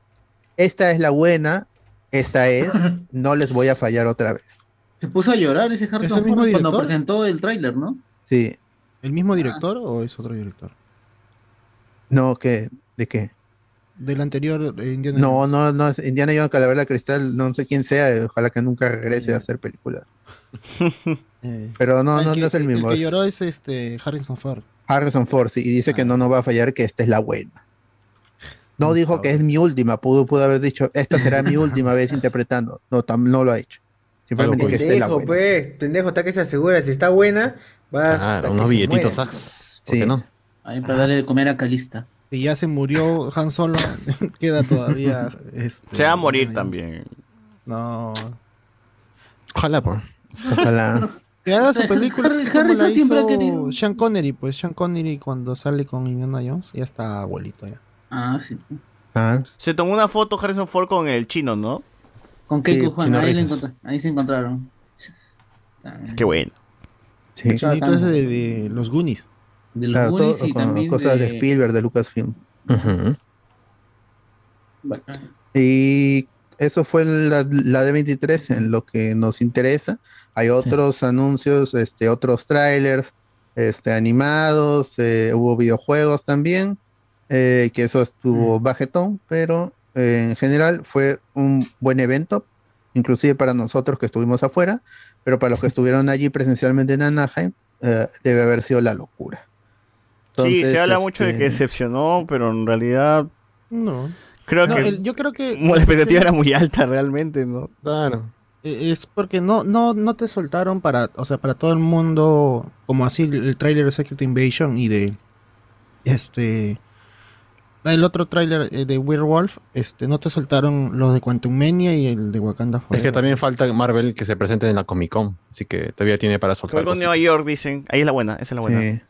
S4: esta es la buena, esta es, no les voy a fallar otra vez.
S23: Se puso a llorar ese Harrison
S25: mismo
S23: Ford cuando
S25: director?
S23: presentó el tráiler, ¿no? Ah,
S4: Sí.
S25: ¿El mismo director o es otro director?
S4: No, ¿qué? ¿De qué?
S25: Del anterior eh, Indiana
S4: No, no, no, es Indiana Jones Calavera de Cristal, no sé quién sea, eh, ojalá que nunca regrese a hacer películas. Pero no,
S25: Ah,
S4: no,
S25: que-
S4: no es el mismo.
S25: que
S4: es
S25: lloró es este Harrison Ford.
S4: Harrison Ford, sí, y dice
S25: Ah.
S4: que no nos va a fallar, que esta es la buena. No dijo que es mi última, pudo, pudo haber dicho, esta será mi última vez interpretando. No, tam- no lo ha hecho. Simplemente que esta es la
S2: Pendejo,
S4: buena.
S2: pues, pendejo, está que se asegura, si está buena, va
S25: pues,
S5: Ah,
S2: hasta que
S5: unos
S2: se
S5: billetitos,
S2: muera.
S5: sax. ¿Por qué no?
S23: Ahí para darle de comer a Calista.
S25: Y ya se murió Han Solo, queda todavía. este,
S3: Se va a morir
S25: Indiana Jones.
S3: también.
S25: No.
S5: Ojalá, por.
S4: Ojalá.
S25: Que haga su película.
S23: Harry-
S25: así como
S23: Harrison
S25: la
S23: siempre ha
S25: hizo
S23: querido.
S25: Sean Connery, pues Sean Connery cuando sale con Indiana Jones ya está abuelito ya.
S23: Ah, sí.
S3: Se tomó una foto Harrison Ford con el chino, ¿no?
S23: Con
S3: Sí,
S23: Keiko Juan,
S3: Chino
S23: ahí, le
S3: Risas.
S23: encontró- ahí se encontraron.
S3: Qué bueno.
S4: Sí.
S25: El chinito ese de, de los Goonies.
S23: De
S4: Claro,
S25: Goonies
S4: todo
S25: y
S4: con
S25: también
S4: cosas de...
S25: de-
S4: Spielberg, de Lucasfilm. Y eso fue la, la D23 en lo que nos interesa. Hay otros anuncios, este, otros trailers este, animados, eh, hubo videojuegos también, eh, que eso estuvo bajetón, pero eh, en general fue un buen evento, inclusive para nosotros que estuvimos afuera, pero para los que estuvieron allí presencialmente en Anaheim, eh, debe haber sido la locura.
S3: sí, se
S4: Entonces,
S3: habla mucho de
S4: este,
S3: que decepcionó, pero en realidad.
S25: No.
S3: Creo
S25: No,
S3: que.
S25: el- yo creo que-
S3: La expectativa era muy alta, realmente, ¿no?
S5: Claro.
S25: Eh, Es porque no, no, no te soltaron para, o sea, para todo el mundo, como así el el tráiler de Secret Invasion y de este el otro tráiler eh, de Werewolf, este, no te soltaron los de Quantum Mania y el de Wakanda
S5: Es
S25: Forever.
S5: que también falta Marvel que se presente en la Comic Con. Así que todavía tiene para soltar.
S3: Fue con Nueva York, dicen. Ahí es la buena, esa es la buena.
S4: Sí.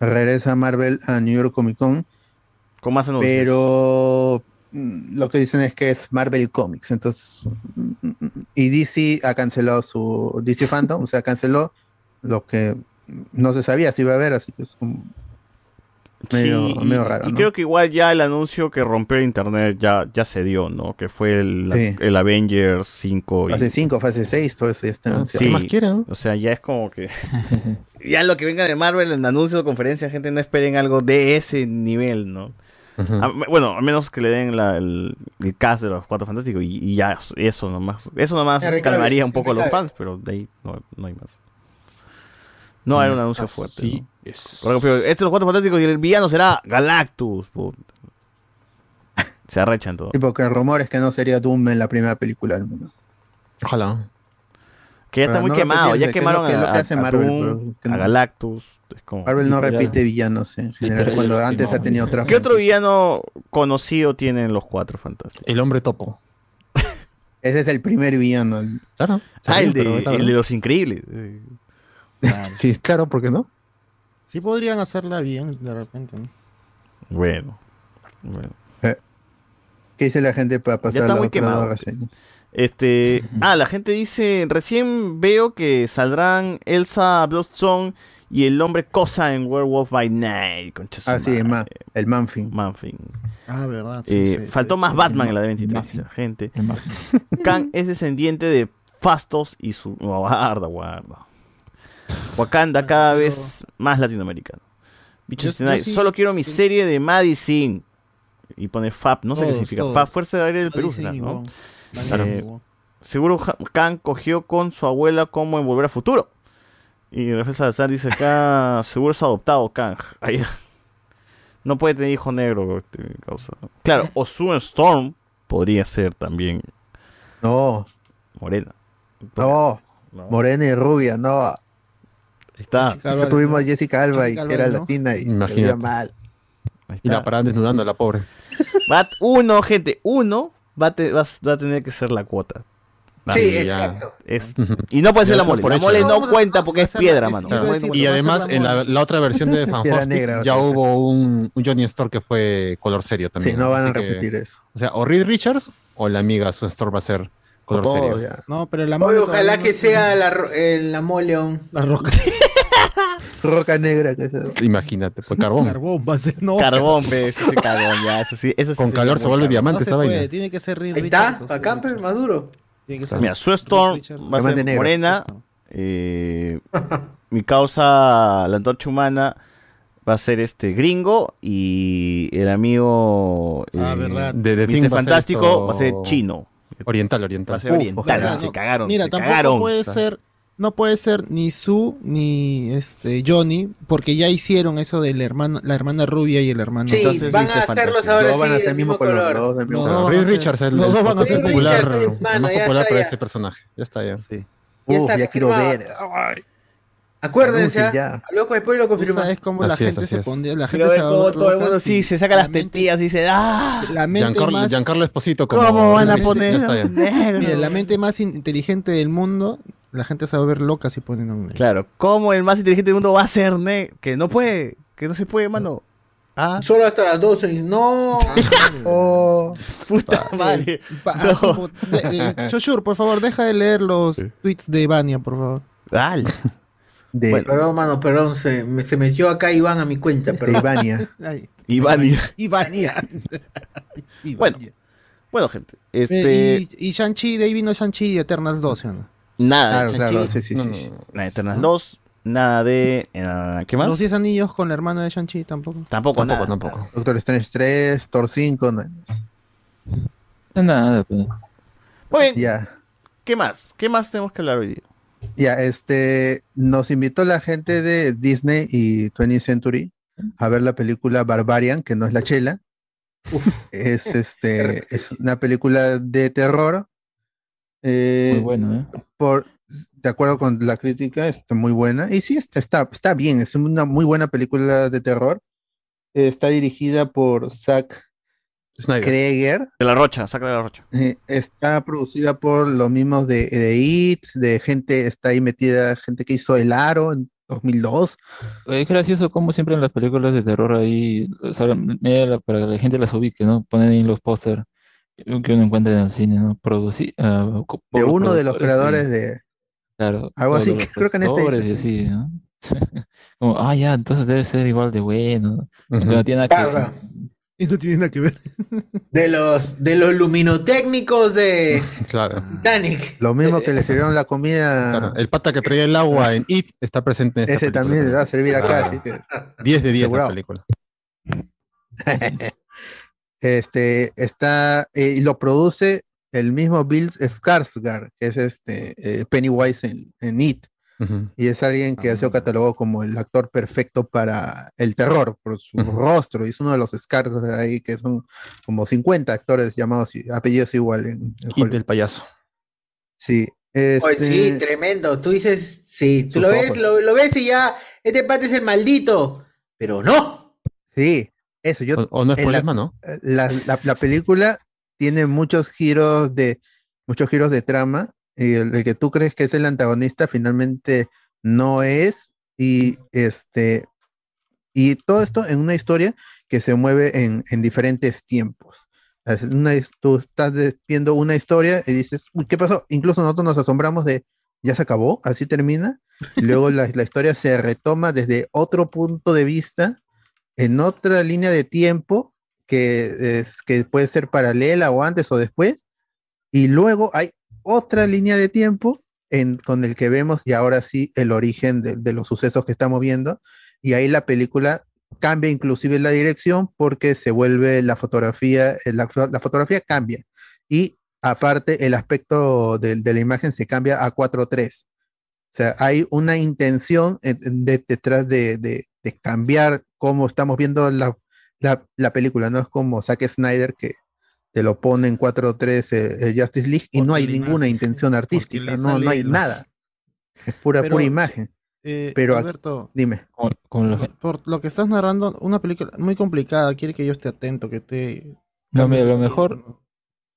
S4: Regresa Marvel a New York Comic Con.
S3: Con más anuncios.
S4: Pero mm, lo que dicen es que es Marvel Comics, entonces. mm, mm, Y DC ha cancelado su DC Fandom, o sea, canceló lo que no se sabía si iba a haber, así que es un- medio,
S3: Sí,
S4: medio
S3: y-
S4: raro.
S3: Y
S4: ¿no?
S3: creo que igual ya el anuncio que rompió el internet ya, ya se dio, ¿no? Que fue el,
S4: Sí. Ah,
S3: el Avengers 5. y-
S4: Fase 5, fase 6, todo eso ya está anunciado.
S3: Ah, Sí, O sea, ya es como que. ya lo que venga de Marvel en anuncios o conferencias, gente, no esperen algo de ese nivel, ¿no? A- bueno, a menos que le den la- el, el cast de los Cuatro Fantásticos y, y ya eso nomás. Eso nomás
S21: Henry Cavill,
S3: calmaría un poco a los
S21: Henry Cavill.
S3: fans, pero de ahí no, no hay más. No hay un anuncio fuerte. ¿no? Ahora que fue, Este es los Cuatro Fantásticos y el villano será Galactus. puta. Se arrechan todo.
S4: Sí, porque el rumor es que no sería Doom en la primera película del mundo.
S5: Ojalá.
S3: Que ya está
S4: Para
S3: muy
S4: no
S3: quemado, ya
S4: repetirse, que es lo
S3: quemaron
S4: que-
S3: a,
S4: lo que
S3: a-
S4: hace
S3: a
S4: Marvel,
S3: Doom,
S4: pero que
S3: a
S4: no-
S3: Galactus. es como-
S4: Marvel no repite villanos en general,
S3: Literal,
S4: cuando
S3: ya lo
S4: antes ha
S3: quemaron.
S4: tenido otras.
S3: ¿Qué otro villano conocido tienen los cuatro fantásticos?
S5: El hombre topo.
S4: Ese es el primer villano. el-
S5: Claro.
S3: Ah, el
S5: Pero
S3: de,
S5: está
S3: el
S5: bien.
S3: de los increíbles.
S5: Sí, claro, ¿por qué no?
S28: Sí podrían hacerla bien de repente. ¿no?
S3: Bueno. bueno.
S4: Eh, ¿Qué dice la gente para pasar
S3: está
S4: a la
S3: muy
S4: otra
S3: quemado.
S4: reseña?
S3: Este, ah, la gente dice, recién veo que saldrán Elsa Bloodstone y el hombre cosa en Werewolf by Night.
S4: Ah, sí, el, ma- el Manfin.
S3: Manfin.
S28: Ah, verdad. sí,
S3: Eh,
S28: sí,
S3: faltó
S28: sí.
S3: más Batman en la de 23, la gente. Kang es descendiente de Fastos y su... no, guarda, guarda. Wakanda cada vez más latinoamericano.
S21: Ah, Yo-
S3: Bichos
S21: yo
S3: Tonight,
S21: sí-
S3: solo quiero mi serie de Madison. Y pone FAP, no sé qué
S21: Todos,
S3: significa.
S21: todos.
S3: FAP, Fuerza de Aire del Perú.
S21: Madison
S3: será,
S21: y
S3: ¿no?
S21: Wong.
S3: Claro.
S21: Madison y Wong.
S3: Eh, Seguro Ja- Kang cogió con su abuela como en Volver a Futuro. Y Rafael Salazar dice acá, seguro es adoptado Kang. Ahí- no puede tener hijo negro. este, causa. Claro, Ozuna Storm podría ser también
S4: No,
S3: morena.
S4: no,
S3: No.
S4: Morena y Rubia, no.
S3: Está.
S4: Tuvimos Tuvimos a Jessica Alba y
S3: Jessica
S4: que
S3: Alba,
S4: era
S3: ¿no?
S4: latina y
S3: Imagínate.
S4: se veía mal.
S5: Y la paran desnudando a la pobre.
S3: Bat 1, gente, 1 va, a te- va a- va a tener que ser la cuota.
S5: Sí,
S3: Dale, ya.
S5: exacto.
S3: Es- y no puede ser la mole. La mole no cuenta porque es piedra, mano.
S5: Claro.
S3: No cuenta
S5: Y
S3: porque-
S5: además, en la, la otra versión de
S3: Piedra negra,
S5: Fanfostic
S3: o
S5: ya
S3: sea.
S5: hubo un, un Johnny Storm que fue color serio también.
S4: Sí, no van a
S5: Así que-
S4: repetir eso.
S5: O sea, o Reed Richards o la amiga su Storm va a ser color
S4: Todo,
S5: serio.
S4: ya.
S28: No, pero la
S2: Oye,
S28: mole
S2: ojalá
S28: todavía
S2: que
S28: no-
S2: sea la, ro- eh, la moleón.
S28: La roca.
S4: Roca negra que se
S5: Imagínate, pues carbón.
S28: Carbón, va a ser- no.
S3: Carbón, ve, eso sí, carbón, ya, eso sí, eso sí
S5: Con
S3: se
S5: calor se
S3: llama
S5: vuelve
S3: carbón.
S5: diamante
S28: No
S5: esa
S28: se puede,
S5: vaina.
S28: tiene que ser Reed
S2: Ahí está,
S28: Richards o Sir
S2: acá, pero más duro.
S28: Tiene que ser-
S3: Mira, Sue Storm va a
S4: Diamante
S3: ser
S4: negro.
S3: morena. eh, mi causa, la antorcha humana, va a ser este gringo. Y el amigo
S2: Ah,
S3: eh,
S5: De, de
S3: Mr. Fantástico va a ser chino.
S5: Oriental, oriental.
S3: Va a ser oriental.
S28: ojalá,
S3: se
S28: no.
S3: cagaron.
S28: Mira,
S3: se
S28: tampoco
S3: cagaron.
S28: puede ser, no puede ser ni Sue ni este Johnny, porque ya hicieron eso del hermano, la hermana rubia y el
S4: Ah,
S28: hermano.
S2: Sí, Entonces, van Mr. a hacerlos Fantástico. ahora
S4: Todos van a
S2: sí,
S4: ser
S2: del
S4: el mismo
S2: mismo
S4: color.
S2: color.
S4: todos del
S28: No,
S4: mismo color.
S28: no,
S5: Reed Richards es el,
S28: Los
S5: el
S28: dos van a ser
S5: más popular,
S2: Richards, es
S5: el
S2: mano,
S5: más
S2: ya
S5: popular
S2: está,
S5: para
S2: ya.
S5: ese personaje. Ya está ya. Sí.
S2: Ya
S4: Uf,
S2: está
S4: ya quiero
S2: confirmado.
S4: ver. Ay,
S2: Acuérdense,
S4: Anuncien
S2: ¿ah? loco, después lo
S28: Tú
S2: confirmamos.
S28: sabes cómo la
S5: Así es,
S28: gente
S5: así
S28: se
S5: es.
S28: pone, la
S3: Quiero
S28: gente se
S3: ver
S28: va a
S3: cómo
S28: volver
S3: todo el mundo
S28: loca
S3: sí
S28: si
S3: se saca las tetillas y dice ¡Ah!
S28: La mente
S5: Giancarlo,
S28: más...
S5: Giancarlo Esposito como...
S28: la
S5: Ya está ya.
S28: Mira, la mente más in- inteligente del mundo, la gente se va a ver loca si ponen un negro.
S3: Claro, ¿cómo el más inteligente del mundo va a ser ne- Que no puede, que no se puede, mano. Ah,
S2: Solo hasta las 12. y- No.
S4: oh,
S3: puta madre.
S28: Pa- ah, tipo, de- eh, Choshur, por favor, deja de leer los tweets de Vania, por favor.
S3: Dale.
S4: De,
S2: Perdón, mano, perdón. Se, me- se metió acá Iván a mi cuenta, perdón.
S4: Ivania.
S28: Ay,
S3: Ivania.
S28: Ivania.
S3: Bueno, bueno, gente. Este,
S28: Eh, y y Shang-Chi, de ahí vino Shang-Chi y Eternals 12, ¿no?
S3: nada
S4: Claro,
S3: de
S4: claro,
S3: Shang-Chi,
S4: sí, sí, sí, sí.
S3: Nada de Eternals 2, nada de. eh, ¿Qué más?
S28: Los 10 anillos con la hermana de Shang-Chi tampoco.
S3: Tampoco,
S5: Tampoco,
S3: nada.
S5: tampoco.
S4: Doctor Strange 3, Thor 5. no.
S20: Nada, pues.
S3: Muy bien,
S4: Ya,
S3: ¿qué más? ¿Qué más tenemos que hablar hoy día?
S4: ya, este. Nos invitó la gente de Disney y 20th Century a ver la película Barbarian, que no es la chela. Es, este, es una película de terror. Eh,
S20: Muy bueno, ¿eh?
S4: por de acuerdo con la crítica, está muy buena. Y sí, está, está, está bien, es una muy buena película de terror. Eh, está dirigida por Zack
S5: Snyder.
S4: Kreger.
S3: De la Rocha, saca de la Rocha.
S4: Eh, está producida por los mismos de, de It, de gente, está ahí metida, gente que hizo El Aro, 2002.
S20: Es gracioso como siempre en las películas de terror ahí, o sea, media la- para que la gente las ubique, ¿no? Ponen ahí los póster que uno encuentra en el cine, ¿no? Produci ah, co-
S4: De
S20: por
S4: uno de los creadores
S20: y-
S4: de-
S20: Claro.
S4: algo
S20: por
S4: así,
S20: los
S4: creo que en este dice,
S20: productores y así, ¿no? Como, ah, ya, entonces debe ser igual de bueno.
S2: Ujú.
S20: No tiene nada que
S2: Claro.
S25: Y no tiene nada que ver.
S2: De los, de los luminotécnicos de
S5: Claro.
S3: Ah.
S2: Titanic.
S4: Lo mismo que le sirvieron la comida.
S5: El pata que traía el agua en It está presente en esta
S4: Ese
S5: película.
S4: también le va a servir acá,
S5: Ah.
S4: así que-
S5: 10 de 10 la
S4: Asegurado.
S5: película.
S4: este está eh, y lo produce el mismo Bill Skarsgård, que es este eh, Pennywise en, en It.
S5: Ujú.
S4: Y es alguien que ha
S2: Ah.
S4: sido catalogado como el actor perfecto para el terror, por su rostro. Y es uno de los Skarsgård ahí, que son como 50 actores llamados, y- apellidos igual. En,
S5: It del payaso.
S4: Sí. este,
S2: Oye, sí, tremendo. Tú dices, sí, tú
S4: Sus
S2: lo
S4: ojos.
S2: ves, lo, lo ves y ya, este pata es el maldito. Pero no.
S4: Sí, eso yo.
S5: O, no
S2: es
S5: problema, ¿no?
S4: La, la- la película tiene muchos giros de muchos giros de trama y el, el que tú crees que es el antagonista finalmente no es y este y todo esto en una historia que se mueve en, en diferentes tiempos. Es una his- tú estás de- viendo una historia y dices, "Uy, ¿qué pasó? Incluso nosotros nos asombramos de, ya se acabó, así termina. Luego la, la historia se retoma desde otro punto de vista, en otra línea de tiempo, que, es, que puede ser paralela o antes o después. Y luego hay otra línea de tiempo en, con el que vemos, y ahora sí, el origen de, de los sucesos que estamos viendo. Y ahí la película cambia inclusive la dirección porque se vuelve la fotografía, eh, la, fo- la fotografía cambia. Y aparte, el aspecto de, de la imagen se cambia a 4-3. O sea, hay una intención en- en- de- detrás de, de- de cambiar cómo estamos viendo la, la- la película. No es como Zack Snyder que te lo pone en 4-3 eh, eh, Justice League y no hay ninguna intención artística, no, no
S25: sale
S4: hay
S25: los-
S4: nada. Es pura,
S25: Pero,
S4: pura imagen.
S25: eh,
S4: Pero, ac-
S25: Alberto,
S4: dime.
S25: por lo que estás narrando, una película muy complicada, quiere que yo esté atento, que esté...
S20: No, mira, lo mejor,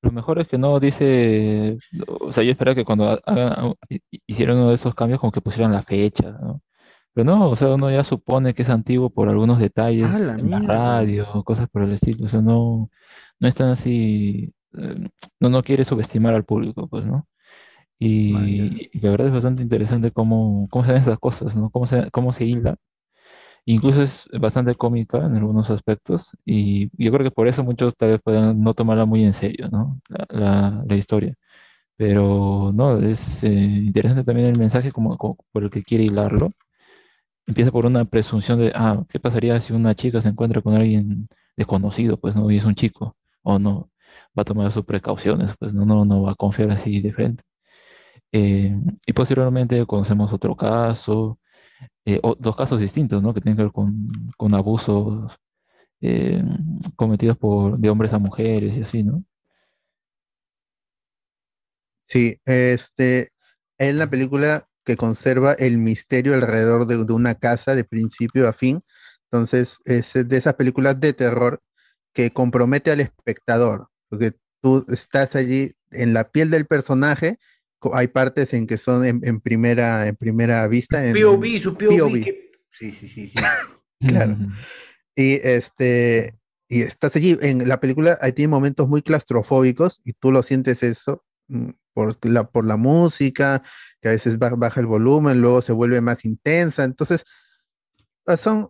S20: lo mejor es que no dice, o sea, yo esperaba que cuando ha- hagan, ah, hi- hicieran uno de esos cambios como que pusieran la fecha, ¿no? Pero no, o sea, uno ya supone que es antiguo por
S4: Ah,
S20: algunos detalles
S25: ¡A la
S20: en la
S25: mierda!
S20: radio, cosas por el estilo, o sea, no, no están así, eh, no, no quiere subestimar al público, pues, ¿no? Y, y la verdad es bastante interesante cómo, cómo se ven esas cosas, ¿no? Cómo se, cómo se hila. Incluso es bastante cómica en algunos aspectos y yo creo que por eso muchos tal vez puedan no tomarla muy en serio, ¿no? La, la- la historia. Pero no, es eh, interesante también el mensaje como, como por el que quiere hilarlo. Empieza por una presunción de, ah, ¿qué pasaría si una chica se encuentra con alguien desconocido, pues, ¿no? Y es un chico, o no, va a tomar sus precauciones, pues, no, no, no va a confiar así de frente. Eh, y posteriormente conocemos otro caso, eh, o- dos casos distintos, ¿no? Que tienen que ver con, con abusos eh, cometidos por, de hombres a mujeres y así, ¿no?
S4: Sí, este es la película que conserva el misterio alrededor de, de una casa de principio a fin. Entonces, es de esas películas de terror que compromete al espectador, porque tú estás allí en la piel del personaje. co- Hay partes en que son en, en primera, en primera vista. en-
S2: POV, su POV.
S4: POV.
S2: que- Sí, sí, sí. sí.
S4: Claro. Y este, y estás allí en la película, ahí tiene momentos muy claustrofóbicos y tú lo sientes eso mm, por la, por la música, que a veces ba- baja el volumen, luego se vuelve más intensa. Entonces, ah, son,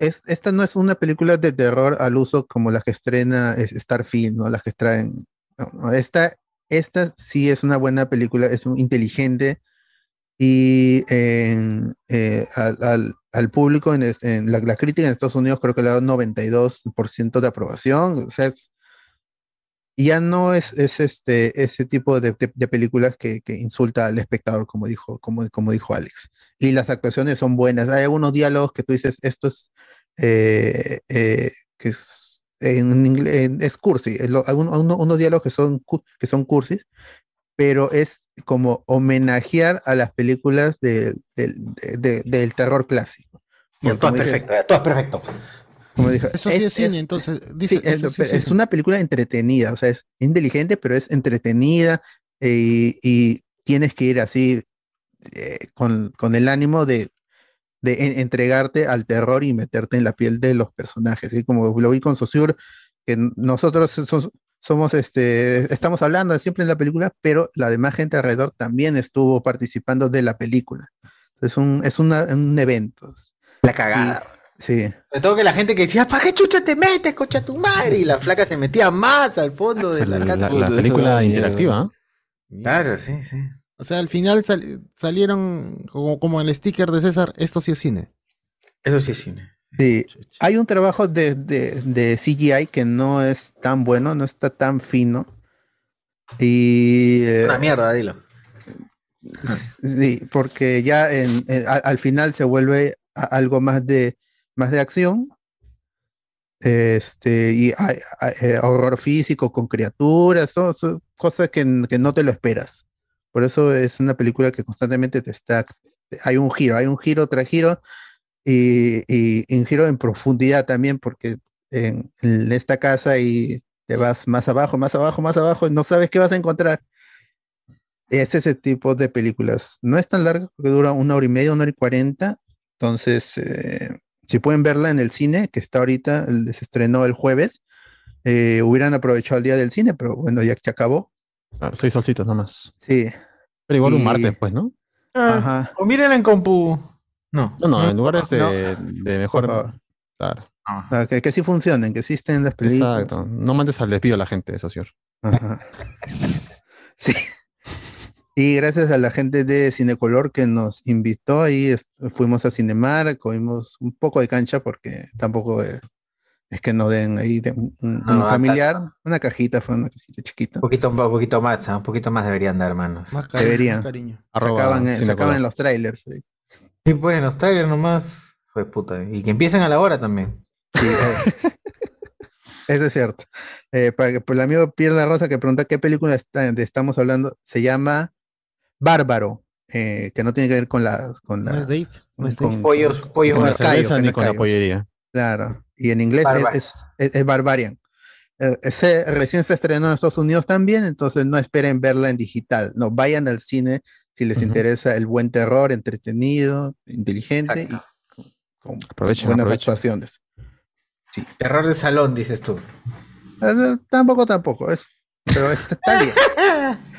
S4: es, esta no es una película de terror al uso como las que estrena eh, Starfield, ¿no? Las que traen. no, no, esta, esta sí es una buena película, es un inteligente y en, eh, al, al- al público, en, es- en la, la crítica en Estados Unidos creo que le ha dado 92% de aprobación, o sea, es- ya no es, es este, ese tipo de, de- de películas que, que insulta al espectador, como dijo, como, como dijo Alex. Y las actuaciones son buenas, hay algunos diálogos que tú dices, esto es, eh, eh, que es, en inglés, en- es cursi, eh, lo- alguno- uno- unos diálogos que son, cu- que son cursis, pero es como homenajear a las películas del- del- de- de- del terror clásico.
S2: Ya,
S4: Porque
S2: todo es
S4: como dije-
S2: perfecto, ya, todo es perfecto.
S4: como dije,
S25: Eso sí es, cine,
S4: es-
S25: entonces.
S4: sí,
S25: Dice,
S4: es,
S25: eso sí
S4: pero
S25: es
S4: es
S25: cine.
S4: una película entretenida, o sea, es inteligente, pero es entretenida eh, y tienes que ir así eh, con, con el ánimo de, de en- entregarte al terror y meterte en la piel de los personajes. ¿sí? Como lo vi con Sosur, que n- nosotros so- so- somos, este, estamos hablando siempre de la película, pero la demás gente alrededor también estuvo participando de la película. Es un, es una- un evento.
S2: La cagada.
S4: Sí.
S2: Sobre todo que la gente que decía, ¿para qué chucha te metes, cocha tu madre? Y la flaca se metía más al fondo de la,
S5: La,
S2: casa.
S5: la película
S28: eh.
S5: interactiva. ¿eh?
S2: Claro, sí, sí.
S25: O sea, al final sal- salieron como, como el sticker de César, esto sí es cine.
S2: Eso sí es cine.
S4: Sí, hay un trabajo de, de- de CGI que no es tan bueno, no está tan fino. Y. eh,
S2: Una mierda, dilo.
S4: Sí, porque ya en- en- al, al final se vuelve a- algo más de, más de acción. Este, y hay- hay, eh, horror físico con criaturas, son, son cosas que, n- que no te lo esperas. Por eso es una película que constantemente te está. Hay un giro, hay un giro tras giro y, y- y un giro en profundidad también, porque en, en esta casa y te vas más abajo, más abajo, más abajo y no sabes qué vas a encontrar es ese tipo de películas. No es tan larga porque dura una hora y media, una hora y cuarenta. Entonces, eh, si pueden verla en el cine, que está ahorita, el- se estrenó el jueves, eh, hubieran aprovechado el día del cine, pero bueno, ya que acabó.
S5: Claro, Ah, seis solcitos nomás.
S4: Sí.
S5: Pero igual
S4: Y-
S5: un martes, pues, ¿no?
S4: Ajá.
S2: Ah, O mírenla en compu. No.
S5: No, no, en lugares
S4: No.
S5: de, de mejor. Claro.
S4: Ah, Que, que sí funcionen, que existen las películas.
S5: Exacto. No mandes al despido a la gente, eso, señor.
S4: Ajá. Sí. Y gracias a la gente de Cinecolor que nos invitó y est- fuimos a Cinemar, comimos un poco de cancha porque tampoco eh, es, que nos den ahí de un, un- un
S2: No,
S4: familiar, una cajita, fue una cajita chiquita.
S2: Un poquito, un poquito más, ¿ah? un poquito más deberían dar, hermanos.
S4: Más cariño, Deberían. más
S25: cariño.
S4: Arroba Sacaban, eh, sacaban los trailers. sí.
S2: Sí, pues, en los trailers nomás. Joder, puta. Y que empiecen a la hora también.
S4: Eso es cierto. Eh, para que por el amigo Pierre La Rosa que pregunta qué película está- de estamos hablando, se llama Bárbaro, eh, que no tiene que ver con la... Con la
S25: No es Dave, no es Dave.
S2: Pollos- pollos
S4: con
S5: con la
S4: Arcayo,
S5: cerveza ni
S4: con
S5: con la
S4: Arcayo.
S5: pollería.
S4: Claro, y en inglés es,
S2: Barbar-
S4: es, es- es Barbarian. Eh, ese recién se estrenó en Estados Unidos también, entonces no esperen verla en digital. No, vayan al cine si les interesa el buen terror, entretenido, inteligente y con, con
S5: Aprovechen,
S4: buenas
S5: aprovechen.
S4: actuaciones.
S2: Terror de salón, dices tú.
S4: Eh, Tampoco, tampoco, es, pero es- está bien.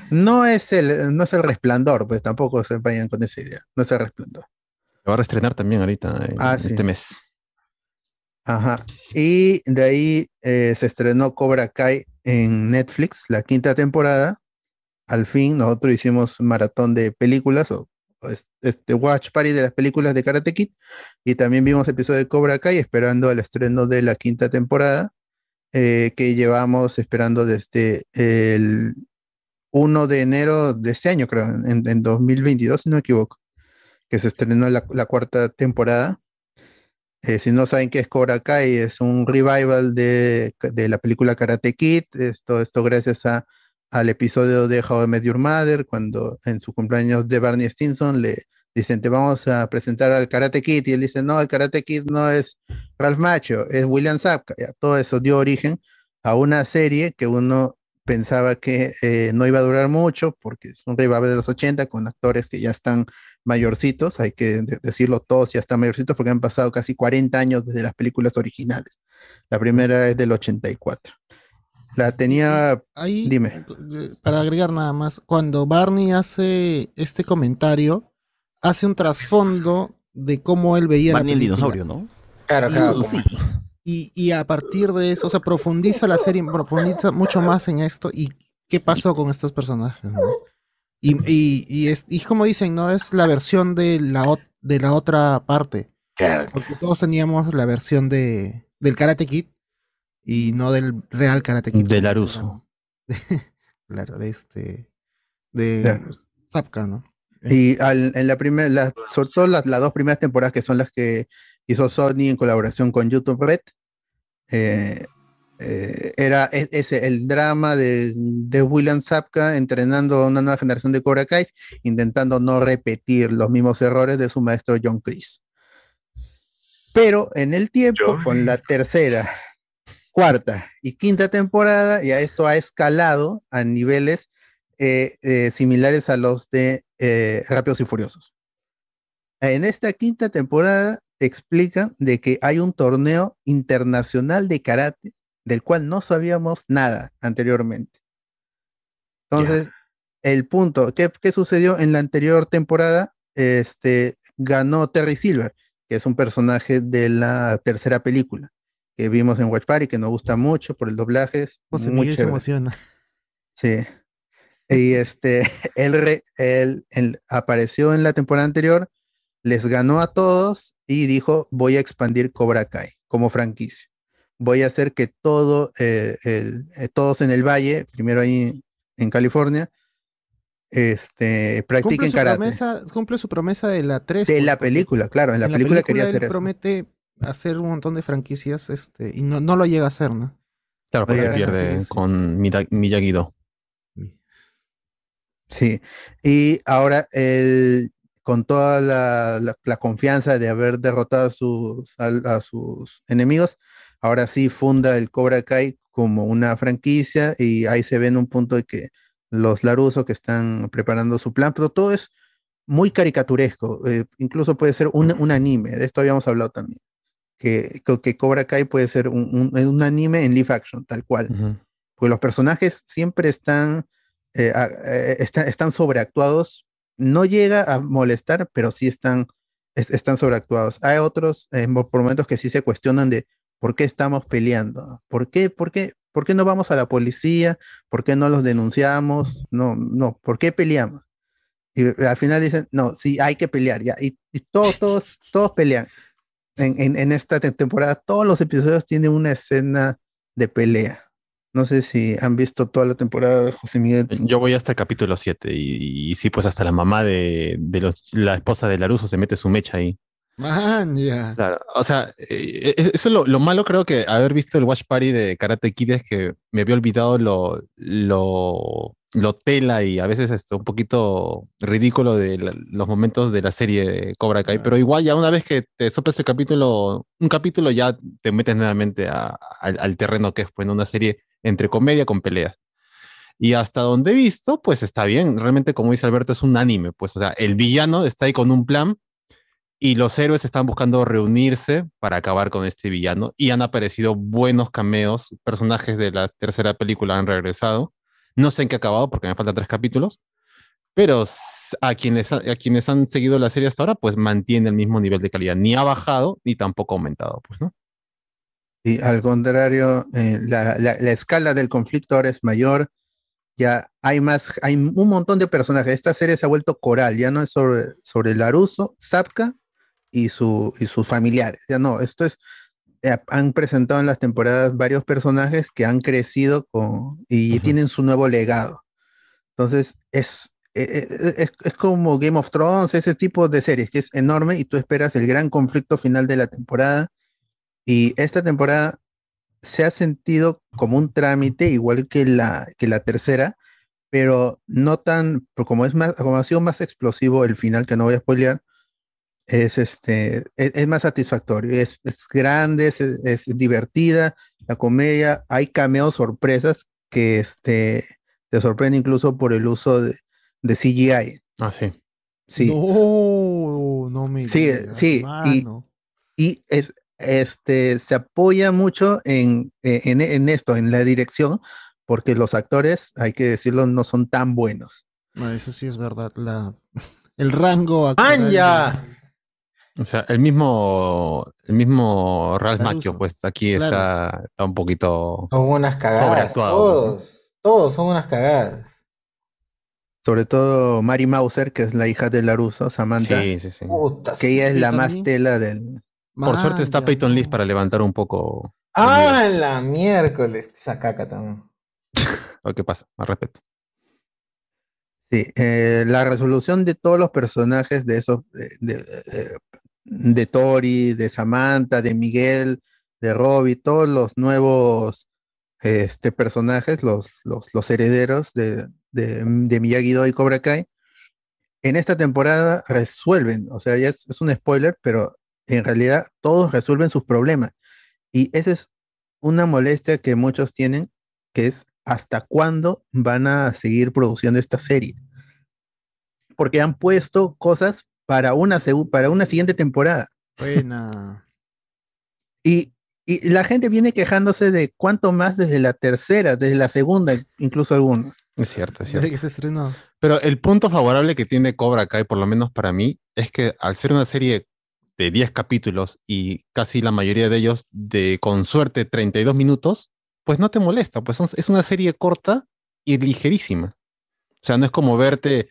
S4: No es, el, no es el resplandor, pues tampoco se vayan con esa idea. No es el resplandor.
S5: Se va a reestrenar también ahorita, eh,
S4: Ah, sí.
S5: este mes.
S4: Ajá. Y de ahí eh, se estrenó Cobra Kai en Netflix, la quinta temporada. Al fin, nosotros hicimos maratón de películas o, o es- este Watch Party de las películas de Karate Kid. Y también vimos episodio de Cobra Kai esperando el estreno de la quinta temporada, eh, que llevamos esperando desde el 1 de enero de este año, creo, en, en 2022, si no me equivoco, que se estrenó la- la cuarta temporada. Eh, si no saben qué es Cobra Kai, es un revival de, de la película Karate Kid. Esto, esto gracias a, al episodio de How I Met Your Mother, cuando en su cumpleaños de Barney Stinson le dicen, te vamos a presentar al Karate Kid. Y él dice, no, el Karate Kid no es Ralph Macho, es William Zabka. Ya, todo eso dio origen a una serie que uno pensaba que eh, no iba a durar mucho porque es un revival de los 80 con actores que ya están mayorcitos, hay que de- decirlo todos, ya están mayorcitos porque han pasado casi 40 años desde las películas originales. La primera es del 84. La tenía,
S25: Ahí,
S4: dime,
S25: eh, para agregar nada más, cuando Barney hace este comentario, hace un trasfondo de cómo él veía la
S3: Barney el
S25: película.
S3: dinosaurio, ¿no?
S2: Claro, claro.
S25: Y-
S2: como-
S25: Y, y a partir de eso, o sea, profundiza la serie, profundiza mucho más en esto y qué pasó con estos personajes, ¿no? Y, y- y es, y como dicen, ¿no? Es la versión de la, ot- de la otra parte.
S2: Claro.
S25: Porque todos teníamos la versión de, del Karate Kid y no del real Karate Kid.
S5: Del Aruso.
S25: Claro, de este. De pues,
S4: Claro.
S25: Zapka, ¿no? Eh.
S4: y al- en la primera, la- sobre todo las, las dos primeras temporadas que son las que hizo Sony en colaboración con YouTube Red, eh, eh, era e- ese el drama de, de William Zapka entrenando a una nueva generación de Cobra Kai, intentando no repetir los mismos errores de su maestro John Chris. Pero en el tiempo, con la tercera, cuarta y quinta temporada, ya esto ha escalado a niveles eh, eh, similares a los de eh, Rápidos y Furiosos. En esta quinta temporada te explican de que hay un torneo internacional de karate del cual no sabíamos nada anteriormente. Entonces, el punto, ¿qué, qué sucedió en la anterior temporada? Este, ganó Terry Silver, que es un personaje de la tercera película que vimos en Watch Party, que nos gusta mucho por el doblaje. es
S25: José
S4: muy
S25: Miguel se
S4: chévere.
S25: emociona.
S4: Sí. Y este, él, re- él- él apareció en la temporada anterior, les ganó a todos y dijo, voy a expandir Cobra Kai como franquicia. Voy a hacer que todo, eh, el- eh, todos en el valle, primero ahí en California, este,
S25: Cumple
S4: practiquen
S25: su,
S4: karate.
S25: promesa, cumple su promesa de la 3.
S4: De la película, claro, en la, película, quería hacer eso.
S25: promete hacer un montón de franquicias este, y no, no lo llega a hacer, ¿no?
S5: Claro, porque
S4: Oye, así
S5: pierde
S4: es.
S5: con Mira- Miyagi-Do.
S4: Sí, y ahora él, con toda la, la- la confianza de haber derrotado a sus, al- a sus enemigos, ahora sí funda el Cobra Kai como una franquicia y ahí se ve en un punto de que los Laruso que están preparando su plan, pero todo es muy caricaturesco, eh, incluso puede ser un, un anime, de esto habíamos hablado también, que, que- que Cobra Kai puede ser un, eh, un- un anime en live action, tal cual, porque los personajes siempre están eh, a- eh, está- están sobreactuados. No llega a molestar, pero sí están, es- están sobreactuados. Hay otros eh, mo- por momentos que sí se cuestionan de por qué estamos peleando, por qué, por qué, por qué no vamos a la policía, por qué no los denunciamos, no, no, por qué peleamos. Y eh, al final dicen, no, sí, hay que pelear, ya. Y, y todos, todos, todos pelean. En, en- en esta te- temporada, todos los episodios tienen una escena de pelea. No sé si han visto toda la temporada de José Miguel.
S5: Yo voy hasta el capítulo 7 y, y sí, pues hasta la mamá de, de los- la esposa de Laruso se mete su mecha ahí.
S25: Man, ya.
S5: Claro, o sea, eh, eh, eso es lo, lo malo creo que haber visto el Watch Party de Karate Kid es que me había olvidado lo, lo, lo tela y a veces hasta un poquito ridículo de la- los momentos de la serie de Cobra Kai, pero igual ya una vez que te soplas el capítulo, un capítulo ya te metes nuevamente a- al, al terreno que es pues, ¿no? una serie entre comedia con peleas. Y hasta donde he visto, pues está bien. Realmente, como dice Alberto, es un anime. Pues, o sea, el villano está ahí con un plan y los héroes están buscando reunirse para acabar con este villano y han aparecido buenos cameos, personajes de la tercera película han regresado. No sé en qué ha acabado porque me faltan tres capítulos, pero s- a quienes, ha- a quienes han seguido la serie hasta ahora, pues mantiene el mismo nivel de calidad, ni ha bajado ni tampoco ha aumentado, pues, ¿no?
S4: Y al contrario, eh, la, la- la escala del conflicto ahora es mayor. Ya hay más, hay un montón de personajes. Esta serie se ha vuelto coral, ya no es sobre, sobre Laruso, Zapka y, su, y sus familiares. Ya no, esto es. eh, han presentado en las temporadas varios personajes que han crecido con, y tienen su nuevo legado. Entonces, es, eh, eh, es, es como Game of Thrones, ese tipo de series que es enorme y tú esperas el gran conflicto final de la temporada. Y esta temporada se ha sentido como un trámite, igual que la, que la tercera, pero no tan, pero como, es más, como ha sido más explosivo el final, que no voy a spoilear, es, este, es, es más satisfactorio, es, es grande, es, es divertida, la comedia, hay cameos sorpresas que este, te sorprende incluso por el uso de, de CGI.
S5: Ah, sí.
S4: Sí.
S25: No, no me
S4: Sí, eh,
S25: digas,
S4: sí, y,
S25: mano.
S4: y es, este, se apoya mucho en, eh, en, en esto, en la dirección, porque los actores, hay que decirlo, no son tan buenos.
S25: No, eso sí es verdad. La, el rango actoral de-
S8: ¡Manja!
S5: O sea, el mismo, el mismo Ralph Macchio, pues aquí
S8: Claro.
S5: está, está un poquito
S8: Son unas cagadas.
S5: sobreactuado. pues, ¿no?
S8: Todos, todos son unas cagadas.
S4: Sobre todo Mary Mauser, que es la hija de Laruso, Samantha,
S5: Sí, sí, sí.
S4: que ella es la
S8: Peyton
S4: más
S8: Lee.
S4: tela del...
S5: Por suerte está Peyton List para levantar un poco
S8: ¡Ah, la miércoles! Esa caca también.
S5: lo que pasa, más respeto.
S4: Sí, eh, la resolución de todos los personajes de esos, de, de- eh, de Tori, de Samantha, de Miguel, de Robbie, todos los nuevos este, personajes, los, los, los herederos de, de, de Miyagi-Do y Cobra Kai, en esta temporada resuelven, o sea, ya es, es un spoiler, pero en realidad todos resuelven sus problemas. Y esa es una molestia que muchos tienen, que es hasta cuándo van a seguir produciendo esta serie. Porque han puesto cosas para una, segu- para una siguiente temporada.
S25: Buena.
S4: Y, y la gente viene quejándose de cuánto más desde la tercera, desde la segunda, incluso algunos.
S5: Es cierto, es
S25: Desde que
S5: cierto.
S25: se estrenó.
S5: Pero el punto favorable que tiene Cobra Kai, por lo menos para mí, es que al ser una serie de 10 capítulos y casi la mayoría de ellos de, con suerte, 32 minutos, pues no te molesta, pues son- es una serie corta y ligerísima. O sea, no es como verte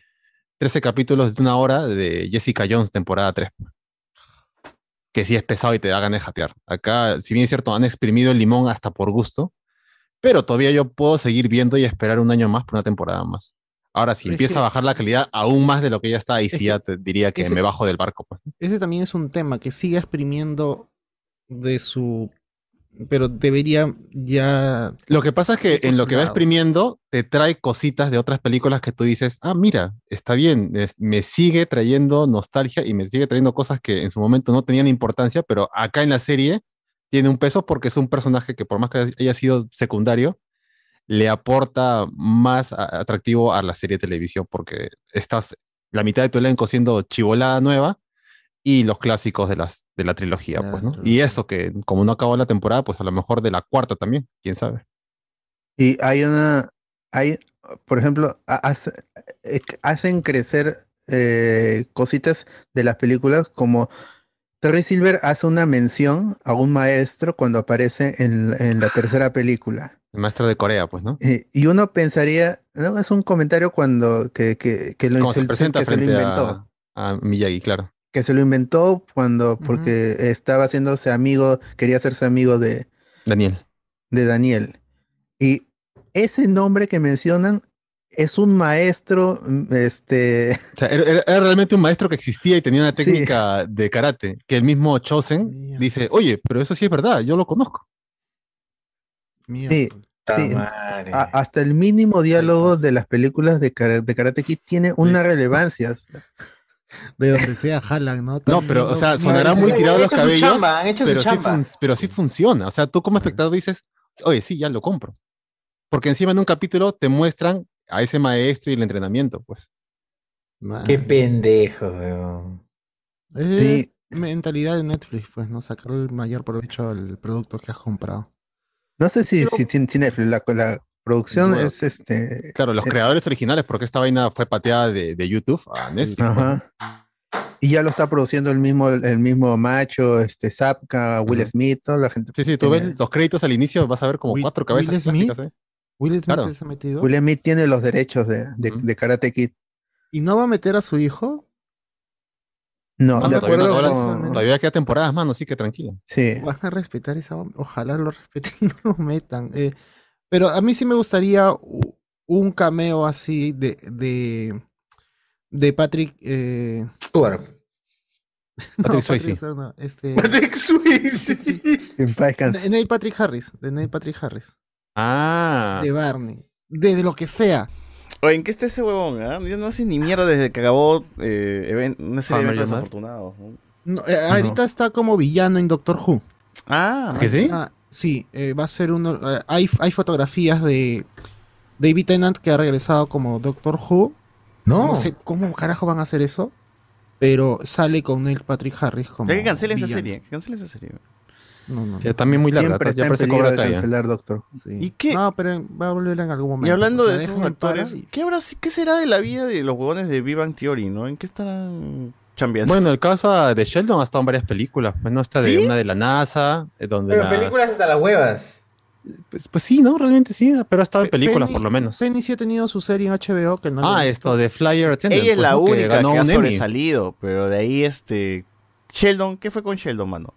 S5: 13 capítulos de una hora de Jessica Jones, temporada 3, que sí es pesado y te da ganas de jatear. Acá, si bien es cierto, han exprimido el limón hasta por gusto, pero todavía yo puedo seguir viendo y esperar un año más por una temporada más. Ahora, si
S25: Pero es
S5: empieza
S25: que-
S5: a bajar la calidad aún más de lo que ya está, ahí
S25: es
S5: sí
S25: que-
S5: ya te diría que
S25: ese-
S5: me bajo del barco. Pues.
S25: Ese también es un tema que sigue exprimiendo de su. Pero debería ya.
S5: Lo que pasa es que en lo que va
S25: Acostumbrado.
S5: exprimiendo, te trae cositas de otras películas que tú dices, ah, mira, está bien, es- me sigue trayendo nostalgia y me sigue trayendo cosas que en su momento no tenían importancia, pero acá en la serie tiene un peso porque es un personaje que por más que haya sido secundario, le aporta más a- atractivo a la serie de televisión porque estás la mitad de tu elenco siendo chivolada nueva y los clásicos de, las, de la trilogía, pues, ¿no? Y eso que como no acabó la temporada, pues a lo mejor de la cuarta también, quién sabe.
S4: Y hay una, hay, por ejemplo, ha- hace- eh, hacen crecer eh, cositas de las películas como Terry Silver hace una mención a un maestro cuando aparece en, en la tercera película.
S5: El maestro de Corea, pues, ¿no?
S4: Eh, y uno pensaría, no, es un comentario cuando que, que, que lo,
S5: Como se
S4: insel-
S5: presenta
S4: que se lo
S5: frente
S4: inventó.
S5: a, a Miyagi, claro.
S4: Que se lo inventó cuando, porque estaba haciéndose amigo, quería hacerse amigo de,
S5: Daniel.
S4: de Daniel. Y ese nombre que mencionan es un maestro, mm, este...
S5: O sea, era, era- era realmente un maestro que existía y tenía una técnica de karate, que el mismo Chosen dice, oye, pero eso sí es verdad, yo lo conozco.
S4: Sí, sí. A- hasta el mínimo diálogo de las películas de, kara- de Karate Kid tiene una relevancia.
S25: De donde sea, jalan, ¿no?
S5: No, pero, o sea, sonará muy tirado los cabellos, pero, sí fun- pero sí funciona. O sea, tú como espectador dices, oye, sí, ya lo compro. Porque encima en un capítulo te muestran a ese maestro y el entrenamiento, pues.
S2: Qué pendejo, weón.
S25: Es mentalidad de Netflix, pues, ¿no? Sacar el mayor provecho al producto que has comprado.
S4: No sé si, si, si- si Netflix, la, la producción
S5: Bueno,
S4: es este...
S5: Claro,
S3: Eh,
S5: los creadores originales, porque esta vaina fue pateada de, de YouTube a Netflix. pues, ¿no?
S4: Ajá. Y ya lo está produciendo el mismo, el mismo macho, este Zapka, Will Smith, toda la gente.
S5: Sí, sí, tú ves los créditos al inicio, vas a ver como cuatro cabezas
S4: Will Smith?
S5: clásicas, ¿eh?
S25: Will Smith
S4: Claro.
S25: se ha metido.
S4: Will Smith tiene los derechos de, de, de Karate Kid.
S25: ¿Y no va a meter a su hijo?
S4: No,
S5: Mano,
S4: de
S5: todavía,
S4: acuerdo
S5: todavía-
S4: con-
S5: todavía queda temporadas, mano, así que tranquilo.
S4: Sí.
S25: Van a respetar esa. bom- Ojalá lo respeten y no lo metan. eh. pero a mí sí me gustaría u- un cameo así de. de, de Patrick. eh, no,
S5: Patrick
S25: Patrick
S5: Swayze.
S25: Stewart no, este-
S2: Patrick Swayze.
S4: En paz descanse.
S25: De Neil Patrick Harris. De Neil Patrick Harris.
S5: Ah.
S25: De Barney. De, de lo que sea.
S3: Oye, ¿en qué está ese huevón? ah? Ya no hace ni mierda desde que acabó eh, even- una serie de
S5: How
S3: eventos
S5: I Met Your Mother.
S3: desafortunados. ¿no?
S25: No, eh,
S5: Ah,
S25: ahorita está como villano en Doctor Who.
S3: Ah,
S5: ¿que sí?
S25: sí, eh, va a ser uno. eh, hay, hay fotografías de David Tennant que ha regresado como Doctor Who.
S2: No.
S25: No sé cómo carajo van a hacer eso. Pero sale con Neil Patrick Harris como.
S3: Ya que cancelen esa
S25: villano.
S3: serie, que cancelen esa serie.
S25: No, no, no.
S5: Ya también muy larga,
S4: Siempre
S5: ya
S4: está en
S5: parece
S4: peligro
S5: Cobra
S4: de
S5: Kai, ¿eh?
S4: cancelar, doctor.
S25: ¿Y qué? No, pero en- va a volver en algún momento.
S3: Y hablando
S25: La
S3: de
S25: dejan
S3: esos
S25: en
S3: actores,
S25: paro y-
S3: ¿qué, habrá, ¿qué será de la vida de los huevones de Vivan Theory, no? ¿En qué estarán chambeando?
S5: Bueno, el caso ah, de Sheldon ha estado en varias películas. Bueno, está de
S3: ¿Sí?
S5: una de la NASA, eh, donde
S2: Pero
S5: la-
S2: películas hasta las huevas.
S5: Pues, pues sí, ¿no? Realmente sí, pero ha estado en películas
S25: Penny-
S5: por lo menos.
S25: Penny sí ha tenido su serie en HBO que no la
S5: ah,
S25: he
S5: esto de Flyer Attendant.
S3: Ella es
S5: pues,
S3: la
S5: ¿no?
S3: única que,
S5: ganó
S3: ha
S5: un Emmy.
S3: sobresalido, pero de ahí este... Sheldon, ¿qué fue con Sheldon, mano?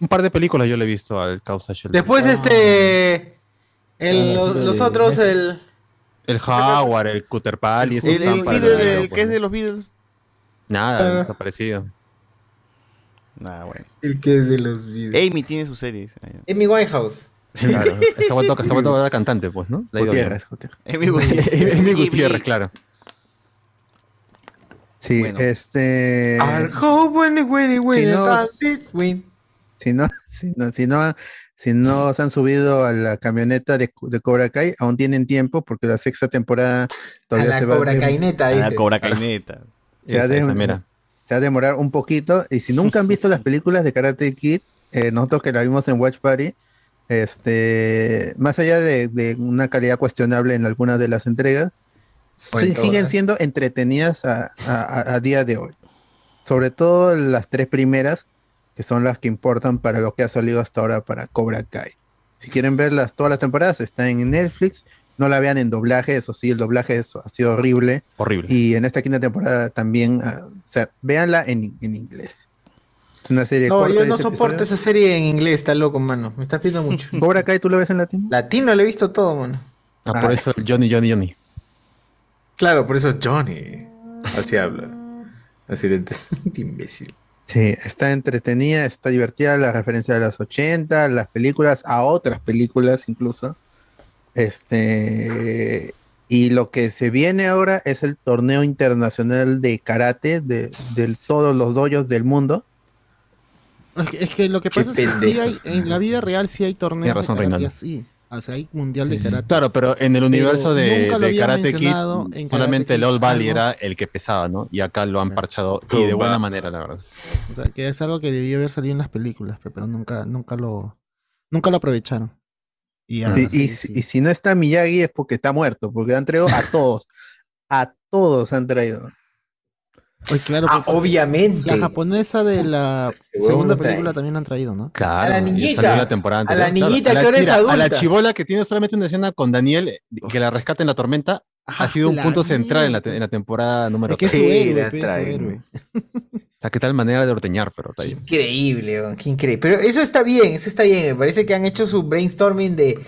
S5: Un par de películas yo le he visto al causa Sheldon.
S2: Después,
S3: Ah.
S2: este. el-
S5: Ah,
S2: los,
S5: sí,
S2: los
S5: de-
S2: otros, el.
S5: El Howard, el Cutter Pal y esos
S3: El, el
S5: están para
S3: video
S5: el
S3: del-
S5: mundo,
S3: que
S5: pues,
S3: es
S5: ¿no?
S3: de los Beatles.
S5: Nada,
S3: Ah.
S5: desaparecido.
S3: Nada, bueno.
S2: El que es de los Beatles.
S3: Amy tiene sus series. Ah, ya.
S2: Amy Winehouse.
S5: Claro, se ha vuelto, se ha vuelto ahora cantante, pues, ¿no? Le ha ido bien.
S4: Gutiérrez, Gutiérrez.
S3: Amy Gutiérrez.
S5: Amy Gutiérrez, claro.
S4: Sí, este.
S2: Oh, bueno, bueno, bueno.
S4: Si no-
S2: entonces, bueno.
S4: Si no, si no, si no, si no se han subido a la camioneta de, de Cobra Kai, aún tienen tiempo porque la sexta temporada todavía
S2: la
S4: se va
S2: Cobra Caineta, A la dices. Cobra
S3: Caineta.
S4: Se ha,
S5: Esa,
S4: de-
S5: esa, mira.
S4: Se va a demorar un poquito. Y si nunca han visto las películas de Karate Kid, eh, nosotros que la vimos en Watch Party, este, más allá de, de una calidad cuestionable en algunas de las entregas,
S5: Pues,
S29: O en
S4: sí, siguen
S29: todas.
S4: siendo entretenidas a, a- a- a día de hoy. Sobre todo las tres primeras, que son las que importan para lo que ha salido hasta ahora para Cobra Kai. Si quieren verlas todas las temporadas, están en Netflix. No la vean en doblaje, eso sí, el doblaje es- ha sido horrible.
S30: Horrible.
S4: Y en esta quinta temporada también, ah, o sea, véanla en, en inglés. Es una serie
S2: No,
S4: corta.
S2: yo
S4: de
S2: no
S4: diez
S2: soporto
S4: episodios.
S2: esa serie en inglés, está loco, mano. Me estás pidiendo mucho.
S4: ¿Cobra Kai tú lo ves en latino?
S2: Latino lo he visto todo, mano.
S5: Ah, por eso el Johnny, Johnny, Johnny.
S31: Claro, por eso Johnny. Así habla. Así lo ent- Imbécil.
S4: Sí, está entretenida, está divertida, la referencia de los 80, las películas, a otras películas incluso. Este, y lo que se viene ahora es el torneo internacional de karate de, de todos los doyos del mundo.
S25: Es que, es que lo que
S4: Qué
S25: pasa es que sí hay,
S4: pendejos.
S25: en la vida real sí hay torneos
S5: Tienes razón,
S25: de karate
S5: Reinaldo.
S25: así. O sea, hay mundial de karate.
S5: Claro, pero en el universo de,
S25: nunca lo
S5: de
S25: había
S5: Karate Kid,
S25: mencionado en Karate
S5: solamente el
S25: Kid
S5: Old Valley
S25: algo.
S5: era el que pesaba, ¿no? Y acá lo han parchado y de buena manera, la verdad.
S25: O sea, que es algo que debió haber salido en las películas, pe- pero nunca, nunca lo, nunca lo aprovecharon. Y ahora
S4: Sí,
S25: Ah, sí,
S4: y, si- y si no está Miyagi es porque está muerto, porque han traído a todos. a todos han traído.
S25: Oye, claro,
S4: Ah,
S25: porque
S4: obviamente.
S25: La japonesa de la
S4: Este huevón
S25: segunda
S4: no trae.
S25: película también la han traído, ¿no?
S5: Claro.
S25: A
S5: y
S25: la
S5: salió
S25: niñita.
S5: la temporada
S25: A
S5: anterior.
S25: la niñita
S5: a la-
S25: que ahora es
S5: mira, A la
S25: adulta.
S5: chivola que tiene solamente una escena con Daniel eh, que la rescata en la tormenta ha sido un
S25: Ah, la
S5: punto central en la, te- en la temporada número
S25: Es que es su
S5: tres.
S25: héroe, pe, es su héroe.
S5: O sea, qué tal manera de ordeñar, pero está ahí.
S2: Increíble, weón, qué increíble. Pero eso está bien, eso está bien. Me parece que han hecho su brainstorming de.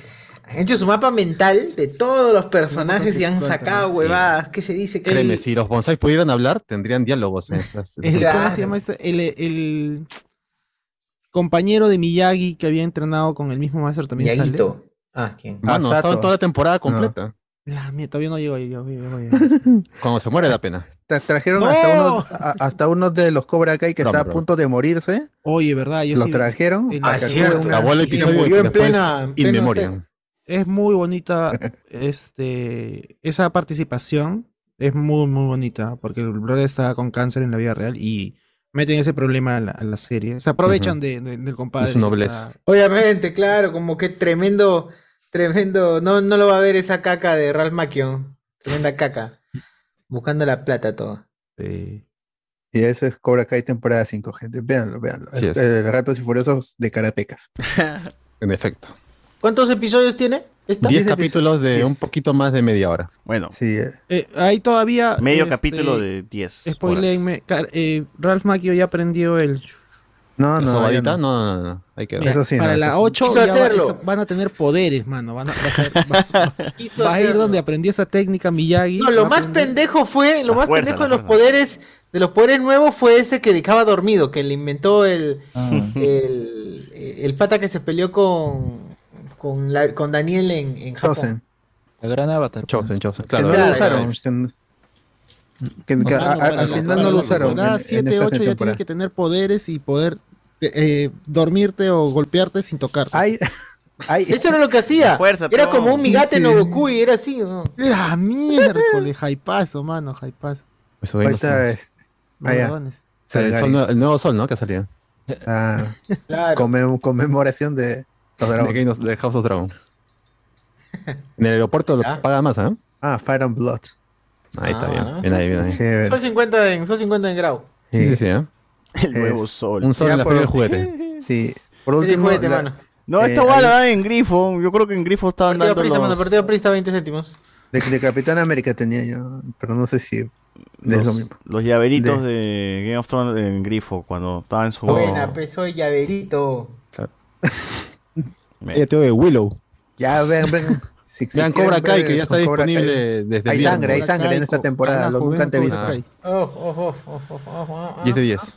S2: Han hecho su mapa mental de todos los personajes y han
S25: conceptual
S2: sacado
S25: también, sí.
S2: huevadas. ¿Qué se dice? ¿Qué
S5: Créeme, si los bonsais pudieran hablar, tendrían diálogos. eh, En estas,
S25: El- ¿Cómo se llama este? El, el compañero de Miyagi que había entrenado con el mismo maestro también
S2: Miyagito.
S25: sale.
S2: Ah, ¿quién?
S5: Mano,
S25: Masato.
S5: estaba toda la temporada completa.
S25: La mierda, todavía no llego ahí. yo- yo- yo-
S5: Cuando se muere da pena.
S4: Tra- Trajeron
S25: ¡No!
S4: hasta, unos, a- hasta unos de los Cobra Kai que
S5: Broma,
S4: está a
S5: broma.
S4: punto de morirse.
S25: Oye, ¿verdad? Yo
S4: Los
S25: sí-
S4: trajeron.
S25: en
S4: para que actúe una-
S5: Acabó el episodio después, In Memoriam.
S25: Es muy bonita este, esa participación. Es muy, muy bonita. Porque el brother está con cáncer en la vida real y meten ese problema a la, a la serie. Se aprovechan
S2: Ujú.
S25: de, de- del compadre.
S5: De su
S25: que
S5: nobleza.
S25: está-
S2: Obviamente, claro, como que tremendo, tremendo. No, no lo va a ver esa caca de Ralph Macchio. Tremenda caca. Buscando la plata todo.
S4: Y ese es Cobra Kai temporada 5, gente. Véanlo, véanlo.
S5: Así
S4: Es,
S5: es.
S4: eh, Rápidos y Furiosos de Karatecas.
S5: En efecto.
S2: ¿Cuántos episodios tiene? esta?
S5: 10 capítulos de un poquito más de media hora.
S3: Bueno.
S4: Sí.
S25: Eh, Ah, este, ahí todavía.
S3: Medio capítulo de 10 horas.
S25: Spoilenme. car- eh, Ralph Macchio ya aprendió el.
S4: No,
S5: La
S25: Ah,
S4: no, ya
S5: sobadita,
S4: no.
S5: no, no, no, no. Hay que
S25: Mira, para la 8 ya va- esa- van a tener poderes, mano. Van a, vas a- va- va-
S2: Quiso
S25: vas a ir
S2: hacerlo.
S25: donde aprendí esa técnica Miyagi.
S2: No, lo
S25: va a
S2: más
S25: aprender-
S2: pendejo fue, lo
S25: La
S2: más
S25: fuerza,
S2: pendejo de
S25: la
S2: los poderes, de los poderes nuevos fue ese que dejaba dormido, que le inventó el,
S3: Ah.
S2: el, el pata que se peleó con, con, la- con Daniel en, en Japón.
S32: La gran avatar.
S2: pues.
S5: Chosen, Chosen.
S4: Que no
S5: Claro.
S4: lo
S5: claro,
S4: usaron.
S5: claro.
S4: Que- que a- a-
S25: Mano, para
S4: al
S25: la-
S4: final
S25: para
S4: no lo
S25: la
S4: usaron.
S25: temporada
S4: en- en
S25: 7,
S4: esta
S25: 8 ya
S4: temporada.
S25: tienes que tener poderes y poder eh, dormirte o golpearte sin tocarte.
S2: Eso era lo que hacía. ah, era como un migate
S25: Sí.
S2: no Goku y era así. ¿no?
S25: Era miércoles, jaipazo, mano, jaipazo.
S5: Eso ahí no
S4: eh,
S5: sé.
S4: Vaya.
S25: Huevones.
S5: O sea, el, sol nue- el nuevo sol, ¿no? Que ha salido.
S4: Ah, conmem- conmemoración de los
S5: De
S4: dragones.
S5: Game of- de House of Dragon. En el aeropuerto lo paga más, ¿eh?
S4: Ah, Fire and Blood.
S5: Ahí está
S4: Ah.
S5: bien. Bien ahí, bien ahí.
S4: Chévere.
S2: Sol 50 en, Sol 50 en grado.
S5: Sí, sí, sí, ¿eh?
S3: El nuevo
S4: Es-
S3: sol.
S5: Un sol
S4: Ya
S5: en la
S4: por-
S5: feria del juguete.
S4: Sí. Por último,
S2: juguete,
S4: la-
S2: este mano.
S3: No,
S4: eh,
S3: esta guay la
S4: ahí-
S3: dan en grifo. Yo creo que en grifo estaban
S2: Partido
S3: dando
S2: Prista, mano,
S3: los...
S2: partido Prista 20 céntimos.
S4: de, de Capitán América tenía yo, pero no sé si es lo
S3: Los,
S4: mismo.
S3: los llaveritos de... Game of Thrones en grifo cuando estaba en su.
S2: Buena, pues soy llaverito.
S5: Ya tengo de Willow.
S4: Ya, ven, ven. Si- si
S5: Vean
S4: quieren
S5: Cobra Kai,
S4: ver
S5: que ya está
S4: con Cobra Kai.
S5: disponible desde el
S4: Hay
S5: viernes.
S4: sangre, hay
S5: Cobra
S4: sangre en
S5: Kai,
S4: esta
S5: co-
S4: temporada,
S5: carajo,
S4: lo nunca
S5: vean
S4: antes
S5: Cobra
S4: visto.
S5: Kai.
S2: Oh, oh, oh, oh, oh, oh, oh, oh.
S5: 10 de 10.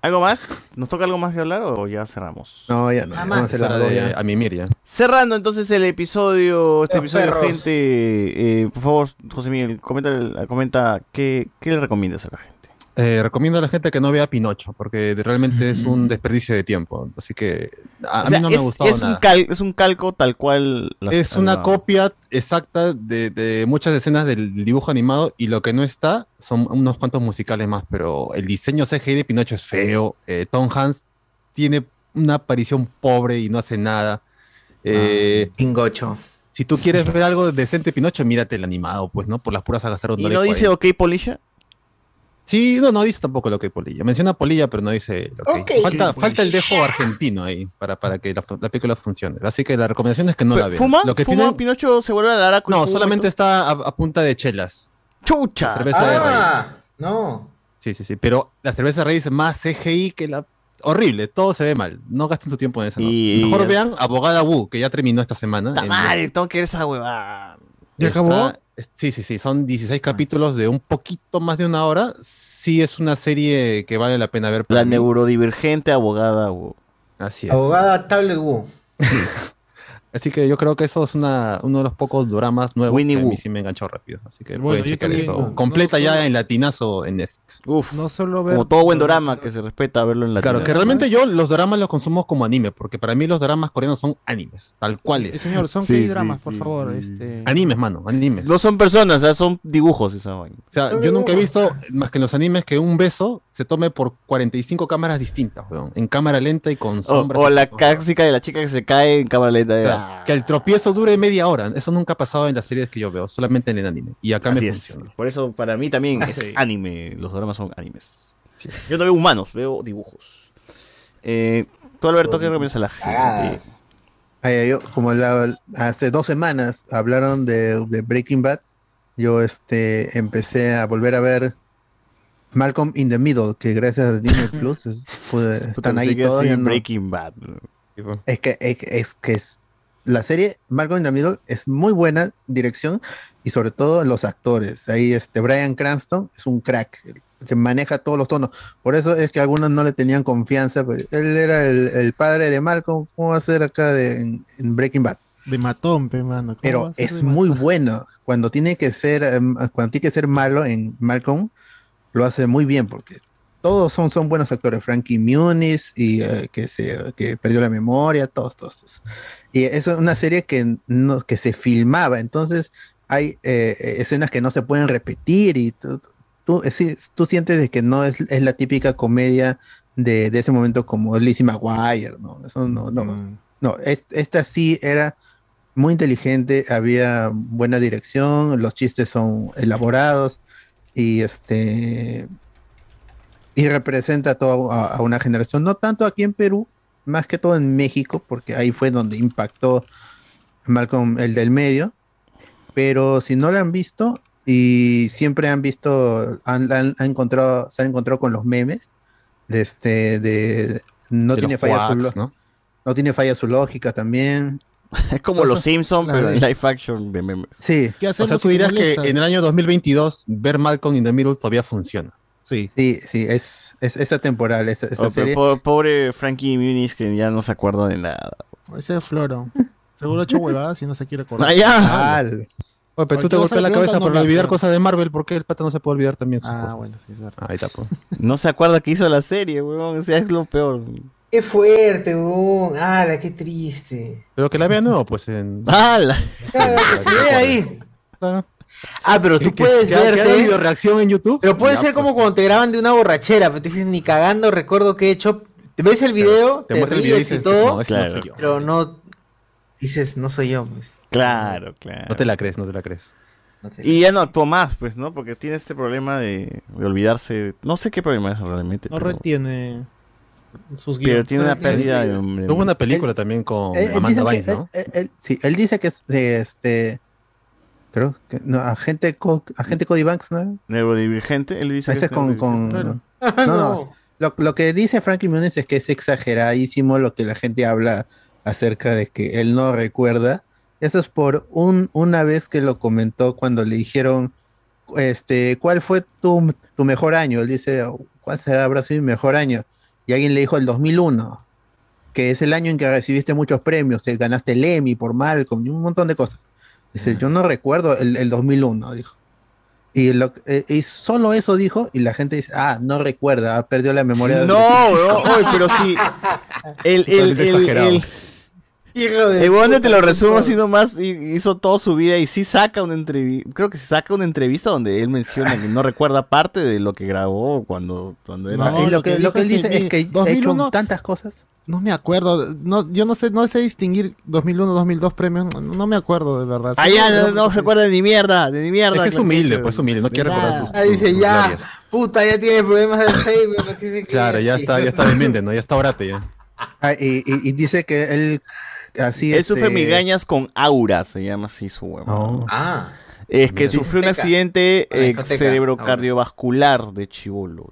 S3: ¿Algo más? ¿Nos toca algo más de hablar o ya cerramos?
S4: No,
S2: Ah,
S4: ya no.
S3: Nada
S4: ya
S3: más.
S4: vamos a
S5: Es
S4: la
S5: hora
S4: dos, ya.
S5: de a mimir ya.
S3: Cerrando entonces el episodio, este
S2: Los
S3: episodio,
S2: perros.
S3: gente, eh, por favor, José Miguel, comenta, comenta qué, qué le recomiendas a la gente.
S5: eh, recomiendo a la gente que no vea Pinocho, porque realmente es un desperdicio de tiempo. Así que a, a
S3: Mm. O sea,
S5: mí no me
S3: es-
S5: ha gustado
S3: es un
S5: nada.
S3: cal- es un calco tal cual. las-
S5: es una
S3: la-
S5: copia exacta de, de muchas escenas del dibujo animado y lo que no está son unos cuantos musicales más, pero el diseño CGI de Pinocho es feo. eh, Tom Hanks tiene una aparición pobre y no hace nada.
S3: Ah,
S5: Eh,
S2: Pingocho.
S5: Si tú quieres ver algo decente de Pinocho, mírate el animado, pues, ¿no? Por las puras a gastar un
S3: ¿Y
S5: dólar
S3: no dice
S5: cuarenta.
S3: OK Polilla?
S5: Sí, no, no dice tampoco lo que hay polilla. Menciona polilla, pero no dice lo que hay.
S3: Ok,
S5: falta,
S3: polilla.
S5: falta el dejo argentino ahí para, para que la, la película funcione. Así que la recomendación es que no la vean.
S3: ¿Fuma?
S5: Lo que
S3: ¿Fuma?
S5: tienen-
S3: ¿Pinocho se vuelve a la araco y
S5: no,
S3: fuma y
S5: solamente
S3: todo?
S5: está a, a punta de chelas.
S3: ¡Chucha! Ah.
S5: La cerveza de raíz.
S2: No.
S5: Sí, sí, sí. Pero la cerveza de raíz es más CGI que la. Horrible, todo se ve mal. No gasten su tiempo en eso. ¿no? Mejor vean Abogada Wu, que ya terminó esta semana. En-
S3: Madre, tengo que ver esa huevada.
S5: Está- es- Sí, sí, sí, son 16
S3: Ah.
S5: capítulos de un poquito más de una hora. Sí es una serie que vale la pena ver. La
S3: neurodivergente abogada.
S5: Así es.
S2: Abogada Table Wu.
S5: Así que yo creo que eso es una, uno de los pocos dramas nuevos
S3: Winnie
S5: que a
S3: Wu.
S5: mí sí me enganchó rápido. Así que
S3: Bueno,
S5: pueden
S3: yo
S5: checar
S3: también,
S5: eso.
S3: no,
S5: Completa
S3: no
S5: ya
S3: solo-
S5: en latinazo en Netflix.
S3: Uf.
S25: No solo ver.
S3: Como todo buen drama que se respeta verlo en la
S5: Claro, que realmente yo los dramas los consumo como anime, porque para mí los dramas coreanos son animes, tal cual
S25: Eh,
S5: es.
S25: Señor, son
S5: Sí,
S25: que
S5: sí,
S25: dramas, por
S5: sí. Mm.
S25: favor. Este...
S5: Animes, mano, animes.
S3: No son personas, o sea, son dibujos esa vaina.
S5: O sea, yo nunca he visto, más que en los animes, que un beso se tome por 45 cámaras distintas, weón. En cámara lenta y con
S3: O,
S5: sombras.
S3: o
S5: y
S3: la
S5: todo.
S3: cáxica de la chica que se cae en cámara lenta. eh, ah,
S5: O
S3: ya.
S5: sea, que el tropiezo dure media hora. Eso nunca ha pasado en las series que yo veo, solamente en el anime. Y acá
S3: Así
S5: me
S3: es.
S5: funciona.
S3: Por eso para mí también es
S5: Sí.
S3: anime. Los dramas son animes. Yo no veo humanos, veo dibujos. Eh, tú, Alberto, ¿qué recomiendas a la gente?
S4: Ay, ay, yo, como la- hace dos semanas hablaron de, de Breaking Bad, yo este, empecé a volver a ver Malcolm in the Middle, que gracias a Disney Plus es- pude- están ahí todos. ya no-
S3: Breaking Bad.
S4: Es que es, que- es que es- la serie Malcolm in the Middle es muy buena dirección y sobre todo los actores. Ahí este Brian Cranston es un crack, se maneja todos los tonos. Por eso es que algunos no le tenían confianza. pues, él era el, el padre de Malcolm, ¿cómo va a ser acá de- en, en Breaking Bad?
S25: De matón, pe, mano. ¿Cómo va
S4: Pero
S25: a ser
S4: es
S25: de matón?
S4: muy bueno. Cuando tiene que ser, em, cuando tiene que ser malo en Malcolm, lo hace muy bien porque todos son, son buenos actores. Frankie Muniz y eh, que se que perdió la memoria, todos, todos. todos. Y es una serie que no, que se filmaba, entonces hay eh, escenas que no se pueden repetir y tú, tú, eh, sí, tú sientes de que no es, es la típica comedia de, de ese momento como Lizzie McGuire, ¿no? Eso no, no. No, es- esta sí era muy inteligente, había buena dirección, los chistes son elaborados y este y representa a toda a, a una generación, no tanto aquí en Perú, más que todo en México, porque ahí fue donde impactó Malcolm el del medio, pero si no la han visto y siempre han visto han, han- han encontrado se han encontrado con los memes de este de no
S5: De
S4: tiene
S5: los
S4: falla su
S5: quacks,
S4: lo-
S5: ¿no?
S4: no tiene falla su lógica también.
S3: Es como los Simpsons,
S4: La
S3: pero en
S4: de-
S3: live action de memes.
S4: Sí.
S25: ¿Qué
S5: pues. O sea, tú dirás que en el año 2022 ver Malcolm in the Middle todavía funciona.
S4: Sí. Sí, sí, es, es, es atemporal esa, esa
S3: Oh, pero
S4: serie.
S3: po- pobre Frankie Muniz que ya no se acuerda de nada.
S25: Ese es Floro. Seguro ha hecho huevadas y no se quiere acordar.
S3: Allá.
S5: Oye, pero tú te
S25: Cualquier
S5: golpeas
S25: otra
S5: la cabeza
S25: pregunta
S5: por
S25: no la
S5: olvidar
S25: hacen.
S5: cosas de Marvel, porque el pata no se puede olvidar también sus
S25: Ah,
S5: cosas?
S25: bueno, sí, es verdad.
S5: Ahí está, pues.
S3: No se acuerda que hizo la serie, weón. O sea, es lo peor.
S2: Qué fuerte, weón. ¡Hala, qué triste!
S5: Pero que la vea nuevo, pues en...
S3: ¡Hala!
S2: Mira ahí. Ah, pero tú puedes
S5: que ha- que ha
S2: verte.
S5: habido reacción en YouTube.
S2: Pero puede
S5: Ya,
S2: ser como cuando te graban de una borrachera, pero tú dices, ni cagando recuerdo qué he hecho. Te ves el video, te,
S5: te muestra el video y
S2: ríes y
S5: dices,
S2: todo,
S5: "No, ese no Claro. soy yo".
S2: pero no dices, no soy yo. pues.
S3: Claro, claro.
S5: No te la crees, no te la crees.
S3: Y ya no actuó más, pues, ¿no? Porque tiene este problema de, de olvidarse. No sé qué problema es realmente.
S25: No
S3: pero-
S25: retiene
S3: Pero
S25: sus guiones.
S4: Eh,
S25: Eh,
S3: tiene una pérdida de- de-
S5: Tuvo una película también con
S4: Él- él
S5: Amanda
S4: dice que-
S5: Bynes, ¿no?
S4: él- él- él- sí, él dice que es de este. Creo que. No, agente, Co- agente Cody Banks, ¿no?
S3: Neurodivergente, él dice. que
S4: Ese
S3: es
S4: es con. con-
S3: neurodivergente.
S4: No, no. Lo, lo que dice Frankie Muniz es que es exageradísimo lo que la gente habla acerca de que él no recuerda. Eso es por un, una vez que lo comentó cuando le dijeron, este, ¿cuál fue tu, tu mejor año? Él dice, "Oh, ¿cuál será, habrá sido mi mejor año? Y alguien le dijo el 2001, que es el año en que recibiste muchos premios, eh, ganaste el Emmy por Malcolm y un montón de cosas. Dice, yo no recuerdo el, el 2001, dijo. Y, lo- eh, y solo eso dijo, y la gente dice, ah, no recuerda, ha perdido la memoria. de-
S3: No, weón, oye, pero sí. El, el, el,
S4: Totalmente exagerado.
S3: el-
S2: Hijo
S3: el weón de te lo resumo así nomás, y- hizo toda su vida y sí saca una entrevista, creo que sí saca una entrevista donde él menciona que no recuerda parte de lo que grabó cuando, cuando era...
S4: No, Ah, y lo que, lo que él dice es que he hecho
S25: 2001
S4: tantas cosas.
S25: No me acuerdo, no, yo no sé, no sé distinguir 2001, 2002 premios, no, no me acuerdo de verdad.
S3: Ah, ya, no, no se acuerda de ni mierda, de ni mierda.
S5: Es que es humilde, pues humilde, no quiere recordar sus.
S2: Ah, dice,
S5: sus
S2: ya,
S5: glorias.
S2: puta, ya tiene problemas de Facebook. que se-
S5: Claro, ya está, ya está demente, ¿no? Ya está orate ya.
S4: Ah, y, y- y dice que él así
S3: Él sufre
S4: este,
S3: migrañas con aura, se llama así su huevo.
S2: Ah.
S3: Es que
S4: Oh. Mira.
S3: sufrió un
S4: Discoteca.
S3: accidente
S4: Una
S3: eh,
S4: discoteca,
S3: cerebrocardiovascular de chivolo.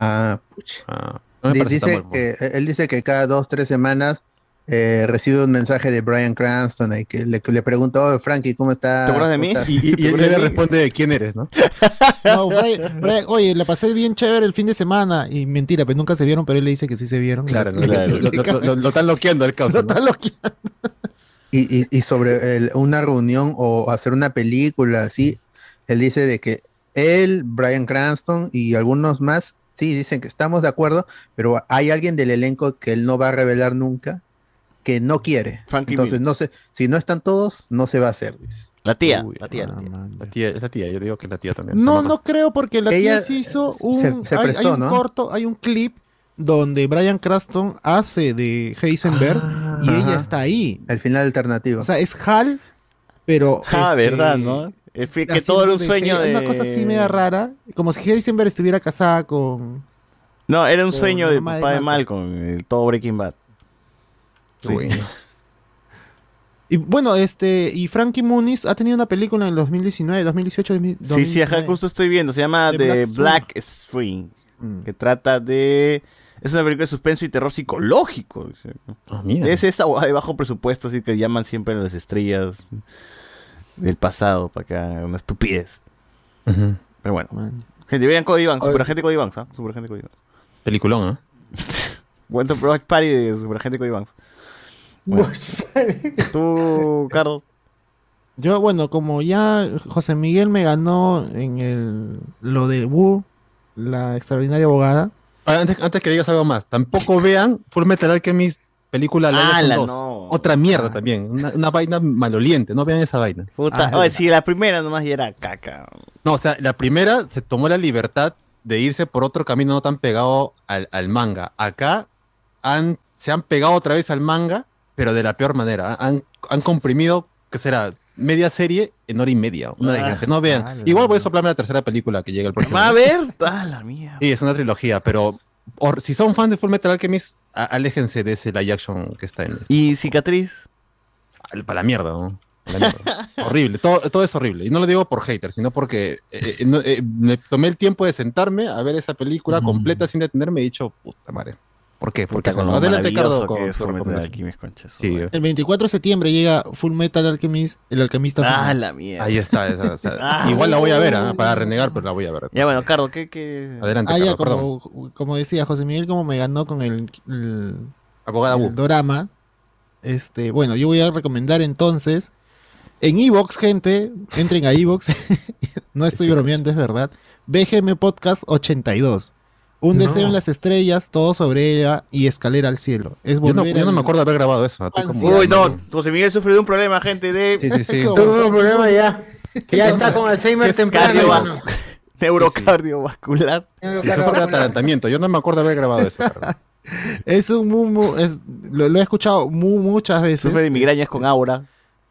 S4: Ah, pucha. Di- dice que, él dice que cada dos, tres semanas eh, recibe un mensaje de Brian Cranston y que le, que le pregunta, oh, Frankie, ¿cómo estás?
S5: ¿Te acuerdas de mí? Y, y- y él le responde quién eres, ¿no?
S25: No, Brian- Brian, oye, la pasé bien chévere el fin de semana y mentira, pues nunca se vieron, pero él le dice que sí se vieron.
S5: Claro, no, Lo, lo- lo- lo están loqueando el causa. ¿no?
S4: Y, y- y sobre el- una reunión o hacer una película así, él dice de que él, Brian Cranston y algunos más, sí, dicen que estamos de acuerdo, pero hay alguien del elenco que él no va a revelar nunca, que no quiere. Entonces, no sé, si no están todos, no se va a hacer. dice.
S3: La tía,
S5: Uy,
S3: la tía.
S5: La tía, es la tía, yo digo que la tía también.
S25: No,
S5: La mamá.
S25: no creo porque la
S4: Ella
S25: tía sí hizo
S4: se-
S25: un,
S4: se
S25: hay- hay,
S4: prestó,
S25: un
S4: ¿no?
S25: corto, hay un clip donde Brian Cranston hace de Heisenberg y
S4: Ah, Ajá.
S25: ella está ahí.
S4: El final alternativo.
S25: O sea, es Hal, pero
S3: Ah,
S25: este,
S3: verdad, ¿no? Es fi- que
S25: haciendo
S3: todo era un
S25: de
S3: sueño
S25: Hei-
S3: de...
S25: una cosa así media rara, como si Heisenberg estuviera casada con
S3: No, era un
S25: Con
S3: sueño
S25: la
S3: de
S25: mamá de
S3: papá de Malcolm, el todo Breaking Bad.
S25: Y bueno, este y Frankie Muniz ha tenido una película en el 2019, 2018, 2019.
S3: Sí, sí, ajá, justo estoy viendo. Se llama
S25: De
S3: The
S25: Black Mm.
S3: Black String. Que trata de. Es una película de suspenso y terror psicológico. dice.
S5: mira.
S3: Es esta huevada de bajo presupuesto, así que llaman siempre a las estrellas del pasado para que hagan una estupidez. Pero bueno. Gente, vean Cody Banks,
S5: Oye.
S3: Superagente Cody Banks, ¿ah? Superagente Cody Banks. ¿eh?
S5: Peliculón, ¿ah?
S3: Bueno, Project Party de Superagente Cody Banks. Bueno. Tú, Cardo.
S25: Yo, bueno, como ya José Miguel me ganó en el lo de Wu, la extraordinaria abogada.
S5: Ah, Antes, antes que digas algo más, tampoco vean Full Metal Alchemist película
S3: Ah,
S5: Lalo
S3: la
S5: con dos.
S3: no. Ah.
S5: Otra mierda también, una, una vaina maloliente, no vean esa vaina.
S3: Puta. Oye, Ah, sí, la primera nomás ya era caca.
S5: No, o sea, la primera se tomó la libertad de irse por otro camino no tan pegado al, al manga. Acá han, se han pegado otra vez al manga, pero de la peor manera. Han, han comprimido, ¿qué será? Media serie en hora y media. Una
S3: Ah,
S5: desgracia. No vean.
S3: ala.
S5: Igual voy a soplarme la tercera película que llega el próximo.
S3: Va a
S5: año.
S3: ver. Ah, la mierda.
S5: Sí, es una trilogía, pero or- si son fan de Full Metal Alchemist, a- aléjense de ese live action que está en.
S3: ¿Y cicatriz?
S5: Para la mierda, ¿no? Para la mierda. horrible, todo, todo es horrible. Y no lo digo por hater, sino porque eh, eh, no- eh, me tomé el tiempo de sentarme a ver esa película completa sin detenerme y he dicho, puta madre. ¿Por qué? ¿Por qué?
S3: Puta, con lo
S5: Adelante,
S3: maravilloso
S5: Cardo, con
S3: que es
S5: tu
S3: Fullmetal
S5: recomendación.
S3: Alchemist, concha su
S5: Sí, eh.
S25: El 24 de septiembre llega Full Metal Alchemist, el alquimista.
S3: Ah,
S25: final.
S3: la mierda.
S5: Ahí está. esa- esa-
S25: Ah.
S5: Igual la voy a ver, ¿ah? para renegar, pero la voy a ver.
S3: Ya bueno, Cardo, ¿qué, qué...
S5: Adelante,
S25: Ah, ya,
S5: Cardo, perdón.
S25: como, como decía José Miguel, como me ganó con el, el,
S5: Abogada
S25: el
S5: Wu.
S25: drama. Este, bueno, yo voy a recomendar entonces. En Evox, gente, entren a Evox. no estoy bromeando, es verdad. BGM Podcast 82. Un
S5: No.
S25: deseo en las estrellas, todo sobre ella y escalera al cielo. Es
S5: Yo no,
S25: volver
S5: yo no
S25: al-
S5: me acuerdo haber grabado eso. ¿ah? Tú como-
S3: Uy, no, José Miguel sufre de un problema, gente, de...
S5: Sí, sí, sí.
S2: Tuvo un problema ya. Ya está con
S3: ¿Qué
S2: Alzheimer
S3: es
S2: temprano.
S3: cardiova-
S2: hermano.
S3: Neurocardiovascular.
S5: Y eso fue de atarantamiento. Yo no me acuerdo haber grabado eso.
S25: Es un mu- mu- es- lo, lo he escuchado mu- muchas veces.
S3: Sufre de migrañas con aura.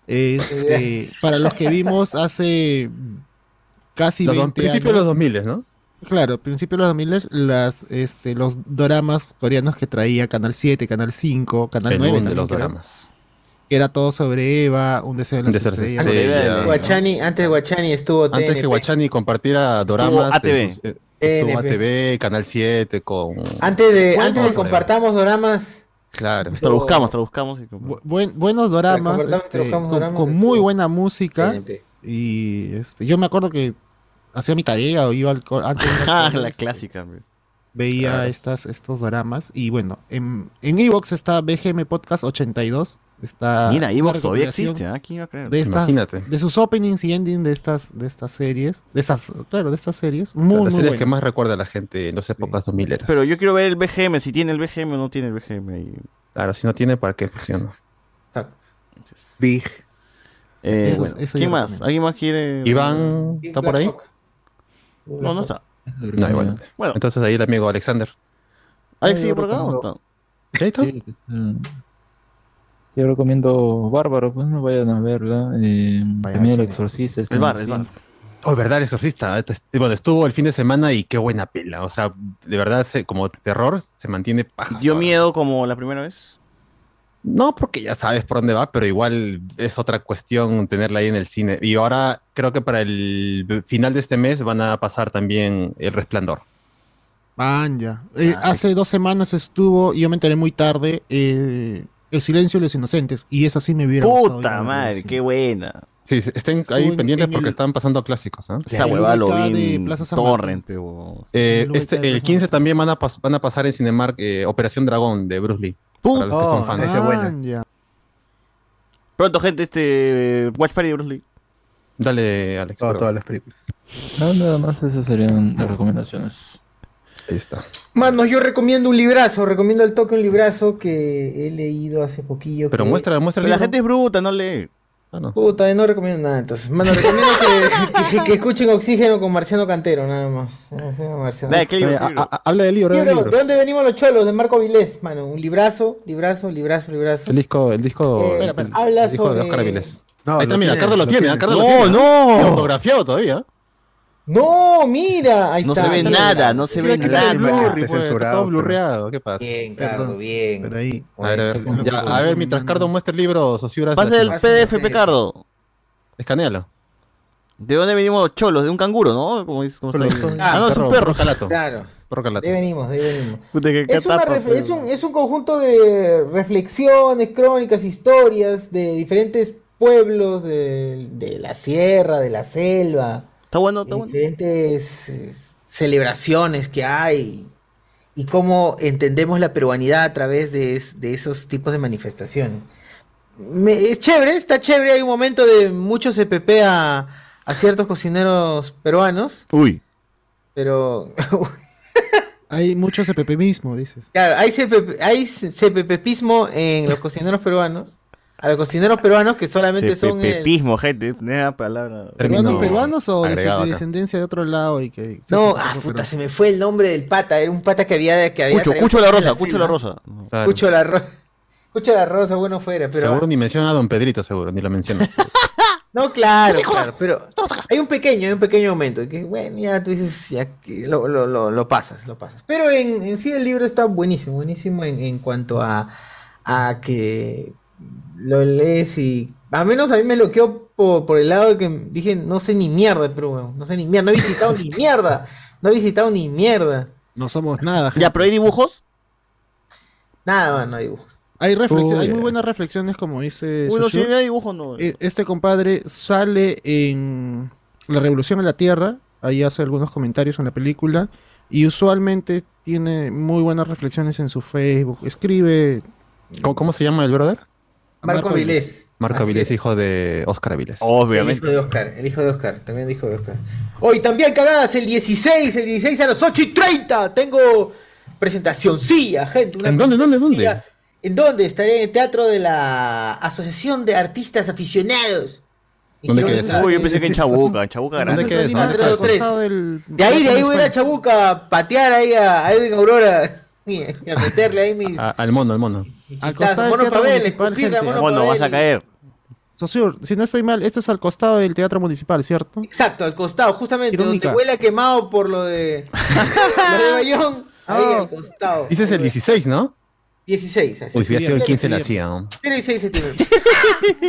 S25: Este, para los que vimos hace casi
S5: Los dos-
S25: 20
S5: principios de
S25: años.
S5: los 2000, ¿no?
S25: Claro, principios de los 2000, las, este, los doramas coreanos que traía Canal 7, Canal 5, Canal
S5: El
S25: 9.
S5: boom de
S25: también,
S5: los
S25: creo.
S5: doramas.
S25: Que era todo sobre Eva, Un deseo en
S5: Un
S25: las
S5: deseo en las
S25: estrellas.
S5: estrellas.
S2: Guachani, antes de Guachani estuvo
S5: Antes
S2: TNP.
S5: que Guachani compartiera doramas.
S2: ATV.
S5: en sus- eh, Estuvo
S2: TNP.
S5: ATV, Canal 7, con.
S2: Antes de,
S5: Bueno, pues,
S2: antes de
S5: creo.
S2: compartamos doramas.
S5: Claro.
S3: Traduzcamos, traduzcamos. y-
S25: Bu- buen- buenos doramas,
S2: Recordamos que
S25: este,
S2: tocamos
S25: con,
S2: doramas
S25: con
S2: de
S25: muy buena música.
S2: TNT.
S25: Y este, yo me acuerdo que hacía mi tarea o iba al co- antes de ir al
S3: Ah,
S25: cole,
S3: la
S25: este,
S3: clásica. hombre.
S25: Veía estas, estos doramas. Y bueno, en, en Evox está BGM Podcast 82.
S28: Está
S3: Mira,
S28: una
S3: Evox todavía
S28: recopilación
S3: existe, ¿ah? ¿Quién iba a creer?
S28: De, estas-
S3: Imagínate.
S28: de sus openings y endings de estas, de estas series. De estas, claro, de estas series. Muy,
S5: O sea,
S28: muy
S5: las series
S28: buenas.
S5: que más recuerda a la gente en las épocas 2000 eras.
S3: Pero yo quiero ver el BGM, si tiene el BGM o no tiene el BGM. ahí.
S5: Claro, si no tiene, ¿para qué? Sí, no.
S4: Big.
S3: Eh,
S5: Eso-
S3: bueno,
S5: eso
S3: ¿Quién
S5: yo
S3: más?
S5: recomiendo.
S3: ¿Alguien más quiere?
S5: Iván, ¿está por ahí?
S3: No, no está.
S5: No, igual.
S3: Bueno.
S5: Entonces ahí el amigo Alexander.
S3: ¿Alex sigue por acá o
S20: no?
S3: no?
S20: Sí, mm. Yo recomiendo Bárbaro, pues no vayan a verla. eh, también El Exorcista. está en cine.
S5: Oh, verdad, el exorcista. Este- este- Bueno, estuvo el fin de semana y qué buena pela. O sea, de verdad, se- como terror, se mantiene paja.
S3: ¿Dio miedo como la primera vez?
S5: No, porque ya sabes por dónde va, pero igual es otra cuestión tenerla ahí en el cine. Y ahora creo que para el final de este mes van a pasar también El Resplandor.
S28: Van ya. Eh,
S3: Ah,
S28: hace dos semanas estuvo, y yo me enteré muy tarde, eh, El silencio de los inocentes. Y esa sí me hubiera gustado ir a
S3: Puta
S28: ver,
S3: madre,
S28: sí.
S3: qué buena.
S5: Sí, sí, estén
S28: Estuvo
S5: ahí
S28: en-
S5: pendientes
S28: en
S5: porque
S28: el-
S5: están pasando clásicos. ¿ah?
S3: Esa huevada lo
S28: Luisa
S3: vi
S28: de
S3: en
S28: Plaza San Martín.
S3: Torrent, pe, huevón.
S5: Eh,
S28: Luego
S5: este,
S28: está el
S5: el 15 también van a, pas- van a pasar en Cinemark eh, Operación Dragón de Bruce Lee. Para los que son fans. Ah.
S28: Van ya.
S3: Pronto, gente, este eh, Watch Party de Bruce Lee.
S5: Dale, Alex.
S4: Todo- todas las películas.
S20: No, nada más esas serían las recomendaciones.
S5: Ahí está.
S2: Manos, yo recomiendo un librazo, recomiendo al toque un librazo que he leído hace poquillo.
S5: Pero
S2: que-
S5: muestra, muestra el
S2: Pero
S5: libro.
S2: gente
S3: es bruta, no lee.
S2: Puta, eh, no recomiendo nada entonces. Mano, recomiendo que, que- que escuchen Oxígeno con Marciano Cantero, nada más. Marciano Marciano.
S5: Oye, Eh, a- a- Habla del libro, habla del
S2: Libro,
S5: libro.
S2: ¿De dónde venimos los cholos? De Marco Vilés, mano. Un librazo, librazo, librazo, librazo.
S5: El disco, el disco,
S2: Eh,
S5: el-
S2: espera, espera.
S5: el
S2: Habla
S5: disco
S2: sobre-
S5: de Oscar Avilés.
S2: No,
S5: Ahí
S2: lo
S5: está, mira,
S2: tiene,
S5: Ricardo lo
S2: lo
S5: tiene,
S2: tiene.
S5: Ricardo
S2: No,
S5: lo tiene.
S2: no.
S5: Y autografiado todavía.
S2: No, mira. Ahí
S3: No
S2: está.
S3: se ve
S2: Está
S3: nada,
S2: librado.
S3: no se ve
S2: Mira,
S3: nada.
S2: está librado.
S5: censurado, pues, todo blurreado, ¿qué pasa?
S2: Bien, Cardo, bien.
S28: Pero ahí.
S5: A ver, a ver,
S2: Bueno,
S5: ya,
S2: bueno.
S5: a ver, mientras Cardo muestra el libro, Sociura.
S3: Pasa el PDF, Pecardo.
S5: Escanealo.
S3: ¿De dónde venimos los cholos? De un canguro, ¿no? Como, dice- como está ahí.
S2: Ah,
S3: ah, no, es un
S2: perro,
S3: perro.
S5: calato.
S2: Claro.
S5: Perro
S2: De
S5: calato.
S2: ahí venimos, de ahí venimos.
S3: Puta, que
S2: Es, una
S3: catapa,
S2: ref-
S3: pero-
S2: es un, es un conjunto de reflexiones, crónicas, historias de diferentes pueblos de, de la sierra, de la selva.
S3: Está bueno,
S2: está Diferentes eh, celebraciones que hay y cómo entendemos la peruanidad a través de, es- de esos tipos de manifestaciones. Me- es chévere, está chévere. Hay un momento de mucho CPP a, a ciertos cocineros peruanos,
S3: Uy.
S2: pero
S28: Hay mucho CPP mismo, dices.
S2: Claro, hay, CPP, hay CPPismo en los cocineros peruanos. A los cocineros peruanos que solamente son. el-
S3: Pepismo, gente. Una palabra.
S28: ¿Peruanos, peruanos o de,
S3: Agregado
S28: de
S3: acá.
S28: descendencia de otro lado? y que
S2: No, ah, puta, se me fue el nombre del pata. Era un pata que había. Que había
S3: Cucho,
S2: traído
S3: Cucho la
S2: de
S3: Rosa, Cucho la
S2: selva.
S3: Rosa.
S5: Claro.
S2: Cucho la Rosa. Cucho la Rosa, bueno fuera, pero.
S5: Seguro ni menciona a Don Pedrito, seguro, ni lo menciona.
S2: No, claro, claro, pero hay un pequeño, hay un pequeño momento que, bueno, ya tú dices, ya que lo, lo- lo- lo pasas, lo pasas. Pero en, en sí el libro está buenísimo, buenísimo en, en cuanto a, a que lo lees y, a menos a mí me bloqueó por, por el lado de que dije, no sé ni mierda, pero bueno, no sé ni mierda, no he visitado ni mierda, no he visitado ni mierda.
S28: No somos nada.
S3: Ya, pero hay dibujos.
S2: Nada más, no hay dibujos.
S28: Hay, reflexiones,
S2: Uy,
S28: hay
S2: ay.
S28: muy buenas reflexiones, como dice.
S2: Uy, no,
S28: Saussure.
S2: si no hay dibujo, no.
S28: Eh, Este compadre sale en La Revolución en la Tierra. Ahí hace algunos comentarios en la película. Y usualmente tiene muy buenas reflexiones en su Facebook. Escribe. eh,
S5: ¿Cómo, cómo se llama el brother?
S2: Marco Avilés.
S5: Marco
S2: Así
S5: Avilés,
S2: es.
S5: hijo de Oscar Avilés.
S2: El hijo de Oscar, el hijo de Oscar, también el hijo de Oscar. Hoy también cagadas, el 16, el 16 a las 8 y 30. Tengo presentacioncilla, gente. una
S5: ¿En dónde, dónde, dónde?
S2: presentacioncilla. ¿En dónde? Estaré en el teatro de la Asociación de Artistas Aficionados.
S5: ¿Dónde
S2: Dijeron
S5: queda
S2: esa-
S3: Uy, yo pensé que en Chabuca, en Chabuca
S2: No sé
S3: grande.
S2: qué es, ¿no? Al costado
S28: del-
S2: De ahí, de ahí voy a ir a Chabuca a patear ahí a, a Edwin Aurora y a meterle ahí mis.
S5: A- Ah, al mono, al mono.
S28: Al costado del
S2: Mono
S28: Teatro
S2: Pavel,
S28: Municipal,
S2: escupirle a
S28: gente.
S2: Mono Bueno, vas a Pavel.
S3: caer.
S28: Sosur, si no estoy mal, esto es al costado del Teatro Municipal, ¿cierto?
S2: Exacto, al costado, justamente
S28: Irónica.
S2: donde huele a quemado por lo de. lo de Bayón. Ahí
S5: Ah.
S2: al costado.
S5: Dices el 16, ¿no?
S2: 16. así
S5: Uy,
S2: es.
S5: si hubiera sido el 15 la hacía. ¿no?
S2: Viene el 6 de septiembre.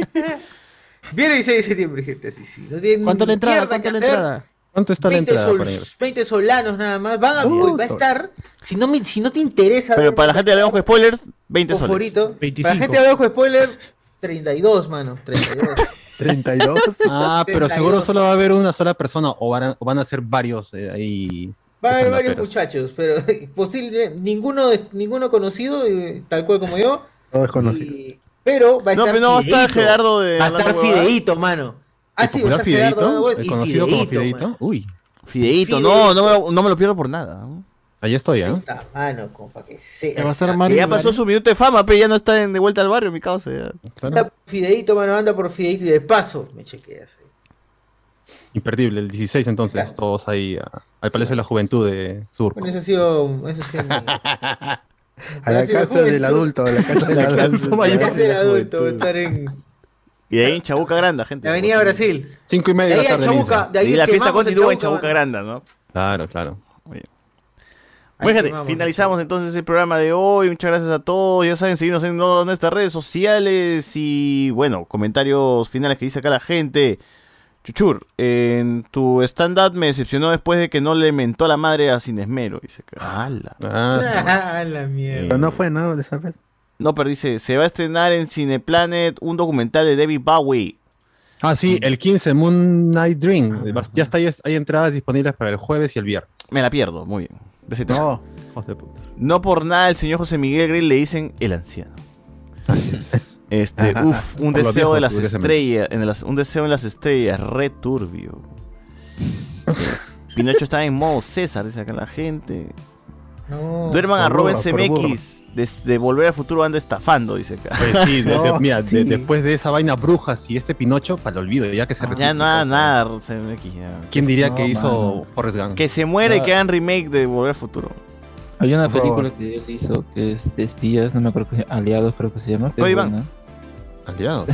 S2: Viene el 6 de septiembre, gente. Así, sí. No tienen
S28: ¿Cuánto la entrada?
S2: mierda
S28: ¿Cuánto
S2: que
S28: la
S2: hacer.
S28: entrada?
S5: ¿Cuánto está la
S2: 20,
S5: entrada?
S2: sol-
S5: para ingresar?
S2: 20 solanos nada más. Van a,
S5: Uh,
S2: hoy va a
S5: sol.
S2: estar. Si no, me- si no te interesa.
S3: Pero
S2: ver
S3: para la gente de Abajo de Spoilers, 20 soles.
S2: Fosforito. Para
S3: 25.
S2: la gente de abajo, spoiler, 32, mano. 32.
S4: 32.
S5: Ah, pero
S2: 32.
S5: seguro solo va a haber una sola persona o van a, o van a ser varios eh, ahí.
S2: Va a haber varios
S5: estandaperos.
S2: muchachos, pero posible, ninguno, de- ninguno conocido, eh, tal cual como yo.
S4: Todo desconocido.
S2: Y- Pero va a
S3: No,
S2: estar
S3: pero no va a estar
S2: Fideíto.
S3: Gerardo de
S2: Va a
S3: hablando
S2: estar
S3: huevadas.
S2: Fideito, mano. Ah,
S3: ¿El
S2: sí, va a estar
S3: popular Fideíto?
S2: Gerardo de-
S3: ¿El
S2: y
S3: conocido como
S2: Fideíto, mano.
S3: Uy. Fideíto, no,
S2: Fideíto.
S3: no, me lo- no me lo pierdo por nada.
S5: Ahí estoy, ¿eh?
S2: Puta mano, compa, que sí.
S3: Ya,
S2: está.
S3: pasó su minuto de fama, pero ya no está en- de vuelta al barrio, mi causa. ya.
S2: Anda por Fideíto, mano, anda por Fideíto y de paso me chequeas. eh.
S5: Imperdible, el 16 entonces, todos ahí a- al Palacio de la Juventud de Sur.
S2: Bueno, eso ha sido. Eso ha sido mi-
S5: A la
S2: Ha sido
S5: casa del
S2: juventud.
S5: adulto, a la casa del
S2: La
S5: adulto.
S2: mayor. La casa del
S5: La
S2: adulto,
S5: juventud.
S2: estar en.
S3: Y de ahí en Chabuca Granda, gente.
S2: La avenida Brasil.
S5: Cinco y media de
S2: De ahí
S5: la
S2: a
S5: tarde.
S2: Chabuca,
S5: inicia.
S2: de ahí
S3: Y la fiesta
S2: quemamos en
S3: continúa en
S2: Chabuca,
S3: Chabuca Granda, ¿no?
S5: Claro, claro.
S3: Bueno, gente,
S2: quemamos,
S3: finalizamos entonces el programa de hoy. Muchas gracias a todos. Ya saben, seguirnos en todas nuestras redes sociales. Y bueno, comentarios finales que dice acá la gente. Chuchur, en tu stand-up me decepcionó después de que no le mentó a la madre a Sin Esmero. Dice que, ¡Hala!
S2: Ah, la mierda.
S4: Pero no fue, ¿no? De esa vez.
S3: No, pero dice, se va a estrenar en Cineplanet un documental de David Bowie.
S5: Ah, sí, el 15, Moon Night Dream. Ya está, ahí- hay entradas disponibles para el jueves y el viernes.
S3: Me la pierdo, muy bien. Besito.
S5: No.
S3: No por nada el señor José Miguel Grey le dicen el anciano. Este,
S5: Ajá.
S3: uf, un
S5: Por lo
S3: deseo
S5: viejo,
S3: de las
S5: curiosamente.
S3: estrellas, en las- un deseo en las estrellas, re turbio. Pinocho está en modo César, dice acá la gente.
S2: No.
S3: Duerman a
S5: por
S3: Robin
S5: burro, por
S3: CMX, desde Volver al Futuro anda estafando, dice acá.
S5: Pues sí, de- de- mira, de-
S3: sí.
S5: después de esa vaina brujas y este Pinocho, para el olvido, ya que se
S3: Pues Ya
S5: retira.
S3: nada, nada, CMX. ya.
S5: ¿Quién diría
S3: No,
S5: que hizo
S3: mano.
S5: Forrest Gump?
S3: Que se muere y
S20: No.
S3: que hagan remake de Volver al Futuro.
S20: Hay una
S3: Por favor.
S20: película que él hizo que es de espías, no me acuerdo, que- Aliados creo que se llama. que es
S3: Oye, Iván.
S20: buena.
S5: Aliados.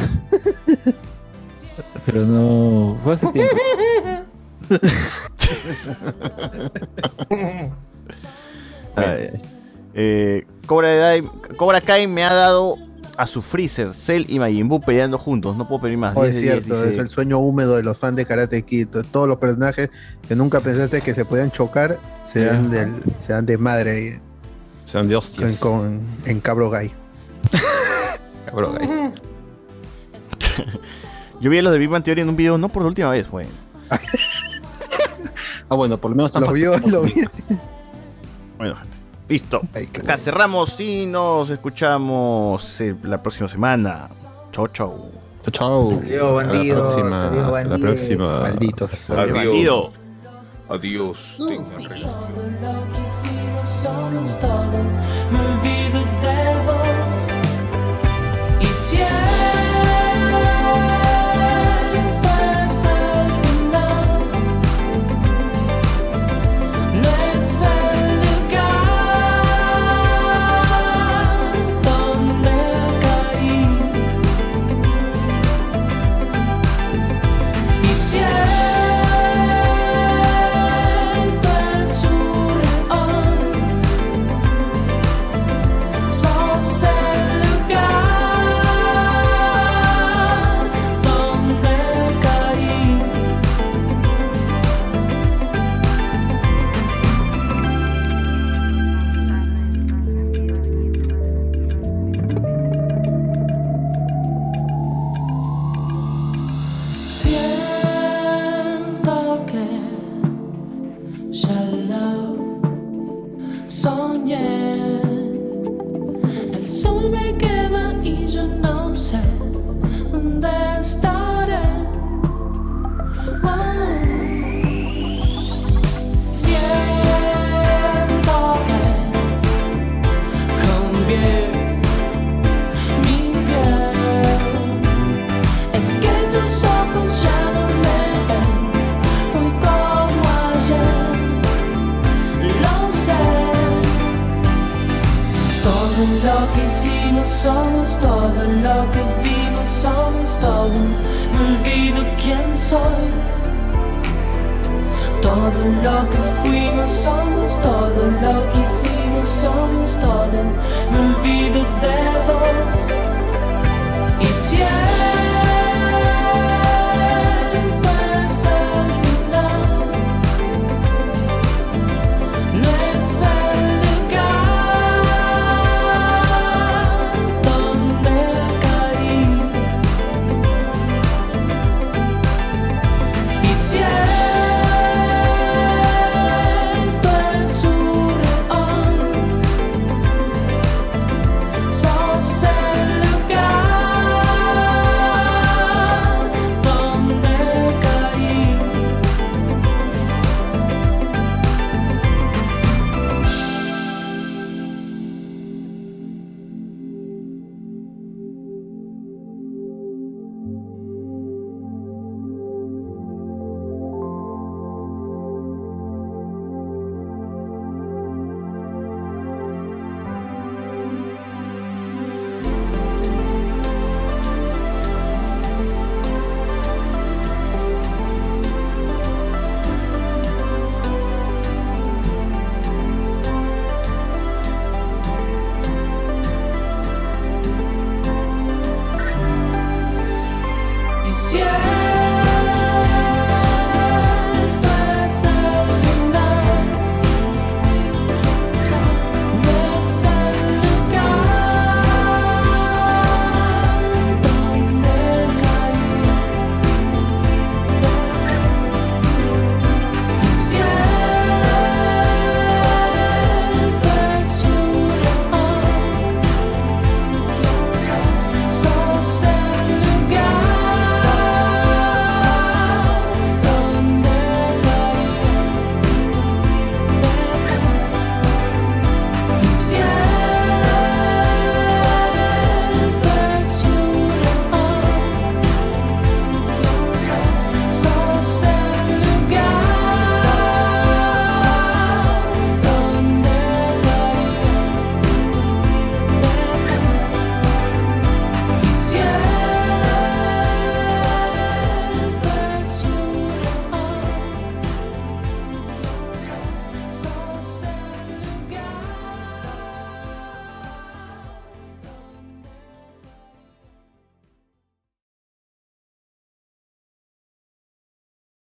S20: Pero no, fue hace tiempo.
S5: pues.
S3: Bien. Eh, Cobra, Dai- Cobra Kai me ha dado a su Freezer, Cell y Majin Buu peleando juntos. No puedo pedir más.
S4: Oh, es
S3: 10 de 10,
S4: cierto,
S3: dice.
S4: es el sueño húmedo de los fans de Karate Kid. Todos los personajes que nunca pensaste que se podían chocar se dan, del- se dan de madre ahí
S5: Se dan de
S4: con,
S5: hostias.
S4: con- en Cabro Gay.
S5: Cabrón, ahí.
S3: Yo vi a los de Big Bang Theory en un video, no por la última vez, güey.
S5: ah, bueno, por lo menos
S3: Lo vio,
S5: factibles.
S3: lo Bueno, gente. Listo. Acá cerramos y nos escuchamos eh, la próxima semana. Chau, chau.
S5: Chao, chao.
S3: Adiós, bandidos.
S5: Hasta la próxima.
S3: Adiós, bandidos.
S5: Hasta la próxima.
S4: Malditos.
S21: Adiós. Adiós.
S22: Si todo lo que hicimos somos todo, me olvido de vos. Y si es al final, no es el lugar donde caí. Y si esto es un león, sos el lugar donde caí.
S1: Siento que ya lo soñé. El sol me quema y yo no sé dónde estaré. Wow. Siento que cambié mi piel. Es que tus ojos ya no me ven como ayer, lo sé. Todo um lo que hicimos somos, todo um lo que vimos somos, todo. um Me olvido um quién soy. Todo um lo que fuimos somos. um